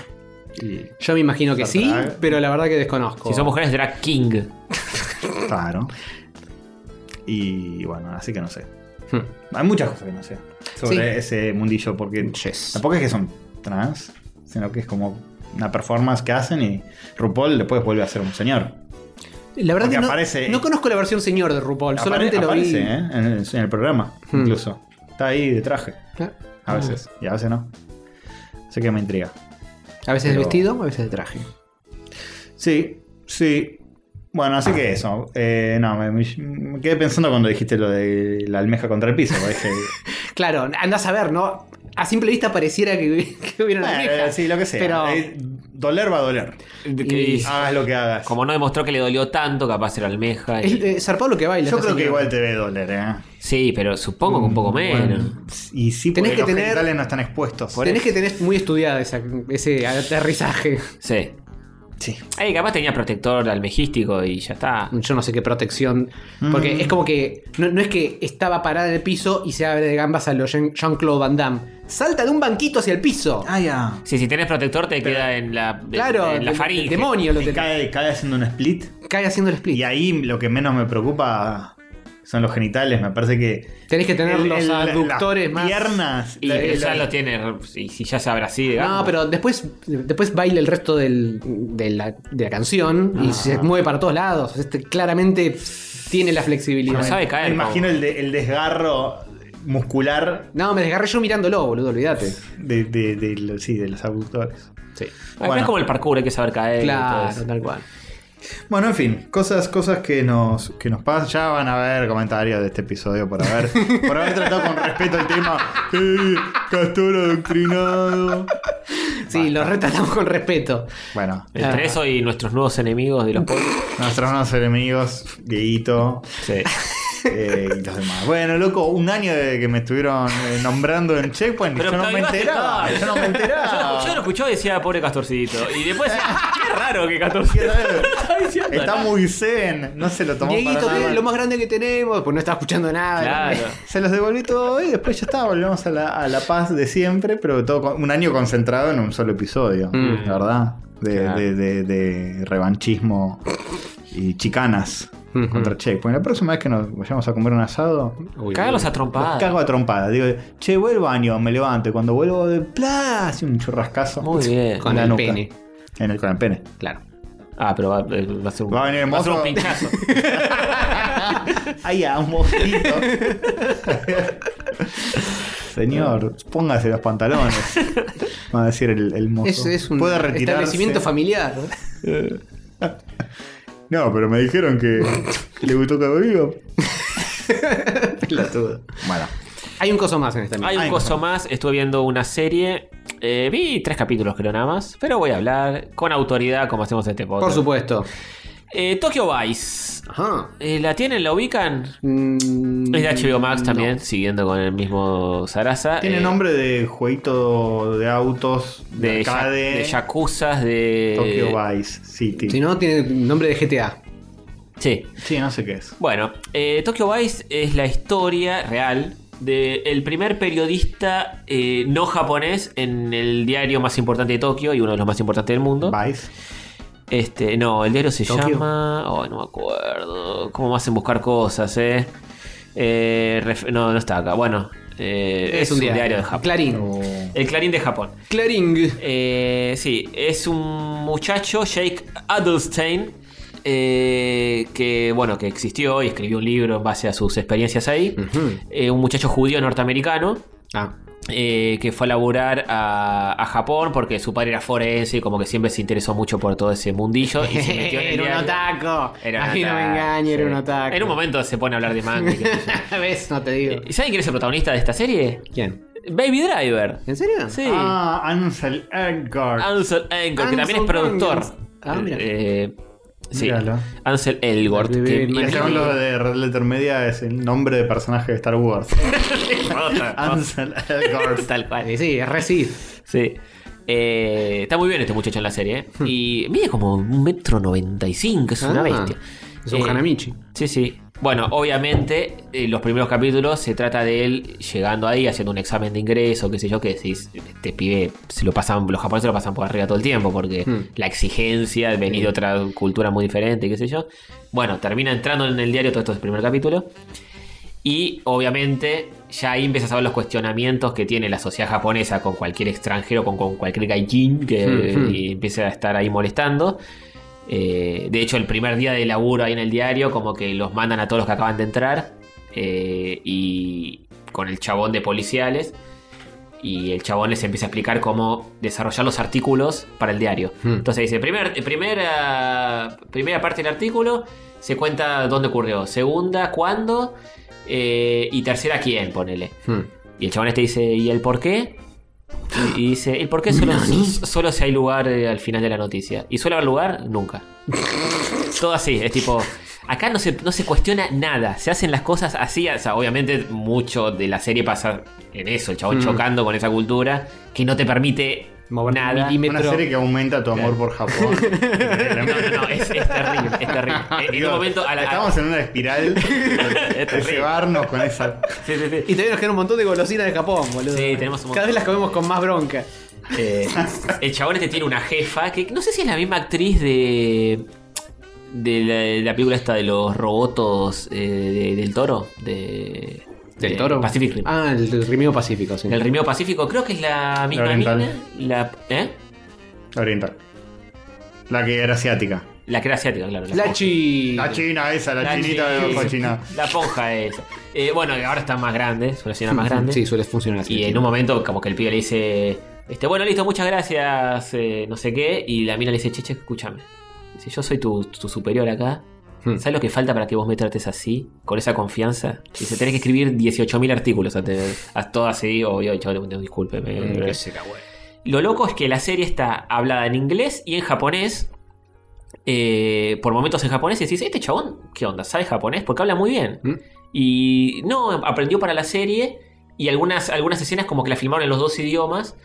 Y, Yo me imagino que sí, Sartrag. pero la verdad que desconozco. Si son mujeres, Drag King. claro. Y bueno, así que no sé. Hmm. Hay muchas cosas que no sé sobre Sí. ese mundillo, porque Yes. tampoco es que son trans, sino que es como una performance que hacen y RuPaul después vuelve a ser un señor. La verdad Porque que no, aparece- no conozco la versión señor de RuPaul, Apare- solamente lo vi. aparece, ¿eh? en, el, en el programa, Hmm. incluso. Está ahí de traje, Claro. a veces, y a veces no. Así que me intriga. A veces de Pero- vestido, a veces de traje. Sí, sí. Bueno, así que eso. Eh, no, me, me quedé pensando cuando dijiste lo de la almeja contra el piso. <laughs> porque Dije, Claro, andás a ver, ¿no? A simple vista pareciera que, <laughs> que hubiera una "Bueno, vieja. eh, sí, lo que sea. Pero- Eh, doler va a doler. Que- Hagas lo que ah. hagas. Como no demostró que le dolió tanto, capaz era almeja. y- Es eh, zarpado lo que baila. Yo esta creo que señora. igual te ve doler, ¿eh? Sí, pero supongo que un Mm, poco menos. Y sí, Tenés porque que los tener- genitales no están expuestos. Tenés que tener muy estudiada esa- ese aterrizaje. Sí. Sí. Ay, capaz tenía protector almejístico y ya está. Yo no sé qué protección. Porque Mm. es como que. No, no es que estaba parada en el piso y se abre de gambas a lo Jean- Jean-Claude Van Damme. Salta de un banquito hacia el piso. Ah, ya. Sí, si tenés protector te queda en la, claro, en la el- faringe. el demonio lo Y tenés. Cae, cae haciendo un split. Cae haciendo el split. Y ahí lo que menos me preocupa son los genitales. Me parece que. Tenés que tener el- los el- la- aductores las más. Piernas. Y la- que ya la- lo tiene. Y si ya sabrá así, digamos. No, pero después, después baila el resto del- de, la, de la canción Ah. y se mueve para todos lados. Este claramente tiene la flexibilidad. No sabe Me caer. imagino como- el, de- el desgarro muscular No, me desgarré yo mirándolo, boludo, olvídate. de, de- de los, sí, de los aductores. Sí. Acá bueno. es como el parkour, hay que saber caer. y todo Claro, eso. tal cual. Bueno, en fin, cosas, cosas que nos, que nos pasan. Ya van a ver comentarios de este episodio por haber, por haber tratado con respeto el tema. Eh, Castor adoctrinado. Sí, lo retratamos con respeto. Bueno, Entre eso y nuestros nuevos enemigos de los pueblos. nuestros nuevos enemigos, Dieguito <laughs> Sí. eh, y los demás. Bueno, loco, un año de que me estuvieron eh, nombrando en Checkpoint y yo no Octavio me Vázquez enteraba. estaba. Yo no me enteraba. Yo, yo lo escuchaba y decía, pobre Castorcito. Y después <laughs> decía, qué raro que Qué Castorcito. <laughs> raro. está diciendo Está nada. muy zen, no se lo tomó Dieguito, para que nada. es lo más grande que tenemos, pues no está escuchando <laughs> nada. Claro. Se los devolví todo y después ya está, volvemos a la, a la paz de siempre, pero todo con- un año concentrado en un solo episodio, la ¿verdad? De, Mm. Claro. de- de- de revanchismo y chicanas contra Checkpoint. La próxima vez que nos vayamos a comer un asado, Cágalos a los trompadas. cago a trompada. Digo, che, vuelvo al baño, me levanto. Y cuando vuelvo, de pla, así un churrascazo. Muy bien. Con en la el nuca. pene. En el, con el pene. Claro. Ah, pero va, eh, va a ser un, Va a venir el va a ser un mozo. <laughs> pinchazo. Ay, a <laughs> un mosquito. Señor, póngase los pantalones. Va a decir el, el mozo. Es, es un Puede retirarse. establecimiento familiar. No, pero me dijeron que, que le gustó Cabo Vivo. Bueno. Hay un coso más en este esta mesa. Hay un Ay, coso más, estuve viendo una serie. eh, vi tres capítulos creo nada más, pero voy a hablar con autoridad como hacemos en este podcast. Por supuesto. Eh, Tokyo Vice. Ajá. Eh, ¿La tienen? ¿La ubican? Mm, Es de HBO Max también, siguiendo con el mismo Sarasa. Tiene Eh, nombre de jueguito de autos, de, de, ya- arcade, de eh, yacuzas, de. Tokyo Vice City. Si no, tiene nombre de GTA. Sí. Sí, no sé qué es. Bueno, eh, Tokyo Vice es la historia real del primer periodista eh, no japonés en el diario más importante de Tokio y uno de los más importantes del mundo. Vice. Este, no, el diario se ¿Tokio? llama. Ay, no me acuerdo. ¿Cómo me hacen buscar cosas, eh? Eh, ref- no, no está acá. Bueno, eh, es, un diario, de Japón. Clarín. El Clarín de Japón. Clarín. Eh, sí, es un muchacho, Jake Adelstein, eh, que bueno, que existió y escribió un libro en base a sus experiencias ahí. Ujú. Eh, un muchacho judío norteamericano. Ah. eh, que fue a laburar a, a Japón porque su padre era forense y como que siempre se interesó mucho por todo ese mundillo y se metió en <laughs> el era un diario. otaco. Era un a mí no me otaku, engañe, era sí. un Eh, otaco. <laughs> En un momento se pone a hablar de manga. y qué sé yo. ¿Ves? No te <laughs> digo. ¿Y saben quién es el protagonista de esta serie? ¿Quién? Baby Driver. ¿En serio? Sí. Ah, Ansel Elgort. Ansel Elgort, que también es Ansel productor. Elgort. Ah, mira. Eh, sí. Míralo. Ansel Elgort. El que- bebé El Mira. ejemplo de Red Letter Media es el nombre de personaje de Star Wars. Ansel Elgort. Tal cual. Eh, sí, es re sí. Sí. Eh, está muy bien este muchacho en la serie, ¿eh? Y mide como un metro noventa y cinco, es una Hmm. Ah, bestia. Es un Eh, Hanamichi. Sí, sí. Bueno, obviamente, eh, los primeros capítulos se trata de él llegando ahí, haciendo un examen de ingreso, qué sé yo, que decís, este pibe, se lo pasan, los japoneses lo pasan por arriba todo el tiempo, porque Hmm. la exigencia, venir de otra cultura muy diferente, qué sé yo. Bueno, termina entrando en el diario todo esto es el primer capítulo. Y obviamente ya ahí empiezas a ver los cuestionamientos que tiene la sociedad japonesa con cualquier extranjero, con, con cualquier gaijin que Ujú. y empieza a estar ahí molestando. Eh, de hecho, el primer día de laburo ahí en el diario, como que los mandan a todos los que acaban de entrar eh, y con el chabón de policiales. Y el chabón les empieza a explicar cómo desarrollar los artículos para el diario. Hmm. Entonces dice, primer, primera, primera parte del artículo, se cuenta dónde ocurrió. Segunda, cuándo. eh, y tercera, quién, ponele. Hmm. Y el chabón este dice, ¿y el por qué? Y, y dice, ¿el por qué solo, solo si hay lugar eh, al final de la noticia? ¿Y suele haber lugar? Nunca. Todo así, es tipo... Acá no se, no se cuestiona nada, se hacen las cosas así, o sea, obviamente mucho de la serie pasa en eso, el chabón Mm. chocando con esa cultura que no te permite Mover nada. milímetro. Una serie que aumenta tu Claro. amor por Japón. <laughs> Ah, No, no, no, es, es terrible, es terrible. En- En Digo, un momento a la- a- Estamos en <laughs> una espiral de terrible. llevarnos con esa. Sí, sí, sí. Y todavía nos quedan un montón de golosinas de Japón, boludo. Sí, tenemos un montón. Cada vez las comemos con más bronca. Eh, el chabón este tiene una jefa que no sé si es la misma actriz de. de la, de la película esta de los robotos eh, de- del toro. De, de Pacific Rim. Ah, el, del Rimeo Pacífico, sí. Del Rimeo Pacífico, creo que es la misma La oriental. mina. La, ¿eh? Oriental. La que era asiática. la que era asiática, claro. La, La ponja. chi. La china esa, la, La chinita chi- de ojo china. La ponja esa. Eh, bueno, ahora está más grande, es una señora más grande. Sí, suele funcionar así. Y en un momento, como que el pibe le dice, este, bueno, listo, muchas gracias, eh, no sé qué. Y la mina le dice, che, che, escúchame. Si yo soy tu, tu superior acá, Hmm. ¿sabes lo que falta para que vos me trates así, con esa confianza? Dice, tenés que escribir 18.000 artículos antes de- a todo así, o yo, chaval, discúlpeme. Mm, pero- que se cagó. Lo loco es que la serie está hablada en inglés y en japonés. eh, por momentos en japonés y decís, este chabón, ¿qué onda? ¿Sabe japonés? Porque habla muy bien. Mm. Y no, aprendió para la serie y algunas, algunas escenas como que la filmaron en los dos idiomas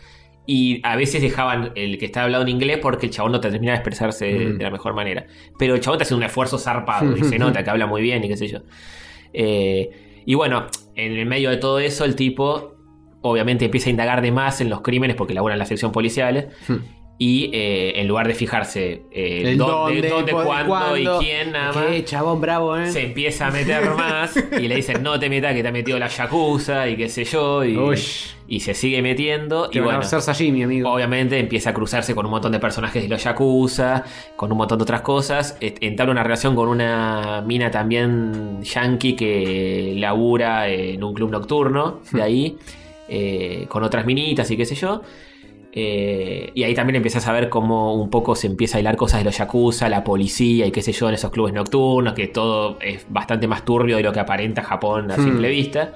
y a veces dejaban el que está hablado en inglés porque el chabón no te termina de expresarse de, Mm. la mejor manera. Pero el chabón te hace un <laughs> esfuerzo zarpado y se nota que habla muy bien y qué sé yo. Eh, y bueno, en el medio de todo eso el tipo obviamente empieza a indagar de más en los crímenes porque labora en la sección policiales. Hmm. Y eh, en lugar de fijarse eh, El dónde, dónde, por- cuándo, y quién, nada más Qué chabón bravo, eh. se empieza <laughs> a meter más y le dicen no te metas que te ha metido la yakuza y qué sé yo y, Uy. y se sigue metiendo Te y van bueno a hacer sashimi, amigo. obviamente empieza a cruzarse con un montón de personajes de los yakuza con un montón de otras cosas Et- entabla una relación con una mina también yankee que labura en un club nocturno de ahí eh, con otras minitas y qué sé yo eh, y ahí también empiezas a ver cómo un poco se empieza a hilar cosas de los yakuza, la policía y qué sé yo, en esos clubes nocturnos, que todo es bastante más turbio de lo que aparenta Japón a Hmm. simple vista.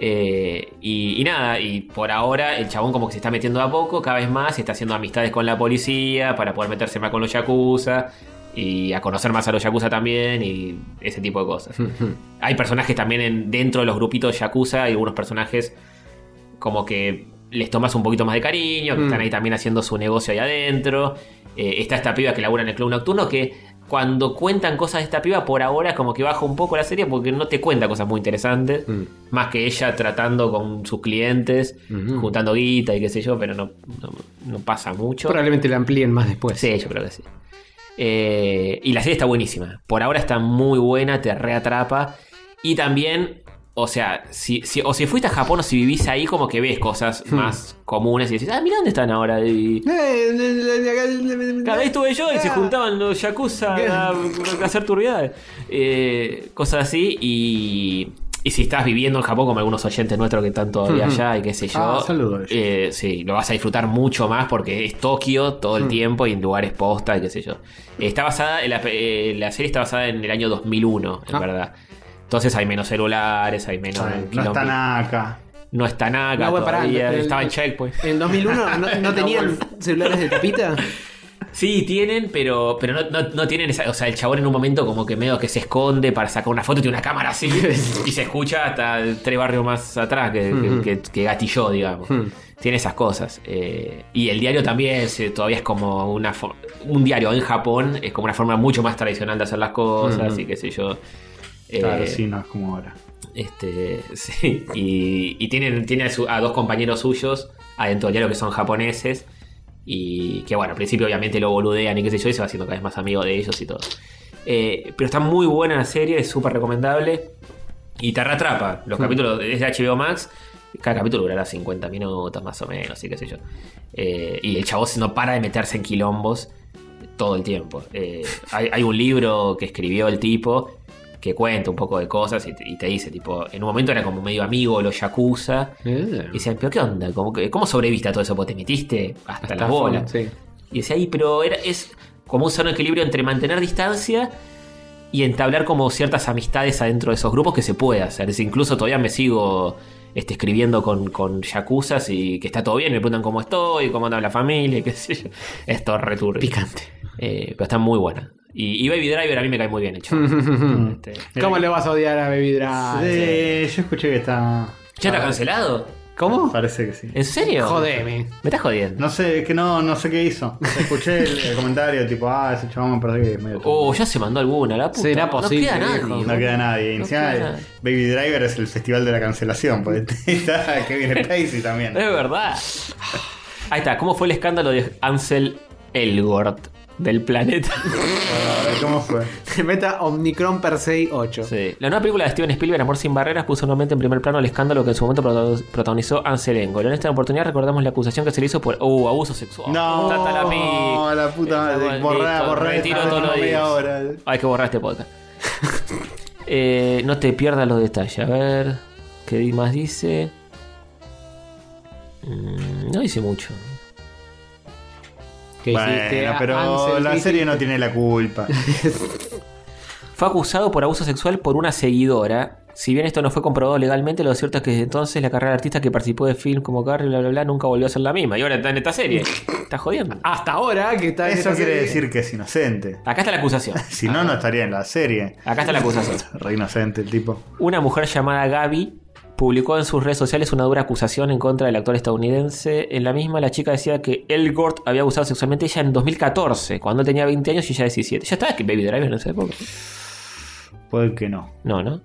Eh, y, y nada, y por ahora el chabón como que se está metiendo de a poco, cada vez más, y está haciendo amistades con la policía para poder meterse más con los yakuza y a conocer más a los yakuza también y ese tipo de cosas. Hay personajes también en- dentro de los grupitos Yakuza, hay algunos personajes como que les tomas un poquito más de cariño, que Mm. están ahí también haciendo su negocio ahí adentro. Eh, está esta piba que labura en el club nocturno que cuando cuentan cosas de esta piba por ahora como que baja un poco la serie porque no te cuenta cosas muy interesantes, Mm. más que ella tratando con sus clientes, Ujú. juntando guita y qué sé yo, pero no, no, no pasa mucho. Probablemente la amplíen más después. Sí, yo creo que sí. Eh, y la serie está buenísima. Por ahora está muy buena, te reatrapa. Y también, o sea, si, si- o si fuiste a Japón o si vivís ahí, como que ves cosas más comunes y decís, ah, mira dónde están ahora. Y cada vez estuve yo y se juntaban los yakuza a, a hacer turbidades. Eh, cosas así. Y, y si estás viviendo en Japón, como algunos oyentes nuestros que están todavía Ujú. allá y qué sé yo, Ah, saludos. eh, sí, lo vas a disfrutar mucho más porque es Tokio todo Mm. el tiempo y en lugares posta y qué sé yo. Está basada, en la, pe- eh, la serie está basada en el año 2001, en Ah. verdad. Entonces hay menos celulares, hay menos. No quilombi- están acá. no está nada No, bueno, pará, todavía, el- estaba en checkpoint. En 2001 <laughs> no, no tenían celulares de tapita. Sí, tienen, pero, pero no, no- no tienen esa. O sea, el chabón en un momento como que medio que se esconde para sacar una foto, tiene una cámara así <laughs> y se escucha hasta tres barrios más atrás que, que- Ujú. que, que gatilló, digamos. Hmm. Tiene esas cosas. eh, y el diario también se- todavía es como una for- un diario en Japón, es como una forma mucho más tradicional de hacer las cosas Ujú. y qué sé yo. Eh, Claro, sí, no es como ahora. este, <laughs> sí, y, y tienen, tiene a, su- a dos compañeros suyos adentro del diario que son japoneses. Y que bueno, al principio obviamente lo boludean y qué sé yo, y se va haciendo cada vez más amigo de ellos y todo. Eh, pero está muy buena la serie, es súper recomendable. Y te reatrapa. Los capítulos es de HBO Max. Cada capítulo durará 50 minutos más o menos, y qué sé yo. Eh, y el chavo no para de meterse en quilombos todo el tiempo. Eh, hay, hay un libro que escribió el tipo que cuenta un poco de cosas y te, y te dice, tipo, en un momento era como medio amigo de los Yakuza. Eh, Y decían, pero ¿qué onda? ¿Cómo, que- cómo sobreviste a todo eso? Vos te metiste hasta, hasta las bolas. Sí. Y decía, ahí, pero era, es como un sano equilibrio entre mantener distancia y entablar como ciertas amistades adentro de esos grupos que se puede hacer. Es decir, incluso todavía me sigo este, escribiendo con, con yacuzas y que está todo bien, me preguntan cómo estoy, cómo anda la familia, y qué sé yo. Esto es returbio. Picante. pero está muy buena. Y, y Baby Driver a mí me cae muy bien hecho. Mm, Este, ¿Cómo le vas a odiar a Baby Drive? Eh, yo escuché que está. ¿Ya está cancelado? Uh. ¿Cómo? Parece que sí. ¿En serio? Jodeme. <laughs> Me estás jodiendo. No sé, es que no, no sé qué hizo. Escuché el, el comentario tipo, ah, ese chabón me parece que es medio. Oh, ya se mandó alguna, la puta. ¿Será posible, No queda viejo? nadie. No queda nadie. No Encima, eh, queda nadie. Baby Driver es el festival de la cancelación. Porque <laughs> está Kevin Spacey también. Es verdad. Ahí está, ¿cómo fue el escándalo de Ansel Elgort del <laughs> planeta? ¿Cómo fue? Se meta Omnicron Persei 8. Sí. La nueva película de Steven Spielberg, Amor sin barreras, puso nuevamente en primer plano el escándalo que en su momento protago- protagonizó Ansel Elgort. En esta oportunidad recordamos la acusación que se le hizo por uh, abuso sexual. No, Tata la pi- la puta madre. Estamos- Borrá, listo, borrá. retiro esta todo lo media dicho. hora. Hay que borrar este podcast. <laughs> Eh, no te pierdas los detalles. A ver, ¿qué di- más dice? Mm, no dice mucho. Que hiciste Bueno, a pero Ansel, la que serie no tiene la <laughs> culpa. Fue acusado por abuso sexual por una seguidora. Si bien esto no fue comprobado legalmente, lo cierto es que desde entonces la carrera de artista que participó de film como Carrie, bla, bla, bla, nunca volvió a ser la misma. Y ahora está en esta serie. Está jodiendo. Ah, Hasta ahora que está en Eso esta quiere serie. decir que es inocente. Acá está la acusación. Si no, Ah. no estaría en la serie. Acá está la acusación. Re inocente el tipo. Una mujer llamada Gaby publicó en sus redes sociales una dura acusación en contra del actor estadounidense. En la misma, la chica decía que Elgort había abusado sexualmente de ella en 2014, cuando él tenía 20 años y ella 17. Ya estaba que Baby Driver en esa época. Puede que no. No, ¿no?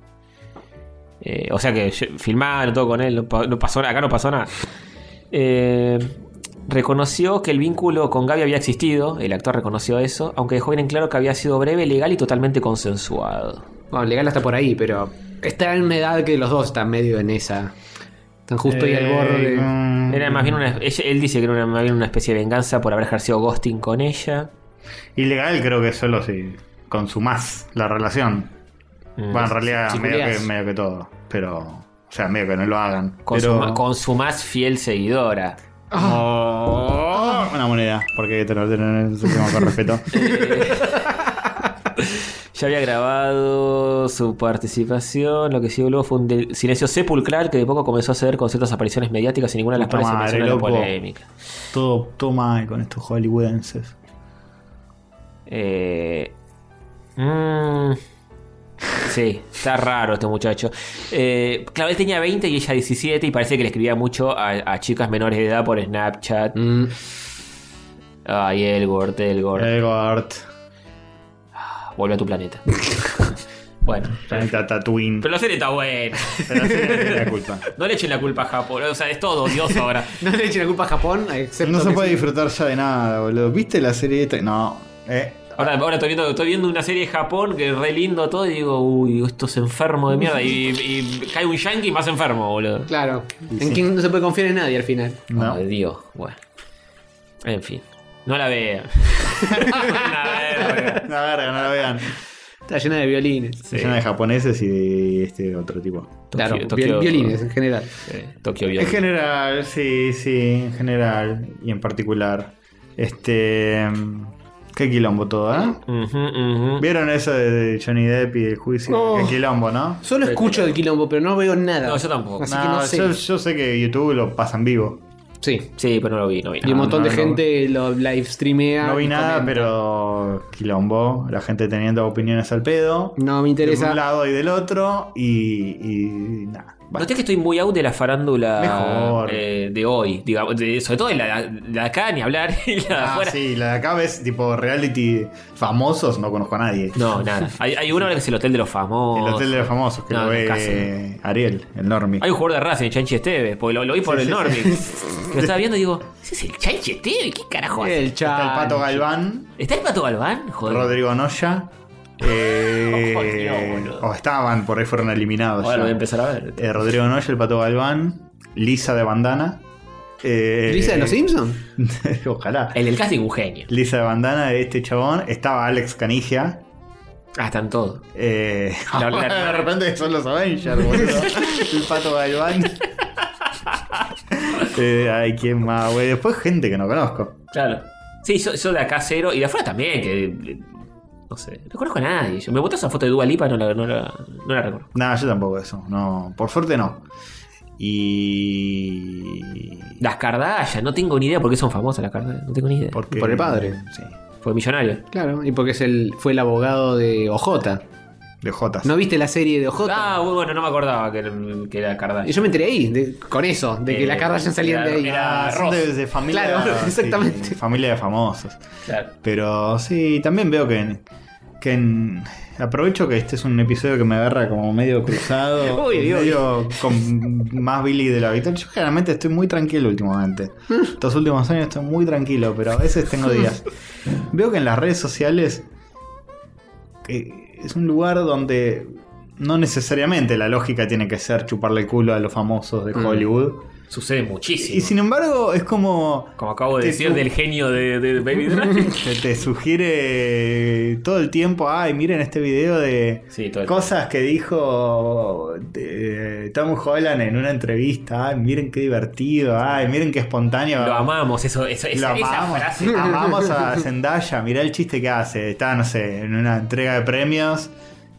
Eh, o sea que yo- filmaron todo con él, no, pa- no pasó, acá no pasó nada. Eh, reconoció que el vínculo con Gaby había existido, el actor reconoció eso, aunque dejó bien en claro que había sido breve, legal y totalmente consensuado. Bueno, legal hasta por ahí, pero está en una edad que los dos están medio en esa. Están justo ahí al Eh, borde. mm, Era más bien una, ella- él dice que era una- más bien una especie de venganza por haber ejercido ghosting con ella. Ilegal creo que solo si consumás la relación. Mm, Bueno, en realidad si medio que, culiás. medio que todo. Pero, o sea, medio que no lo hagan. con, su, ma- Pero, con su más fiel seguidora. Ah. Oh, una moneda, porque hay que tener tener el sistema con respeto. <laughs> Ya había grabado su participación. Lo que siguió luego fue un del- silencio sepulcral que de poco comenzó a ceder con ciertas apariciones mediáticas y ninguna de las Puta cuales se madre, menciona la loco. polémica. todo, todo mal con estos hollywoodenses. Eh, mm, sí, está raro este muchacho. Eh, claro, él tenía 20 y ella 17 y parece que le escribía mucho a, a chicas menores de edad por Snapchat. Mm, Ay, Elgort, Elgort. Edward, Eh. Vuelve a tu <laughs> planeta. bueno. Planeta Tatooine. Pero la serie está buena. Pero sí, no tiene la <laughs> culpa. No le echen la culpa a Japón. O sea, es todo odioso ahora. <laughs> No le echen la culpa a Japón, excepto. No se que puede sí. disfrutar ya de nada, boludo. ¿Viste la serie esta? No. Eh, Ahora, ahora estoy, viendo, estoy viendo una serie de Japón que es re lindo todo y digo, uy, esto es enfermo de mierda. Y, y cae un yankee más enfermo, boludo. Claro. en quien no se puede confiar en nadie al final. no. Ay, Dios, bueno. En fin. No la <laughs> eh, vea. No, verga, no <laughs> la vean. Está llena de violines. Se llena de japoneses y de este otro tipo. Claro, viol- violines en general. Tokio En Violines. general, sí, sí, en general y en particular. Este. mm, Qué quilombo todo, ¿eh? Ujú, ujú. ¿Vieron eso de- de Johnny Depp y el juicio? No. Qué quilombo, ¿no? Solo escucho el quilombo, pero no veo nada. Este, No, yo tampoco. Así que No, no sé. yo, yo sé que YouTube lo pasan vivo. Sí. Sí, pero no lo vi, no vi. Y un nada. montón no, de no. gente lo live streamea. No vi y nada, comenta. pero quilombo. La gente teniendo opiniones al pedo. No me De interesa. un lado y del otro. Y, y nada. Bueno, Noté que estoy muy out de la farándula Mejor. eh, de hoy, digamos, de- sobre todo de la, la de acá, ni hablar, <laughs> y la de ah, afuera. sí, la de acá ves tipo reality famosos, no conozco a nadie. No, nada. Hay, hay uno ahora que es el Hotel de los Famosos. El hotel de los famosos, que No, lo ve casi. eh, Ariel, el normie. Hay un jugador de Racing, el Chanchi Esteves, porque lo, lo vi por Sí, el sí, Nordic. sí. <laughs> Lo estaba viendo y digo, ¿ese es el Chanchi Esteves? ¿Qué carajo hace? El chat. Está el Pato Galván, ¿Está el Pato Galván? Joder. Rodrigo Noya. Dios, <laughs> eh, boludo. o estaban, por ahí fueron eliminados. Ahora ya. lo voy a empezar a ver. Eh, Rodrigo Noya, el Pato Galván, Lisa de Bandana. eh, ¿Lisa de los Simpsons? <laughs> Ojalá. El del casting, un genio. Lisa de Bandana de este chabón. Estaba Alex Canigia. Ah, están todos. <laughs> Eh, La- la- <laughs> de repente son los Avengers, <laughs> boludo. El pato Galván. Eh, ay, quién más, güey. Después gente que no conozco. Claro. Sí, yo, yo de acá cero y de afuera también, que. eh, No sé, no conozco a nadie. Yo- me botó esa foto de Dua Lipa, no la, no la, no la recuerdo. Nada, yo tampoco eso. No, por suerte no. Y. Las Kardashian, no tengo ni idea por qué son famosas las Kardashian, no tengo ni idea. Por, Porque- Por el padre. Sí. millonario. Claro, y porque es el, fue el abogado de OJ. De Jotas. ¿No viste la serie de OJ? Ah, bueno, no me acordaba que, que era Y Kardashian. yo me enteré ahí, de- con eso, de que Eh, la Kardashian salían de ahí. era- Ah, son de, de familia. Claro, <laughs> sí, exactamente. familia de famosos. Claro. Pero sí, también veo que. en- que en- aprovecho que este es un episodio que me agarra como medio cruzado, Uy, uy, uy. medio con más Billy de lo habitual. Yo generalmente estoy muy tranquilo últimamente. Estos últimos años estoy muy tranquilo, pero a veces tengo días. Veo que en las redes sociales que es un lugar donde no necesariamente la lógica tiene que ser chuparle el culo a los famosos de Hollywood. Sucede Y muchísimo. sin embargo, es como Como acabo de Te decir su- del genio de, de <laughs> Baby Drive. te, te sugiere todo el tiempo, ay, miren este video de sí, todo el- cosas que dijo eh, Tom Holland en una entrevista, ay, miren qué divertido, ay, miren qué espontáneo. Lo amamos, eso, eso, Lo esa, esa amamos, frase. <laughs> amamos a Zendaya, mirá el chiste que hace, está, no sé, en una entrega de premios.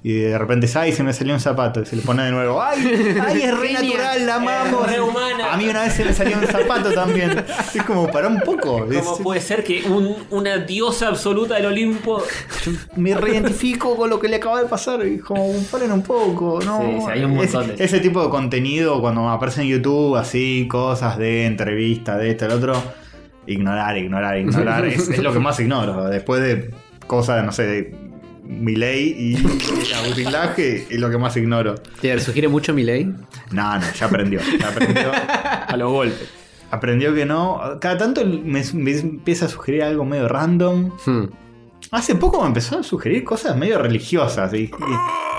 Y de repente, ay, se me salió un zapato. Y se le pone de nuevo, ay, ay, es re natural, la amamos. Eh, re humana. A mí una vez se me salió un zapato también. Es como, para un poco. ¿Cómo es- puede ser que un- una diosa absoluta del Olimpo. Yo me reidentifico con lo que le acaba de pasar y como paren un poco, ¿no? Sí, sí, hay un montón Ese- de- Ese tipo de contenido cuando aparece en YouTube, así, cosas de entrevista, de esto, el otro, ignorar, ignorar, ignorar, es, es lo que más ignoro. Después de cosas, no sé, de Miley y <laughs> Agustín Laje, es lo que más ignoro. ¿Te sugiere mucho mi ley? No, no, ya aprendió, ya aprendió. A los golpes. Aprendió que no. Cada tanto me, me empieza a sugerir algo medio random. Hmm. Hace poco me empezó a sugerir cosas medio religiosas. Y, y-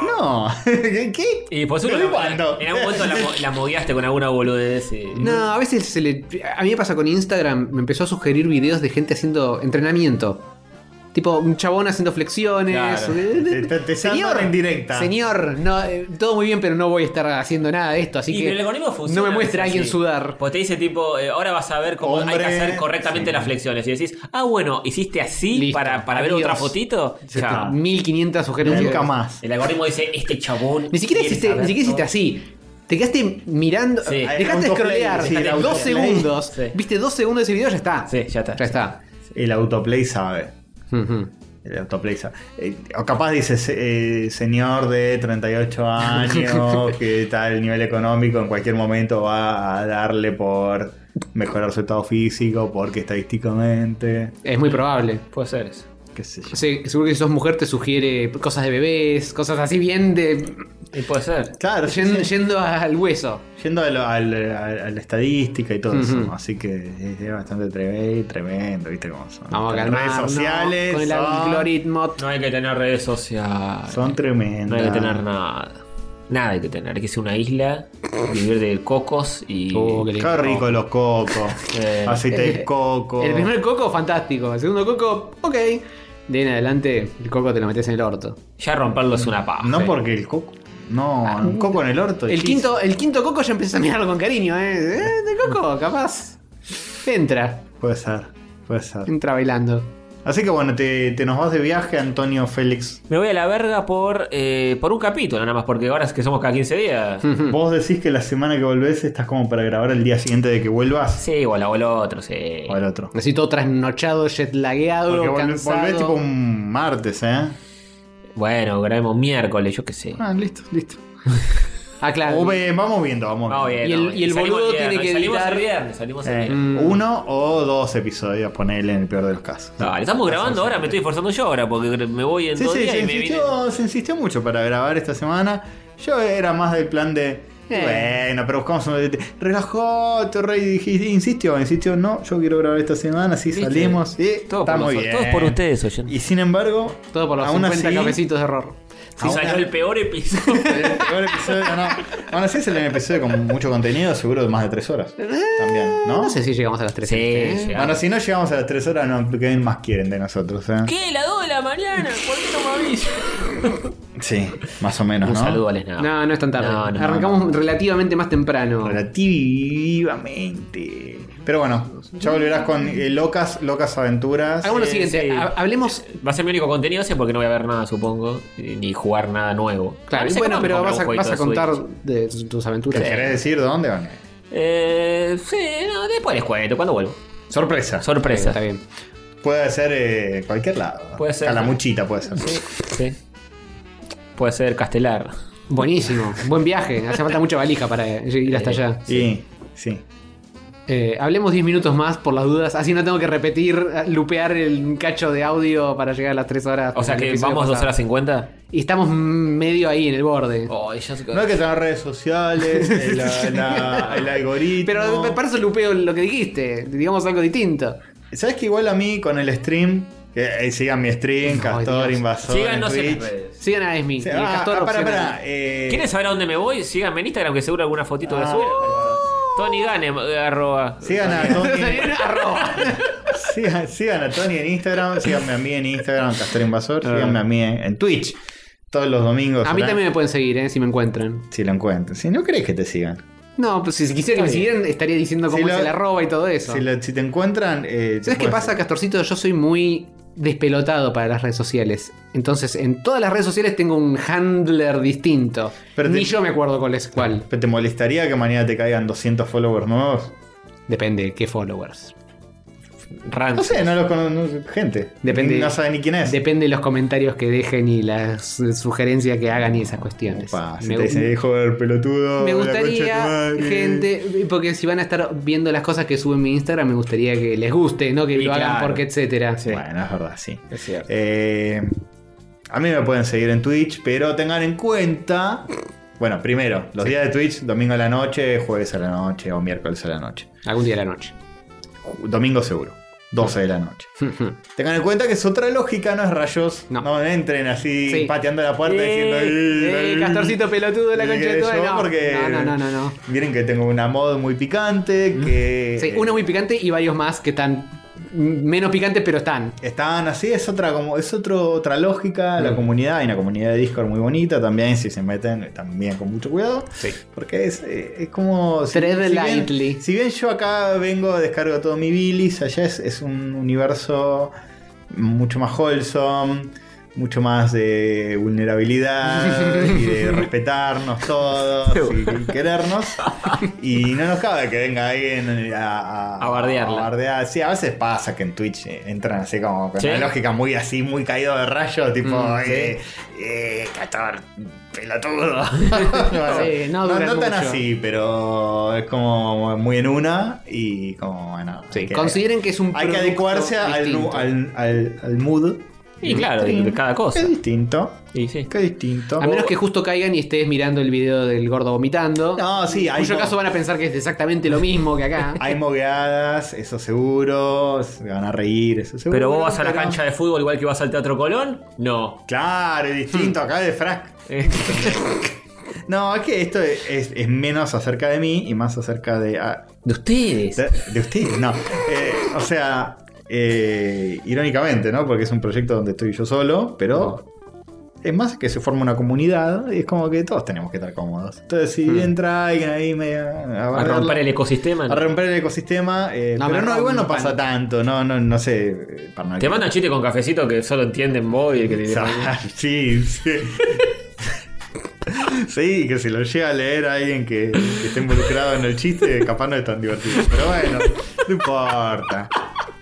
no, <laughs> ¿qué? qué? Y por ¿Pero supuesto, cuándo? en algún momento la, mo- la mogueaste con alguna boludez. eh. y- No, a veces se le. A mí me pasa con Instagram, me empezó a sugerir videos de gente haciendo entrenamiento. Tipo, un chabón haciendo flexiones. eh, Claro. Te- te- te señor, mandan en directa. Señor, no, eh, todo muy bien, pero no voy a estar haciendo nada de esto, así Y que. el algoritmo funciona, no me muestra a es alguien así. sudar. Pues te dice tipo, eh, ahora vas a ver cómo hay Hombre, que hacer correctamente las flexiones. Y decís, ah, bueno, hiciste así Listo, para, para ver adiós. otra fotito. Chao. Este, 1500 sugerencias. Nunca más. El algoritmo dice, este chabón. Ni siquiera quiere hiciste, saber ni siquiera hiciste todo". así. Te quedaste mirando. eh, Sí. Dejaste de Autoplay, scrollear sí, el dos autoplay. segundos. Sí. Viste dos segundos de ese video, ya está. Sí, ya está. Ya está. El autoplay sabe. Ujú. El autoplay sabe. Eh, o capaz dices, eh, señor <laughs> de 38 años, que tal nivel económico, en cualquier momento va a darle por mejorar su estado físico, porque estadísticamente. Es muy probable. Puede ser eso. ¿Qué sé yo? Sí, seguro que si sos mujer te sugiere cosas de bebés, cosas así bien de. Y puede ser. Claro, sí, Yendo, sí. yendo al hueso. Yendo al- al- al- a la estadística y todo eso. Ujú. Así que es, es bastante tremendo, tremendo, ¿viste cómo son? Vamos a Las calmarnos redes sociales Con el son, algoritmo. No hay que tener redes sociales. son tremendas. No hay que tener nada. Nada hay que tener. Hay que ser una isla, vivir de cocos y. Oh, qué lindo. Qué rico los cocos. Eh, aceite eh, de coco. El primer coco, fantástico. El segundo coco, ok. De ahí en adelante, el coco te lo metes en el orto. Ya romperlo es una paja. No eh. porque el coco. No, un coco en el orto. Ah, El chis. quinto, el quinto coco ya empiezas a mirarlo con cariño, ¿eh? <laughs> ¿Eh? De coco, capaz. Entra, Puede ser, puede ser. entra bailando. Así que bueno, te, te nos vas de viaje, Antonio Félix. Me voy a la verga por, eh, por un capítulo, nada más, porque ahora es que somos cada 15 días. Vos decís que la semana que volvés estás como para grabar el día siguiente de que vuelvas Sí, o la o el otro, sí. o el otro. Necesito trasnochado, jetlagueado, Porque vol- cansado. volvés tipo un martes, ¿eh? Bueno, grabemos miércoles, yo qué sé. Ah, listo, listo. Ah, claro. O ve- vamos viendo, vamos viendo. Vamos bien, Y el- vamos bien. y el Salimos boludo viernes, tiene que Salimos editar- el viernes, salimos el Eh, viernes. Mm. Uno o dos episodios, ponele en el peor de los casos. Dale, estamos grabando ahora, me estoy esforzando yo ahora, porque cre- me voy en Sí, dos sí, días se y me vine. insistió, se insistió mucho para grabar esta semana. Yo era más del plan de. Bueno, pero buscamos un. Relajate, rey. dijiste- Insistió, insistió. No, yo quiero grabar esta semana. Sí, ¿Viste? salimos. Y Todo está por muy noso- bien. todos por ustedes, oyendo. Y sin embargo. Todo por los aún 50 así, cafecitos de error. Si salió el peor episodio. <laughs> el peor episodio, no. Aún así es el episodio con mucho contenido, seguro de más de 3 horas. Eh, También, ¿no? No, sé si llegamos a las 3. Sí, ¿eh? llegamos. Bueno, si no llegamos a las 3 horas, no, ¿qué más quieren de nosotros? eh? ¿Qué? ¿La 2 de la mañana? ¿Por qué no me avisas? Sí, más o menos, Un ¿no? saludo a Lesnar. No, no es tan tarde. No, no, Arrancamos relativamente más temprano. Relativamente. Pero bueno, ya volverás con eh, Locas, Locas Aventuras. Hagamos lo Sí, siguiente. sí. ha- Hablemos. Va a ser mi único contenido ese porque no voy a ver nada, supongo, eh, ni jugar nada nuevo. Claro, A veces bueno, capaz me pero compro vas a, un jueguito vas a de contar Switch. de tus- tus ¿Te aventuras. querés decir dónde? Vane? Eh, sí, no, después les cuento, cuando vuelvo. Sorpresa. Sorpresa. Está bien. puede ser eh, cualquier lado. Puede ser. Calamuchita puede ser. Sí. Puede ser castelar. Buenísimo. Buen viaje. Hace falta mucha valija para ir hasta allá. Sí, sí. Eh, hablemos 10 minutos más por las dudas. Así no tengo que repetir, lupear el cacho de audio para llegar a las 3 horas. O sea del que episodio vamos 2 pasado. horas 50. Y estamos medio ahí en el borde. Oh, ya se... No hay que tener redes sociales, el, la- el algoritmo. Pero me para eso lupeo lo que dijiste. Digamos algo distinto. ¿Sabes que igual a mí con el stream? Que, eh, sigan mi stream, Ay, Castor, Dios. Invasor. Síganos en en las Twitch. redes. Sigan a Esmi. Sí, y el ah, Castor ah, pará, opcional. pará, eh, ¿Quieren saber a dónde me voy? Síganme en Instagram que seguro alguna fotito de Ah. subir. Tony Ganem, eh, arroba. Sigan a Tony. Arroba. <laughs> Sigan, sigan a Tony en Instagram, síganme a mí en Instagram, Castor Invasor, síganme a mí en, en Twitch. Todos los domingos. A mí hora- también me pueden seguir, eh, si me encuentran. Si lo encuentran. Si no crees que te sigan. No, pues si quisiera que me siguieran, estaría diciendo Si cómo lo- es el arroba y todo eso. Si, lo- si te encuentran. Eh, te ¿Sabes qué pueden- pasa, Castorcito? Yo soy muy despelotado para las redes sociales. Entonces, en todas las redes sociales tengo un handler distinto. Pero Ni te- yo me acuerdo cuál es cuál. ¿Pero ¿Te molestaría que mañana te caigan 200 followers nuevos? Depende qué followers. Rant. No sé, no los conozco. Gente. Depende- No sabe ni quién es. Depende de los comentarios que dejen y las eh, sugerencias que hagan y esas cuestiones. Opa, si me, te dicen, "Eh, joder, pelotudo. me la concha de tu gustaría, madre". gente, porque si van a estar viendo las cosas que subo en mi Instagram, me gustaría que les guste, no que Y lo hagan claro. porque etcétera. Bueno, es verdad, sí. Es cierto. Eh, a mí me pueden seguir en Twitch, pero tengan en cuenta. Bueno, primero, los días de Twitch, domingo a la noche, jueves a la noche o miércoles a la noche. Algún día de la noche. Ju- Domingo seguro, 12 de la noche. Tengan en cuenta que es otra lógica, no es rayos. No, No. entren así Sí. pateando la puerta diciendo. "Eh, Eh, eh, Castorcito pelotudo de la eh, concha de tu yo madre. No, porque no, no, no, no, no. Miren que tengo una mod muy picante, que... Sí, uno muy picante y varios más que están mm, menos picantes, pero están. Estaban así, es otra como es otro, otra lógica la Mm. comunidad, hay una comunidad de Discord muy bonita también, si se meten también con mucho cuidado, Sí. porque es, eh, es como... Si, Tread si lightly. bien, si bien yo acá vengo, descargo todo mi bilis, allá es, es un universo mucho más wholesome, mucho más de vulnerabilidad y de respetarnos todos y querernos. Y no nos cabe que venga alguien a, a, A bardearla. a bardear. Sí, a veces pasa que en Twitch eh, entran así como con Sí. una lógica muy así, muy caído de rayo, tipo, Mm, eh, eh, Castor, <laughs> pelotudo. Bueno, Sí, no no, duran no tan mucho. así, pero es como muy en una y como, bueno. hay que- Consideren que es un hay que producto adecuarse al, nu- distinto. al, al, al mood. Y claro, de- de cada cosa. Es distinto. Y sí. Qué distinto. A menos que justo caigan y estés mirando el video del gordo vomitando. No, sí, en hay cuyo mo- caso van a pensar que es exactamente lo mismo que acá. Hay mogueadas, eso seguro. Se van a reír, eso seguro. Pero vos vas a la pero- cancha de fútbol igual que vas al Teatro Colón? No. Claro, es distinto. Acá de Frac. Hmm. Eh, <laughs> No, es que esto es, es- es menos acerca de mí y más acerca de. ah, De ustedes. de, de usted, no. Eh, o sea, eh, irónicamente, ¿no? Porque es un proyecto donde estoy yo solo, pero. es más que se forma una comunidad y es como que todos tenemos que estar cómodos. Entonces, si entra alguien ahí medio a, Hmm. A barrerla- romper el ecosistema. a romper el ecosistema, eh, No, pero me no, igual no rompan. pasa tanto, no, no, no sé. eh, para no- Te mandan chiste con cafecito que solo entienden vos y el que O <laughs> te sea, sí, sí. <laughs> Sí, que si lo llega a leer a alguien que, que esté involucrado en el chiste, capaz no es tan divertido. Pero bueno, no importa.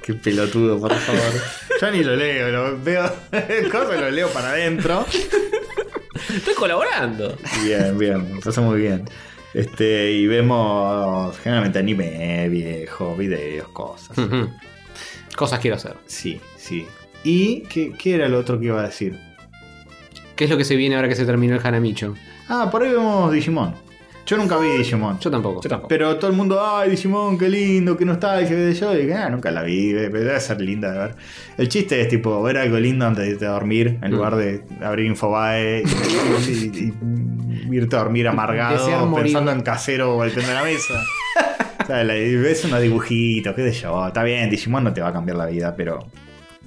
Qué pelotudo, por favor. Yo ni lo leo, lo veo <laughs> cosas, lo leo para adentro. <laughs> Estoy colaborando. Bien, bien, pasa muy bien. Este, y vemos generalmente anime, viejo, videos, cosas. Ujú. Cosas quiero hacer. Sí, sí. ¿Y qué, qué era lo otro que iba a decir? ¿Qué es lo que se viene ahora que se terminó el Hanamicho? Ah, por ahí vemos Digimon. Yo nunca vi Digimon. Yo tampoco. Yo tampoco. Pero todo el mundo, ay, Digimon, qué lindo, qué nostalgia, qué sé yo. Y dije, ah, nunca la vi, eh, pero debe ser linda de ver. El chiste es tipo, ver algo lindo antes de irte a dormir, Mm. en lugar de abrir Infobae y, y- y irte a dormir Desear amargado, morir. pensando en casero golpeando <laughs> la mesa. o sea, la- y ves unos dibujitos, qué sé yo. "Oh, Está bien, Digimon no te va a cambiar la vida, pero.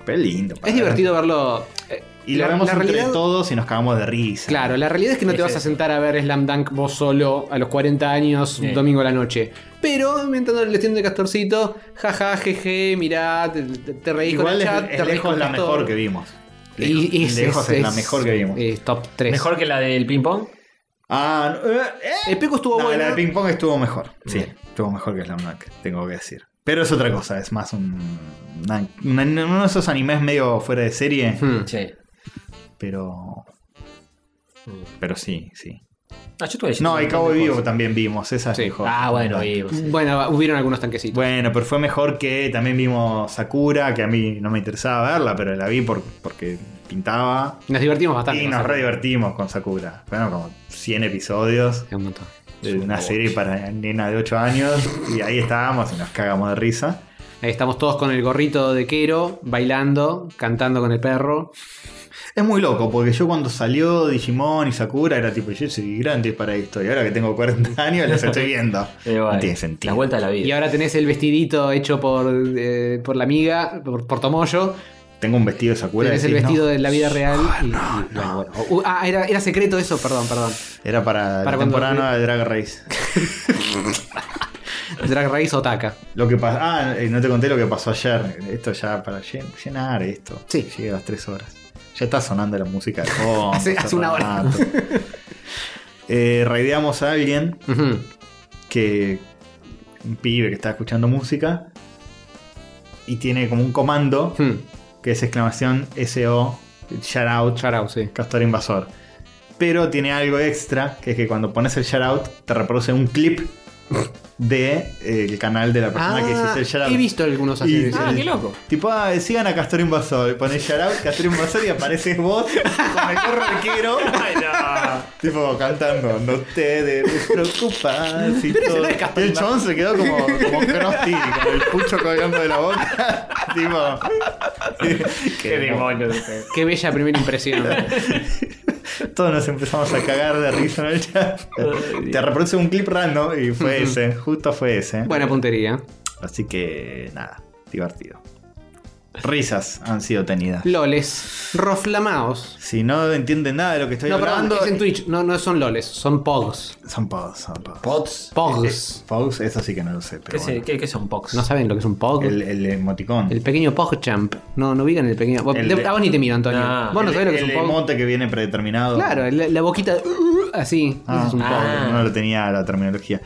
Pero es lindo. para Es ver. divertido verlo. eh, Y lo la- vemos la entre realidad- todos y nos cagamos de risa. Claro, la realidad es que no te Es vas a eso. sentar a ver Slam Dunk vos solo a los 40 años, un Sí. domingo a la noche. Pero, mientras el destino de Castorcito, jaja, jeje, mirá, te, te- te reís Igual con el es, chat, te es reís lejos con la Castor. mejor que vimos. Lejos, Y- y Lejos es la mejor que vimos. eh, top 3. Mejor que la del ping-pong. Ah, no, eh, eh. El Peco estuvo No, bueno. La de ping pong estuvo mejor. Sí, Bien. estuvo mejor que Slam Dunk, tengo que decir. Pero es otra cosa, es más un. una- una- uno de esos animes medio fuera de serie. Hmm. Sí. Pero. Pero sí, sí. Ah, yo estuve leyendo No, un y montón de Cowboy Vivo cosas. también vimos, esa es Sí. mejor. Ah, bueno, y Bueno, hubieron algunos tanquecitos. Bueno, pero fue mejor que también vimos Sakura, que a mí no me interesaba verla, pero la vi por- porque pintaba. Nos divertimos bastante. Y con nos Sakura. re divertimos con Sakura. Fueron como 100 episodios. Es un montón. de una serie para nena de 8 años y ahí estábamos y nos cagamos de risa. Ahí estamos todos con el gorrito de Quero, bailando, cantando con el perro. Es muy loco porque yo cuando salió Digimon y Sakura era tipo, yo soy grande para esto y ahora que <laughs> tengo 40 años los estoy viendo. no tiene La sentido. vuelta a la vida. Y ahora tenés el vestidito hecho por, eh, por la amiga, por, por Tomoyo. Tengo un vestido de Sakura. Tenés el decís, vestido no. Ah, de la vida real. y- y- bueno, bueno. Uh, ah, era, era secreto eso, perdón, perdón. Era para, Para la cuando- temporada nueva de Drag <laughs> Race. Drag Race Otaka. Lo que pasó. Ah, eh, no te conté lo que pasó ayer. Esto ya para llen- llenar esto. Sí. Llegué a las 3 horas. Ya está sonando la música de <laughs> fondo, Hace- hace una hora. rato. <laughs> Eh, raideamos a alguien Ujú. que un pibe que está escuchando música y tiene como un comando Hmm. que es exclamación SO shout out Shout out, sí. castor invasor. Pero tiene algo extra que es que cuando pones el shout out te reproduce <laughs> un clip de eh, el canal de la persona que hiciste el shout Ah, he out. visto algunos así. Y- sí. Ah, qué loco. Tipo, ah, sigan a Castor Invasor. Y Pones shout out, Castor Invasor y apareces vos con el corro <laughs> arquero. Tipo cantando, no te debes preocupar. si Pero ese todo- no es Castor El Invasor. chabón se quedó <laughs> como, como Krusty, con el pucho colgando de la boca. <laughs> tipo. <laughs> <laughs> Qué demonios. Qué bella primera impresión. Todos nos empezamos a cagar de risa en el chat. Te reproduce un clip random y <laughs> fue ese, justo fue ese. Buena puntería. Así que nada, divertido. Risas han sido tenidas. Loles. Roflamaos. Si no entienden nada de lo que estoy No, perdón, hablando, es en Twitch. No, no son loles, son pogs. son pogs, son pogs. ¿Pots? Pogs. Pogs, eso sí que no lo sé, pero ¿Qué, se- bueno. qué- qué son pox? ¿No saben lo que es un pog? el, El, el emoticón. El, pequeño PogChamp. No, no ubican el pequeño. Vos- El de- A vos ni te miro, Antonio. No. vos no sabés lo que es el un pog. emote que viene predeterminado. Claro, la, la boquita de- así. Ah, Ese es un pog. Ah. No lo tenía la terminología.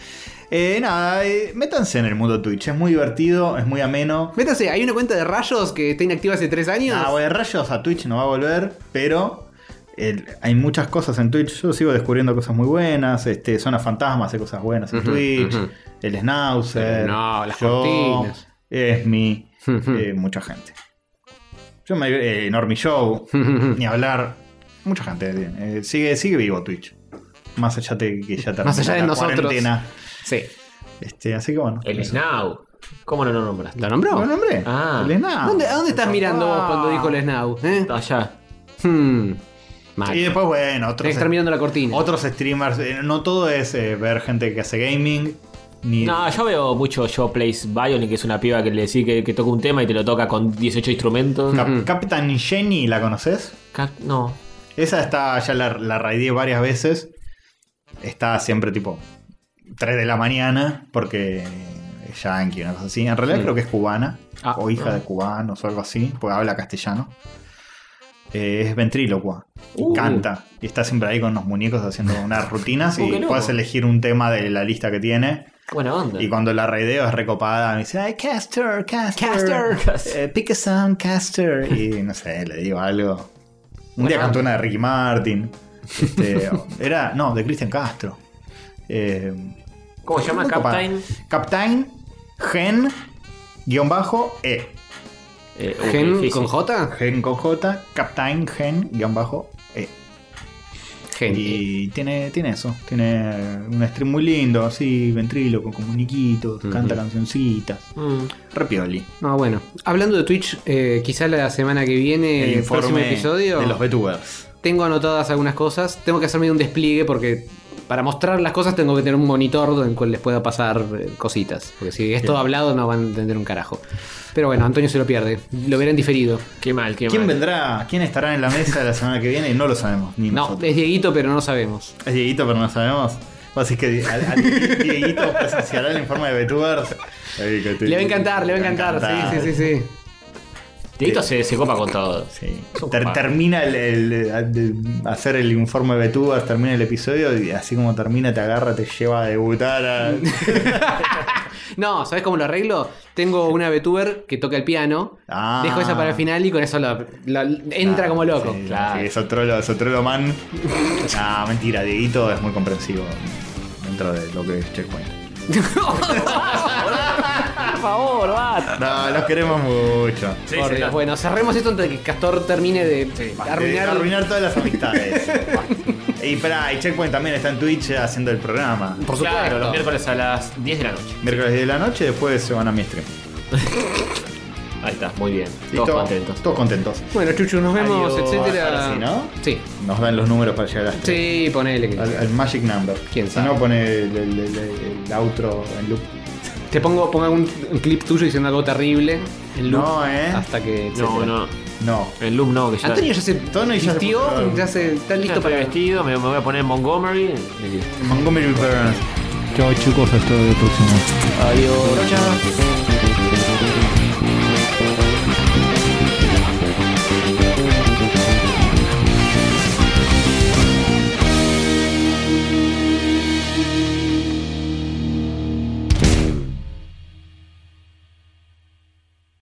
Eh, nada, eh, métanse en el mundo Twitch. Es muy divertido, es muy ameno. Métase, hay una cuenta de rayos que está inactiva hace tres años. Ah, bueno, rayos a Twitch no va a volver, pero el- hay muchas cosas en Twitch. Yo sigo descubriendo cosas muy buenas. Este, Zonas Fantasmas, hay cosas buenas en Ujú, Twitch. ujú. Eh, El Snauzer. No, las yo, cortinas. Esmi. Ujú. eh, mucha gente. Yo me. eh, Normie Show. ni hablar. Mucha gente. eh, sigue, sigue vivo Twitch. Más allá de que ya termina Más allá de la nosotros. cuarentena. sí. Este, así que bueno. El eso. Snow. ¿Cómo no lo <laughs> nombraste? ¿Lo nombró? ¿Buen nombre? Ah. El Snau. ¿Dónde, ¿A dónde estás Papá. mirando vos cuando dijo el Snow? ¿Eh? Allá. Hmm. Mal. Y después, bueno, Tenés que otros, estar mirando la cortina. otros streamers. eh, no todo es eh, ver gente que hace gaming. Ni No, yo veo mucho Yo Plays Violin, que es una piba que le decís que, que toca un tema y te lo toca con 18 instrumentos. Cap- Captain Jenny, ¿la conoces? Cap- no. Esa está, ya la, la raideé varias veces. Está siempre tipo 3 de la mañana, porque es yankee, una cosa así. En realidad Sí. creo que es cubana, Mm. Ah. o hija de cubanos o algo así, porque habla castellano. Eh, es ventrílocua y Uh. canta. Y está siempre ahí con unos muñecos haciendo unas <laughs> rutinas Uh, qué y loco. puedes elegir un tema de la lista que tiene. Buena onda. Y cuando la raideo es recopada, me dice, ay, caster, caster, Caster, caster". eh, pick a song, caster. Y no sé, le digo algo. Un día Bueno. cantó una de Ricky Martin. <laughs> Este, era, no, de Cristian Castro. Eh, ¿Cómo se llama? muy copada. Captain. Captain Gen, guión bajo, E. Eh, uy, ¿Gen difícil. con J? Gen con J, Captain Gen, guión bajo, E. Gen. E. Y tiene, tiene eso. Tiene un stream muy lindo, así, ventríloco, con muñequitos, canta cancioncitas. Mm. Repioli. No, Ah, bueno. Hablando de Twitch, eh, quizá la semana que viene, el el, próximo informe episodio, de los VTubers. tengo anotadas algunas cosas. Tengo que hacerme un despliegue porque para mostrar las cosas tengo que tener un monitor en el cual les pueda pasar eh, cositas. Porque si es todo hablado no van a entender un carajo. Pero bueno, Antonio se lo pierde. Lo verán diferido. Qué mal, qué ¿Quién mal. vendrá? ¿Quién estará en la mesa la semana que viene? No lo sabemos, ni No, nosotros. es Dieguito, pero no sabemos. Es Dieguito, pero no sabemos. Así que a- <laughs> a- Dieguito presenciará el informe de VTubers. Ay, que te- Le va a encantar, le va a encantar. Sí, sí, sí, sí. Dieguito se, se copa con todo. Sí. Es un Ter- copado. termina el, el- de hacer el informe de VTubers, termina el episodio y así como termina te agarra, te lleva a <laughs> debutar a... No, ¿sabes cómo lo arreglo? Tengo una VTuber que toca el piano. Ah. Dejo esa para el final y con eso la- la- entra como loco. Sí, Claro. sí, es otro, es otro man. ah, mentira, Dieguito es muy comprensivo dentro de lo que es <laughs> Checkpoint. Por favor, va. No, los queremos mucho. Sí, Por sí, Dios. no. Bueno, cerremos esto antes de que Castor termine de Arruinar, Eh, arruinar. arruinar todas las amistades. y pará, y Checkpoint también está en Twitch haciendo el programa. Por supuesto. Claro, los miércoles a las 10 de la noche. Miércoles 10 de la noche, después se van a mi stream. Ahí está, muy bien. ¿Listo? Todos contentos. Todos contentos. Bueno, Chuchu, nos vemos, Adiós. etcétera. Ahora sí, ¿no? Sí. Nos dan los números para llegar hasta Sí, ponele que. al, al Magic Number. ¿Quién si sabe? no, pone el, el- el- el- el outro en loop. Te pongo, pongo un, un clip tuyo diciendo algo terrible. En loop, No, eh. Hasta que. No, etcétera. no. No. El loop no, que ya. Antonio ya se Antonio ya se vistió, puso- ya se está Ya listo estoy para vestir. vestido, me, me voy a poner en Montgomery. eh, Montgomery Burns. Chao chicos, hasta el próximo. Adiós. Chao, chao.